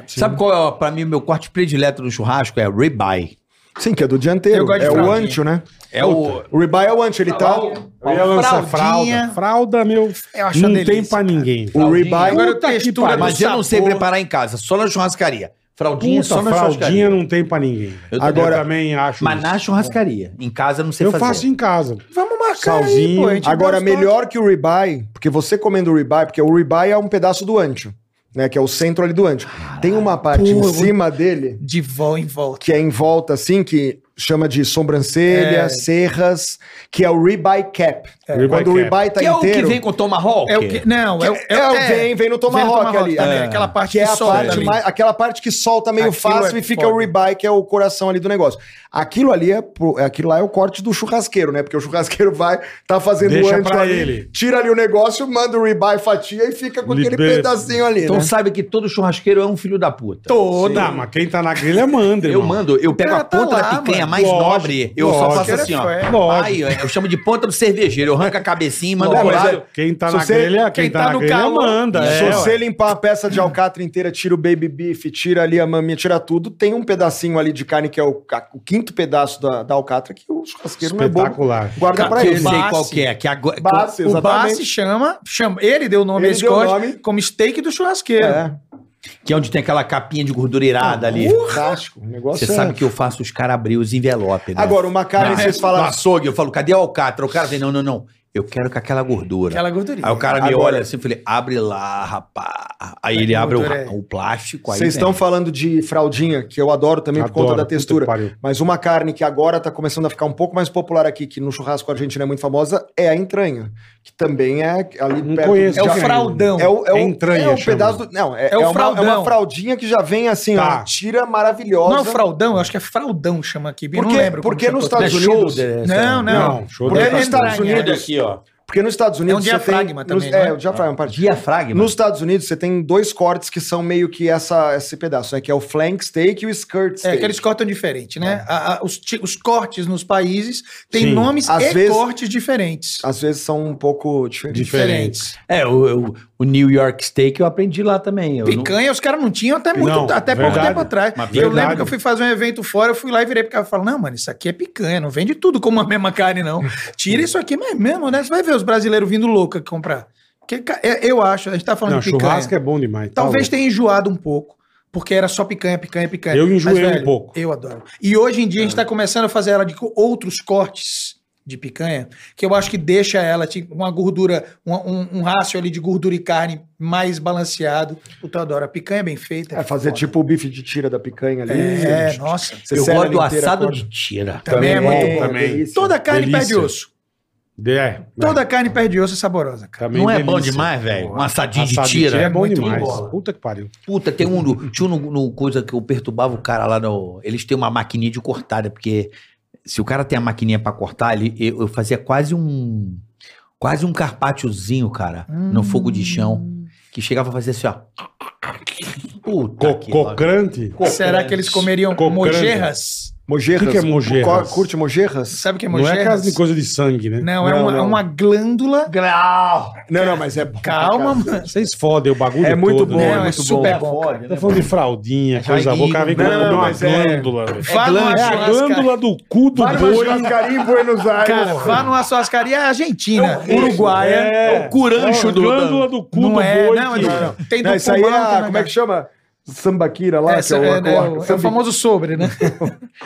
[SPEAKER 4] Sabe qual é, ó, pra mim, o meu corte predileto no churrasco? É ribeye.
[SPEAKER 6] Sim, que é do dianteiro.
[SPEAKER 1] Eu gosto de
[SPEAKER 6] É o
[SPEAKER 1] fraldinha.
[SPEAKER 6] ancho, né?
[SPEAKER 4] É o...
[SPEAKER 6] O ribeye é o ancho, ele tá...
[SPEAKER 3] Eu ia lançar
[SPEAKER 1] Fraldinha.
[SPEAKER 3] fralda. Fralda, meu.
[SPEAKER 1] Eu acho
[SPEAKER 3] não
[SPEAKER 1] uma delícia,
[SPEAKER 3] tem pra ninguém.
[SPEAKER 6] O ribeye...
[SPEAKER 1] Agora,
[SPEAKER 3] Puta que
[SPEAKER 1] textura
[SPEAKER 3] pariu.
[SPEAKER 1] do
[SPEAKER 4] Mas eu não sei
[SPEAKER 1] sabor.
[SPEAKER 4] preparar em casa, só na churrascaria. Fraldinha só
[SPEAKER 3] Puta,
[SPEAKER 4] na
[SPEAKER 3] fraldinha
[SPEAKER 4] churrascaria.
[SPEAKER 3] não tem pra ninguém.
[SPEAKER 4] Eu
[SPEAKER 6] Agora-
[SPEAKER 3] eu também acho.
[SPEAKER 4] Mas
[SPEAKER 3] isso.
[SPEAKER 4] na churrascaria. Em casa eu não sei
[SPEAKER 3] eu
[SPEAKER 4] fazer.
[SPEAKER 3] faço em casa.
[SPEAKER 1] Vamos marcar aí,
[SPEAKER 3] Salzinho.
[SPEAKER 1] pô. a gente
[SPEAKER 6] Agora,
[SPEAKER 1] dá uns
[SPEAKER 6] melhor que o ribeye, porque você comendo o ribeye, porque o ribeye é um pedaço do ancho, né? Que é o centro ali do ancho. Tem uma parte em cima dele,
[SPEAKER 1] toques De vó em volta.
[SPEAKER 6] que é em volta assim, que chama de sobrancelha, serras, que é o ribeye cap.
[SPEAKER 3] É. Ribeye
[SPEAKER 6] Quando o
[SPEAKER 3] cap.
[SPEAKER 6] ribeye tá
[SPEAKER 4] Que é o
[SPEAKER 6] inteiro...
[SPEAKER 4] que vem com tomahawk?
[SPEAKER 1] É o que, não, é, o-
[SPEAKER 6] É, o vem, vem no Tomahawk ali.
[SPEAKER 1] também,
[SPEAKER 6] É.
[SPEAKER 1] Aquela parte
[SPEAKER 6] que é a
[SPEAKER 1] solta
[SPEAKER 6] parte
[SPEAKER 1] ali.
[SPEAKER 6] mais, aquela parte que solta meio
[SPEAKER 1] Aquilo
[SPEAKER 6] fácil
[SPEAKER 1] é
[SPEAKER 6] e fica
[SPEAKER 1] foda.
[SPEAKER 6] o ribeye, que é o coração ali do negócio. Aquilo ali é, pro- aquilo lá é o corte do churrasqueiro, né? Porque o churrasqueiro vai, tá fazendo
[SPEAKER 3] Deixa
[SPEAKER 6] o ancho
[SPEAKER 3] pra
[SPEAKER 6] ali,
[SPEAKER 3] ele.
[SPEAKER 6] tira ali o negócio, manda o ribeye fatia e fica com aquele
[SPEAKER 3] Libera.
[SPEAKER 6] pedacinho ali,
[SPEAKER 4] Então
[SPEAKER 6] né?
[SPEAKER 4] sabe que todo churrasqueiro é um filho da puta.
[SPEAKER 3] Toda, mas quem tá na grelha manda,
[SPEAKER 4] Eu
[SPEAKER 3] irmão.
[SPEAKER 4] mando, eu pego a
[SPEAKER 1] cara tá
[SPEAKER 6] É,
[SPEAKER 4] ponta
[SPEAKER 1] lá,
[SPEAKER 4] da picanha
[SPEAKER 1] mano.
[SPEAKER 4] mais
[SPEAKER 3] Lógico,
[SPEAKER 4] nobre. Eu só
[SPEAKER 3] lógico.
[SPEAKER 4] faço assim, ó.
[SPEAKER 1] Lógico.
[SPEAKER 4] Pai, eu chamo de ponta do cervejeiro. Eu arranco a cabecinha e mando
[SPEAKER 6] Não,
[SPEAKER 4] pro
[SPEAKER 6] mas
[SPEAKER 4] lado.
[SPEAKER 6] é-
[SPEAKER 3] Quem tá
[SPEAKER 6] Se
[SPEAKER 3] na
[SPEAKER 6] você-
[SPEAKER 3] grelha, quem,
[SPEAKER 1] quem
[SPEAKER 3] tá,
[SPEAKER 1] tá
[SPEAKER 3] na
[SPEAKER 1] no
[SPEAKER 3] grelha
[SPEAKER 1] calor-
[SPEAKER 3] manda.
[SPEAKER 6] Se
[SPEAKER 3] É,
[SPEAKER 6] você
[SPEAKER 3] ué.
[SPEAKER 6] limpar a peça de alcatra inteira, tira o baby beef, tira ali a maminha, tira tudo, tem um pedacinho ali de carne que é o, ca- o quinto pedaço da, da alcatra que o churrasqueiro não é bobo.
[SPEAKER 3] Espetacular.
[SPEAKER 6] Guarda pra
[SPEAKER 4] que eu
[SPEAKER 6] ele.
[SPEAKER 4] sei
[SPEAKER 1] Bassi.
[SPEAKER 4] qual que é. Que agora,
[SPEAKER 6] Basse,
[SPEAKER 1] O bar se
[SPEAKER 6] exatamente.
[SPEAKER 1] chama, chama. Ele deu o nome
[SPEAKER 6] Ele
[SPEAKER 1] a esse
[SPEAKER 6] deu o
[SPEAKER 1] corte
[SPEAKER 6] nome.
[SPEAKER 1] como steak do churrasqueiro.
[SPEAKER 6] É,
[SPEAKER 4] que é onde tem aquela capinha de gordura irada ali.
[SPEAKER 6] fantástico. O negócio
[SPEAKER 4] Você
[SPEAKER 6] é...
[SPEAKER 4] sabe que eu faço os caras abrir os envelopes, né?
[SPEAKER 6] Agora, uma carne, vocês
[SPEAKER 4] No
[SPEAKER 6] falaram...
[SPEAKER 4] açougue, eu falo, cadê a alcatra? O cara vem, não, não, não. Eu quero com aquela gordura.
[SPEAKER 1] Aquela gordurinha.
[SPEAKER 4] Aí o cara me
[SPEAKER 6] Agora-
[SPEAKER 4] olha assim, eu falei, abre lá, rapaz. Aí ele abre o,
[SPEAKER 1] gordura é-
[SPEAKER 4] o plástico, aí
[SPEAKER 6] Vocês
[SPEAKER 4] vem.
[SPEAKER 6] estão falando de fraldinha, que eu adoro também por
[SPEAKER 3] Adoro,
[SPEAKER 6] conta da
[SPEAKER 3] puta que
[SPEAKER 6] textura.
[SPEAKER 3] pariu.
[SPEAKER 6] Mas uma carne que agora tá começando a ficar um pouco mais popular aqui, que no churrasco argentino é muito famosa, é a entranha. Que também é ali
[SPEAKER 3] Não
[SPEAKER 6] perto
[SPEAKER 3] conheço.
[SPEAKER 1] É o
[SPEAKER 6] de-
[SPEAKER 3] Cara,
[SPEAKER 1] fraldão.
[SPEAKER 6] É o, é o,
[SPEAKER 3] Entranha,
[SPEAKER 6] é o
[SPEAKER 3] chama.
[SPEAKER 6] pedaço do. Não, é,
[SPEAKER 1] É o
[SPEAKER 6] é uma, é
[SPEAKER 1] fraldão.
[SPEAKER 6] uma fraldinha que já vem assim,
[SPEAKER 3] Tá.
[SPEAKER 6] ó. Tira maravilhosa.
[SPEAKER 1] Não é o fraldão, eu acho que é fraldão chama aqui. eu
[SPEAKER 6] Porque-
[SPEAKER 1] não lembro. como
[SPEAKER 6] porque
[SPEAKER 1] chama.
[SPEAKER 6] nos Estados
[SPEAKER 1] É
[SPEAKER 6] Unidos-
[SPEAKER 1] shoulder, Não, não.
[SPEAKER 3] Não, shoulder
[SPEAKER 1] Porque
[SPEAKER 3] é
[SPEAKER 1] nos
[SPEAKER 6] entranha.
[SPEAKER 1] Estados Unidos.
[SPEAKER 7] aqui, ó.
[SPEAKER 6] Porque nos Estados Unidos. você tem-
[SPEAKER 1] É um diafragma também,
[SPEAKER 6] nos-
[SPEAKER 1] não é?
[SPEAKER 6] É, o diafragma. parte.
[SPEAKER 4] Diafragma.
[SPEAKER 6] Nos Estados Unidos, você tem dois cortes que são meio que essa, esse pedaço, né? Que é o flank steak e o skirt
[SPEAKER 1] É,
[SPEAKER 6] steak.
[SPEAKER 1] que eles cortam diferente, né? A- a- os, ti- os cortes nos países têm
[SPEAKER 3] É. Sim.
[SPEAKER 1] nomes
[SPEAKER 6] Às
[SPEAKER 1] e
[SPEAKER 6] vezes-
[SPEAKER 1] cortes diferentes.
[SPEAKER 6] Às vezes são um pouco diferentes.
[SPEAKER 1] Diferentes.
[SPEAKER 4] É, o, o- o New York Steak eu aprendi lá também. Eu não-
[SPEAKER 1] Picanha, os caras não tinham até muito,
[SPEAKER 3] Não,
[SPEAKER 1] até pouco
[SPEAKER 3] verdade.
[SPEAKER 1] tempo atrás.
[SPEAKER 3] Mas
[SPEAKER 1] eu
[SPEAKER 3] verdade.
[SPEAKER 1] lembro que eu fui fazer um evento fora, eu fui lá e virei pro cara e falei, não, mano, isso aqui é picanha, não vende tudo como a mesma carne, não. Tira isso aqui mas mesmo, né? Você vai ver os brasileiros vindo louca comprar. Porque, ca- é- eu acho, a gente tá falando
[SPEAKER 3] Não,
[SPEAKER 1] de picanha.
[SPEAKER 3] churrasco é bom demais. tá
[SPEAKER 1] Talvez
[SPEAKER 3] louco.
[SPEAKER 1] tenha enjoado um pouco, porque era só picanha, picanha, picanha.
[SPEAKER 3] Eu enjoei
[SPEAKER 1] Mas,
[SPEAKER 3] um pouco.
[SPEAKER 1] Eu adoro. E hoje em dia a gente tá começando a fazer ela de co- outros cortes de picanha, que eu acho que deixa ela tipo, uma gordura, um, um, um rácio ali de gordura e carne mais balanceado. Puta, eu adoro. A picanha é bem feita.
[SPEAKER 6] É fazer
[SPEAKER 1] foda.
[SPEAKER 6] tipo o bife de tira da picanha ali.
[SPEAKER 1] É, nossa.
[SPEAKER 6] Você
[SPEAKER 4] Eu
[SPEAKER 6] serve
[SPEAKER 4] gosto do
[SPEAKER 6] ela inteira,
[SPEAKER 4] assado
[SPEAKER 6] corta.
[SPEAKER 4] de tira.
[SPEAKER 1] Também, é muito bom.
[SPEAKER 3] também.
[SPEAKER 6] delícia.
[SPEAKER 1] Toda carne
[SPEAKER 3] Delícia.
[SPEAKER 1] perde osso.
[SPEAKER 3] É,
[SPEAKER 1] Toda carne perde osso é saborosa, cara.
[SPEAKER 3] também
[SPEAKER 4] Não é bom
[SPEAKER 3] delícia.
[SPEAKER 4] demais, velho? Um assadinho de
[SPEAKER 3] Assado
[SPEAKER 4] tira.
[SPEAKER 3] É bom
[SPEAKER 1] Muito
[SPEAKER 3] demais.
[SPEAKER 1] bola.
[SPEAKER 3] Puta que pariu.
[SPEAKER 4] Puta, tem um. no- Tinha um no, no coisa que eu perturbava o cara lá no. Eles têm uma maquininha de cortar, né? Porque se o cara tem a maquininha pra cortar, ele, eu, eu fazia quase um. Quase um carpacciozinho, cara, no fogo de chão. Que chegava a fazer assim, ó. Puta
[SPEAKER 3] Co-
[SPEAKER 4] que pariu.
[SPEAKER 3] Cocrante?
[SPEAKER 1] Será que eles comeriam
[SPEAKER 3] Cocrando.
[SPEAKER 1] mojerras?
[SPEAKER 6] Mojerras.
[SPEAKER 3] O que que é mojerras?
[SPEAKER 6] Co- Curte mojerras?
[SPEAKER 1] Sabe o que é
[SPEAKER 3] Não é
[SPEAKER 1] mojerras?
[SPEAKER 3] aquelas de coisa de sangue, né?
[SPEAKER 1] Não, é
[SPEAKER 6] Não,
[SPEAKER 1] uma,
[SPEAKER 6] não.
[SPEAKER 1] uma glândula.
[SPEAKER 4] Grau!
[SPEAKER 6] Não, não, mas é bom.
[SPEAKER 1] Calma, mano.
[SPEAKER 3] Vocês fodem o bagulho
[SPEAKER 6] É muito
[SPEAKER 3] todo,
[SPEAKER 6] bom,
[SPEAKER 3] né?
[SPEAKER 6] é muito
[SPEAKER 1] super
[SPEAKER 6] bom.
[SPEAKER 1] bom. cara.
[SPEAKER 3] Tá falando de fraldinha, coisa boa. O cara vem com
[SPEAKER 6] Não,
[SPEAKER 3] comer uma
[SPEAKER 6] mas é-
[SPEAKER 3] glândula, velho.
[SPEAKER 1] Vá numa
[SPEAKER 3] É a
[SPEAKER 1] churrascaria-
[SPEAKER 3] glândula do cu do
[SPEAKER 6] Vai numa
[SPEAKER 3] boi.
[SPEAKER 6] churrascaria em Buenos Aires.
[SPEAKER 1] Cara, vá numa churrascaria argentina, uruguaia.
[SPEAKER 3] É,
[SPEAKER 7] o curancho
[SPEAKER 3] é a
[SPEAKER 7] do-
[SPEAKER 3] glândula do cu do
[SPEAKER 1] Não é,
[SPEAKER 3] boi.
[SPEAKER 1] não,
[SPEAKER 3] que-
[SPEAKER 1] não, não. Tem do
[SPEAKER 6] Não, isso aí
[SPEAKER 1] pulmão,
[SPEAKER 6] é,
[SPEAKER 1] tem
[SPEAKER 6] a-
[SPEAKER 1] da
[SPEAKER 6] como é que
[SPEAKER 1] garganta.
[SPEAKER 6] chama? Sambaquira lá,
[SPEAKER 1] Essa-
[SPEAKER 6] que é o,
[SPEAKER 1] é, né,
[SPEAKER 6] o-
[SPEAKER 1] o- é o famoso sobre, né?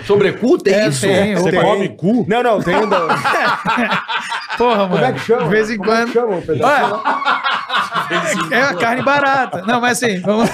[SPEAKER 4] Sobrecu tem
[SPEAKER 1] É,
[SPEAKER 4] isso?
[SPEAKER 1] tem,
[SPEAKER 3] Você
[SPEAKER 1] opa.
[SPEAKER 3] come cu?
[SPEAKER 6] Não, não, tem o da...
[SPEAKER 1] Porra, mano.
[SPEAKER 6] Como é que chama?
[SPEAKER 1] De vez em
[SPEAKER 6] Como é que
[SPEAKER 1] quando.
[SPEAKER 6] chama o pedaço?
[SPEAKER 1] Olha, É a carne barata. Não, mas assim, vamos.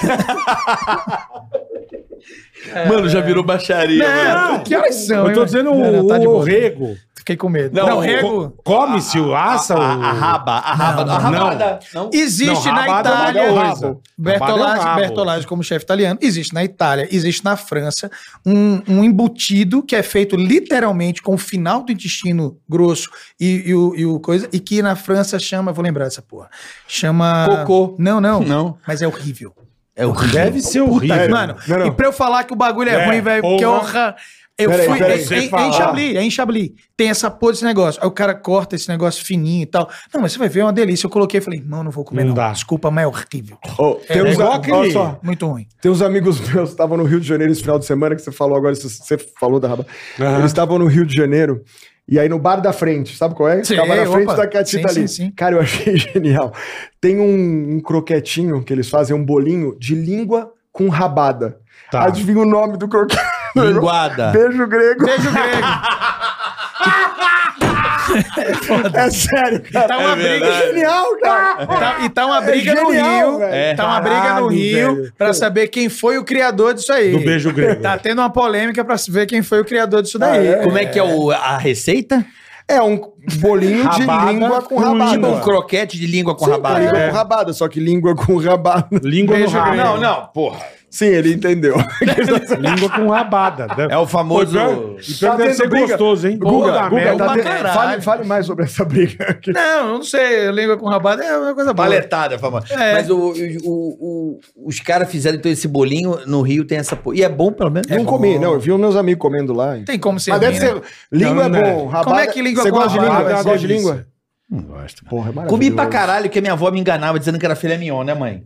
[SPEAKER 4] É.
[SPEAKER 7] Mano, já virou baixaria. mano.
[SPEAKER 1] Não, que horas são?
[SPEAKER 3] Eu tô
[SPEAKER 1] hein,
[SPEAKER 3] dizendo
[SPEAKER 1] mano?
[SPEAKER 3] o,
[SPEAKER 1] Não, não, tá de
[SPEAKER 3] o
[SPEAKER 1] boa.
[SPEAKER 3] rego.
[SPEAKER 1] Fiquei com medo.
[SPEAKER 7] Não,
[SPEAKER 1] Não,
[SPEAKER 7] o-
[SPEAKER 1] rego.
[SPEAKER 3] Come-se o aça?
[SPEAKER 4] A, a
[SPEAKER 3] o-
[SPEAKER 4] raba, a raba. a
[SPEAKER 3] não.
[SPEAKER 4] raba da- não.
[SPEAKER 1] Existe
[SPEAKER 3] Não,
[SPEAKER 1] na
[SPEAKER 3] rabada é uma
[SPEAKER 1] Itália.
[SPEAKER 3] coisa. Rabada é um
[SPEAKER 1] Bertolazzi,
[SPEAKER 3] rabo.
[SPEAKER 1] Bertolazzi como chefe italiano. Existe na Itália, existe na França um, um embutido que é feito literalmente com o final do intestino grosso e, e o, e o coisa, e que na França chama, vou lembrar dessa porra, chama...
[SPEAKER 7] Cocô.
[SPEAKER 1] Não, não,
[SPEAKER 7] Não.
[SPEAKER 1] mas é horrível.
[SPEAKER 4] É o
[SPEAKER 3] Deve ser horrível.
[SPEAKER 1] Mano,
[SPEAKER 6] Não, não.
[SPEAKER 1] e pra eu falar que o bagulho é,
[SPEAKER 3] É,
[SPEAKER 1] ruim, velho,
[SPEAKER 3] porra.
[SPEAKER 1] porque honra... Eu
[SPEAKER 6] Peraí,
[SPEAKER 1] fui
[SPEAKER 6] peraí,
[SPEAKER 1] em-
[SPEAKER 3] você
[SPEAKER 1] em, em,
[SPEAKER 3] falar.
[SPEAKER 1] Chablis, é em Chablis. Tem essa porra desse negócio. Aí o cara corta esse negócio fininho e tal. Não, mas você vai ver, é uma delícia. Eu coloquei e falei, irmão, não vou comer
[SPEAKER 3] Não
[SPEAKER 1] não.
[SPEAKER 3] dá.
[SPEAKER 1] Desculpa, mas é horrível.
[SPEAKER 6] Ô, tem,
[SPEAKER 1] É,
[SPEAKER 6] uns,
[SPEAKER 1] igual
[SPEAKER 6] olha
[SPEAKER 3] aquele-
[SPEAKER 6] só,
[SPEAKER 1] Muito ruim.
[SPEAKER 6] tem uns amigos meus que estavam no Rio de Janeiro esse final de semana, que você falou agora, isso você falou da raba.
[SPEAKER 3] Aham.
[SPEAKER 6] Eles estavam no Rio de Janeiro, e aí no bar da frente, sabe qual é?
[SPEAKER 1] Sim,
[SPEAKER 6] Ficava na frente
[SPEAKER 1] opa.
[SPEAKER 6] da catita
[SPEAKER 1] Sim,
[SPEAKER 6] ali.
[SPEAKER 1] sim, sim.
[SPEAKER 6] Cara, eu achei genial. Tem um, um croquetinho que eles fazem, um bolinho de língua com rabada.
[SPEAKER 3] Tá.
[SPEAKER 6] Adivinha o nome do croquete?
[SPEAKER 4] linguada.
[SPEAKER 6] Beijo grego.
[SPEAKER 1] Beijo grego.
[SPEAKER 6] É sério, cara.
[SPEAKER 1] Tá uma briga
[SPEAKER 6] Genial, cara.
[SPEAKER 1] Tá- e tá uma
[SPEAKER 6] É
[SPEAKER 1] briga
[SPEAKER 6] genial,
[SPEAKER 1] no Rio.
[SPEAKER 6] velho.
[SPEAKER 1] Tá uma briga
[SPEAKER 3] Caralho,
[SPEAKER 1] no Rio
[SPEAKER 3] velho.
[SPEAKER 1] pra saber quem foi o criador disso aí.
[SPEAKER 3] Do beijo grego.
[SPEAKER 1] Tá tendo uma polêmica pra ver quem foi o criador disso daí.
[SPEAKER 6] Ah, é?
[SPEAKER 4] Como é que é o- a receita?
[SPEAKER 6] É um bolinho
[SPEAKER 3] Rabada
[SPEAKER 6] de língua com
[SPEAKER 3] com
[SPEAKER 6] rabada.
[SPEAKER 4] Tipo
[SPEAKER 3] língua.
[SPEAKER 4] um croquete de língua com
[SPEAKER 6] É. Sim,
[SPEAKER 4] rabada.
[SPEAKER 6] Língua
[SPEAKER 3] É.
[SPEAKER 6] com rabada, só que língua com rabada.
[SPEAKER 3] Língua no
[SPEAKER 1] Beijo
[SPEAKER 3] rabo.
[SPEAKER 1] grego.
[SPEAKER 7] Não, não, porra.
[SPEAKER 6] Sim, ele entendeu.
[SPEAKER 3] Língua com rabada. né?
[SPEAKER 7] É o famoso.
[SPEAKER 3] Pior- e pior que deve ser
[SPEAKER 6] briga.
[SPEAKER 3] gostoso, hein?
[SPEAKER 1] Guga,
[SPEAKER 3] Puta
[SPEAKER 1] Guga,
[SPEAKER 3] merda.
[SPEAKER 1] tá- pra caralho.
[SPEAKER 6] fale, fale mais sobre essa briga. aqui.
[SPEAKER 1] Não, eu não sei. Língua com rabada é uma coisa boa.
[SPEAKER 7] Paletada, famosa.
[SPEAKER 1] É.
[SPEAKER 4] Mas o- o- o- os caras fizeram então esse bolinho no Rio, tem essa. po- E é bom, pelo menos.
[SPEAKER 6] não comi, não. Eu vi os meus amigos comendo lá. hein.
[SPEAKER 1] Tem como ser.
[SPEAKER 6] Mas
[SPEAKER 1] ruim,
[SPEAKER 6] deve ser.
[SPEAKER 1] né?
[SPEAKER 6] Língua
[SPEAKER 3] Não,
[SPEAKER 6] é
[SPEAKER 3] não
[SPEAKER 6] bom.
[SPEAKER 1] é. Como é que língua
[SPEAKER 6] Você
[SPEAKER 1] com
[SPEAKER 6] gosta de língua?
[SPEAKER 1] rabada?
[SPEAKER 6] Você
[SPEAKER 3] É uma
[SPEAKER 6] gosta de
[SPEAKER 3] delícia.
[SPEAKER 6] língua?
[SPEAKER 4] Não gosto.
[SPEAKER 6] Porra, é maravilhoso.
[SPEAKER 4] Comi pra caralho que a minha avó me enganava dizendo que era filé mignon, né, mãe?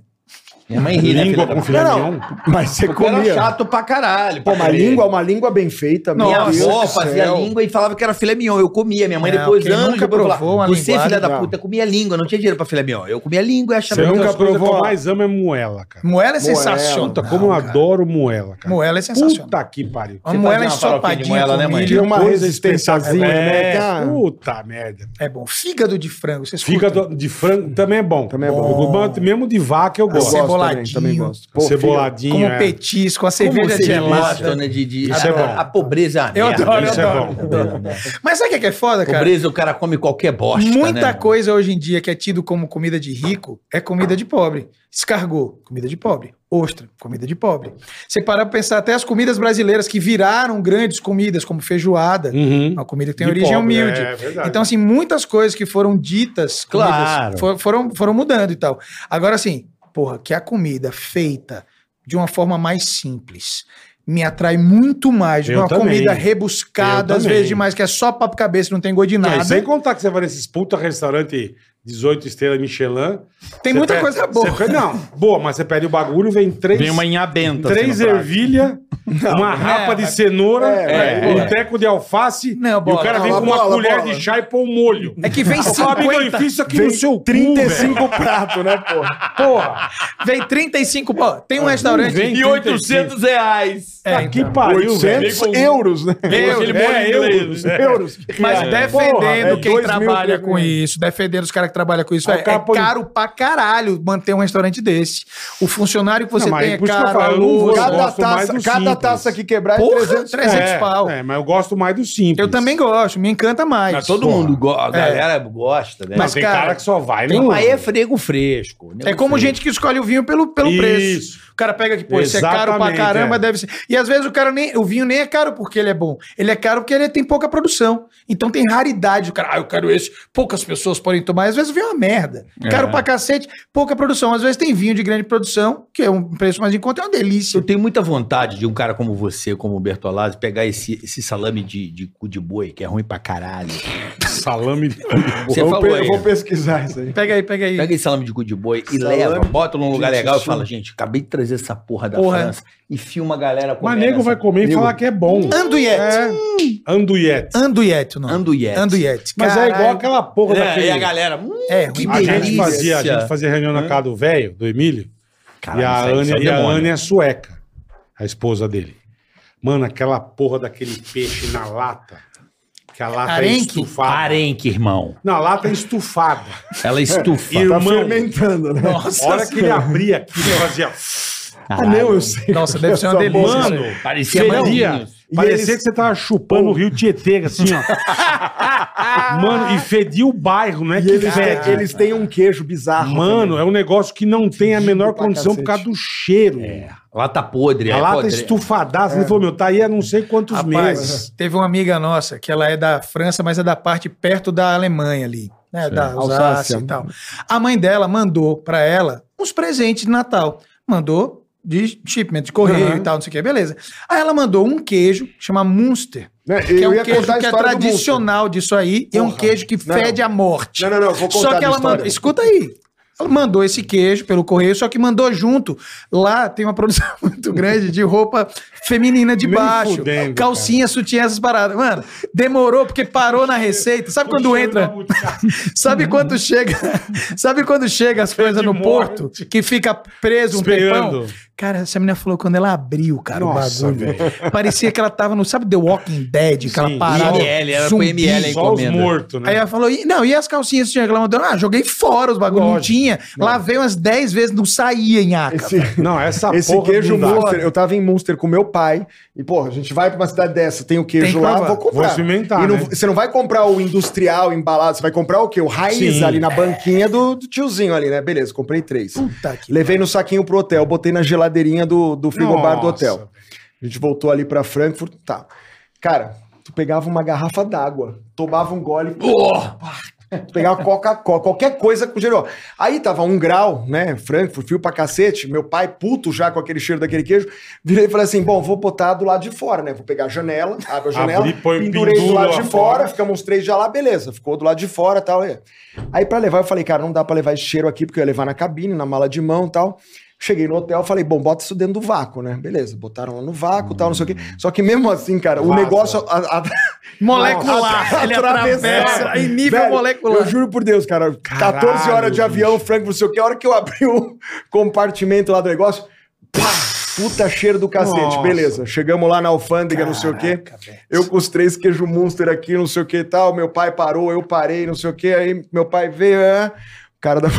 [SPEAKER 4] Minha mãe ri, né?
[SPEAKER 3] Língua
[SPEAKER 4] filha
[SPEAKER 3] com um.
[SPEAKER 4] da-
[SPEAKER 3] filé
[SPEAKER 6] Não,
[SPEAKER 3] mignon.
[SPEAKER 6] Mas você
[SPEAKER 4] Porque era
[SPEAKER 3] é
[SPEAKER 6] comia.
[SPEAKER 4] chato pra caralho.
[SPEAKER 6] Pô,
[SPEAKER 4] pra
[SPEAKER 6] uma
[SPEAKER 4] comer.
[SPEAKER 6] língua, é uma língua bem feita. meu
[SPEAKER 4] Minha
[SPEAKER 6] Deus
[SPEAKER 4] avó
[SPEAKER 6] do
[SPEAKER 4] É. fazia
[SPEAKER 6] é céu.
[SPEAKER 4] língua e falava que era filé mignon. Eu comia. Minha mãe
[SPEAKER 1] Não,
[SPEAKER 4] depois,
[SPEAKER 1] quem
[SPEAKER 4] anos
[SPEAKER 1] nunca
[SPEAKER 4] depois,
[SPEAKER 1] provou
[SPEAKER 4] falava,
[SPEAKER 1] uma
[SPEAKER 4] Você,
[SPEAKER 1] linguagem,
[SPEAKER 4] filha da
[SPEAKER 6] não.
[SPEAKER 4] puta, comia língua. Não tinha dinheiro pra filé mignon. Eu comia língua e achava...
[SPEAKER 3] Você
[SPEAKER 4] que
[SPEAKER 3] nunca
[SPEAKER 4] era-
[SPEAKER 3] provou.
[SPEAKER 6] provou
[SPEAKER 3] que eu
[SPEAKER 6] a-
[SPEAKER 3] mais amo é moela, cara.
[SPEAKER 1] Moela
[SPEAKER 6] Moela,
[SPEAKER 1] é sensacional.
[SPEAKER 3] Puta, como eu adoro moela, cara.
[SPEAKER 1] Moela é sensacional.
[SPEAKER 3] Puta que pariu.
[SPEAKER 1] Uma
[SPEAKER 4] Você
[SPEAKER 1] moela
[SPEAKER 4] fazia uma farofinha de
[SPEAKER 1] ensopadinha
[SPEAKER 4] moela,
[SPEAKER 1] com
[SPEAKER 4] né, mãe?
[SPEAKER 1] milho.
[SPEAKER 6] Tinha uma
[SPEAKER 3] Coisa É,
[SPEAKER 6] resistênciazinha, né? Tem uma-
[SPEAKER 3] assim, Puta merda.
[SPEAKER 1] É bom. Fígado de frango, vocês curtem?
[SPEAKER 3] Fígado de frango também é bom.
[SPEAKER 6] Também é bom.
[SPEAKER 3] Eu gosto, mesmo de vaca eu
[SPEAKER 6] Eu
[SPEAKER 3] gosto.
[SPEAKER 6] gosto também,
[SPEAKER 1] Ceboladinho.
[SPEAKER 6] Também gosto. Pô,
[SPEAKER 3] Ceboladinho.
[SPEAKER 1] Como
[SPEAKER 3] é.
[SPEAKER 1] petisco, a
[SPEAKER 4] Como
[SPEAKER 1] cerveja
[SPEAKER 4] você
[SPEAKER 1] gelada.
[SPEAKER 4] gosta, né, de, de-
[SPEAKER 3] Isso
[SPEAKER 4] a,
[SPEAKER 3] é bom.
[SPEAKER 4] a pobreza é uma
[SPEAKER 1] Eu
[SPEAKER 4] merda.
[SPEAKER 1] adoro, eu
[SPEAKER 3] Isso é
[SPEAKER 1] adoro.
[SPEAKER 3] bom.
[SPEAKER 1] eu adoro. Mas sabe o que é que é foda, cara?
[SPEAKER 4] Pobreza, o cara come qualquer bosta,
[SPEAKER 1] Muita
[SPEAKER 4] né?
[SPEAKER 1] coisa hoje em dia que é tido como comida de rico é comida de pobre. Escargot, comida de pobre. Ostra, comida de pobre. Você parar pra pensar até as comidas brasileiras que viraram grandes comidas, como feijoada,
[SPEAKER 4] Hum.
[SPEAKER 3] Uhum.
[SPEAKER 1] uma comida que tem
[SPEAKER 3] De
[SPEAKER 1] origem
[SPEAKER 3] pobre,
[SPEAKER 1] humilde.
[SPEAKER 3] é verdade.
[SPEAKER 1] então, assim, muitas coisas que foram ditas, comidas,
[SPEAKER 4] Claro.
[SPEAKER 1] fo- foram, foram mudando e tal. Agora, assim, porra, que a comida feita de uma forma mais simples me atrai muito mais do que
[SPEAKER 3] Eu
[SPEAKER 1] uma
[SPEAKER 3] também.
[SPEAKER 1] comida rebuscada,
[SPEAKER 3] Eu
[SPEAKER 1] às
[SPEAKER 3] também.
[SPEAKER 1] vezes demais, que é só papo cabeça, não tem gosto de
[SPEAKER 3] Não, e
[SPEAKER 1] nada.
[SPEAKER 3] sem contar que você vai nesses puta restaurante 18 estrelas Michelin.
[SPEAKER 1] Tem
[SPEAKER 3] você
[SPEAKER 1] muita
[SPEAKER 3] pede-
[SPEAKER 1] coisa
[SPEAKER 3] você
[SPEAKER 1] boa.
[SPEAKER 3] pede- não, boa, mas você pede o bagulho, vem três,
[SPEAKER 7] Vem uma inhabenta.
[SPEAKER 3] três ervilha, uma rapa de cenoura,
[SPEAKER 6] É,
[SPEAKER 3] um
[SPEAKER 1] é.
[SPEAKER 3] teco de alface,
[SPEAKER 1] Não,
[SPEAKER 3] e o
[SPEAKER 1] bola,
[SPEAKER 3] cara
[SPEAKER 1] não,
[SPEAKER 3] vem com uma
[SPEAKER 6] bola,
[SPEAKER 3] colher
[SPEAKER 6] bola.
[SPEAKER 3] de chá e põe um molho.
[SPEAKER 1] É que vem
[SPEAKER 3] Eu falo, amigão, enfia
[SPEAKER 1] 50,
[SPEAKER 3] isso aqui
[SPEAKER 6] Vem
[SPEAKER 3] no seu cu,
[SPEAKER 6] 35
[SPEAKER 3] velho.
[SPEAKER 6] pratos, né, porra?
[SPEAKER 3] Porra,
[SPEAKER 1] vem 35, pô, tem um restaurante...
[SPEAKER 3] vem
[SPEAKER 7] E 800 reais.
[SPEAKER 1] É,
[SPEAKER 3] tá que
[SPEAKER 1] então.
[SPEAKER 3] pariu, velho.
[SPEAKER 6] 800 euros, né?
[SPEAKER 1] Meu,
[SPEAKER 7] Aquele
[SPEAKER 3] É,
[SPEAKER 7] molho
[SPEAKER 3] euros,
[SPEAKER 7] inglês.
[SPEAKER 3] é.
[SPEAKER 6] euros.
[SPEAKER 1] Mas defendendo
[SPEAKER 3] Porra, é
[SPEAKER 1] quem
[SPEAKER 6] dois mil,
[SPEAKER 1] trabalha
[SPEAKER 6] três
[SPEAKER 1] com
[SPEAKER 6] mil.
[SPEAKER 1] isso, defendendo os caras que trabalham com isso,
[SPEAKER 3] Aí
[SPEAKER 1] é,
[SPEAKER 3] o cara
[SPEAKER 1] é
[SPEAKER 3] põe-
[SPEAKER 1] caro pra caralho manter um restaurante desse. O funcionário que você
[SPEAKER 3] Não, mas
[SPEAKER 1] tem é
[SPEAKER 3] por isso que eu
[SPEAKER 1] caro, a
[SPEAKER 3] falo, eu não vou-
[SPEAKER 1] luz,
[SPEAKER 6] Cada
[SPEAKER 3] gosto mais
[SPEAKER 6] taça,
[SPEAKER 3] do
[SPEAKER 6] cada
[SPEAKER 3] simples.
[SPEAKER 6] taça que quebrar é
[SPEAKER 1] Porra,
[SPEAKER 6] 300
[SPEAKER 1] 300
[SPEAKER 3] É,
[SPEAKER 1] pau.
[SPEAKER 3] é, mas eu gosto mais do simples.
[SPEAKER 1] Eu também gosto, me encanta mais.
[SPEAKER 7] Mas todo
[SPEAKER 1] Porra. um-
[SPEAKER 7] mundo gosta.
[SPEAKER 4] A galera gosta, né?
[SPEAKER 3] Mas
[SPEAKER 1] Mas,
[SPEAKER 3] tem
[SPEAKER 1] cara,
[SPEAKER 3] cara, que só vai,
[SPEAKER 4] Tem
[SPEAKER 3] no-
[SPEAKER 4] uma é frego fresco. né?
[SPEAKER 1] É como gente que escolhe o vinho pelo, pelo preço.
[SPEAKER 3] Isso.
[SPEAKER 1] O cara pega que, pô, isso é caro pra
[SPEAKER 3] Exatamente,
[SPEAKER 1] caramba,
[SPEAKER 3] é.
[SPEAKER 1] deve ser. E às vezes o cara nem. O vinho nem é caro porque ele é bom. Ele é caro porque ele tem pouca produção. Então tem raridade. O cara, ah, eu quero esse. Poucas pessoas podem tomar. Às vezes o vinho é uma merda. Caro pra cacete, pouca produção. Às vezes tem vinho de grande produção, que é um preço mais em conta, é uma delícia.
[SPEAKER 4] Eu tenho muita vontade de um cara como você, como o Bertolazzi, pegar esse, esse salame de, de cu de boi, que é ruim pra caralho.
[SPEAKER 3] Salame de...
[SPEAKER 4] Você
[SPEAKER 6] eu, vou
[SPEAKER 4] falou
[SPEAKER 6] pe- eu
[SPEAKER 4] aí. né?
[SPEAKER 6] vou pesquisar isso aí.
[SPEAKER 1] Pega aí, pega aí.
[SPEAKER 4] Pega esse salame de cu de boi e
[SPEAKER 6] Salame
[SPEAKER 4] leva, bota num lugar
[SPEAKER 6] de
[SPEAKER 4] legal e
[SPEAKER 6] tijolo.
[SPEAKER 4] fala, gente, acabei de trazer essa porra da
[SPEAKER 1] Porra.
[SPEAKER 4] França e filma a galera
[SPEAKER 3] Mas
[SPEAKER 4] comendo
[SPEAKER 3] nego
[SPEAKER 4] essa-
[SPEAKER 3] vai comer e falar que é bom.
[SPEAKER 1] Anduyet.
[SPEAKER 3] É. Anduyete.
[SPEAKER 1] Anduyet, o nome.
[SPEAKER 4] Andouillette.
[SPEAKER 1] Anduyet.
[SPEAKER 3] Mas é igual aquela porra
[SPEAKER 4] É,
[SPEAKER 3] daquele...
[SPEAKER 4] e a galera, hum,
[SPEAKER 1] É, ruim
[SPEAKER 4] Que
[SPEAKER 1] pra
[SPEAKER 3] A gente,
[SPEAKER 1] caralho.
[SPEAKER 4] delícia.
[SPEAKER 3] fazia, a gente fazia reunião na casa do velho, do Emílio,
[SPEAKER 4] caralho,
[SPEAKER 3] e a,
[SPEAKER 4] isso aí,
[SPEAKER 3] Anne,
[SPEAKER 4] isso é um
[SPEAKER 3] e a
[SPEAKER 4] demônio.
[SPEAKER 3] Anne é sueca, a esposa dele. Mano, aquela porra daquele peixe na lata, que a lata é
[SPEAKER 1] Arenque?
[SPEAKER 3] estufada.
[SPEAKER 4] Parenque, irmão.
[SPEAKER 3] Na lata é estufada. Tá
[SPEAKER 4] Ela estufa.
[SPEAKER 3] Irmão,
[SPEAKER 6] Fermentando, né?
[SPEAKER 3] a hora que ele abria aquilo, fazia...
[SPEAKER 6] Ah, não, eu sei.
[SPEAKER 1] Nossa, deve ser uma
[SPEAKER 6] Essa
[SPEAKER 1] delícia.
[SPEAKER 6] bola.
[SPEAKER 1] isso
[SPEAKER 3] Mano,
[SPEAKER 1] aí.
[SPEAKER 4] Parecia
[SPEAKER 3] Feria.
[SPEAKER 4] mandinho.
[SPEAKER 3] E Parecia
[SPEAKER 6] eles-
[SPEAKER 3] que você tava chupando o rio Tietê, assim, ó. Mano, e fedia o bairro, não é
[SPEAKER 6] E
[SPEAKER 3] que
[SPEAKER 6] eles,
[SPEAKER 3] fede.
[SPEAKER 6] têm, eles têm um queijo bizarro.
[SPEAKER 3] Mano, é um negócio que não tem a menor
[SPEAKER 6] pra
[SPEAKER 3] condição por causa
[SPEAKER 6] cacete.
[SPEAKER 3] do cheiro.
[SPEAKER 4] Lata podre.
[SPEAKER 3] A
[SPEAKER 4] é
[SPEAKER 3] lata
[SPEAKER 4] podre.
[SPEAKER 3] estufadaça. Ele falou, meu, tá aí há não sei quantos
[SPEAKER 1] Rapaz,
[SPEAKER 3] meses.
[SPEAKER 1] teve uma amiga nossa que ela é da França, mas é da parte perto da Alemanha ali, né? Da Alsácia,
[SPEAKER 6] Alsácia.
[SPEAKER 1] e tal. A mãe dela mandou pra ela uns presentes de Natal. Mandou de shipment, de correio
[SPEAKER 3] Uhum.
[SPEAKER 1] e tal, não sei o que, beleza. Aí ela mandou um queijo, chama Munster,
[SPEAKER 6] Né?
[SPEAKER 1] que é
[SPEAKER 6] Eu
[SPEAKER 1] um
[SPEAKER 6] ia
[SPEAKER 1] queijo
[SPEAKER 6] contar a
[SPEAKER 1] que é
[SPEAKER 6] história do
[SPEAKER 1] tradicional disso aí, e é um
[SPEAKER 6] Porra.
[SPEAKER 1] queijo que
[SPEAKER 6] Não.
[SPEAKER 1] fede a morte.
[SPEAKER 6] Não, não, não, eu vou contar
[SPEAKER 1] Só que
[SPEAKER 6] a
[SPEAKER 1] ela
[SPEAKER 6] história.
[SPEAKER 1] mandou, escuta aí. Ela mandou esse queijo pelo correio, só que mandou junto. Lá tem uma produção muito grande de roupa feminina de
[SPEAKER 3] Nem
[SPEAKER 1] baixo.
[SPEAKER 3] fudendo,
[SPEAKER 1] calcinha, sutiã, essas paradas. Mano, demorou porque parou na receita. Sabe quando
[SPEAKER 3] é
[SPEAKER 1] entra? Sabe quando chega? Sabe quando chega as coisas no
[SPEAKER 3] morte.
[SPEAKER 1] porto que fica preso um
[SPEAKER 3] Esperando.
[SPEAKER 1] tempão? Cara, essa menina falou quando ela abriu, cara,
[SPEAKER 3] Nossa,
[SPEAKER 1] o bagulho.
[SPEAKER 3] velho.
[SPEAKER 1] Parecia que ela tava no, sabe, The Walking Dead, aquela
[SPEAKER 3] Sim.
[SPEAKER 1] parada.
[SPEAKER 4] IML, era pro
[SPEAKER 1] zumbi.
[SPEAKER 4] IML, hein?
[SPEAKER 3] Só os
[SPEAKER 4] encomenda.
[SPEAKER 3] mortos,
[SPEAKER 1] Aí
[SPEAKER 3] né?
[SPEAKER 1] ela falou, e- não, e as calcinhas tinha que ela mandou? Ah, joguei fora os bagulhos, não
[SPEAKER 3] Lógico,
[SPEAKER 1] tinha. Lavei umas 10 vezes, não saía em aca.
[SPEAKER 6] Esse,
[SPEAKER 3] Não, essa
[SPEAKER 6] esse
[SPEAKER 3] porra
[SPEAKER 6] queijo
[SPEAKER 3] não dá.
[SPEAKER 6] Munster, eu tava em Munster com meu pai. E, porra, a gente vai pra uma cidade dessa, tem o
[SPEAKER 1] Tem
[SPEAKER 6] queijo
[SPEAKER 1] que
[SPEAKER 6] lá,
[SPEAKER 1] provar.
[SPEAKER 6] vou comprar.
[SPEAKER 3] Vou experimentar,
[SPEAKER 6] E não-
[SPEAKER 3] né?
[SPEAKER 6] Você não vai comprar o industrial embalado, você vai comprar o quê? O raiz
[SPEAKER 3] Sim.
[SPEAKER 6] ali na banquinha do, do tiozinho ali, né? Beleza, comprei três.
[SPEAKER 1] Puta que
[SPEAKER 6] Levei no saquinho pro hotel, botei na geladeirinha do, do frigobar
[SPEAKER 3] Nossa,
[SPEAKER 6] do hotel. A gente voltou ali pra Frankfurt, tá. Cara, tu pegava uma garrafa d'água, tomava um gole, tu pegava Coca-Cola, qualquer coisa com gerou. Aí tava um grau, né, Frankfurt, fio pra cacete, meu pai puto já com aquele cheiro daquele queijo, virei e falei assim, bom, vou botar do lado de fora, né, vou pegar a janela, abro a janela,
[SPEAKER 3] Abri, põe o
[SPEAKER 6] pendurei do
[SPEAKER 3] pendura
[SPEAKER 6] lado
[SPEAKER 3] lá
[SPEAKER 6] de fora,
[SPEAKER 3] fora.
[SPEAKER 6] ficamos uns três já lá, beleza, ficou do lado de fora e tal. aí. Aí pra levar, eu falei, cara, não dá pra levar esse cheiro aqui, porque eu ia levar na cabine, na mala de mão e tal. Cheguei no hotel, falei, bom, bota isso dentro do vácuo, né? Beleza, botaram lá no vácuo e tal, não sei o quê. Só que mesmo assim, cara, o
[SPEAKER 3] Vaza.
[SPEAKER 6] negócio... a- a-
[SPEAKER 1] Molecular.
[SPEAKER 6] Nossa,
[SPEAKER 1] ele
[SPEAKER 3] é
[SPEAKER 6] atravessava.
[SPEAKER 1] atravessa em nível
[SPEAKER 6] Velho, Eu
[SPEAKER 1] molecular.
[SPEAKER 6] juro por Deus, cara.
[SPEAKER 3] Caralho,
[SPEAKER 6] 14 horas de
[SPEAKER 3] bicho.
[SPEAKER 6] avião, Frank, não sei o que. A hora que eu abri o compartimento lá do negócio, pá, puta cheiro do cacete.
[SPEAKER 3] Nossa.
[SPEAKER 6] Beleza, chegamos lá na alfândega, não sei o que. Eu com os três queijo monster aqui, não sei o que e tal. Meu pai parou, eu parei, não sei o que. Aí meu pai veio, é. o cara da...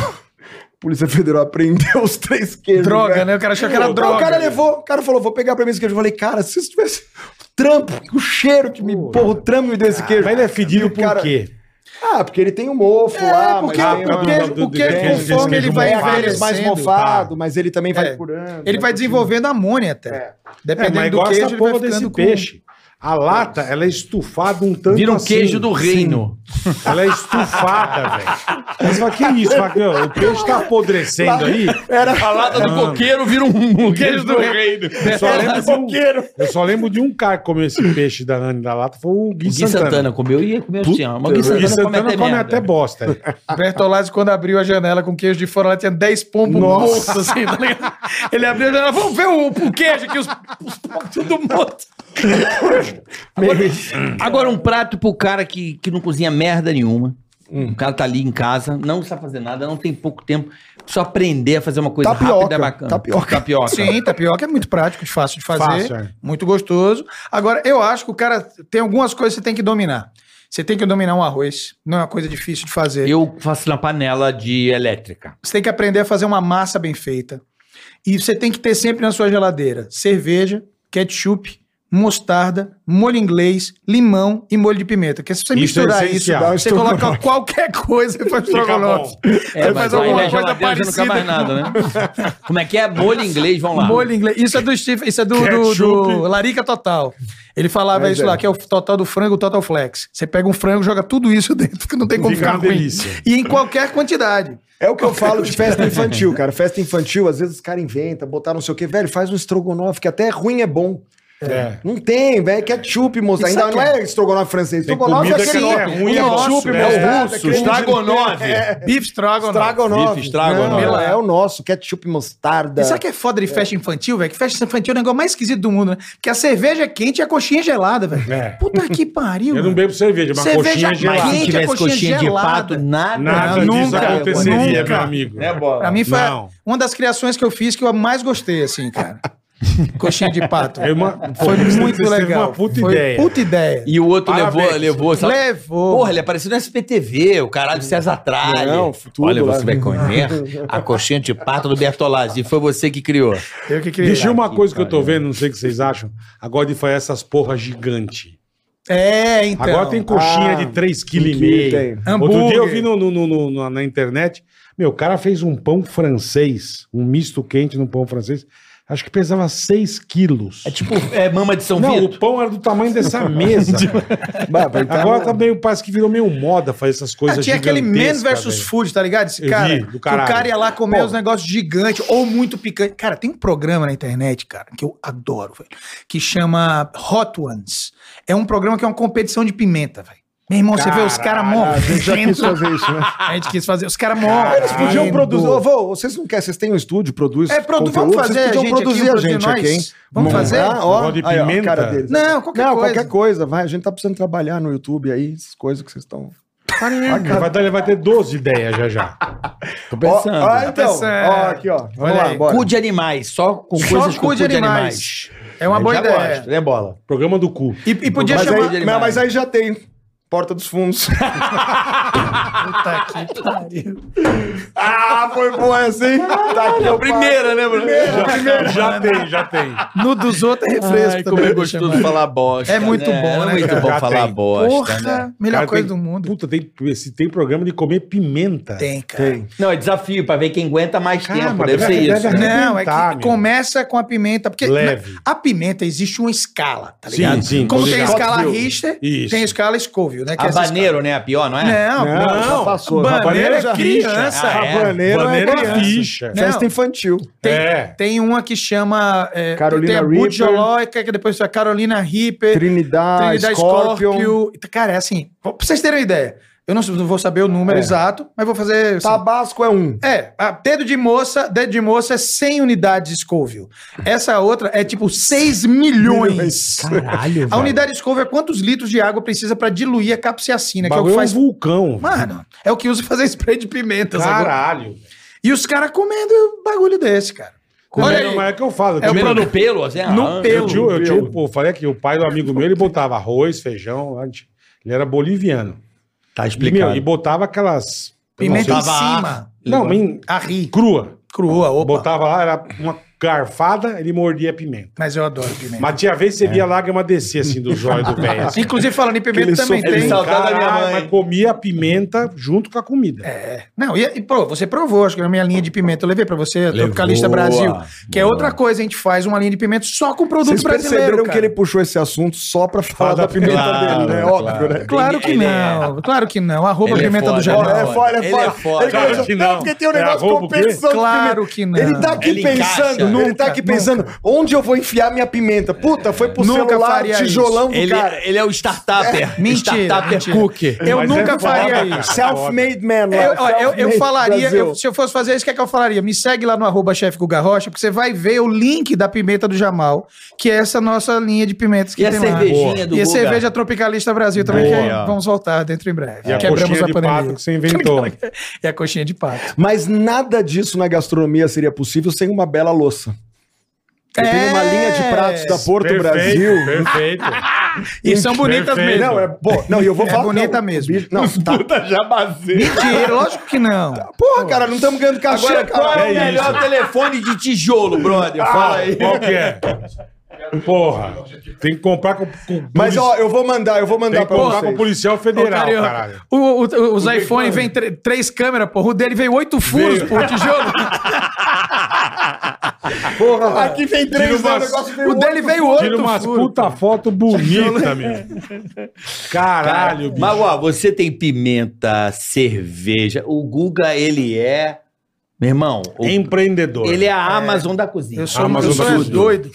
[SPEAKER 6] Polícia Federal apreendeu os três queijos.
[SPEAKER 1] Droga,
[SPEAKER 6] velho.
[SPEAKER 1] né? O cara achou que
[SPEAKER 6] Não,
[SPEAKER 1] era droga.
[SPEAKER 6] O cara levou, o cara falou, vou pegar pra mim esse queijo. Eu falei, cara, se isso tivesse trampo, o cheiro que me, porra, o trampo me deu esse queijo.
[SPEAKER 3] Mas ele é fedido
[SPEAKER 6] E o
[SPEAKER 3] por
[SPEAKER 6] cara-
[SPEAKER 3] quê?
[SPEAKER 6] Ah, porque ele tem um mofo lá,
[SPEAKER 1] É, porque
[SPEAKER 6] mas
[SPEAKER 1] o-
[SPEAKER 6] tem
[SPEAKER 1] o
[SPEAKER 3] um
[SPEAKER 6] uma-
[SPEAKER 1] queijo-
[SPEAKER 3] do-
[SPEAKER 1] o
[SPEAKER 3] do-
[SPEAKER 1] queijo,
[SPEAKER 3] do-
[SPEAKER 6] Tem,
[SPEAKER 1] conforme
[SPEAKER 3] queijo
[SPEAKER 1] ele vai
[SPEAKER 6] é aqueles
[SPEAKER 1] envelhecendo, tá.
[SPEAKER 6] mais mofado, mas ele também vai
[SPEAKER 1] É.
[SPEAKER 6] curando. né?
[SPEAKER 1] ele vai desenvolvendo amônia até.
[SPEAKER 3] É,
[SPEAKER 1] Dependendo
[SPEAKER 3] mas
[SPEAKER 1] do
[SPEAKER 3] igual
[SPEAKER 1] queijo,
[SPEAKER 3] essa
[SPEAKER 1] ele vai
[SPEAKER 3] porra
[SPEAKER 1] ficando
[SPEAKER 3] desse
[SPEAKER 1] com...
[SPEAKER 3] peixe. A lata, ela é estufada um tanto
[SPEAKER 4] Vira um
[SPEAKER 3] assim.
[SPEAKER 4] queijo do reino.
[SPEAKER 3] Ela é estufada, velho. Mas fala, que isso? Fala, que, ó, o peixe tá apodrecendo aí.
[SPEAKER 7] A lata do coqueiro vira um queijo do reino.
[SPEAKER 3] Eu só, lembro de um, eu só lembro de um cara que comeu esse peixe da Nani da lata, foi o Gui,
[SPEAKER 4] O Gui Santana.
[SPEAKER 3] Santana.
[SPEAKER 4] comeu e ia comer assim, ó. Mas o Gui
[SPEAKER 3] O Gui
[SPEAKER 4] Santana,
[SPEAKER 3] Santana
[SPEAKER 4] come até,
[SPEAKER 3] come
[SPEAKER 4] merda.
[SPEAKER 3] até bosta. aí.
[SPEAKER 1] Bertolazzi, quando abriu a janela com queijo de fora, ela tinha 10 pombos mortos, assim, tá ligado? Ele abriu a janela, vamos ver o, o queijo aqui, os, os pombos tudo morto.
[SPEAKER 4] Agora, um prato pro cara que, que não cozinha merda nenhuma. O cara tá ali em casa, não sabe fazer nada, não tem pouco tempo. Só aprender a fazer uma coisa
[SPEAKER 6] Tapioca,
[SPEAKER 4] rápida é bacana.
[SPEAKER 6] tapioca.
[SPEAKER 4] Tapioca.
[SPEAKER 1] Sim, tapioca é muito prático, fácil de fazer,
[SPEAKER 3] Fácil, é.
[SPEAKER 1] muito gostoso. Agora, eu acho que o cara tem algumas coisas que você tem que dominar. Você tem que dominar um arroz, não é uma coisa difícil de fazer.
[SPEAKER 4] Eu faço na panela de elétrica.
[SPEAKER 1] Você tem que aprender a fazer uma massa bem feita. E você tem que ter sempre na sua geladeira cerveja, ketchup, mostarda, molho inglês, limão e molho de pimenta. Porque se você
[SPEAKER 3] Isso é
[SPEAKER 1] misturar isso,
[SPEAKER 3] essencial.
[SPEAKER 1] você coloca qualquer coisa e faz estrogonofe.
[SPEAKER 4] É,
[SPEAKER 1] Você
[SPEAKER 4] mas
[SPEAKER 1] faz
[SPEAKER 4] aí
[SPEAKER 1] alguma
[SPEAKER 4] na
[SPEAKER 1] coisa
[SPEAKER 4] geladeira você não quer
[SPEAKER 1] parecida.
[SPEAKER 4] mais nada, né? Como é que é? Molho inglês, vamos lá.
[SPEAKER 1] Molho inglês. Isso é do Steve, isso é do, do- do Larica Total. Ele falava
[SPEAKER 6] Mas
[SPEAKER 1] isso
[SPEAKER 6] é.
[SPEAKER 1] lá, que é o total do frango, o total flex. Você pega um frango, joga tudo isso dentro, que não tem como
[SPEAKER 3] Fica
[SPEAKER 1] ficar
[SPEAKER 3] uma
[SPEAKER 1] ruim.
[SPEAKER 3] delícia.
[SPEAKER 1] E em qualquer quantidade.
[SPEAKER 6] É o que eu falo de festa infantil, cara. Festa infantil, às vezes os caras inventam, botar não sei o quê. Velho, faz um estrogonofe, que até ruim é bom.
[SPEAKER 3] É.
[SPEAKER 6] Não tem, velho. Ketchup, moça. Ainda não é estrogonofe francês. Estrogonofe é
[SPEAKER 3] comida que
[SPEAKER 6] aquele.
[SPEAKER 3] não é ruim, é
[SPEAKER 6] ketchup,
[SPEAKER 3] nosso, né?
[SPEAKER 6] mostarda,
[SPEAKER 7] É russo,
[SPEAKER 6] creme de-
[SPEAKER 7] estrogonofe.
[SPEAKER 6] É,
[SPEAKER 1] Beef Strogonoff.
[SPEAKER 6] Estrogonofe.
[SPEAKER 7] Bife, estrogonofe.
[SPEAKER 6] Não, É o nosso. Ketchup, mostarda.
[SPEAKER 1] E sabe o que é foda de festa infantil, velho? Que festa infantil é o negócio mais esquisito do mundo, né? Porque a cerveja é quente e a coxinha é gelada, velho.
[SPEAKER 3] É.
[SPEAKER 1] Puta que pariu.
[SPEAKER 3] Eu não
[SPEAKER 1] mano.
[SPEAKER 3] bebo cerveja, mas
[SPEAKER 1] Cerveja
[SPEAKER 3] coxinha é gelada.
[SPEAKER 1] quente,
[SPEAKER 4] Se tivesse
[SPEAKER 1] a coxinha
[SPEAKER 4] coxinha
[SPEAKER 1] gelada.
[SPEAKER 4] de pato, nada,
[SPEAKER 3] Nada disso
[SPEAKER 1] Nunca,
[SPEAKER 3] aconteceria,
[SPEAKER 1] nunca.
[SPEAKER 3] meu amigo.
[SPEAKER 7] Né, bola?
[SPEAKER 1] Pra mim foi
[SPEAKER 3] Não.
[SPEAKER 1] uma das criações que eu fiz que eu mais gostei, assim, cara. coxinha de pato.
[SPEAKER 3] É uma-
[SPEAKER 1] Foi
[SPEAKER 3] Pô, você
[SPEAKER 1] muito
[SPEAKER 3] teve
[SPEAKER 1] legal.
[SPEAKER 3] uma puta
[SPEAKER 1] Foi
[SPEAKER 3] ideia.
[SPEAKER 1] Puta ideia.
[SPEAKER 4] E o outro
[SPEAKER 3] Parabéns.
[SPEAKER 4] levou, levou, sabe?
[SPEAKER 1] Levou.
[SPEAKER 4] Porra, ele apareceu no SPTV, o caralho César Tralli.
[SPEAKER 6] Não, tudo
[SPEAKER 4] Olha,
[SPEAKER 6] lá.
[SPEAKER 4] você vai comer a coxinha de pato do Bertolazzi. Foi você que criou.
[SPEAKER 1] eu que queria.
[SPEAKER 3] Deixa uma
[SPEAKER 4] que
[SPEAKER 3] coisa que eu tô
[SPEAKER 4] pariu.
[SPEAKER 3] vendo, não sei o que vocês acham. Agora de fazer essas porra gigante.
[SPEAKER 1] É, então.
[SPEAKER 3] Agora tem coxinha
[SPEAKER 6] Ah,
[SPEAKER 3] de 3,5 kg.
[SPEAKER 6] que tem.
[SPEAKER 3] Outro dia eu
[SPEAKER 1] Hambúrguer.
[SPEAKER 3] vi no- no- no- no- na, na internet, meu, o cara fez um pão francês, um misto quente no pão francês, acho que pesava 6 quilos.
[SPEAKER 4] É tipo, é mama de
[SPEAKER 1] um
[SPEAKER 4] São
[SPEAKER 3] não,
[SPEAKER 4] Vito.
[SPEAKER 3] o pão era do tamanho dessa mesa.
[SPEAKER 1] Tipo,
[SPEAKER 3] cara.
[SPEAKER 6] Bah, vai tá
[SPEAKER 3] Agora
[SPEAKER 6] no-
[SPEAKER 3] tá meio, parece que virou meio moda fazer essas coisas
[SPEAKER 1] Ah, tinha aquele
[SPEAKER 3] gigantescas,
[SPEAKER 1] Man versus
[SPEAKER 3] velho.
[SPEAKER 1] Food, tá ligado? Esse
[SPEAKER 3] Eu
[SPEAKER 1] cara.
[SPEAKER 3] vi, do
[SPEAKER 1] que o
[SPEAKER 3] caralho.
[SPEAKER 1] cara ia lá comer
[SPEAKER 3] Pô.
[SPEAKER 1] os negócios gigantes ou muito picante. Cara, tem um programa na internet, cara, que eu adoro, velho, que chama Hot Ones. É um programa que é uma competição de pimenta, velho. Meu irmão, você vê os caras
[SPEAKER 3] Caralho,
[SPEAKER 1] morrendo.
[SPEAKER 6] a gente já quis fazer isso, né?
[SPEAKER 1] A gente quis fazer. Os caras morrem.
[SPEAKER 6] Eles podiam produzir. Ô, vô, vocês não querem, vocês têm um estúdio, produz.
[SPEAKER 1] É, produ-
[SPEAKER 6] conteúdo,
[SPEAKER 1] vamos fazer
[SPEAKER 6] Vocês
[SPEAKER 1] a
[SPEAKER 6] podiam
[SPEAKER 1] gente
[SPEAKER 6] produzir
[SPEAKER 1] aqui,
[SPEAKER 6] a gente
[SPEAKER 1] produzir
[SPEAKER 6] aqui, hein? um
[SPEAKER 1] nós. Vamos fazer?
[SPEAKER 6] ó,
[SPEAKER 3] Negócio de
[SPEAKER 6] aí, ó,
[SPEAKER 3] pimenta?
[SPEAKER 6] cara deles.
[SPEAKER 1] Não, qualquer coisa.
[SPEAKER 6] qualquer coisa, vai. A gente tá precisando trabalhar no YouTube aí, essas coisas que vocês estão.
[SPEAKER 3] Ele Vai, dar- ele vai ter 12 ideias já já.
[SPEAKER 4] Tô
[SPEAKER 6] Ó,
[SPEAKER 4] pensando.
[SPEAKER 6] ó, então.
[SPEAKER 1] pensando.
[SPEAKER 6] Ó, aqui, ó. Vamos
[SPEAKER 1] Olha
[SPEAKER 6] lá,
[SPEAKER 1] aí,
[SPEAKER 6] bora.
[SPEAKER 4] cu de animais, só com
[SPEAKER 1] Só
[SPEAKER 4] coisas com
[SPEAKER 1] cu
[SPEAKER 4] cu
[SPEAKER 1] de
[SPEAKER 4] de
[SPEAKER 1] animais.
[SPEAKER 4] animais.
[SPEAKER 1] É uma
[SPEAKER 4] Eu
[SPEAKER 1] boa
[SPEAKER 4] já
[SPEAKER 1] ideia.
[SPEAKER 4] gosto, né, bola?
[SPEAKER 3] Programa do cu.
[SPEAKER 1] E, e podia
[SPEAKER 6] Mas
[SPEAKER 1] chamar.
[SPEAKER 6] aí, mas aí já tem. Porta dos Fundos.
[SPEAKER 1] Puta que pariu.
[SPEAKER 6] ah, foi boa assim. Tá
[SPEAKER 4] é
[SPEAKER 6] aqui, ó,
[SPEAKER 7] Primeira, né, Bruno?
[SPEAKER 3] Já tem, já tem.
[SPEAKER 1] No dos outros é refresco
[SPEAKER 7] Ai, como
[SPEAKER 1] também.
[SPEAKER 7] é
[SPEAKER 1] vou
[SPEAKER 7] gostoso
[SPEAKER 1] chamar.
[SPEAKER 7] falar bosta.
[SPEAKER 1] É muito bom, né,
[SPEAKER 7] É muito
[SPEAKER 1] cara?
[SPEAKER 7] bom
[SPEAKER 3] Já
[SPEAKER 7] falar
[SPEAKER 3] tem.
[SPEAKER 7] bosta.
[SPEAKER 1] Porra,
[SPEAKER 7] né?
[SPEAKER 1] melhor
[SPEAKER 3] Cara,
[SPEAKER 1] coisa
[SPEAKER 3] tem-
[SPEAKER 1] do mundo.
[SPEAKER 3] Puta, tem, esse, tem programa de comer pimenta.
[SPEAKER 1] Tem, cara.
[SPEAKER 4] Não, é desafio pra ver quem aguenta mais
[SPEAKER 3] Cara,
[SPEAKER 4] tempo.
[SPEAKER 3] mas
[SPEAKER 4] Deve ser
[SPEAKER 3] deve-
[SPEAKER 4] isso.
[SPEAKER 3] deve-
[SPEAKER 4] né?
[SPEAKER 1] Não, é
[SPEAKER 3] arrebentar,
[SPEAKER 1] que
[SPEAKER 3] meu.
[SPEAKER 1] começa com a pimenta, porque
[SPEAKER 3] Leve.
[SPEAKER 1] na- a pimenta existe uma escala, tá
[SPEAKER 3] Sim,
[SPEAKER 1] ligado?
[SPEAKER 3] sim, tô
[SPEAKER 1] Como tem a
[SPEAKER 3] ligado.
[SPEAKER 1] escala
[SPEAKER 3] Scoville.
[SPEAKER 1] Richter,
[SPEAKER 3] Isso.
[SPEAKER 1] tem a escala Scoville, né? que é essa
[SPEAKER 4] Habaneiro, né? A pior, não é?
[SPEAKER 1] escala- Não,
[SPEAKER 3] Não,
[SPEAKER 1] não.
[SPEAKER 3] já passou.
[SPEAKER 1] Habaneiro
[SPEAKER 3] Habaneiro
[SPEAKER 1] é
[SPEAKER 3] já-
[SPEAKER 1] criança.
[SPEAKER 4] Ah, é?
[SPEAKER 3] Habaneiro é
[SPEAKER 1] Habaneiro é
[SPEAKER 3] uma
[SPEAKER 1] criança.
[SPEAKER 3] ficha.
[SPEAKER 1] Não.
[SPEAKER 6] Festa infantil.
[SPEAKER 1] Tem,
[SPEAKER 3] É.
[SPEAKER 1] tem uma que chama. É,
[SPEAKER 6] Carolina
[SPEAKER 1] tem a
[SPEAKER 6] Reaper.
[SPEAKER 1] Butiolóica, que depois foi a Carolina Reaper.
[SPEAKER 3] Ah,
[SPEAKER 6] Trinidad,
[SPEAKER 1] Trinidad
[SPEAKER 6] Scorpion.
[SPEAKER 1] Scorpio. Cara, é assim, pra vocês terem uma ideia. Eu não, não vou saber o número
[SPEAKER 6] É.
[SPEAKER 1] exato, mas vou fazer.
[SPEAKER 3] Tá
[SPEAKER 1] assim.
[SPEAKER 6] Tabasco é um.
[SPEAKER 1] É, a dedo de moça, dedo de moça é 100 unidades de Scoville. Essa outra é tipo 6 milhões.
[SPEAKER 4] Caralho,
[SPEAKER 1] A unidade de Scoville é quantos litros de água precisa pra diluir a capsaicina,
[SPEAKER 3] O
[SPEAKER 1] que é o
[SPEAKER 3] bagulho é
[SPEAKER 1] que
[SPEAKER 3] um
[SPEAKER 1] faz...
[SPEAKER 3] vulcão.
[SPEAKER 1] Mano, é o que usa fazer spray de pimentas agora.
[SPEAKER 3] Caralho.
[SPEAKER 1] E os caras comendo um bagulho desse, cara. Olha
[SPEAKER 3] Comendo,
[SPEAKER 1] aí.
[SPEAKER 3] mas é que eu falo.
[SPEAKER 1] É
[SPEAKER 3] eu
[SPEAKER 1] o
[SPEAKER 3] tinha-
[SPEAKER 4] Comendo no pelo, assim. ah,
[SPEAKER 1] No pelo.
[SPEAKER 3] eu, tinha, eu, tinha um- eu falei que o pai do amigo meu, ele botava arroz, feijão, antes. ele era boliviano. E,
[SPEAKER 4] Tá
[SPEAKER 3] meu,
[SPEAKER 4] explicado.
[SPEAKER 3] e botava aquelas...
[SPEAKER 1] Pimenta em
[SPEAKER 4] Botava ar.
[SPEAKER 1] cima.
[SPEAKER 3] Não, mas
[SPEAKER 1] A ri.
[SPEAKER 3] crua.
[SPEAKER 1] Crua, opa.
[SPEAKER 3] Botava lá, era uma garfada, ele mordia a pimenta.
[SPEAKER 1] Mas eu adoro pimenta.
[SPEAKER 3] Mas tinha vez que
[SPEAKER 1] É.
[SPEAKER 3] você via a lágrima descer, assim, do zóio do velho. Assim.
[SPEAKER 1] Inclusive, falando em pimenta
[SPEAKER 6] Aquele
[SPEAKER 1] também
[SPEAKER 6] sofrimento.
[SPEAKER 1] tem.
[SPEAKER 4] Sal- Saudade da minha
[SPEAKER 3] Caralho,
[SPEAKER 4] mãe.
[SPEAKER 3] mas comia a pimenta junto com a comida.
[SPEAKER 1] É. Não, e, e, pô, você provou, acho que na minha linha de pimenta eu levei pra você, a
[SPEAKER 4] Levou,
[SPEAKER 1] Tropicalista Brasil. Que é
[SPEAKER 4] boa.
[SPEAKER 1] outra coisa, a gente faz uma linha de pimenta só com produto
[SPEAKER 6] Vocês
[SPEAKER 1] brasileiro.
[SPEAKER 6] perceberam
[SPEAKER 1] cara.
[SPEAKER 6] que ele puxou esse assunto só pra falar
[SPEAKER 3] Fala
[SPEAKER 6] da pimenta
[SPEAKER 4] claro,
[SPEAKER 6] dele, né?
[SPEAKER 4] claro.
[SPEAKER 6] Óbvio, né?
[SPEAKER 1] Claro que
[SPEAKER 4] Ele é-
[SPEAKER 1] não, claro que não. Arroba
[SPEAKER 4] Ele é
[SPEAKER 1] pimenta
[SPEAKER 4] foda,
[SPEAKER 1] do
[SPEAKER 4] Não,
[SPEAKER 1] Jornal.
[SPEAKER 6] Olha,
[SPEAKER 4] é
[SPEAKER 6] é foda,
[SPEAKER 4] Ele
[SPEAKER 6] é
[SPEAKER 4] é
[SPEAKER 6] foda.
[SPEAKER 4] foda.
[SPEAKER 6] Ele começou-
[SPEAKER 3] Claro que não.
[SPEAKER 6] porque tem um
[SPEAKER 3] É
[SPEAKER 6] negócio
[SPEAKER 3] arroba o quê?
[SPEAKER 6] compensando. de pimenta.
[SPEAKER 1] Claro que não.
[SPEAKER 6] Ele tá aqui
[SPEAKER 4] Ele
[SPEAKER 6] pensando,
[SPEAKER 4] encaixa.
[SPEAKER 6] ele tá aqui
[SPEAKER 1] Nunca,
[SPEAKER 6] pensando, onde eu vou enfiar minha pimenta? Puta, foi pro
[SPEAKER 1] Nunca
[SPEAKER 6] celular,
[SPEAKER 1] faria
[SPEAKER 6] tijolão do
[SPEAKER 4] Ele,
[SPEAKER 6] cara.
[SPEAKER 4] ele é o startupper.
[SPEAKER 1] Mentira,
[SPEAKER 4] Startupper
[SPEAKER 1] mentira.
[SPEAKER 4] é cookie.
[SPEAKER 1] Eu
[SPEAKER 3] Mas
[SPEAKER 1] nunca
[SPEAKER 3] é foda,
[SPEAKER 1] faria
[SPEAKER 3] cara.
[SPEAKER 1] isso.
[SPEAKER 6] Self-made man lá.
[SPEAKER 1] Eu, olha, eu, eu
[SPEAKER 6] self-made
[SPEAKER 1] falaria,
[SPEAKER 6] Brasil.
[SPEAKER 1] eu- se eu fosse fazer isso, o que é que eu falaria? Me segue lá no arroba chefe Guga Rocha, porque você vai ver o link da pimenta do Jamal, que é essa nossa linha de pimentas que
[SPEAKER 4] E a
[SPEAKER 1] tem lá.
[SPEAKER 4] cervejinha do
[SPEAKER 1] e
[SPEAKER 4] Guga?
[SPEAKER 1] a
[SPEAKER 4] É
[SPEAKER 1] cerveja Tropicalista Brasil também,
[SPEAKER 4] Boa.
[SPEAKER 1] que vamos voltar dentro em breve.
[SPEAKER 3] E a coxinha de pato que você inventou.
[SPEAKER 1] E a coxinha de pato.
[SPEAKER 6] Mas nada disso na gastronomia seria possível sem uma bela louça. Eu tenho uma
[SPEAKER 1] É.
[SPEAKER 6] linha de pratos da Porto
[SPEAKER 3] Perfeito,
[SPEAKER 6] Brasil.
[SPEAKER 3] Perfeito.
[SPEAKER 1] E são bonitas
[SPEAKER 3] Perfeito.
[SPEAKER 1] mesmo.
[SPEAKER 6] Não, é bom. Não, e eu vou
[SPEAKER 1] É
[SPEAKER 6] falar.
[SPEAKER 1] bonita
[SPEAKER 6] não,
[SPEAKER 1] mesmo.
[SPEAKER 6] bicho- Não, tá.
[SPEAKER 7] Puta jabazeira.
[SPEAKER 1] Mentira, lógico que não.
[SPEAKER 6] Porra, cara, não estamos ganhando cachê,
[SPEAKER 4] Agora, qual
[SPEAKER 6] cara.
[SPEAKER 4] é o
[SPEAKER 3] É
[SPEAKER 4] melhor
[SPEAKER 3] isso.
[SPEAKER 4] telefone de tijolo, brother? Fala aí.
[SPEAKER 3] Qual que é? Porra. Tem que comprar com. com
[SPEAKER 6] Mas ó, eu vou mandar, eu vou
[SPEAKER 3] tem
[SPEAKER 6] mandar
[SPEAKER 3] que
[SPEAKER 6] pra
[SPEAKER 3] comprar com o
[SPEAKER 6] vocês.
[SPEAKER 3] policial federal,
[SPEAKER 1] Ô, Carioca,
[SPEAKER 3] caralho.
[SPEAKER 1] o- o- o- os iPhone vem tre- três câmeras, porra. O dele veio oito furos
[SPEAKER 3] Veio.
[SPEAKER 1] por tijolo.
[SPEAKER 6] Porra, aqui vem
[SPEAKER 3] Tira
[SPEAKER 6] três, né,
[SPEAKER 3] umas-
[SPEAKER 6] o negócio veio
[SPEAKER 1] o dele veio oito
[SPEAKER 3] Tira umas
[SPEAKER 1] furos.
[SPEAKER 3] puta foto bonita, meu. Caralho, bicho.
[SPEAKER 4] Mas, ó, você tem pimenta, cerveja. O Guga, ele é. Meu irmão, o-
[SPEAKER 3] Empreendedor.
[SPEAKER 4] ele é a Amazon da cozinha.
[SPEAKER 1] Eu sou,
[SPEAKER 3] Ah, mas
[SPEAKER 1] eu
[SPEAKER 3] o
[SPEAKER 6] um
[SPEAKER 1] sou
[SPEAKER 3] absurdo.
[SPEAKER 1] doido.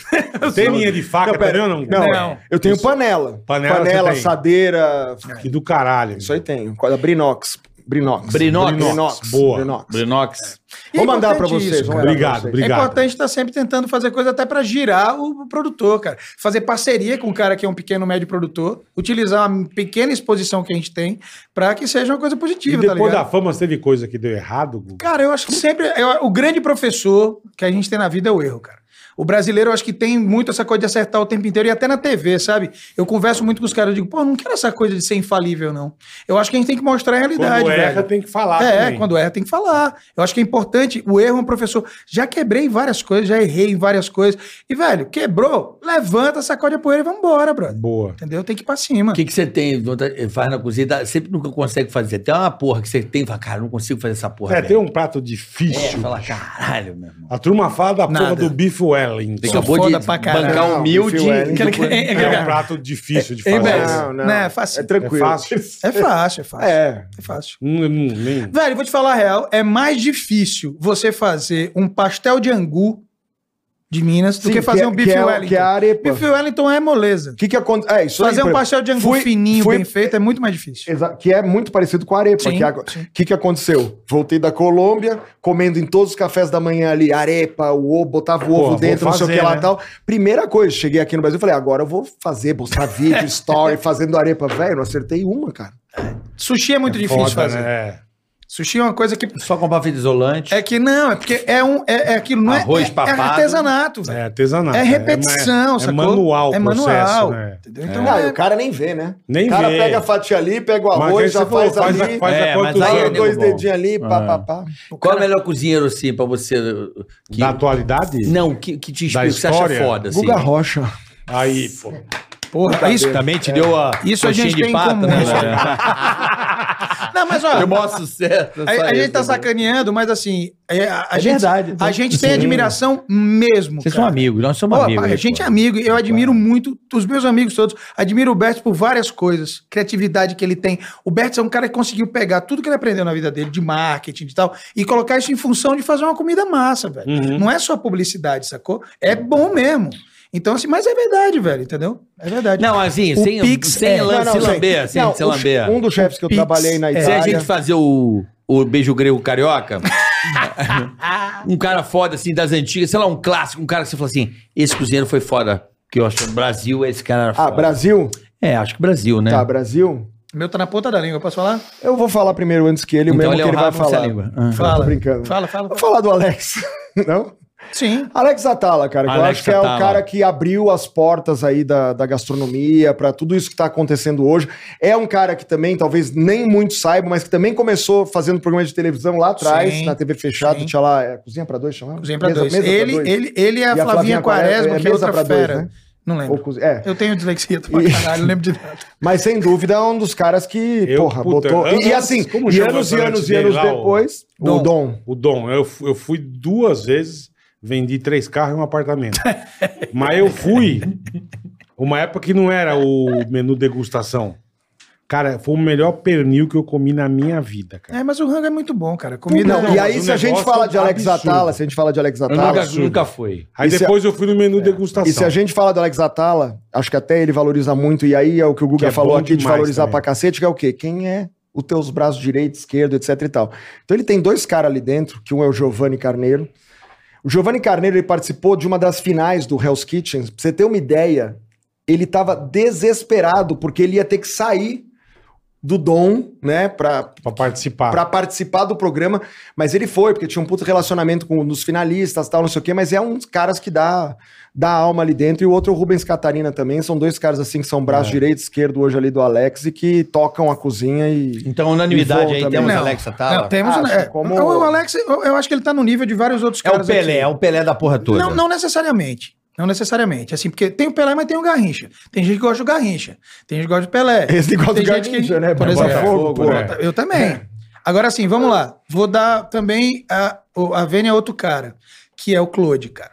[SPEAKER 3] Tem linha de faca também ou não?
[SPEAKER 6] é Não,
[SPEAKER 1] Não.
[SPEAKER 6] eu tenho panela.
[SPEAKER 3] Panela
[SPEAKER 6] Panela,
[SPEAKER 3] você tem.
[SPEAKER 6] assadeira.
[SPEAKER 3] Que do caralho.
[SPEAKER 6] Isso aí tenho. Qual é? Brinox. Brinox.
[SPEAKER 4] Brinox.
[SPEAKER 6] Brinox.
[SPEAKER 3] Boa.
[SPEAKER 6] Brinox.
[SPEAKER 4] Ah, Brinox.
[SPEAKER 6] Vou
[SPEAKER 1] E é
[SPEAKER 6] mandar pra
[SPEAKER 1] importante
[SPEAKER 6] vocês.
[SPEAKER 1] isso,
[SPEAKER 6] vou
[SPEAKER 1] cara.
[SPEAKER 6] mandar pra
[SPEAKER 3] Obrigado,
[SPEAKER 6] vocês.
[SPEAKER 3] obrigado.
[SPEAKER 1] É importante estar sempre tentando fazer coisa até pra girar o produtor, cara. Fazer parceria com o cara que é um pequeno médio produtor, utilizar uma pequena exposição que a gente tem pra que seja uma coisa
[SPEAKER 3] E
[SPEAKER 1] positiva, tá
[SPEAKER 3] depois
[SPEAKER 1] ligado?
[SPEAKER 3] da fama, você teve coisa que deu errado, Guga?
[SPEAKER 1] Cara, eu acho que sempre. eu- o grande professor que a gente tem na vida é o erro, cara. O brasileiro, eu acho que tem muito essa coisa de acertar o tempo inteiro e até na TV, sabe? Eu converso muito com os caras, eu digo, pô, eu não quero essa coisa de ser infalível, não. Eu acho que a gente tem que mostrar a realidade,
[SPEAKER 3] Quando erra,
[SPEAKER 1] velho.
[SPEAKER 3] tem que falar
[SPEAKER 1] É,
[SPEAKER 3] também.
[SPEAKER 1] quando erra tem que falar. Eu acho que é importante. O erro é um professor. Já quebrei várias coisas, já errei em várias coisas. E, velho, quebrou, levanta, sacode a poeira e vambora, brother.
[SPEAKER 3] Boa.
[SPEAKER 1] Entendeu? Tem que ir pra cima.
[SPEAKER 4] O que, que você tem, vontade- faz na cozinha? Dá- Sempre nunca consegue fazer. Tem uma porra que você tem e fala, cara, eu não consigo fazer essa porra.
[SPEAKER 3] É,
[SPEAKER 4] velho.
[SPEAKER 3] tem um prato
[SPEAKER 4] É,
[SPEAKER 3] difícil.
[SPEAKER 4] fala, caralho, meu irmão.
[SPEAKER 3] A turma fala da porra
[SPEAKER 1] Nada.
[SPEAKER 3] do bife Wellington.
[SPEAKER 1] Sou
[SPEAKER 4] Acabou de
[SPEAKER 1] foda pra caralho.
[SPEAKER 4] bancar um
[SPEAKER 6] Não,
[SPEAKER 4] humilde.
[SPEAKER 6] Phil Wellington.
[SPEAKER 1] Aquele que- é,
[SPEAKER 3] É um
[SPEAKER 1] é,
[SPEAKER 3] prato difícil de
[SPEAKER 1] é,
[SPEAKER 3] fazer.
[SPEAKER 1] Beto?
[SPEAKER 6] Não, não.
[SPEAKER 1] Não, é fácil.
[SPEAKER 6] É tranquilo.
[SPEAKER 3] É fácil.
[SPEAKER 1] é fácil, é fácil.
[SPEAKER 6] É.
[SPEAKER 1] É fácil.
[SPEAKER 3] Hum, hum, nem-
[SPEAKER 1] Velho, vou te falar a real. É mais difícil você fazer um pastel de angu de Minas do
[SPEAKER 6] Sim,
[SPEAKER 1] que fazer
[SPEAKER 6] é-
[SPEAKER 1] um bife
[SPEAKER 6] que é,
[SPEAKER 1] Wellington.
[SPEAKER 6] Que é a arepa.
[SPEAKER 1] Bife Wellington é moleza.
[SPEAKER 6] O que que acontece? É, isso aí,
[SPEAKER 1] fazer
[SPEAKER 6] por
[SPEAKER 1] um
[SPEAKER 6] exemplo,
[SPEAKER 1] pastel de angu
[SPEAKER 6] fui-
[SPEAKER 1] fininho,
[SPEAKER 6] fui-
[SPEAKER 1] bem feito, é muito mais difícil.
[SPEAKER 6] Exa- Que é muito parecido com a arepa.
[SPEAKER 1] Sim,
[SPEAKER 6] que é a-
[SPEAKER 1] sim.
[SPEAKER 6] que, que aconteceu? Voltei da Colômbia, comendo em todos os cafés da manhã ali, arepa, o ovo, botava o
[SPEAKER 3] Pô,
[SPEAKER 6] ovo
[SPEAKER 3] vou
[SPEAKER 6] dentro, não sei o
[SPEAKER 3] fazer,
[SPEAKER 6] que lá e
[SPEAKER 3] né?
[SPEAKER 6] tal. Primeira coisa, cheguei aqui no Brasil falei, agora eu vou fazer, postar vídeo, story, fazendo arepa. Velho, não acertei uma, cara.
[SPEAKER 1] Sushi é muito
[SPEAKER 3] é
[SPEAKER 1] difícil
[SPEAKER 3] foda,
[SPEAKER 1] fazer.
[SPEAKER 3] né? É.
[SPEAKER 1] Sushi é uma coisa que.
[SPEAKER 4] Só comprar fita isolante.
[SPEAKER 1] É que não, é porque é um. É, é aquilo, não é-
[SPEAKER 4] Arroz
[SPEAKER 1] é. É
[SPEAKER 4] papado.
[SPEAKER 1] artesanato,
[SPEAKER 3] É
[SPEAKER 1] velho.
[SPEAKER 3] artesanato.
[SPEAKER 1] É repetição,
[SPEAKER 3] é,
[SPEAKER 1] sacou?
[SPEAKER 3] manual o
[SPEAKER 1] É manual.
[SPEAKER 3] processo, né?
[SPEAKER 1] Entendeu? Então,
[SPEAKER 6] Ah,
[SPEAKER 1] é-
[SPEAKER 6] e o cara nem vê, né?
[SPEAKER 3] Nem
[SPEAKER 6] o cara
[SPEAKER 3] vê.
[SPEAKER 6] pega a fatia ali, pega o
[SPEAKER 3] Mas aí
[SPEAKER 6] arroz,
[SPEAKER 3] você
[SPEAKER 6] já
[SPEAKER 3] falou,
[SPEAKER 6] faz
[SPEAKER 3] faz
[SPEAKER 6] ali,
[SPEAKER 3] a- faz
[SPEAKER 4] É,
[SPEAKER 3] a
[SPEAKER 4] mas
[SPEAKER 3] contusão.
[SPEAKER 4] aí é
[SPEAKER 6] põe
[SPEAKER 4] nego
[SPEAKER 6] dois
[SPEAKER 3] bom.
[SPEAKER 6] dedinhos ali, pá, pá, pá.
[SPEAKER 7] Qual é o melhor cozinheiro, assim, pra você. Que,
[SPEAKER 3] Da atualidade?
[SPEAKER 7] Não, que, que te
[SPEAKER 3] Da
[SPEAKER 7] inspira, que você acha
[SPEAKER 3] história?
[SPEAKER 7] foda, assim.
[SPEAKER 6] Guga Rocha.
[SPEAKER 3] Aí, pô.
[SPEAKER 1] porra, isso,
[SPEAKER 4] Também te deu a.
[SPEAKER 1] isso a
[SPEAKER 4] coxinha
[SPEAKER 1] gente
[SPEAKER 4] de
[SPEAKER 1] tem em
[SPEAKER 4] pato,
[SPEAKER 1] comum.
[SPEAKER 4] né?
[SPEAKER 1] isso aí. Não, mas ó.
[SPEAKER 7] Eu mostro certo.
[SPEAKER 1] A, a gente tá sacaneando, mas assim, é, a, a
[SPEAKER 4] É
[SPEAKER 1] gente,
[SPEAKER 4] verdade,
[SPEAKER 1] a
[SPEAKER 4] né?
[SPEAKER 1] gente tem admiração mesmo.
[SPEAKER 4] Vocês
[SPEAKER 1] cara.
[SPEAKER 4] são amigos, nós somos
[SPEAKER 1] É. Pô,
[SPEAKER 4] amigos.
[SPEAKER 1] pai,
[SPEAKER 4] né,
[SPEAKER 1] a gente
[SPEAKER 4] pô?
[SPEAKER 1] é amigo, eu admiro muito os meus amigos todos. Admiro o Bert por várias coisas, criatividade que ele tem. O Bert é um cara que conseguiu pegar tudo que ele aprendeu na vida dele, de marketing e tal, e colocar isso em função de fazer uma comida massa, velho.
[SPEAKER 4] Uhum.
[SPEAKER 1] Não é só publicidade, sacou? É bom mesmo. Então, assim, mas é verdade, velho, entendeu? É verdade.
[SPEAKER 7] Não, assim,
[SPEAKER 1] O
[SPEAKER 7] sem,
[SPEAKER 1] Pix
[SPEAKER 7] sem,
[SPEAKER 1] é-
[SPEAKER 7] lan-
[SPEAKER 1] Não, não,
[SPEAKER 7] se
[SPEAKER 1] sem-
[SPEAKER 7] lamber, assim, sem,
[SPEAKER 6] Não,
[SPEAKER 7] se
[SPEAKER 6] o-
[SPEAKER 7] lamber.
[SPEAKER 6] um dos chefes que eu
[SPEAKER 1] Pix,
[SPEAKER 6] trabalhei na
[SPEAKER 1] é.
[SPEAKER 7] Se a
[SPEAKER 6] Itália.
[SPEAKER 7] gente fazer o, o beijo grego carioca, um cara foda, assim, das antigas, sei lá, um clássico, um cara que você falou assim, esse cozinheiro foi foda. Que eu acho que no Brasil, esse cara era
[SPEAKER 6] Ah,
[SPEAKER 7] foda.
[SPEAKER 6] Brasil?
[SPEAKER 7] É, acho que Brasil, né?
[SPEAKER 6] Tá, Brasil.
[SPEAKER 1] O meu tá na ponta da língua, posso falar?
[SPEAKER 6] Eu vou falar primeiro antes que ele, o mesmo que ele vai
[SPEAKER 7] rabo, você é
[SPEAKER 6] falar.
[SPEAKER 7] língua. Ah.
[SPEAKER 1] Fala.
[SPEAKER 6] brincando.
[SPEAKER 1] Uhum. Fala, fala.
[SPEAKER 6] Vou falar do Alex. Não?
[SPEAKER 1] Sim.
[SPEAKER 6] Alex Atala, cara, que eu
[SPEAKER 7] Alex
[SPEAKER 6] acho que é
[SPEAKER 7] Atala.
[SPEAKER 6] o cara que abriu as portas aí da, da gastronomia pra tudo isso que tá acontecendo hoje. É um cara que também talvez nem muito saiba, mas que também começou fazendo programa de televisão lá atrás,
[SPEAKER 1] Sim,
[SPEAKER 6] na TV fechada,
[SPEAKER 1] sim.
[SPEAKER 6] tinha lá é, Cozinha pra Dois, chamava?
[SPEAKER 1] Cozinha pra
[SPEAKER 6] Mesa-
[SPEAKER 1] dois.
[SPEAKER 6] Mesa pra
[SPEAKER 1] ele,
[SPEAKER 6] Dois.
[SPEAKER 1] ele, ele e a Flavinha, Quaresma,
[SPEAKER 6] é
[SPEAKER 1] que é
[SPEAKER 6] Mesa
[SPEAKER 1] outra
[SPEAKER 6] pra Dois,
[SPEAKER 1] fera.
[SPEAKER 6] né?
[SPEAKER 1] Não lembro.
[SPEAKER 6] Ou cozinha- é.
[SPEAKER 1] Eu tenho dislexia pra
[SPEAKER 6] E-
[SPEAKER 1] caralho, não lembro de nada.
[SPEAKER 6] Mas sem dúvida é um dos caras que,
[SPEAKER 3] Eu,
[SPEAKER 6] porra,
[SPEAKER 3] puta,
[SPEAKER 6] botou. E, e
[SPEAKER 3] antes-
[SPEAKER 6] assim,
[SPEAKER 3] como
[SPEAKER 6] e
[SPEAKER 3] chama
[SPEAKER 6] anos
[SPEAKER 3] o
[SPEAKER 6] e anos
[SPEAKER 3] restaurante
[SPEAKER 6] e
[SPEAKER 3] dele
[SPEAKER 6] anos
[SPEAKER 3] lá, o-
[SPEAKER 6] depois, o
[SPEAKER 1] Dom.
[SPEAKER 6] Dom.
[SPEAKER 3] O Dom, eu, fu- eu fui duas vezes, vendi três carros e um apartamento. Mas eu fui uma época que não era o menu degustação. Cara, foi o melhor pernil que eu comi na minha vida, cara.
[SPEAKER 1] É, mas o rango é muito bom, cara. Comida.
[SPEAKER 6] Não,
[SPEAKER 3] Não,
[SPEAKER 6] e
[SPEAKER 3] mas
[SPEAKER 6] aí,
[SPEAKER 3] o
[SPEAKER 6] se a gente
[SPEAKER 3] negócio é
[SPEAKER 6] fala
[SPEAKER 3] um
[SPEAKER 6] de Alex
[SPEAKER 3] absurdo. É um
[SPEAKER 6] Atala, se a gente fala de Alex
[SPEAKER 7] Eu
[SPEAKER 6] Atala.
[SPEAKER 7] nunca, nunca foi.
[SPEAKER 3] Aí
[SPEAKER 6] e se- É.
[SPEAKER 3] depois eu fui no menu
[SPEAKER 6] E
[SPEAKER 3] degustação.
[SPEAKER 6] se a gente fala do Alex Atala, acho que até ele valoriza muito, e aí é o que o Guga
[SPEAKER 3] Que é
[SPEAKER 6] falou
[SPEAKER 3] bom
[SPEAKER 6] aqui de
[SPEAKER 3] demais
[SPEAKER 6] valorizar
[SPEAKER 3] também.
[SPEAKER 6] pra cacete, que é o quê? Quem é os teus braços direito, esquerdo, etc e tal. Então ele tem dois caras ali dentro, que um é o Giovanni Carneiro. O Giovanni Carneiro, ele participou de uma das finais do Hell's Kitchens. Pra você ter uma ideia, ele tava desesperado, porque ele ia ter que sair do Dom, né, pra,
[SPEAKER 3] Pra participar.
[SPEAKER 6] Pra participar do programa, mas ele foi, porque tinha um puto relacionamento com um dos finalistas, tal, não sei o quê, mas é um dos caras que dá, dá alma ali dentro, e o outro é o Rubens Catarina também, são dois caras assim que são braço direito e esquerdo hoje ali do Alex e que tocam a cozinha e
[SPEAKER 4] Então, unanimidade
[SPEAKER 6] E
[SPEAKER 4] aí,
[SPEAKER 6] volta
[SPEAKER 4] temos
[SPEAKER 1] mesmo.
[SPEAKER 4] Alex
[SPEAKER 1] Não,
[SPEAKER 4] Atala.
[SPEAKER 1] temos.
[SPEAKER 6] Acho
[SPEAKER 1] é,
[SPEAKER 6] Ah, como-
[SPEAKER 1] o- O Alex, eu, eu acho que ele tá no nível de vários outros
[SPEAKER 4] É o
[SPEAKER 1] caras.
[SPEAKER 4] Pelé,
[SPEAKER 1] aqui.
[SPEAKER 4] é o Pelé da porra toda.
[SPEAKER 1] Não, não necessariamente. Não necessariamente. Assim, porque tem o Pelé, mas tem o Garrincha. Tem gente que gosta do Garrincha. Tem gente que gosta do Pelé.
[SPEAKER 6] Esse negócio
[SPEAKER 1] tem
[SPEAKER 6] do
[SPEAKER 1] gente
[SPEAKER 6] Garrincha, né?
[SPEAKER 1] Por exemplo,
[SPEAKER 6] Botafogo,
[SPEAKER 1] pô,
[SPEAKER 3] né?
[SPEAKER 1] eu também. Agora sim, vamos lá. Vou dar também a, o- a Vênia a outro cara, que é o Claude, cara.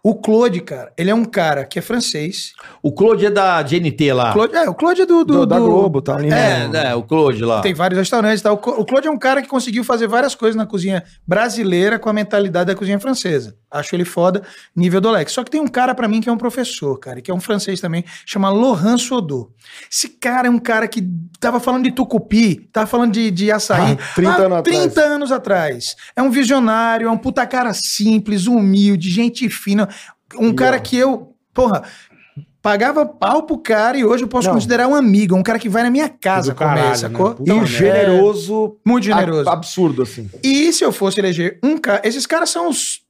[SPEAKER 1] O Claude, cara, ele é um cara que é francês.
[SPEAKER 4] O Claude é da GNT lá.
[SPEAKER 1] Claude, é, o Claude é do, do,
[SPEAKER 6] do, Ah. da
[SPEAKER 1] do-
[SPEAKER 6] Globo, tá ali
[SPEAKER 4] É,
[SPEAKER 6] no-
[SPEAKER 4] né, o Claude lá.
[SPEAKER 1] Tem vários restaurantes e tal. O Cla- O Claude é um cara que conseguiu fazer várias coisas na cozinha brasileira com a mentalidade da cozinha francesa. Acho ele foda, nível do Alex. Só que tem um cara pra mim que é um professor, cara, que é um francês também, chama Laurent Sodô. Esse cara é um cara que tava falando de tucupi, tava falando de, de açaí.
[SPEAKER 6] Ah, 30
[SPEAKER 1] há
[SPEAKER 6] anos
[SPEAKER 1] 30
[SPEAKER 6] atrás.
[SPEAKER 1] anos atrás. É um visionário, é um puta cara simples, humilde, gente fina. Um cara que eu, porra... Pagava pau pro cara e hoje eu posso
[SPEAKER 6] Não.
[SPEAKER 1] considerar um amigo, um cara que vai na minha casa
[SPEAKER 3] Do caralho,
[SPEAKER 1] comer, sacou?
[SPEAKER 3] né? Puta
[SPEAKER 1] Então,
[SPEAKER 6] E
[SPEAKER 3] merda.
[SPEAKER 6] generoso,
[SPEAKER 1] muito generoso.
[SPEAKER 6] a- absurdo assim.
[SPEAKER 1] E se eu fosse eleger um cara. Esses caras são os.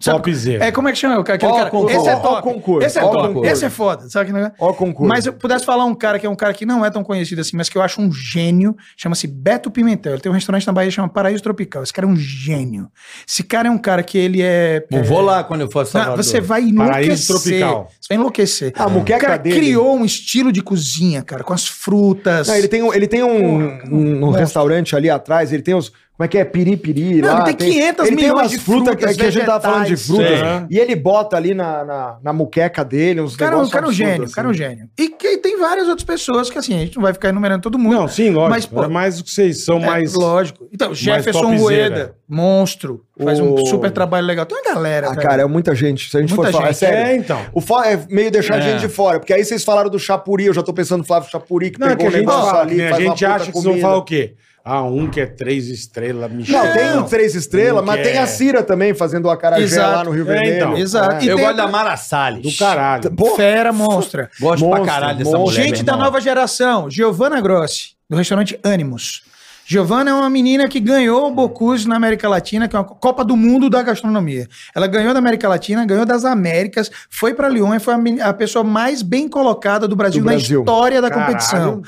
[SPEAKER 1] sabe-
[SPEAKER 3] Topzera.
[SPEAKER 1] É, como é que chama? O cara, aquele
[SPEAKER 6] Ó,
[SPEAKER 1] cara?
[SPEAKER 6] concurso.
[SPEAKER 1] Esse é
[SPEAKER 6] Ó,
[SPEAKER 1] top.
[SPEAKER 6] concurso.
[SPEAKER 1] Esse é
[SPEAKER 6] Ó,
[SPEAKER 1] top.
[SPEAKER 6] concurso.
[SPEAKER 1] Esse é foda. Sabe que negócio?
[SPEAKER 6] Ó concurso.
[SPEAKER 1] Mas eu pudesse falar um cara que é um cara que não é tão conhecido assim, mas que eu acho um gênio, chama-se Beto Pimentel. Ele tem um restaurante na Bahia que chama Paraíso Tropical. Esse cara é um gênio. Esse cara é um cara que ele é.
[SPEAKER 4] Eu
[SPEAKER 1] é-
[SPEAKER 4] vou lá quando eu for a
[SPEAKER 1] Não,
[SPEAKER 4] Salvador.
[SPEAKER 1] você vai
[SPEAKER 3] Paraíso
[SPEAKER 1] enlouquecer.
[SPEAKER 3] tropical.
[SPEAKER 1] Você vai enlouquecer.
[SPEAKER 6] A muqueca
[SPEAKER 1] o cara
[SPEAKER 6] dele-
[SPEAKER 1] criou um estilo de cozinha, cara, com as frutas.
[SPEAKER 6] Não, ele tem, um- ele tem um, um- um
[SPEAKER 1] Nossa.
[SPEAKER 6] restaurante ali atrás, ele tem os. Como é que é? Piripiri.
[SPEAKER 1] Não,
[SPEAKER 6] lá,
[SPEAKER 1] ele tem 500
[SPEAKER 6] ele tem
[SPEAKER 1] milhões
[SPEAKER 6] umas
[SPEAKER 1] de
[SPEAKER 6] frutas, que-
[SPEAKER 1] frutas,
[SPEAKER 6] que a gente tava falando de
[SPEAKER 1] vegetais.
[SPEAKER 6] frutas.
[SPEAKER 3] Sim.
[SPEAKER 6] E ele bota ali na, na, na muqueca dele uns
[SPEAKER 1] O cara, é um- o
[SPEAKER 6] negócios
[SPEAKER 1] cara é um
[SPEAKER 6] absurdos,
[SPEAKER 1] gênio, o
[SPEAKER 6] assim.
[SPEAKER 1] cara é um gênio. E que, tem várias outras pessoas que, assim, a gente não vai ficar enumerando todo mundo.
[SPEAKER 3] Não, sim, lógico.
[SPEAKER 1] Mas, pô,
[SPEAKER 3] é mais o que vocês são,
[SPEAKER 1] É,
[SPEAKER 3] mais...
[SPEAKER 1] lógico. Então, Jefferson
[SPEAKER 3] topzera.
[SPEAKER 1] Rueda, monstro, faz um
[SPEAKER 6] O-
[SPEAKER 1] super trabalho legal. Tem uma galera,
[SPEAKER 6] Ah,
[SPEAKER 1] velho.
[SPEAKER 6] cara, é muita gente. Se a gente for
[SPEAKER 1] Muita
[SPEAKER 6] falar,
[SPEAKER 1] gente.
[SPEAKER 6] é sério.
[SPEAKER 3] É, então.
[SPEAKER 6] O fo- é meio deixar a gente de fora, porque aí vocês falaram do Chapuri, eu já tô pensando no Flávio Chapuri, que
[SPEAKER 3] Não, é que
[SPEAKER 6] pegou
[SPEAKER 3] a
[SPEAKER 6] o
[SPEAKER 3] gente,
[SPEAKER 6] negócio
[SPEAKER 3] fala,
[SPEAKER 6] ali,
[SPEAKER 3] né? a
[SPEAKER 6] faz uma
[SPEAKER 3] gente
[SPEAKER 6] puta
[SPEAKER 3] acha que vocês vão
[SPEAKER 6] comida.
[SPEAKER 3] falar o é. quê? Ah, um que é três estrelas, Michel.
[SPEAKER 6] Não, tem o Três Estrelas,
[SPEAKER 3] Não
[SPEAKER 6] mas tem a
[SPEAKER 3] quer.
[SPEAKER 6] Cira também fazendo o acarajé
[SPEAKER 1] Exato.
[SPEAKER 6] lá no Rio
[SPEAKER 3] É,
[SPEAKER 6] Vermelho. É.
[SPEAKER 3] então.
[SPEAKER 1] Exato. E
[SPEAKER 4] Eu
[SPEAKER 1] tem
[SPEAKER 4] gosto da Mara Salles.
[SPEAKER 3] Do caralho.
[SPEAKER 6] Pô,
[SPEAKER 1] Fera monstra.
[SPEAKER 4] Gosto pra
[SPEAKER 6] Monstro,
[SPEAKER 4] caralho dessa
[SPEAKER 6] monstro.
[SPEAKER 4] mulher.
[SPEAKER 1] Gente
[SPEAKER 4] meu
[SPEAKER 1] da
[SPEAKER 4] irmão.
[SPEAKER 1] nova geração, Giovanna Grossi, do restaurante Animus. Giovana é uma menina que ganhou o Bocuse na América Latina, que é uma Copa do Mundo da Gastronomia. Ela ganhou da América Latina, ganhou das Américas, foi pra Lyon e foi a, meni- a pessoa mais bem colocada do Brasil,
[SPEAKER 6] Brasil.
[SPEAKER 1] na história da
[SPEAKER 3] Caralho.
[SPEAKER 1] competição.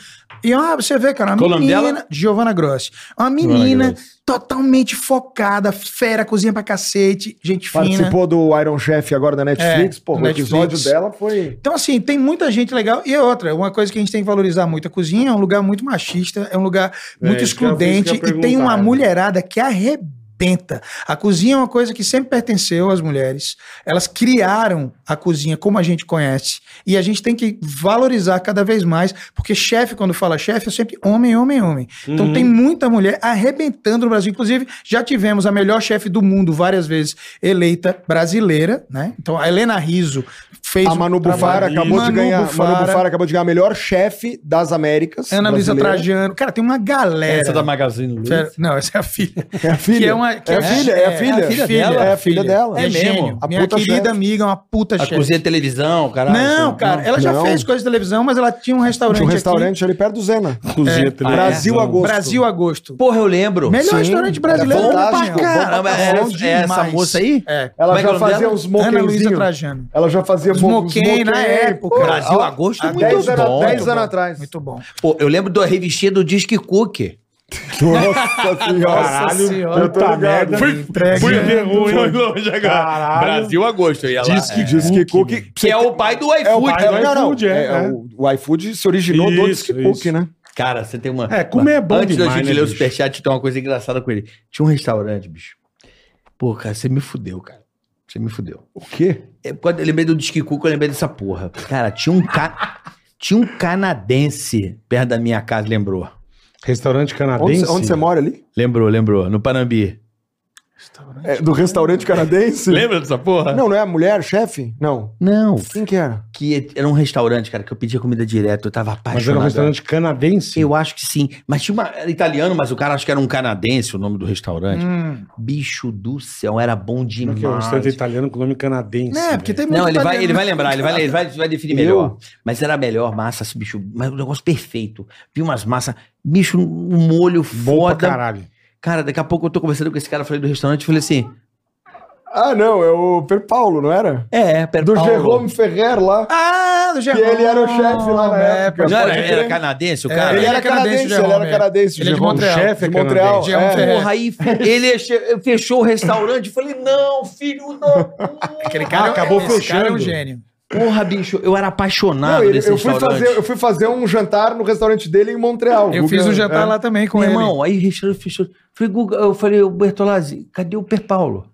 [SPEAKER 1] E ó, você vê, cara, uma
[SPEAKER 4] Qual o nome
[SPEAKER 1] menina.
[SPEAKER 4] dela?
[SPEAKER 1] Giovana Grossi. Uma menina
[SPEAKER 4] Grossi.
[SPEAKER 1] totalmente focada, fera, cozinha pra cacete, gente fina.
[SPEAKER 6] Participou do Iron Chef agora da Netflix,
[SPEAKER 1] É,
[SPEAKER 6] pô, o
[SPEAKER 1] do Netflix.
[SPEAKER 6] episódio dela foi...
[SPEAKER 1] Então, assim, tem muita gente legal. E outra, uma coisa que a gente tem que valorizar muito: a cozinha é um lugar muito machista, é um lugar muito
[SPEAKER 3] isso que eu- isso que eu ia
[SPEAKER 1] excludente e tem uma
[SPEAKER 3] perguntar.
[SPEAKER 1] mulherada que arrebenta. A cozinha é uma coisa que sempre pertenceu às mulheres. Elas criaram a cozinha como a gente conhece. E a gente tem que valorizar cada vez mais, porque chefe, quando fala chefe, é sempre homem, homem, homem. Então
[SPEAKER 3] Uhum.
[SPEAKER 1] tem
[SPEAKER 6] Uhum.
[SPEAKER 1] muita mulher arrebentando no Brasil. Inclusive, já tivemos a melhor chefe do mundo várias vezes eleita brasileira, né? Então a Helena Riso fez
[SPEAKER 6] A Manu
[SPEAKER 1] um trabalho-
[SPEAKER 6] Bufara acabou de
[SPEAKER 1] Manu
[SPEAKER 6] ganhar. Manu
[SPEAKER 1] Bufara,
[SPEAKER 6] Bufara acabou de ganhar a melhor chefe das Américas.
[SPEAKER 1] Ana Luísa
[SPEAKER 6] brasileira.
[SPEAKER 1] Trajano. Cara, tem uma galera.
[SPEAKER 4] Essa da Magazine Luiza.
[SPEAKER 1] Fera- Não, essa é a filha.
[SPEAKER 6] É a filha.
[SPEAKER 1] Que é uma- que
[SPEAKER 6] é, a
[SPEAKER 1] é-
[SPEAKER 6] filha, é a
[SPEAKER 1] é
[SPEAKER 6] filha.
[SPEAKER 1] a filha
[SPEAKER 4] dela?
[SPEAKER 6] É a filha dela.
[SPEAKER 1] É,
[SPEAKER 4] É mesmo?
[SPEAKER 1] gênio.
[SPEAKER 6] A
[SPEAKER 1] Minha
[SPEAKER 6] puta
[SPEAKER 1] querida
[SPEAKER 6] chefe.
[SPEAKER 1] amiga, é uma puta
[SPEAKER 4] A
[SPEAKER 1] chefe.
[SPEAKER 4] cozinha de televisão, caralho.
[SPEAKER 1] Não,
[SPEAKER 4] Assim,
[SPEAKER 1] cara, ela já
[SPEAKER 6] Não.
[SPEAKER 1] fez coisa de televisão, mas ela tinha um restaurante.
[SPEAKER 6] Tinha um
[SPEAKER 1] aqui,
[SPEAKER 6] restaurante ali perto do Zena.
[SPEAKER 3] Cozinha
[SPEAKER 6] Ah,
[SPEAKER 3] também.
[SPEAKER 6] Brasil Agosto.
[SPEAKER 1] é, Brasil Agosto.
[SPEAKER 4] Porra, eu lembro.
[SPEAKER 1] Melhor
[SPEAKER 6] Sim,
[SPEAKER 1] restaurante brasileiro.
[SPEAKER 6] é
[SPEAKER 1] do
[SPEAKER 6] fantástico,
[SPEAKER 1] mundo,
[SPEAKER 6] bom pra
[SPEAKER 4] Caramba, é,
[SPEAKER 6] caralho.
[SPEAKER 1] Bom
[SPEAKER 4] essa- é essa
[SPEAKER 1] demais.
[SPEAKER 4] moça aí?
[SPEAKER 1] É.
[SPEAKER 4] Como
[SPEAKER 6] Ela
[SPEAKER 4] é que é
[SPEAKER 6] já
[SPEAKER 4] o nome
[SPEAKER 6] fazia
[SPEAKER 4] dela?
[SPEAKER 6] uns
[SPEAKER 1] Ana Luísa
[SPEAKER 6] moquenzinho.
[SPEAKER 1] Trajano.
[SPEAKER 6] Ela já fazia mo- uns
[SPEAKER 1] Smoquei na
[SPEAKER 6] moquém,
[SPEAKER 1] época.
[SPEAKER 6] pô.
[SPEAKER 4] Brasil Agosto é
[SPEAKER 1] Há
[SPEAKER 4] muito
[SPEAKER 6] 10 anos-
[SPEAKER 4] bom.
[SPEAKER 6] 10 anos atrás.
[SPEAKER 1] Muito bom.
[SPEAKER 4] Pô, eu lembro da revistinha do Disque Cook.
[SPEAKER 6] Nossa senhora.
[SPEAKER 1] Nossa senhora.
[SPEAKER 6] eu tô
[SPEAKER 3] Puta
[SPEAKER 6] ligado.
[SPEAKER 3] merda.
[SPEAKER 1] Fui-
[SPEAKER 3] Entrega.
[SPEAKER 1] fui ver
[SPEAKER 3] ruim. Caralho.
[SPEAKER 4] Brasil Agosto, eu ia lá.
[SPEAKER 3] Diz que,
[SPEAKER 4] É.
[SPEAKER 3] diz que cook.
[SPEAKER 4] Que é o pai do
[SPEAKER 6] É o
[SPEAKER 4] iFood.
[SPEAKER 6] pai do
[SPEAKER 3] do
[SPEAKER 6] não, não.
[SPEAKER 3] iFood, é,
[SPEAKER 6] É,
[SPEAKER 3] é.
[SPEAKER 6] O, o iFood se originou do
[SPEAKER 3] Isso,
[SPEAKER 6] Disque Cook,
[SPEAKER 3] isso.
[SPEAKER 6] né?
[SPEAKER 4] Cara, você tem uma.
[SPEAKER 3] É, comer é bom
[SPEAKER 4] Antes
[SPEAKER 3] demais,
[SPEAKER 4] da gente
[SPEAKER 3] né,
[SPEAKER 4] ler o
[SPEAKER 3] bicho?
[SPEAKER 4] superchat, tem uma coisa engraçada com ele. Tinha um restaurante, bicho. Pô, cara, você me fudeu, cara. Você me fudeu.
[SPEAKER 6] O quê?
[SPEAKER 4] É, quando eu lembrei do Disque Cuca, eu lembrei dessa porra. Cara, tinha um, ca... tinha um canadense perto da minha casa, lembrou.
[SPEAKER 3] Restaurante
[SPEAKER 6] Onde,
[SPEAKER 3] canadense.
[SPEAKER 6] cê- onde você mora ali?
[SPEAKER 4] Lembrou, lembrou. No Panambi.
[SPEAKER 6] É, do restaurante canadense?
[SPEAKER 4] Lembra dessa porra? Não.
[SPEAKER 6] Não, não é a mulher, chefe? Não.
[SPEAKER 4] Não,
[SPEAKER 6] Quem que era?
[SPEAKER 4] que era um restaurante, cara, que eu pedia comida direto, eu tava
[SPEAKER 3] Mas era um
[SPEAKER 4] apaixonado.
[SPEAKER 3] restaurante assim. canadense.
[SPEAKER 4] Eu acho que sim. Mas tinha uma. Era italiano, mas o cara acho que era um canadense o nome do restaurante.
[SPEAKER 1] Hum.
[SPEAKER 4] Bicho do céu, era bom
[SPEAKER 3] Como é que é um
[SPEAKER 4] demais.
[SPEAKER 3] restaurante italiano com nome canadense?
[SPEAKER 1] Não, é porque
[SPEAKER 3] velho?
[SPEAKER 1] tem muito
[SPEAKER 4] Não, ele vai,
[SPEAKER 1] italiano.
[SPEAKER 4] ele vai lembrar, ele vai, ele vai, vai definir
[SPEAKER 6] Eu?
[SPEAKER 4] melhor. Mas era melhor massa, esse bicho. Mas um negócio perfeito. Vi umas massas. Bicho, um molho
[SPEAKER 3] Bom pra
[SPEAKER 4] foda.
[SPEAKER 3] caralho.
[SPEAKER 4] Cara, daqui a pouco eu tô conversando com esse cara, falei do restaurante, falei assim:
[SPEAKER 6] Ah, não, é o Per Paulo, não era?
[SPEAKER 4] é, pera
[SPEAKER 6] Do
[SPEAKER 4] Paulo.
[SPEAKER 6] Jerome Ferrer lá.
[SPEAKER 1] Ah, do Germão.
[SPEAKER 6] ele era o chefe lá na
[SPEAKER 1] É,
[SPEAKER 6] época.
[SPEAKER 1] pode
[SPEAKER 4] Não era,
[SPEAKER 1] crer. É,
[SPEAKER 4] era canadense o cara?
[SPEAKER 1] ele era canadense,
[SPEAKER 6] ele
[SPEAKER 1] Jerome,
[SPEAKER 6] era
[SPEAKER 1] é.
[SPEAKER 6] canadense.
[SPEAKER 1] Ele é de
[SPEAKER 6] Jerome.
[SPEAKER 1] Montreal.
[SPEAKER 6] O chefe é Montreal.
[SPEAKER 1] canadense. Jerome
[SPEAKER 6] é.
[SPEAKER 1] Ferrer.
[SPEAKER 4] Porra, aí ele che- fechou o restaurante. Falei, não, filho da puta.
[SPEAKER 1] Aquele cara
[SPEAKER 3] Ah, acabou
[SPEAKER 1] esse Cara é
[SPEAKER 3] fechando.
[SPEAKER 1] um gênio.
[SPEAKER 4] Porra, bicho, eu era apaixonado
[SPEAKER 1] Ah,
[SPEAKER 6] Não, ele-
[SPEAKER 4] nesse
[SPEAKER 6] eu, fui
[SPEAKER 4] restaurante.
[SPEAKER 6] fazer, eu fui fazer um jantar no restaurante dele em Montreal.
[SPEAKER 1] Eu
[SPEAKER 6] Guga,
[SPEAKER 1] fiz um jantar
[SPEAKER 6] é.
[SPEAKER 1] lá também com
[SPEAKER 4] Meu
[SPEAKER 1] ele.
[SPEAKER 4] irmão, aí o restaurante fechou. Falei, Guga, eu falei, ô Bertolazzi, cadê o Per Paulo?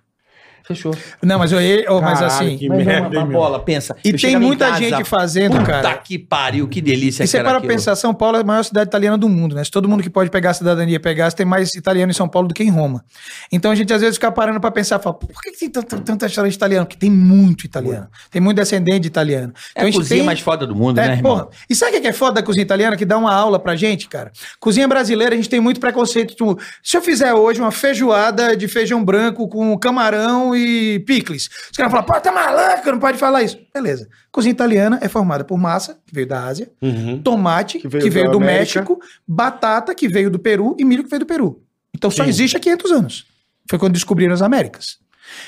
[SPEAKER 4] Fechou.
[SPEAKER 1] Não, mas, eu, ele- oh, mas
[SPEAKER 3] Caralho,
[SPEAKER 1] assim.
[SPEAKER 3] que
[SPEAKER 4] Mas tá não,
[SPEAKER 3] merda,
[SPEAKER 4] na
[SPEAKER 3] hein, meu?
[SPEAKER 4] bola, pensa.
[SPEAKER 1] E
[SPEAKER 4] Eu
[SPEAKER 1] tem
[SPEAKER 4] chegava em
[SPEAKER 1] muita
[SPEAKER 4] casa,
[SPEAKER 1] gente fazendo,
[SPEAKER 4] puta
[SPEAKER 1] cara.
[SPEAKER 4] que pariu, que delícia
[SPEAKER 1] E você
[SPEAKER 4] é que era
[SPEAKER 1] para
[SPEAKER 4] aquilo.
[SPEAKER 1] pensar, São Paulo é a maior cidade italiana do mundo, né? Se todo mundo que pode pegar a cidadania pegasse, tem mais italiano em São Paulo do que em Roma. Então a gente às vezes fica parando pra pensar, fala, por que que tem tanto, tanto restaurante italiano? Porque tem muito italiano. Tem muito descendente de italiano. Então,
[SPEAKER 4] É a cozinha mais foda do mundo,
[SPEAKER 1] É,
[SPEAKER 4] né, irmão?
[SPEAKER 1] porra. E sabe o que é foda da cozinha italiana que dá uma aula pra gente, cara? Cozinha brasileira, a gente tem muito preconceito. tipo, Se eu fizer hoje uma feijoada de feijão branco com camarão e picles, os caras falam, pô, tá maluco, não pode falar isso. Beleza. Cozinha italiana é formada por massa, que veio da Ásia,
[SPEAKER 3] Uhum.
[SPEAKER 1] tomate, que veio,
[SPEAKER 6] veio da
[SPEAKER 1] do
[SPEAKER 6] América.
[SPEAKER 1] México, batata, que veio do Peru, e milho, que veio do Peru. Então só
[SPEAKER 3] Sim.
[SPEAKER 1] existe há 500 anos. Foi quando descobriram as Américas.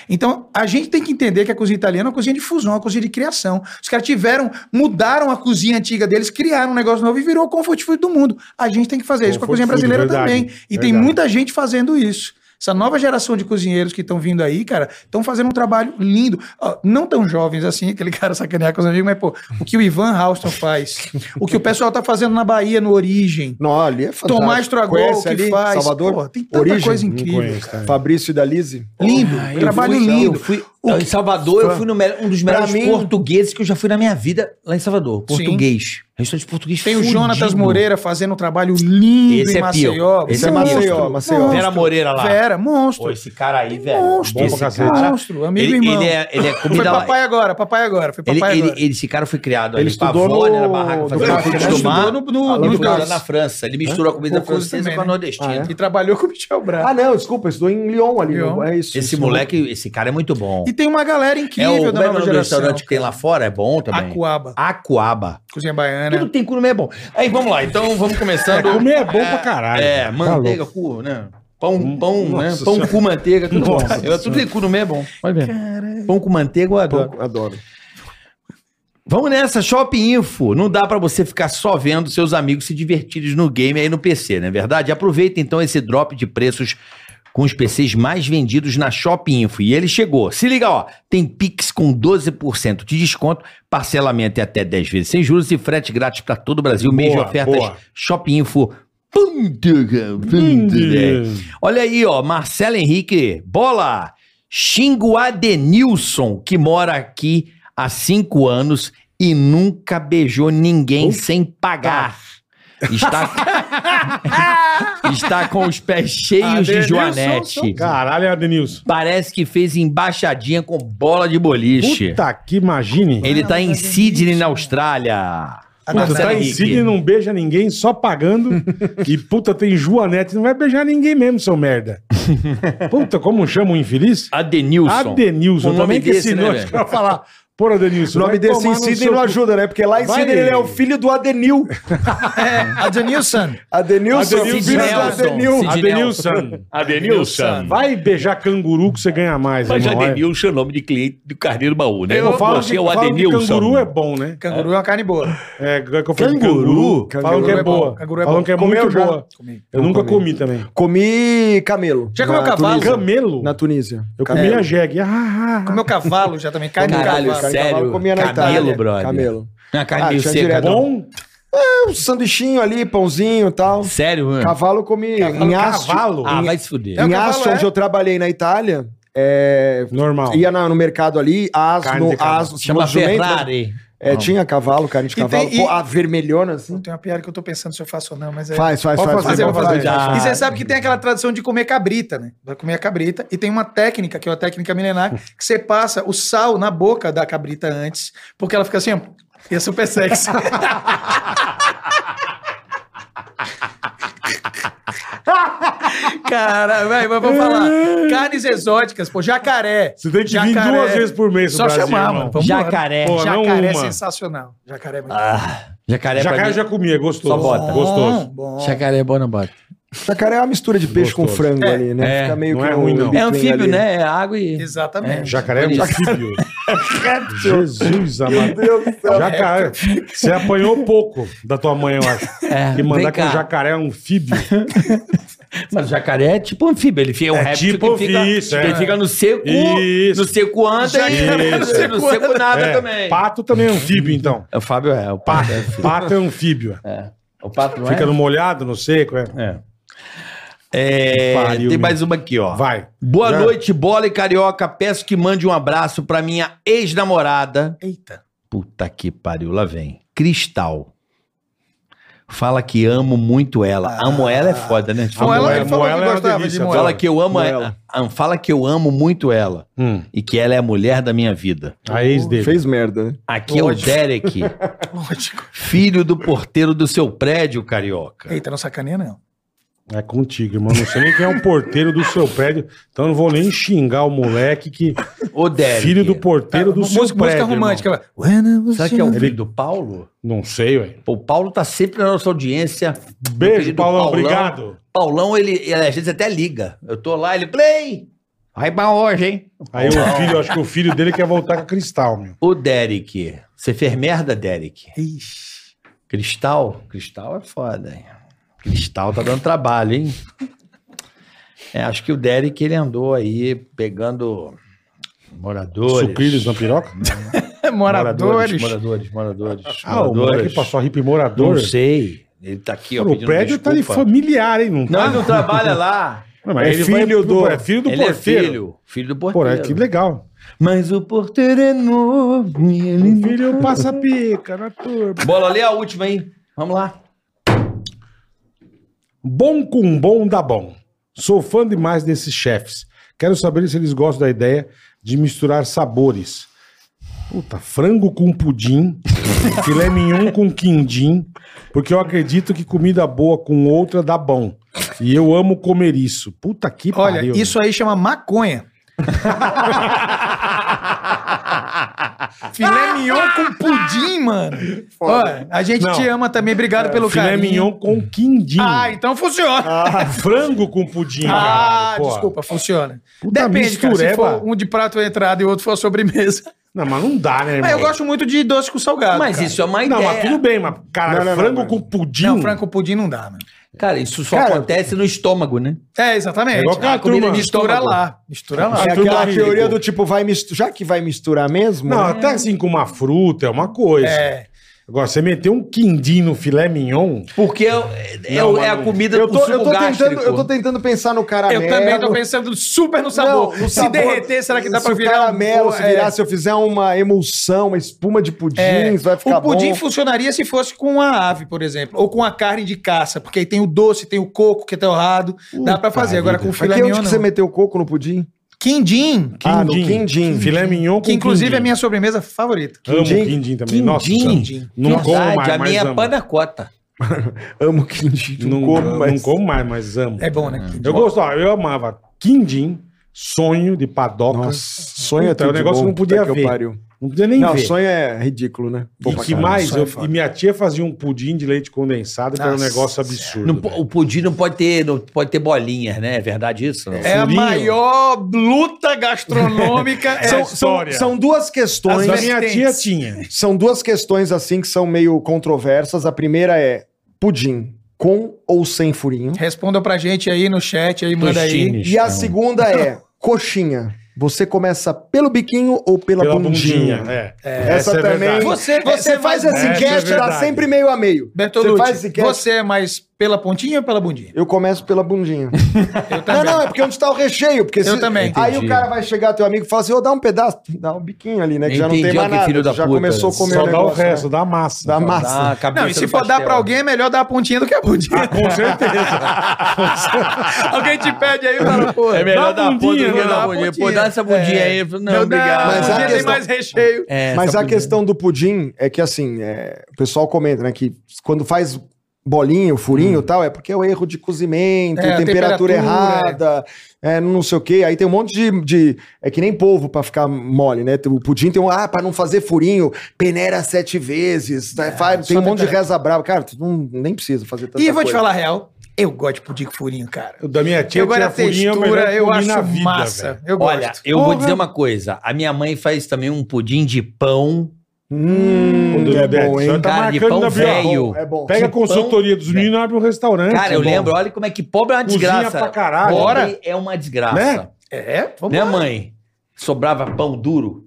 [SPEAKER 1] Então, a gente tem que entender que a cozinha italiana é uma cozinha de fusão, é uma cozinha de criação. Os caras tiveram, mudaram a cozinha antiga deles, criaram um negócio novo e virou o comfort food do mundo. A gente tem que fazer isso com a
[SPEAKER 3] Comfort
[SPEAKER 1] cozinha
[SPEAKER 3] food,
[SPEAKER 1] brasileira
[SPEAKER 3] verdade,
[SPEAKER 1] também. E tem
[SPEAKER 3] verdade.
[SPEAKER 1] muita gente fazendo isso. Essa nova geração de cozinheiros que estão vindo aí, cara, estão fazendo um trabalho lindo. Ó, não tão jovens assim, aquele cara sacanear com os amigos, mas, pô, o que o Ivan Halston faz, o que o pessoal tá fazendo na Bahia, no Origem,
[SPEAKER 6] Não, ali é fantástico.
[SPEAKER 1] Tomás Tragol,
[SPEAKER 6] Conhece
[SPEAKER 1] o que
[SPEAKER 6] ali,
[SPEAKER 1] faz.
[SPEAKER 6] Salvador,
[SPEAKER 1] Pô, tem tanta
[SPEAKER 6] Origem,
[SPEAKER 1] coisa
[SPEAKER 6] não
[SPEAKER 1] incrível.
[SPEAKER 3] conheço,
[SPEAKER 1] cara.
[SPEAKER 6] Fabrício e Dalise.
[SPEAKER 1] Lindo,
[SPEAKER 4] Ai, eu
[SPEAKER 1] trabalho
[SPEAKER 4] fui-
[SPEAKER 1] lindo.
[SPEAKER 4] Eu fui, em Salvador, eu fui no mel- um dos melhores
[SPEAKER 6] mim-
[SPEAKER 4] portugueses que eu já fui na minha vida lá em Salvador. Português. Restaurante português
[SPEAKER 1] Tem o
[SPEAKER 4] fudido.
[SPEAKER 1] Jonatas Moreira fazendo um trabalho lindo
[SPEAKER 4] Esse
[SPEAKER 1] em
[SPEAKER 4] é
[SPEAKER 1] Maceió.
[SPEAKER 4] pio. Esse
[SPEAKER 6] é
[SPEAKER 1] Monstro,
[SPEAKER 6] Maceió, Maceió.
[SPEAKER 1] monstro.
[SPEAKER 4] Vera Moreira lá.
[SPEAKER 1] Vera, monstro.
[SPEAKER 4] Pô, esse cara aí,
[SPEAKER 1] Tem
[SPEAKER 4] velho.
[SPEAKER 1] monstro.
[SPEAKER 3] Bom
[SPEAKER 4] esse
[SPEAKER 3] pra
[SPEAKER 4] cara,
[SPEAKER 3] cacete.
[SPEAKER 1] monstro, amigo
[SPEAKER 4] ele,
[SPEAKER 1] e irmão.
[SPEAKER 4] ele é, ele é
[SPEAKER 1] Foi
[SPEAKER 4] comida lá.
[SPEAKER 1] papai agora, papai agora. Foi
[SPEAKER 4] Ele,
[SPEAKER 1] papai
[SPEAKER 4] ele-
[SPEAKER 1] agora. Ah,
[SPEAKER 4] ele- esse cara foi criado
[SPEAKER 6] Ele
[SPEAKER 4] ali pra
[SPEAKER 6] estudou
[SPEAKER 4] avó,
[SPEAKER 6] no-
[SPEAKER 4] né, na barraca,
[SPEAKER 6] no
[SPEAKER 4] fazendo
[SPEAKER 6] Brasil,
[SPEAKER 4] frutos
[SPEAKER 1] ele
[SPEAKER 4] do mar.
[SPEAKER 1] estudou no- no-
[SPEAKER 4] Lá
[SPEAKER 1] no
[SPEAKER 4] Brasil,
[SPEAKER 1] Brasil.
[SPEAKER 4] na França. Ele misturou a comida
[SPEAKER 1] Poucos
[SPEAKER 4] francesa
[SPEAKER 1] também,
[SPEAKER 4] com a
[SPEAKER 1] né?
[SPEAKER 4] nordestina.
[SPEAKER 3] Ah, é?
[SPEAKER 1] E trabalhou com o Michel Braga.
[SPEAKER 6] Ah, não, desculpa, eu estou em Lyon ali.
[SPEAKER 1] Lyon.
[SPEAKER 6] É isso.
[SPEAKER 4] Esse
[SPEAKER 6] isso.
[SPEAKER 4] moleque, esse cara é muito bom.
[SPEAKER 1] E tem uma galera
[SPEAKER 4] É o,
[SPEAKER 1] incrível
[SPEAKER 4] como é que
[SPEAKER 1] da
[SPEAKER 4] é o
[SPEAKER 1] nova
[SPEAKER 4] nome do
[SPEAKER 1] geração.
[SPEAKER 4] restaurante que tem lá fora? É bom também?
[SPEAKER 1] Acuaba.
[SPEAKER 4] Acuaba.
[SPEAKER 1] Cozinha baiana.
[SPEAKER 4] Tudo que tem cu no meio é bom. Aí, vamos lá. Então, vamos começando.
[SPEAKER 3] Comer é bom pra caralho.
[SPEAKER 4] É,
[SPEAKER 3] Tá
[SPEAKER 4] manteiga, cu, né? Pão, pão, né?
[SPEAKER 3] Nossa
[SPEAKER 4] Pão
[SPEAKER 3] Senhora.
[SPEAKER 4] com manteiga, tudo bom.
[SPEAKER 3] Nossa
[SPEAKER 4] Eu, tudo tem cu no meio é bom. Pode ver. Pão com manteiga eu
[SPEAKER 1] é
[SPEAKER 4] adoro.
[SPEAKER 6] Pouco, adoro.
[SPEAKER 4] Vamos nessa, Shopping Info. Não dá pra você ficar só vendo seus amigos se divertirem no game aí no PC, não é verdade? Aproveita então esse drop de preços com os PCs mais vendidos na Shopping Info. E ele chegou. Se liga, ó. Tem Pix com 12% de desconto, parcelamento em até 10 vezes sem juros e frete grátis pra todo o Brasil. Mês de
[SPEAKER 3] Boa,
[SPEAKER 4] ofertas
[SPEAKER 3] boa.
[SPEAKER 4] Shopping Info. é Olha aí, ó, Marcelo Henrique, bola! Xingo Adenilson, que mora aqui há cinco anos e nunca beijou ninguém sem pagar. Está... Está com os pés cheios de
[SPEAKER 1] Adenilson,
[SPEAKER 4] joanete.
[SPEAKER 3] Caralho, Adenilson.
[SPEAKER 4] Parece que fez embaixadinha com bola de boliche.
[SPEAKER 3] Puta que imagine.
[SPEAKER 4] Ele tá em Sydney, na Austrália.
[SPEAKER 3] Puta,
[SPEAKER 4] Marcelo
[SPEAKER 3] tá em
[SPEAKER 4] Henrique.
[SPEAKER 3] Sydney, não beija ninguém, só pagando. e puta, tem Joanete, não vai beijar ninguém mesmo, seu merda. Puta, como chama o infeliz?
[SPEAKER 4] Adenilson.
[SPEAKER 3] Adenilson.
[SPEAKER 4] Um nome
[SPEAKER 3] também que
[SPEAKER 4] desse,
[SPEAKER 3] esse
[SPEAKER 4] né,
[SPEAKER 3] nome,
[SPEAKER 4] velho?
[SPEAKER 3] acho que eu ia falar. Porra, Adenilson.
[SPEAKER 6] O nome
[SPEAKER 3] vai
[SPEAKER 6] desse
[SPEAKER 3] tomar
[SPEAKER 6] em
[SPEAKER 3] no
[SPEAKER 6] Sidney
[SPEAKER 3] seu
[SPEAKER 6] não
[SPEAKER 3] cu.
[SPEAKER 6] ajuda, né? Porque lá em
[SPEAKER 3] Vai-
[SPEAKER 6] Sidney ele é o filho do Adenil.
[SPEAKER 1] É, Adenilson.
[SPEAKER 6] Adenilson,
[SPEAKER 3] Adenilson.
[SPEAKER 6] filho do
[SPEAKER 4] Adenilson.
[SPEAKER 6] Adenil.
[SPEAKER 3] Adenilson.
[SPEAKER 4] Adenilson.
[SPEAKER 3] Vai beijar canguru que você ganha mais,
[SPEAKER 4] Mas
[SPEAKER 3] irmão, é.
[SPEAKER 4] Adenilson é o nome de cliente do Carneiro Baú, né?
[SPEAKER 3] Eu, falo
[SPEAKER 4] Você
[SPEAKER 3] que,
[SPEAKER 4] é o
[SPEAKER 3] falo que
[SPEAKER 4] Adenilson.
[SPEAKER 3] canguru é bom, né?
[SPEAKER 1] Canguru é uma carne boa.
[SPEAKER 3] É, é que eu falei de Falam
[SPEAKER 6] Canguru?
[SPEAKER 3] que
[SPEAKER 1] Canguru
[SPEAKER 3] é
[SPEAKER 1] é bom,
[SPEAKER 3] boa.
[SPEAKER 1] canguru é
[SPEAKER 3] Falam
[SPEAKER 1] bom.
[SPEAKER 3] que é
[SPEAKER 6] Comeu
[SPEAKER 3] muito
[SPEAKER 6] já?
[SPEAKER 3] boa.
[SPEAKER 1] Comi.
[SPEAKER 3] Eu nunca comi também.
[SPEAKER 6] Comi camelo.
[SPEAKER 1] Já comeu
[SPEAKER 6] Na
[SPEAKER 1] cavalo?
[SPEAKER 6] Tunísia.
[SPEAKER 3] Camelo?
[SPEAKER 6] Na Tunísia.
[SPEAKER 3] Eu
[SPEAKER 6] Camelo.
[SPEAKER 3] comi a jegue. Ah, ah, ah.
[SPEAKER 1] Comeu cavalo já também. Carne de
[SPEAKER 4] Caralho,
[SPEAKER 1] cavalo.
[SPEAKER 4] sério?
[SPEAKER 6] Cavalo comia na
[SPEAKER 4] Camelo,
[SPEAKER 6] Itália.
[SPEAKER 4] brother.
[SPEAKER 6] Camelo.
[SPEAKER 4] Na
[SPEAKER 6] Ah,
[SPEAKER 4] carne
[SPEAKER 6] tinha
[SPEAKER 4] seca.
[SPEAKER 6] direto.
[SPEAKER 3] Bom,
[SPEAKER 6] É, um sanduichinho ali, pãozinho e tal.
[SPEAKER 4] Sério, mano?
[SPEAKER 6] Cavalo eu comi em Asti.
[SPEAKER 3] cavalo.
[SPEAKER 4] Ah, vai se fuder.
[SPEAKER 3] um
[SPEAKER 1] É o
[SPEAKER 6] Em
[SPEAKER 1] cavalo,
[SPEAKER 6] Asti,
[SPEAKER 1] é?
[SPEAKER 6] onde eu trabalhei na Itália, é,
[SPEAKER 3] Normal.
[SPEAKER 6] ia na- no mercado ali,
[SPEAKER 3] Carne
[SPEAKER 6] asno,
[SPEAKER 3] de cavalo.
[SPEAKER 6] asno,
[SPEAKER 4] Chama
[SPEAKER 6] jumento, né?
[SPEAKER 4] Ferrari.
[SPEAKER 6] É, tinha cavalo, carne de
[SPEAKER 1] E tem-
[SPEAKER 6] cavalo.
[SPEAKER 1] e-
[SPEAKER 6] Pô, a vermelhona, assim.
[SPEAKER 1] Tem uma piada que eu tô pensando se eu faço ou não, mas é.
[SPEAKER 6] Faz, faz,
[SPEAKER 3] Pode
[SPEAKER 6] faz.
[SPEAKER 3] fazer,
[SPEAKER 1] Fazer,
[SPEAKER 3] pode
[SPEAKER 1] vou
[SPEAKER 3] fazer.
[SPEAKER 1] fazer.
[SPEAKER 4] Já.
[SPEAKER 1] E você sabe que tem aquela tradição de comer cabrita, né? Vai comer a cabrita. E tem uma técnica, que é uma técnica milenar, que você passa o sal na boca da cabrita antes, porque ela fica assim, ó, e é super sexy. Cara, velho, mas vou falar. Carnes exóticas, pô, jacaré.
[SPEAKER 3] Você tem que vir
[SPEAKER 1] Jacaré.
[SPEAKER 3] duas vezes por mês no
[SPEAKER 1] Só
[SPEAKER 3] Brasil,
[SPEAKER 1] chamar,
[SPEAKER 3] irmão.
[SPEAKER 1] mano. Vamos
[SPEAKER 4] Jacaré.
[SPEAKER 1] embora.
[SPEAKER 3] Pô, não
[SPEAKER 1] jacaré
[SPEAKER 3] uma.
[SPEAKER 1] sensacional. Jacaré é muito
[SPEAKER 4] Ah, jacaré pra
[SPEAKER 3] Jacaré é eu
[SPEAKER 4] mim-
[SPEAKER 3] já comia, gostoso.
[SPEAKER 4] Só bota.
[SPEAKER 3] Gostoso.
[SPEAKER 1] bom.
[SPEAKER 4] Jacaré é bom na bota.
[SPEAKER 6] Jacaré é uma mistura de peixe
[SPEAKER 3] Gostoso.
[SPEAKER 6] com frango
[SPEAKER 1] É,
[SPEAKER 6] ali, né?
[SPEAKER 4] é.
[SPEAKER 6] Fica meio
[SPEAKER 3] Não
[SPEAKER 6] que
[SPEAKER 3] é
[SPEAKER 6] um
[SPEAKER 3] ruim, não.
[SPEAKER 4] É
[SPEAKER 6] between
[SPEAKER 4] anfíbio,
[SPEAKER 6] ali.
[SPEAKER 4] né? É água e...
[SPEAKER 1] Exatamente.
[SPEAKER 3] Jacaré é um anfíbio. Jesus amado.
[SPEAKER 1] Então, é
[SPEAKER 3] Jacaré. Você apanhou pouco da tua mãe, eu acho.
[SPEAKER 4] É,
[SPEAKER 3] que
[SPEAKER 4] vem
[SPEAKER 3] mandar
[SPEAKER 4] cá.
[SPEAKER 3] com jacaré é um anfíbio.
[SPEAKER 4] Mas o jacaré é tipo anfíbio. Ele fica, é um
[SPEAKER 3] É
[SPEAKER 4] réptil
[SPEAKER 3] tipo
[SPEAKER 4] que fica,
[SPEAKER 3] isso,
[SPEAKER 4] que
[SPEAKER 3] é.
[SPEAKER 4] fica no seco,
[SPEAKER 3] Isso.
[SPEAKER 4] no seco anda e no
[SPEAKER 3] Isso.
[SPEAKER 4] seco- no seco nada
[SPEAKER 3] É,
[SPEAKER 4] também.
[SPEAKER 3] Pato também é anfíbio, então.
[SPEAKER 4] O Fábio é, o pato.
[SPEAKER 3] Pato, pato é anfíbio.
[SPEAKER 4] O pato não
[SPEAKER 3] Fica
[SPEAKER 4] é?
[SPEAKER 3] no molhado, no seco. É.
[SPEAKER 4] É. É,
[SPEAKER 3] Que pariu, meu.
[SPEAKER 4] tem mais uma aqui, ó.
[SPEAKER 3] Vai.
[SPEAKER 4] Boa
[SPEAKER 3] Já.
[SPEAKER 4] noite, bola e carioca. Peço que mande um abraço pra minha ex-namorada. Eita. Puta que pariu, lá vem. Cristal. Fala que amo muito ela. amo ela é foda, né?
[SPEAKER 1] Bom,
[SPEAKER 4] Fala-
[SPEAKER 1] ela,
[SPEAKER 3] Moela-
[SPEAKER 1] ele falou
[SPEAKER 3] moela é
[SPEAKER 1] que
[SPEAKER 3] uma
[SPEAKER 1] gostava
[SPEAKER 3] delícia,
[SPEAKER 1] de moela.
[SPEAKER 4] Fala que eu amo
[SPEAKER 6] Moela.
[SPEAKER 4] ah, Fala que eu amo muito ela
[SPEAKER 3] Hum,
[SPEAKER 4] e que ela é a mulher da minha vida.
[SPEAKER 3] a ex dele.
[SPEAKER 6] Fez merda, né?
[SPEAKER 4] Aqui é o Derek,
[SPEAKER 1] Lógico.
[SPEAKER 4] filho do porteiro do seu prédio, carioca.
[SPEAKER 1] Eita, não sacaneia, não.
[SPEAKER 3] É contigo, irmão. Não sei nem quem é o porteiro do seu prédio, então eu não vou nem xingar o moleque que.
[SPEAKER 4] O Derek.
[SPEAKER 3] Filho do porteiro do seu
[SPEAKER 1] Tá, música, música
[SPEAKER 3] prédio. irmão.
[SPEAKER 1] romântica. When I was
[SPEAKER 4] Será que é o
[SPEAKER 1] young.
[SPEAKER 4] filho do Paulo?
[SPEAKER 3] Não sei, velho.
[SPEAKER 4] Pô, O Paulo tá sempre na nossa audiência. Meu
[SPEAKER 3] Beijo,
[SPEAKER 4] querido
[SPEAKER 3] Paulão, obrigado.
[SPEAKER 4] Paulão, ele, ele às vezes até liga. Eu tô lá, ele, play! Vai pra hoje, hein?
[SPEAKER 3] Aí o filho, acho que o filho dele quer voltar Tá com cristal, meu.
[SPEAKER 4] O Derek. Você fez merda, Derek?
[SPEAKER 1] Ixi.
[SPEAKER 4] Cristal? Cristal é foda, hein? Cristal tá dando trabalho, hein? É, acho que o Derek, ele andou aí pegando moradores.
[SPEAKER 3] Sucrilhos na piroca?
[SPEAKER 1] é Moradores.
[SPEAKER 4] Moradores, moradores,
[SPEAKER 3] Ah, o
[SPEAKER 4] moradores.
[SPEAKER 3] moleque passou a hippie
[SPEAKER 4] Não
[SPEAKER 3] morador.
[SPEAKER 4] sei. Ele tá aqui, ó.
[SPEAKER 3] Pô, o
[SPEAKER 4] pedindo
[SPEAKER 3] prédio tá de
[SPEAKER 4] desculpa.
[SPEAKER 3] familiar, hein? Não,
[SPEAKER 4] Não,
[SPEAKER 3] tá?
[SPEAKER 4] ele não trabalha lá.
[SPEAKER 3] Não, mas
[SPEAKER 6] É
[SPEAKER 3] ele vai-
[SPEAKER 6] filho do-
[SPEAKER 3] É filho do
[SPEAKER 4] ele
[SPEAKER 3] porteiro.
[SPEAKER 4] é filho. Filho do
[SPEAKER 3] Pô,
[SPEAKER 4] porteiro.
[SPEAKER 3] é que legal.
[SPEAKER 4] Mas o porteiro é novo. e
[SPEAKER 3] O
[SPEAKER 4] Ele... tá-
[SPEAKER 3] filho passa pica na turma.
[SPEAKER 4] Bola, lê a última, hein? Vamos lá.
[SPEAKER 3] Bom com bom dá bom. Sou fã demais desses chefes. Quero saber se eles gostam da ideia de misturar sabores. Puta, frango com pudim, filé mignon com quindim, porque eu acredito que comida boa com outra dá bom. E eu amo comer isso. Puta que
[SPEAKER 1] Olha,
[SPEAKER 3] pariu. né?
[SPEAKER 1] isso aí chama maconha. Ah. Filé mignon com pudim, mano. Ó, a gente
[SPEAKER 3] Não.
[SPEAKER 1] te ama também. Obrigado pelo
[SPEAKER 3] Filé
[SPEAKER 1] carinho.
[SPEAKER 3] mignon com quindim. Ah,
[SPEAKER 1] Ah, então funciona.
[SPEAKER 3] Frango com pudim,
[SPEAKER 1] Ah,
[SPEAKER 3] caralho, porra.
[SPEAKER 1] desculpa, funciona.
[SPEAKER 3] Puta
[SPEAKER 1] Depende, cara, se
[SPEAKER 3] mistureba.
[SPEAKER 1] for um de prato à entrada e outro for a sobremesa.
[SPEAKER 3] Não, mas não dá, né, irmão?
[SPEAKER 1] Mas Ah, eu gosto muito de doce com salgado.
[SPEAKER 4] Mas
[SPEAKER 1] cara.
[SPEAKER 4] isso é uma
[SPEAKER 3] Não,
[SPEAKER 4] ideia.
[SPEAKER 3] mas tudo bem, mas, cara,
[SPEAKER 6] Não, não, não,
[SPEAKER 3] frango
[SPEAKER 6] mas-
[SPEAKER 3] com pudim...
[SPEAKER 1] Não, frango com pudim não dá, mano.
[SPEAKER 4] Cara, isso só
[SPEAKER 6] Cara,
[SPEAKER 4] acontece no estômago, né?
[SPEAKER 1] É, exatamente.
[SPEAKER 3] É igual aquela
[SPEAKER 1] A comida
[SPEAKER 3] turma.
[SPEAKER 1] mistura lá. Mistura lá.
[SPEAKER 6] É
[SPEAKER 3] Ah, tudo
[SPEAKER 6] aquela
[SPEAKER 3] rico.
[SPEAKER 6] teoria do tipo, vai mistu- já que vai misturar mesmo,
[SPEAKER 3] Não,
[SPEAKER 6] né?
[SPEAKER 3] até assim com uma fruta é uma coisa.
[SPEAKER 1] É.
[SPEAKER 3] Agora, você meter um quindim no filé mignon...
[SPEAKER 4] Porque é, é-
[SPEAKER 3] Não,
[SPEAKER 4] é a
[SPEAKER 3] mano.
[SPEAKER 4] comida
[SPEAKER 6] eu,
[SPEAKER 4] do
[SPEAKER 6] tô,
[SPEAKER 4] suco
[SPEAKER 6] eu, tô tentando,
[SPEAKER 4] gástrico.
[SPEAKER 6] eu tô tentando pensar no
[SPEAKER 1] Eu
[SPEAKER 6] caramelo.
[SPEAKER 1] também tô pensando super no sabor.
[SPEAKER 6] Não, no
[SPEAKER 1] se
[SPEAKER 6] sabor.
[SPEAKER 1] derreter, será que dá
[SPEAKER 6] Se
[SPEAKER 1] pra
[SPEAKER 6] o
[SPEAKER 1] virar?
[SPEAKER 6] caramelo,
[SPEAKER 1] um-
[SPEAKER 6] se
[SPEAKER 1] é.
[SPEAKER 6] virar, se eu fizer uma emulsão, uma espuma de pudim,
[SPEAKER 1] É,
[SPEAKER 6] isso vai ficar
[SPEAKER 1] o pudim
[SPEAKER 6] bom.
[SPEAKER 1] funcionaria se fosse com a ave, por exemplo, ou com a carne de caça, porque aí tem o doce, tem o coco que é torrado, dá pra fazer. Agora com o
[SPEAKER 6] Mas
[SPEAKER 1] filé
[SPEAKER 6] É que
[SPEAKER 1] mignon
[SPEAKER 6] onde que você
[SPEAKER 1] não.
[SPEAKER 6] meteu o coco no pudim?
[SPEAKER 1] Quindim,
[SPEAKER 6] Ah, no quindim.
[SPEAKER 3] Filé mignon com
[SPEAKER 1] que inclusive
[SPEAKER 3] quindim.
[SPEAKER 1] é a minha sobremesa favorita.
[SPEAKER 3] Amo
[SPEAKER 6] Quindim.
[SPEAKER 3] quindim também. Nossa,
[SPEAKER 4] Quindim.
[SPEAKER 3] não como
[SPEAKER 4] Verdade,
[SPEAKER 3] mais,
[SPEAKER 4] a
[SPEAKER 3] mas
[SPEAKER 4] minha é
[SPEAKER 3] amo.
[SPEAKER 4] panacota.
[SPEAKER 6] Amo quindim,
[SPEAKER 3] Não,
[SPEAKER 6] não como, mas...
[SPEAKER 3] não como mais, mas amo.
[SPEAKER 1] É bom, né?
[SPEAKER 3] Eu gostava, eu amava quindim, sonho de padoca.
[SPEAKER 6] Nossa, sonho é
[SPEAKER 3] Puta,
[SPEAKER 6] tudo
[SPEAKER 3] o negócio
[SPEAKER 6] de bom,
[SPEAKER 3] não podia
[SPEAKER 6] puta que eu
[SPEAKER 3] ver.
[SPEAKER 6] pariu.
[SPEAKER 3] Não podia nem
[SPEAKER 6] Não,
[SPEAKER 3] ver.
[SPEAKER 6] sonho é ridículo, né? Pô,
[SPEAKER 3] e
[SPEAKER 6] pra
[SPEAKER 3] que
[SPEAKER 6] caralho.
[SPEAKER 3] mais?
[SPEAKER 1] sonho é
[SPEAKER 3] Eu-
[SPEAKER 1] foda.
[SPEAKER 3] e minha tia fazia um pudim de leite condensado, que era um
[SPEAKER 1] Nossa,
[SPEAKER 3] negócio absurdo.
[SPEAKER 4] Não po- o pudim não pode ter, não pode ter bolinhas, né? É verdade isso? não?
[SPEAKER 1] É a
[SPEAKER 3] Furinho.
[SPEAKER 1] maior luta gastronômica. é
[SPEAKER 6] São,
[SPEAKER 1] a
[SPEAKER 6] são,
[SPEAKER 1] história.
[SPEAKER 6] são duas questões.
[SPEAKER 3] Mas a minha
[SPEAKER 1] vertentes.
[SPEAKER 3] tia tinha.
[SPEAKER 6] São duas questões assim que são meio controversas. A primeira é pudim com ou sem furinho.
[SPEAKER 1] Respondam pra gente aí no chat, aí manda aí.
[SPEAKER 4] Tostines.
[SPEAKER 6] E a segunda é coxinha. Você começa pelo biquinho ou pela,
[SPEAKER 3] Pela
[SPEAKER 6] bundinha?
[SPEAKER 3] bundinha. É.
[SPEAKER 6] Essa
[SPEAKER 3] Essa é
[SPEAKER 6] também.
[SPEAKER 3] verdade.
[SPEAKER 1] Você,
[SPEAKER 6] É, Você faz esse
[SPEAKER 3] Essa é
[SPEAKER 6] cast, tá
[SPEAKER 3] verdade.
[SPEAKER 6] sempre meio a meio.
[SPEAKER 1] Bertolucci,
[SPEAKER 6] Você faz esse cast.
[SPEAKER 1] você é mais pela pontinha ou pela bundinha?
[SPEAKER 6] Eu começo pela bundinha.
[SPEAKER 1] Eu
[SPEAKER 6] não,
[SPEAKER 1] também.
[SPEAKER 6] não, é porque onde tá o recheio. Porque
[SPEAKER 1] Eu também.
[SPEAKER 6] Aí
[SPEAKER 4] Entendi.
[SPEAKER 6] o cara vai chegar teu amigo e fala assim: ô, dá um pedaço, dá um biquinho ali, né? Que já não
[SPEAKER 4] Entendi,
[SPEAKER 6] tem
[SPEAKER 4] ó,
[SPEAKER 6] mais
[SPEAKER 4] que
[SPEAKER 6] nada.
[SPEAKER 4] filho da
[SPEAKER 6] já
[SPEAKER 4] puta.
[SPEAKER 6] começou a comer
[SPEAKER 3] Só dá
[SPEAKER 6] o
[SPEAKER 3] o
[SPEAKER 6] negócio, né?
[SPEAKER 3] resto, dá a massa.
[SPEAKER 6] Da
[SPEAKER 4] Dá
[SPEAKER 6] massa.
[SPEAKER 4] Ah, a cabeça
[SPEAKER 1] Não, e se
[SPEAKER 4] do
[SPEAKER 1] for dar
[SPEAKER 4] pastel.
[SPEAKER 1] pra alguém, é melhor dar a pontinha do que a bundinha.
[SPEAKER 3] Com certeza.
[SPEAKER 1] alguém te pede aí e fala, pô.
[SPEAKER 4] É melhor
[SPEAKER 3] Dá
[SPEAKER 4] dar a
[SPEAKER 3] bundinha,
[SPEAKER 4] bundinha, do que
[SPEAKER 3] né?
[SPEAKER 4] dar a
[SPEAKER 1] Dá a
[SPEAKER 4] bundinha. Pô,
[SPEAKER 1] bundinha.
[SPEAKER 4] dá essa bundinha
[SPEAKER 1] É.
[SPEAKER 4] aí. Não, obrigado.
[SPEAKER 1] Mas
[SPEAKER 6] Mas a
[SPEAKER 1] a tem
[SPEAKER 6] questão-
[SPEAKER 1] mais recheio.
[SPEAKER 4] É,
[SPEAKER 6] Mas
[SPEAKER 4] essa
[SPEAKER 6] a
[SPEAKER 4] bundinha.
[SPEAKER 6] questão do pudim é que, assim, é, o pessoal comenta, né? Que quando faz bolinho, furinho e tal, é porque é o erro de cozimento,
[SPEAKER 1] Hum. É, a
[SPEAKER 6] temperatura,
[SPEAKER 1] temperatura,
[SPEAKER 6] errada, é, não sei o quê. Aí tem um monte de... de- é que nem polvo pra ficar mole, né? O pudim tem um... Ah, pra não fazer furinho, peneira sete vezes. né? Faz- tem
[SPEAKER 1] É, só
[SPEAKER 6] um monte de
[SPEAKER 1] temperatura.
[SPEAKER 6] reza brava. Cara, tu não, nem precisa fazer tanta
[SPEAKER 1] E vou te
[SPEAKER 6] coisa.
[SPEAKER 1] falar a real, eu gosto de pudim com furinho, cara.
[SPEAKER 3] Da minha tia é
[SPEAKER 1] eu gosto
[SPEAKER 3] tinha
[SPEAKER 1] da
[SPEAKER 3] furinha, eu
[SPEAKER 1] textura, eu
[SPEAKER 3] comi
[SPEAKER 1] acho
[SPEAKER 3] na vida,
[SPEAKER 1] massa.
[SPEAKER 3] velho.
[SPEAKER 1] Eu
[SPEAKER 4] Olha,
[SPEAKER 1] gosto.
[SPEAKER 4] eu vou
[SPEAKER 1] Porra.
[SPEAKER 4] dizer uma coisa. A minha mãe faz também um pudim de pão.
[SPEAKER 6] Hum,
[SPEAKER 3] Quando
[SPEAKER 6] é
[SPEAKER 3] eu der,
[SPEAKER 6] bom,
[SPEAKER 3] você
[SPEAKER 6] hein?
[SPEAKER 3] tá
[SPEAKER 4] Cara, de
[SPEAKER 3] marcando
[SPEAKER 4] pão
[SPEAKER 3] na bio-
[SPEAKER 4] velho.
[SPEAKER 6] É bom.
[SPEAKER 3] Pega a
[SPEAKER 4] De pão,
[SPEAKER 3] consultoria dos meninos e abre um restaurante.
[SPEAKER 4] Cara, eu
[SPEAKER 3] Bom.
[SPEAKER 4] lembro, olha como é que pobre é uma
[SPEAKER 3] Cozinha
[SPEAKER 4] desgraça.
[SPEAKER 3] pra caralho.
[SPEAKER 4] Pobre é uma desgraça.
[SPEAKER 3] Né?
[SPEAKER 1] É, vamos
[SPEAKER 4] Minha mãe sobrava pão duro.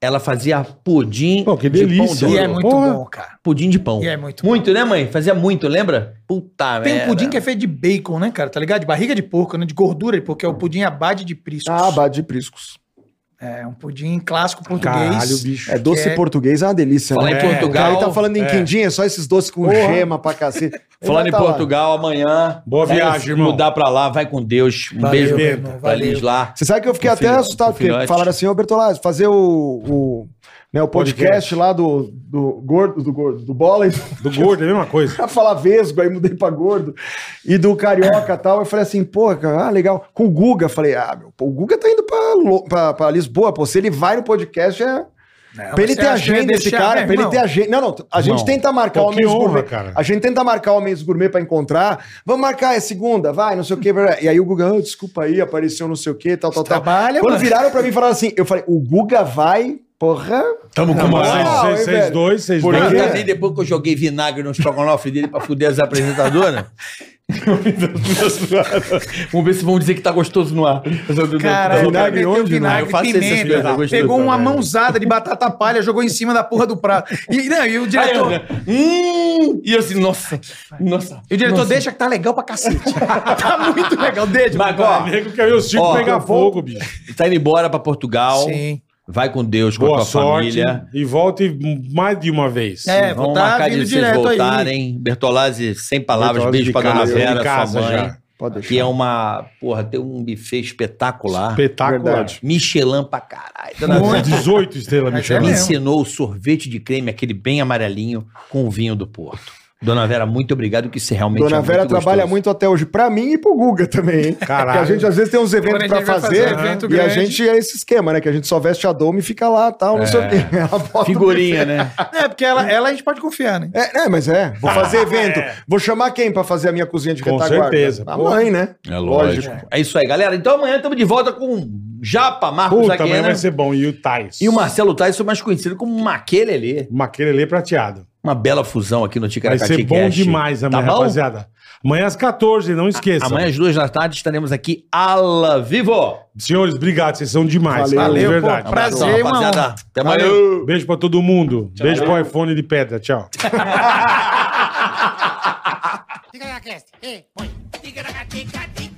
[SPEAKER 4] Ela fazia pudim
[SPEAKER 3] Pô, que delícia.
[SPEAKER 4] de pão
[SPEAKER 1] E
[SPEAKER 4] duro.
[SPEAKER 1] é muito
[SPEAKER 3] Porra.
[SPEAKER 1] bom, cara.
[SPEAKER 4] Pudim de pão.
[SPEAKER 1] E é muito
[SPEAKER 4] Muito, né, mãe? Fazia muito, lembra? Puta
[SPEAKER 1] Tem um pudim que é
[SPEAKER 4] é...
[SPEAKER 1] feito de bacon, né, cara? Tá ligado? De barriga de porco, né? De gordura, porque é o pudim abade de priscos.
[SPEAKER 6] Ah, bate de priscos.
[SPEAKER 1] É um pudim clássico português.
[SPEAKER 3] Caralho, bicho.
[SPEAKER 6] É doce
[SPEAKER 1] Que é-
[SPEAKER 6] português, é uma delícia.
[SPEAKER 4] Falar
[SPEAKER 6] né?
[SPEAKER 4] em
[SPEAKER 6] É.
[SPEAKER 4] Portugal-
[SPEAKER 6] O cara tá falando em
[SPEAKER 3] É.
[SPEAKER 6] quindim, é só esses doces com gema pra cacete. Ele
[SPEAKER 4] Falando
[SPEAKER 6] vai
[SPEAKER 4] em
[SPEAKER 6] tá lá.
[SPEAKER 4] Portugal, amanhã.
[SPEAKER 3] Boa
[SPEAKER 4] É,
[SPEAKER 3] viagem,
[SPEAKER 4] se
[SPEAKER 3] irmão.
[SPEAKER 4] Mudar pra lá, vai com Deus. Um
[SPEAKER 1] Valeu,
[SPEAKER 4] beijo
[SPEAKER 1] meu
[SPEAKER 3] beijo.
[SPEAKER 1] irmão,
[SPEAKER 4] pra eles
[SPEAKER 1] valeu.
[SPEAKER 4] lá.
[SPEAKER 6] Você sabe que eu fiquei
[SPEAKER 4] Pro
[SPEAKER 6] até
[SPEAKER 4] filho-
[SPEAKER 6] assustado,
[SPEAKER 4] pro
[SPEAKER 6] porque
[SPEAKER 4] filhote.
[SPEAKER 6] falaram assim, ô Bertolazzi, fazer o, o, né, o podcast lá do, do gordo, do gordo, do bola, e
[SPEAKER 3] Do gordo, é a mesma coisa.
[SPEAKER 6] pra falar vesgo, aí mudei pra gordo, e do carioca e tal, eu falei assim, pô, cara, ah, legal. Com o Guga, eu falei, ah, meu, pô, o Guga tá indo pra, Lo- pra, pra Lisboa, pô, se ele vai no podcast, é...
[SPEAKER 1] Não,
[SPEAKER 6] Pra ele
[SPEAKER 1] você
[SPEAKER 6] ter
[SPEAKER 1] acha que eu ia
[SPEAKER 6] agenda, esse
[SPEAKER 1] deixar,
[SPEAKER 6] cara,
[SPEAKER 1] né,
[SPEAKER 6] pra ele
[SPEAKER 1] irmão?
[SPEAKER 6] ter agenda. Não, não, a gente
[SPEAKER 3] Não.
[SPEAKER 6] tenta marcar
[SPEAKER 3] Pô,
[SPEAKER 6] o
[SPEAKER 3] que
[SPEAKER 6] Homens
[SPEAKER 3] honra,
[SPEAKER 6] Gourmet.
[SPEAKER 3] cara.
[SPEAKER 6] A gente tenta marcar o Homens Gourmet pra encontrar. Vamos marcar, é segunda, vai, não sei o quê. blá, blá. E aí o Guga, "Ah, desculpa aí, apareceu não sei o quê, tal, tal, tal.
[SPEAKER 1] Trabalha,
[SPEAKER 6] Quando
[SPEAKER 1] mano.
[SPEAKER 6] viraram pra mim e falaram assim, eu falei, o Guga vai, porra.
[SPEAKER 4] Tamo
[SPEAKER 3] Não, mas
[SPEAKER 6] moral,
[SPEAKER 3] seis- seis-
[SPEAKER 6] hein,
[SPEAKER 3] seis
[SPEAKER 6] velho?
[SPEAKER 3] dois, seis
[SPEAKER 6] Por
[SPEAKER 3] dois.
[SPEAKER 6] quê?
[SPEAKER 4] Também depois que eu joguei vinagre no estrogonofe dele pra fuder as apresentadoras. Vamos ver se vão dizer que tá gostoso no ar.
[SPEAKER 1] Caralho,
[SPEAKER 4] vinagre
[SPEAKER 1] meteu
[SPEAKER 4] onde? não? Eu
[SPEAKER 1] Vinagre,
[SPEAKER 4] faço essas
[SPEAKER 1] pimenta,
[SPEAKER 4] coisas gostosas.
[SPEAKER 1] pegou uma mãozada de batata palha, jogou em cima da porra do prato. E, não, e o
[SPEAKER 4] Aí eu,
[SPEAKER 1] diretor,
[SPEAKER 4] né? Hum! E eu assim, nossa, nossa.
[SPEAKER 1] e o diretor deixa que tá legal pra cacete. tá muito legal, deixa.
[SPEAKER 4] Mas,
[SPEAKER 3] Ó,
[SPEAKER 4] ó,
[SPEAKER 3] nego quer ver o Chico
[SPEAKER 4] Ó,
[SPEAKER 3] pegar
[SPEAKER 4] eu
[SPEAKER 3] fogo,
[SPEAKER 4] vou-
[SPEAKER 3] bicho.
[SPEAKER 4] tá indo embora pra Portugal.
[SPEAKER 1] Sim.
[SPEAKER 4] Vai com Deus, com a
[SPEAKER 3] Boa
[SPEAKER 4] tua
[SPEAKER 3] sorte.
[SPEAKER 4] família.
[SPEAKER 3] E volte mais de uma vez.
[SPEAKER 1] É, vou
[SPEAKER 4] Vamos
[SPEAKER 1] tá
[SPEAKER 4] marcar
[SPEAKER 1] vindo
[SPEAKER 4] de vocês
[SPEAKER 1] direto aí.
[SPEAKER 4] voltarem. Bertolazzi, sem palavras,
[SPEAKER 3] Bertolazzi de
[SPEAKER 4] beijo pra
[SPEAKER 3] casa,
[SPEAKER 4] dona
[SPEAKER 3] eu de
[SPEAKER 4] Vera,
[SPEAKER 3] casa
[SPEAKER 4] sua mãe.
[SPEAKER 3] já.
[SPEAKER 6] Pode
[SPEAKER 4] Que é uma. Porra, tem um buffet espetacular.
[SPEAKER 3] Espetacular.
[SPEAKER 6] Verdade.
[SPEAKER 4] Michelin pra caralho. Dona
[SPEAKER 3] Muito.
[SPEAKER 4] Vera
[SPEAKER 3] 18 estrelas,
[SPEAKER 1] Mas é
[SPEAKER 3] Michelin.
[SPEAKER 4] me
[SPEAKER 1] mesmo.
[SPEAKER 4] ensinou o sorvete de creme, aquele bem amarelinho, com o vinho do Porto. Dona Vera, muito obrigado, que isso realmente
[SPEAKER 6] Dona
[SPEAKER 4] é
[SPEAKER 6] Vera trabalha
[SPEAKER 4] gostoso.
[SPEAKER 6] muito até hoje, pra mim e pro Guga também, hein?
[SPEAKER 3] Caralho.
[SPEAKER 6] Porque a gente às vezes tem uns eventos
[SPEAKER 1] a gente
[SPEAKER 6] pra
[SPEAKER 1] vai
[SPEAKER 6] fazer,
[SPEAKER 1] fazer um evento
[SPEAKER 6] e a
[SPEAKER 1] grande.
[SPEAKER 6] gente é esse esquema, né? Que a gente só veste a doma e fica lá, tal, não sei
[SPEAKER 4] É.
[SPEAKER 6] o quê. Ela bota-
[SPEAKER 4] Figurinha, né?
[SPEAKER 1] É, porque ela, ela a gente pode confiar, né?
[SPEAKER 6] É, é, mas é, vou fazer evento. Vou chamar quem pra fazer a minha cozinha de
[SPEAKER 3] Ah, Com
[SPEAKER 6] retaguarda?
[SPEAKER 3] certeza,
[SPEAKER 6] A
[SPEAKER 3] pô.
[SPEAKER 6] mãe, né?
[SPEAKER 4] É lógico. É isso aí, galera. Então amanhã estamos de volta com Japa, Marcos
[SPEAKER 3] Puta, amanhã
[SPEAKER 4] Aguena
[SPEAKER 3] vai ser bom. E o Tais.
[SPEAKER 4] né? e o Marcelo Tyson, mais conhecido como Maquelele.
[SPEAKER 3] Maquelele prateado.
[SPEAKER 4] Uma bela fusão aqui no
[SPEAKER 3] Vai
[SPEAKER 4] Ticaracati
[SPEAKER 3] ser bom
[SPEAKER 4] Cast.
[SPEAKER 3] demais amanhã,
[SPEAKER 4] tá bom?
[SPEAKER 3] rapaziada. Amanhã às 14, não esqueça.
[SPEAKER 4] Amanhã é às duas da tarde estaremos aqui ala vivo.
[SPEAKER 3] Senhores, obrigado, vocês são demais.
[SPEAKER 6] Valeu,
[SPEAKER 3] de
[SPEAKER 1] pô.
[SPEAKER 3] verdade.
[SPEAKER 1] Prazer,
[SPEAKER 4] Abração,
[SPEAKER 1] irmão.
[SPEAKER 4] rapaziada. Até amanhã.
[SPEAKER 3] Beijo pra todo mundo. Beijo pro iPhone de pedra. Tchau.
[SPEAKER 2] Ticaracast, ei, põe. Ticaracatica, tica.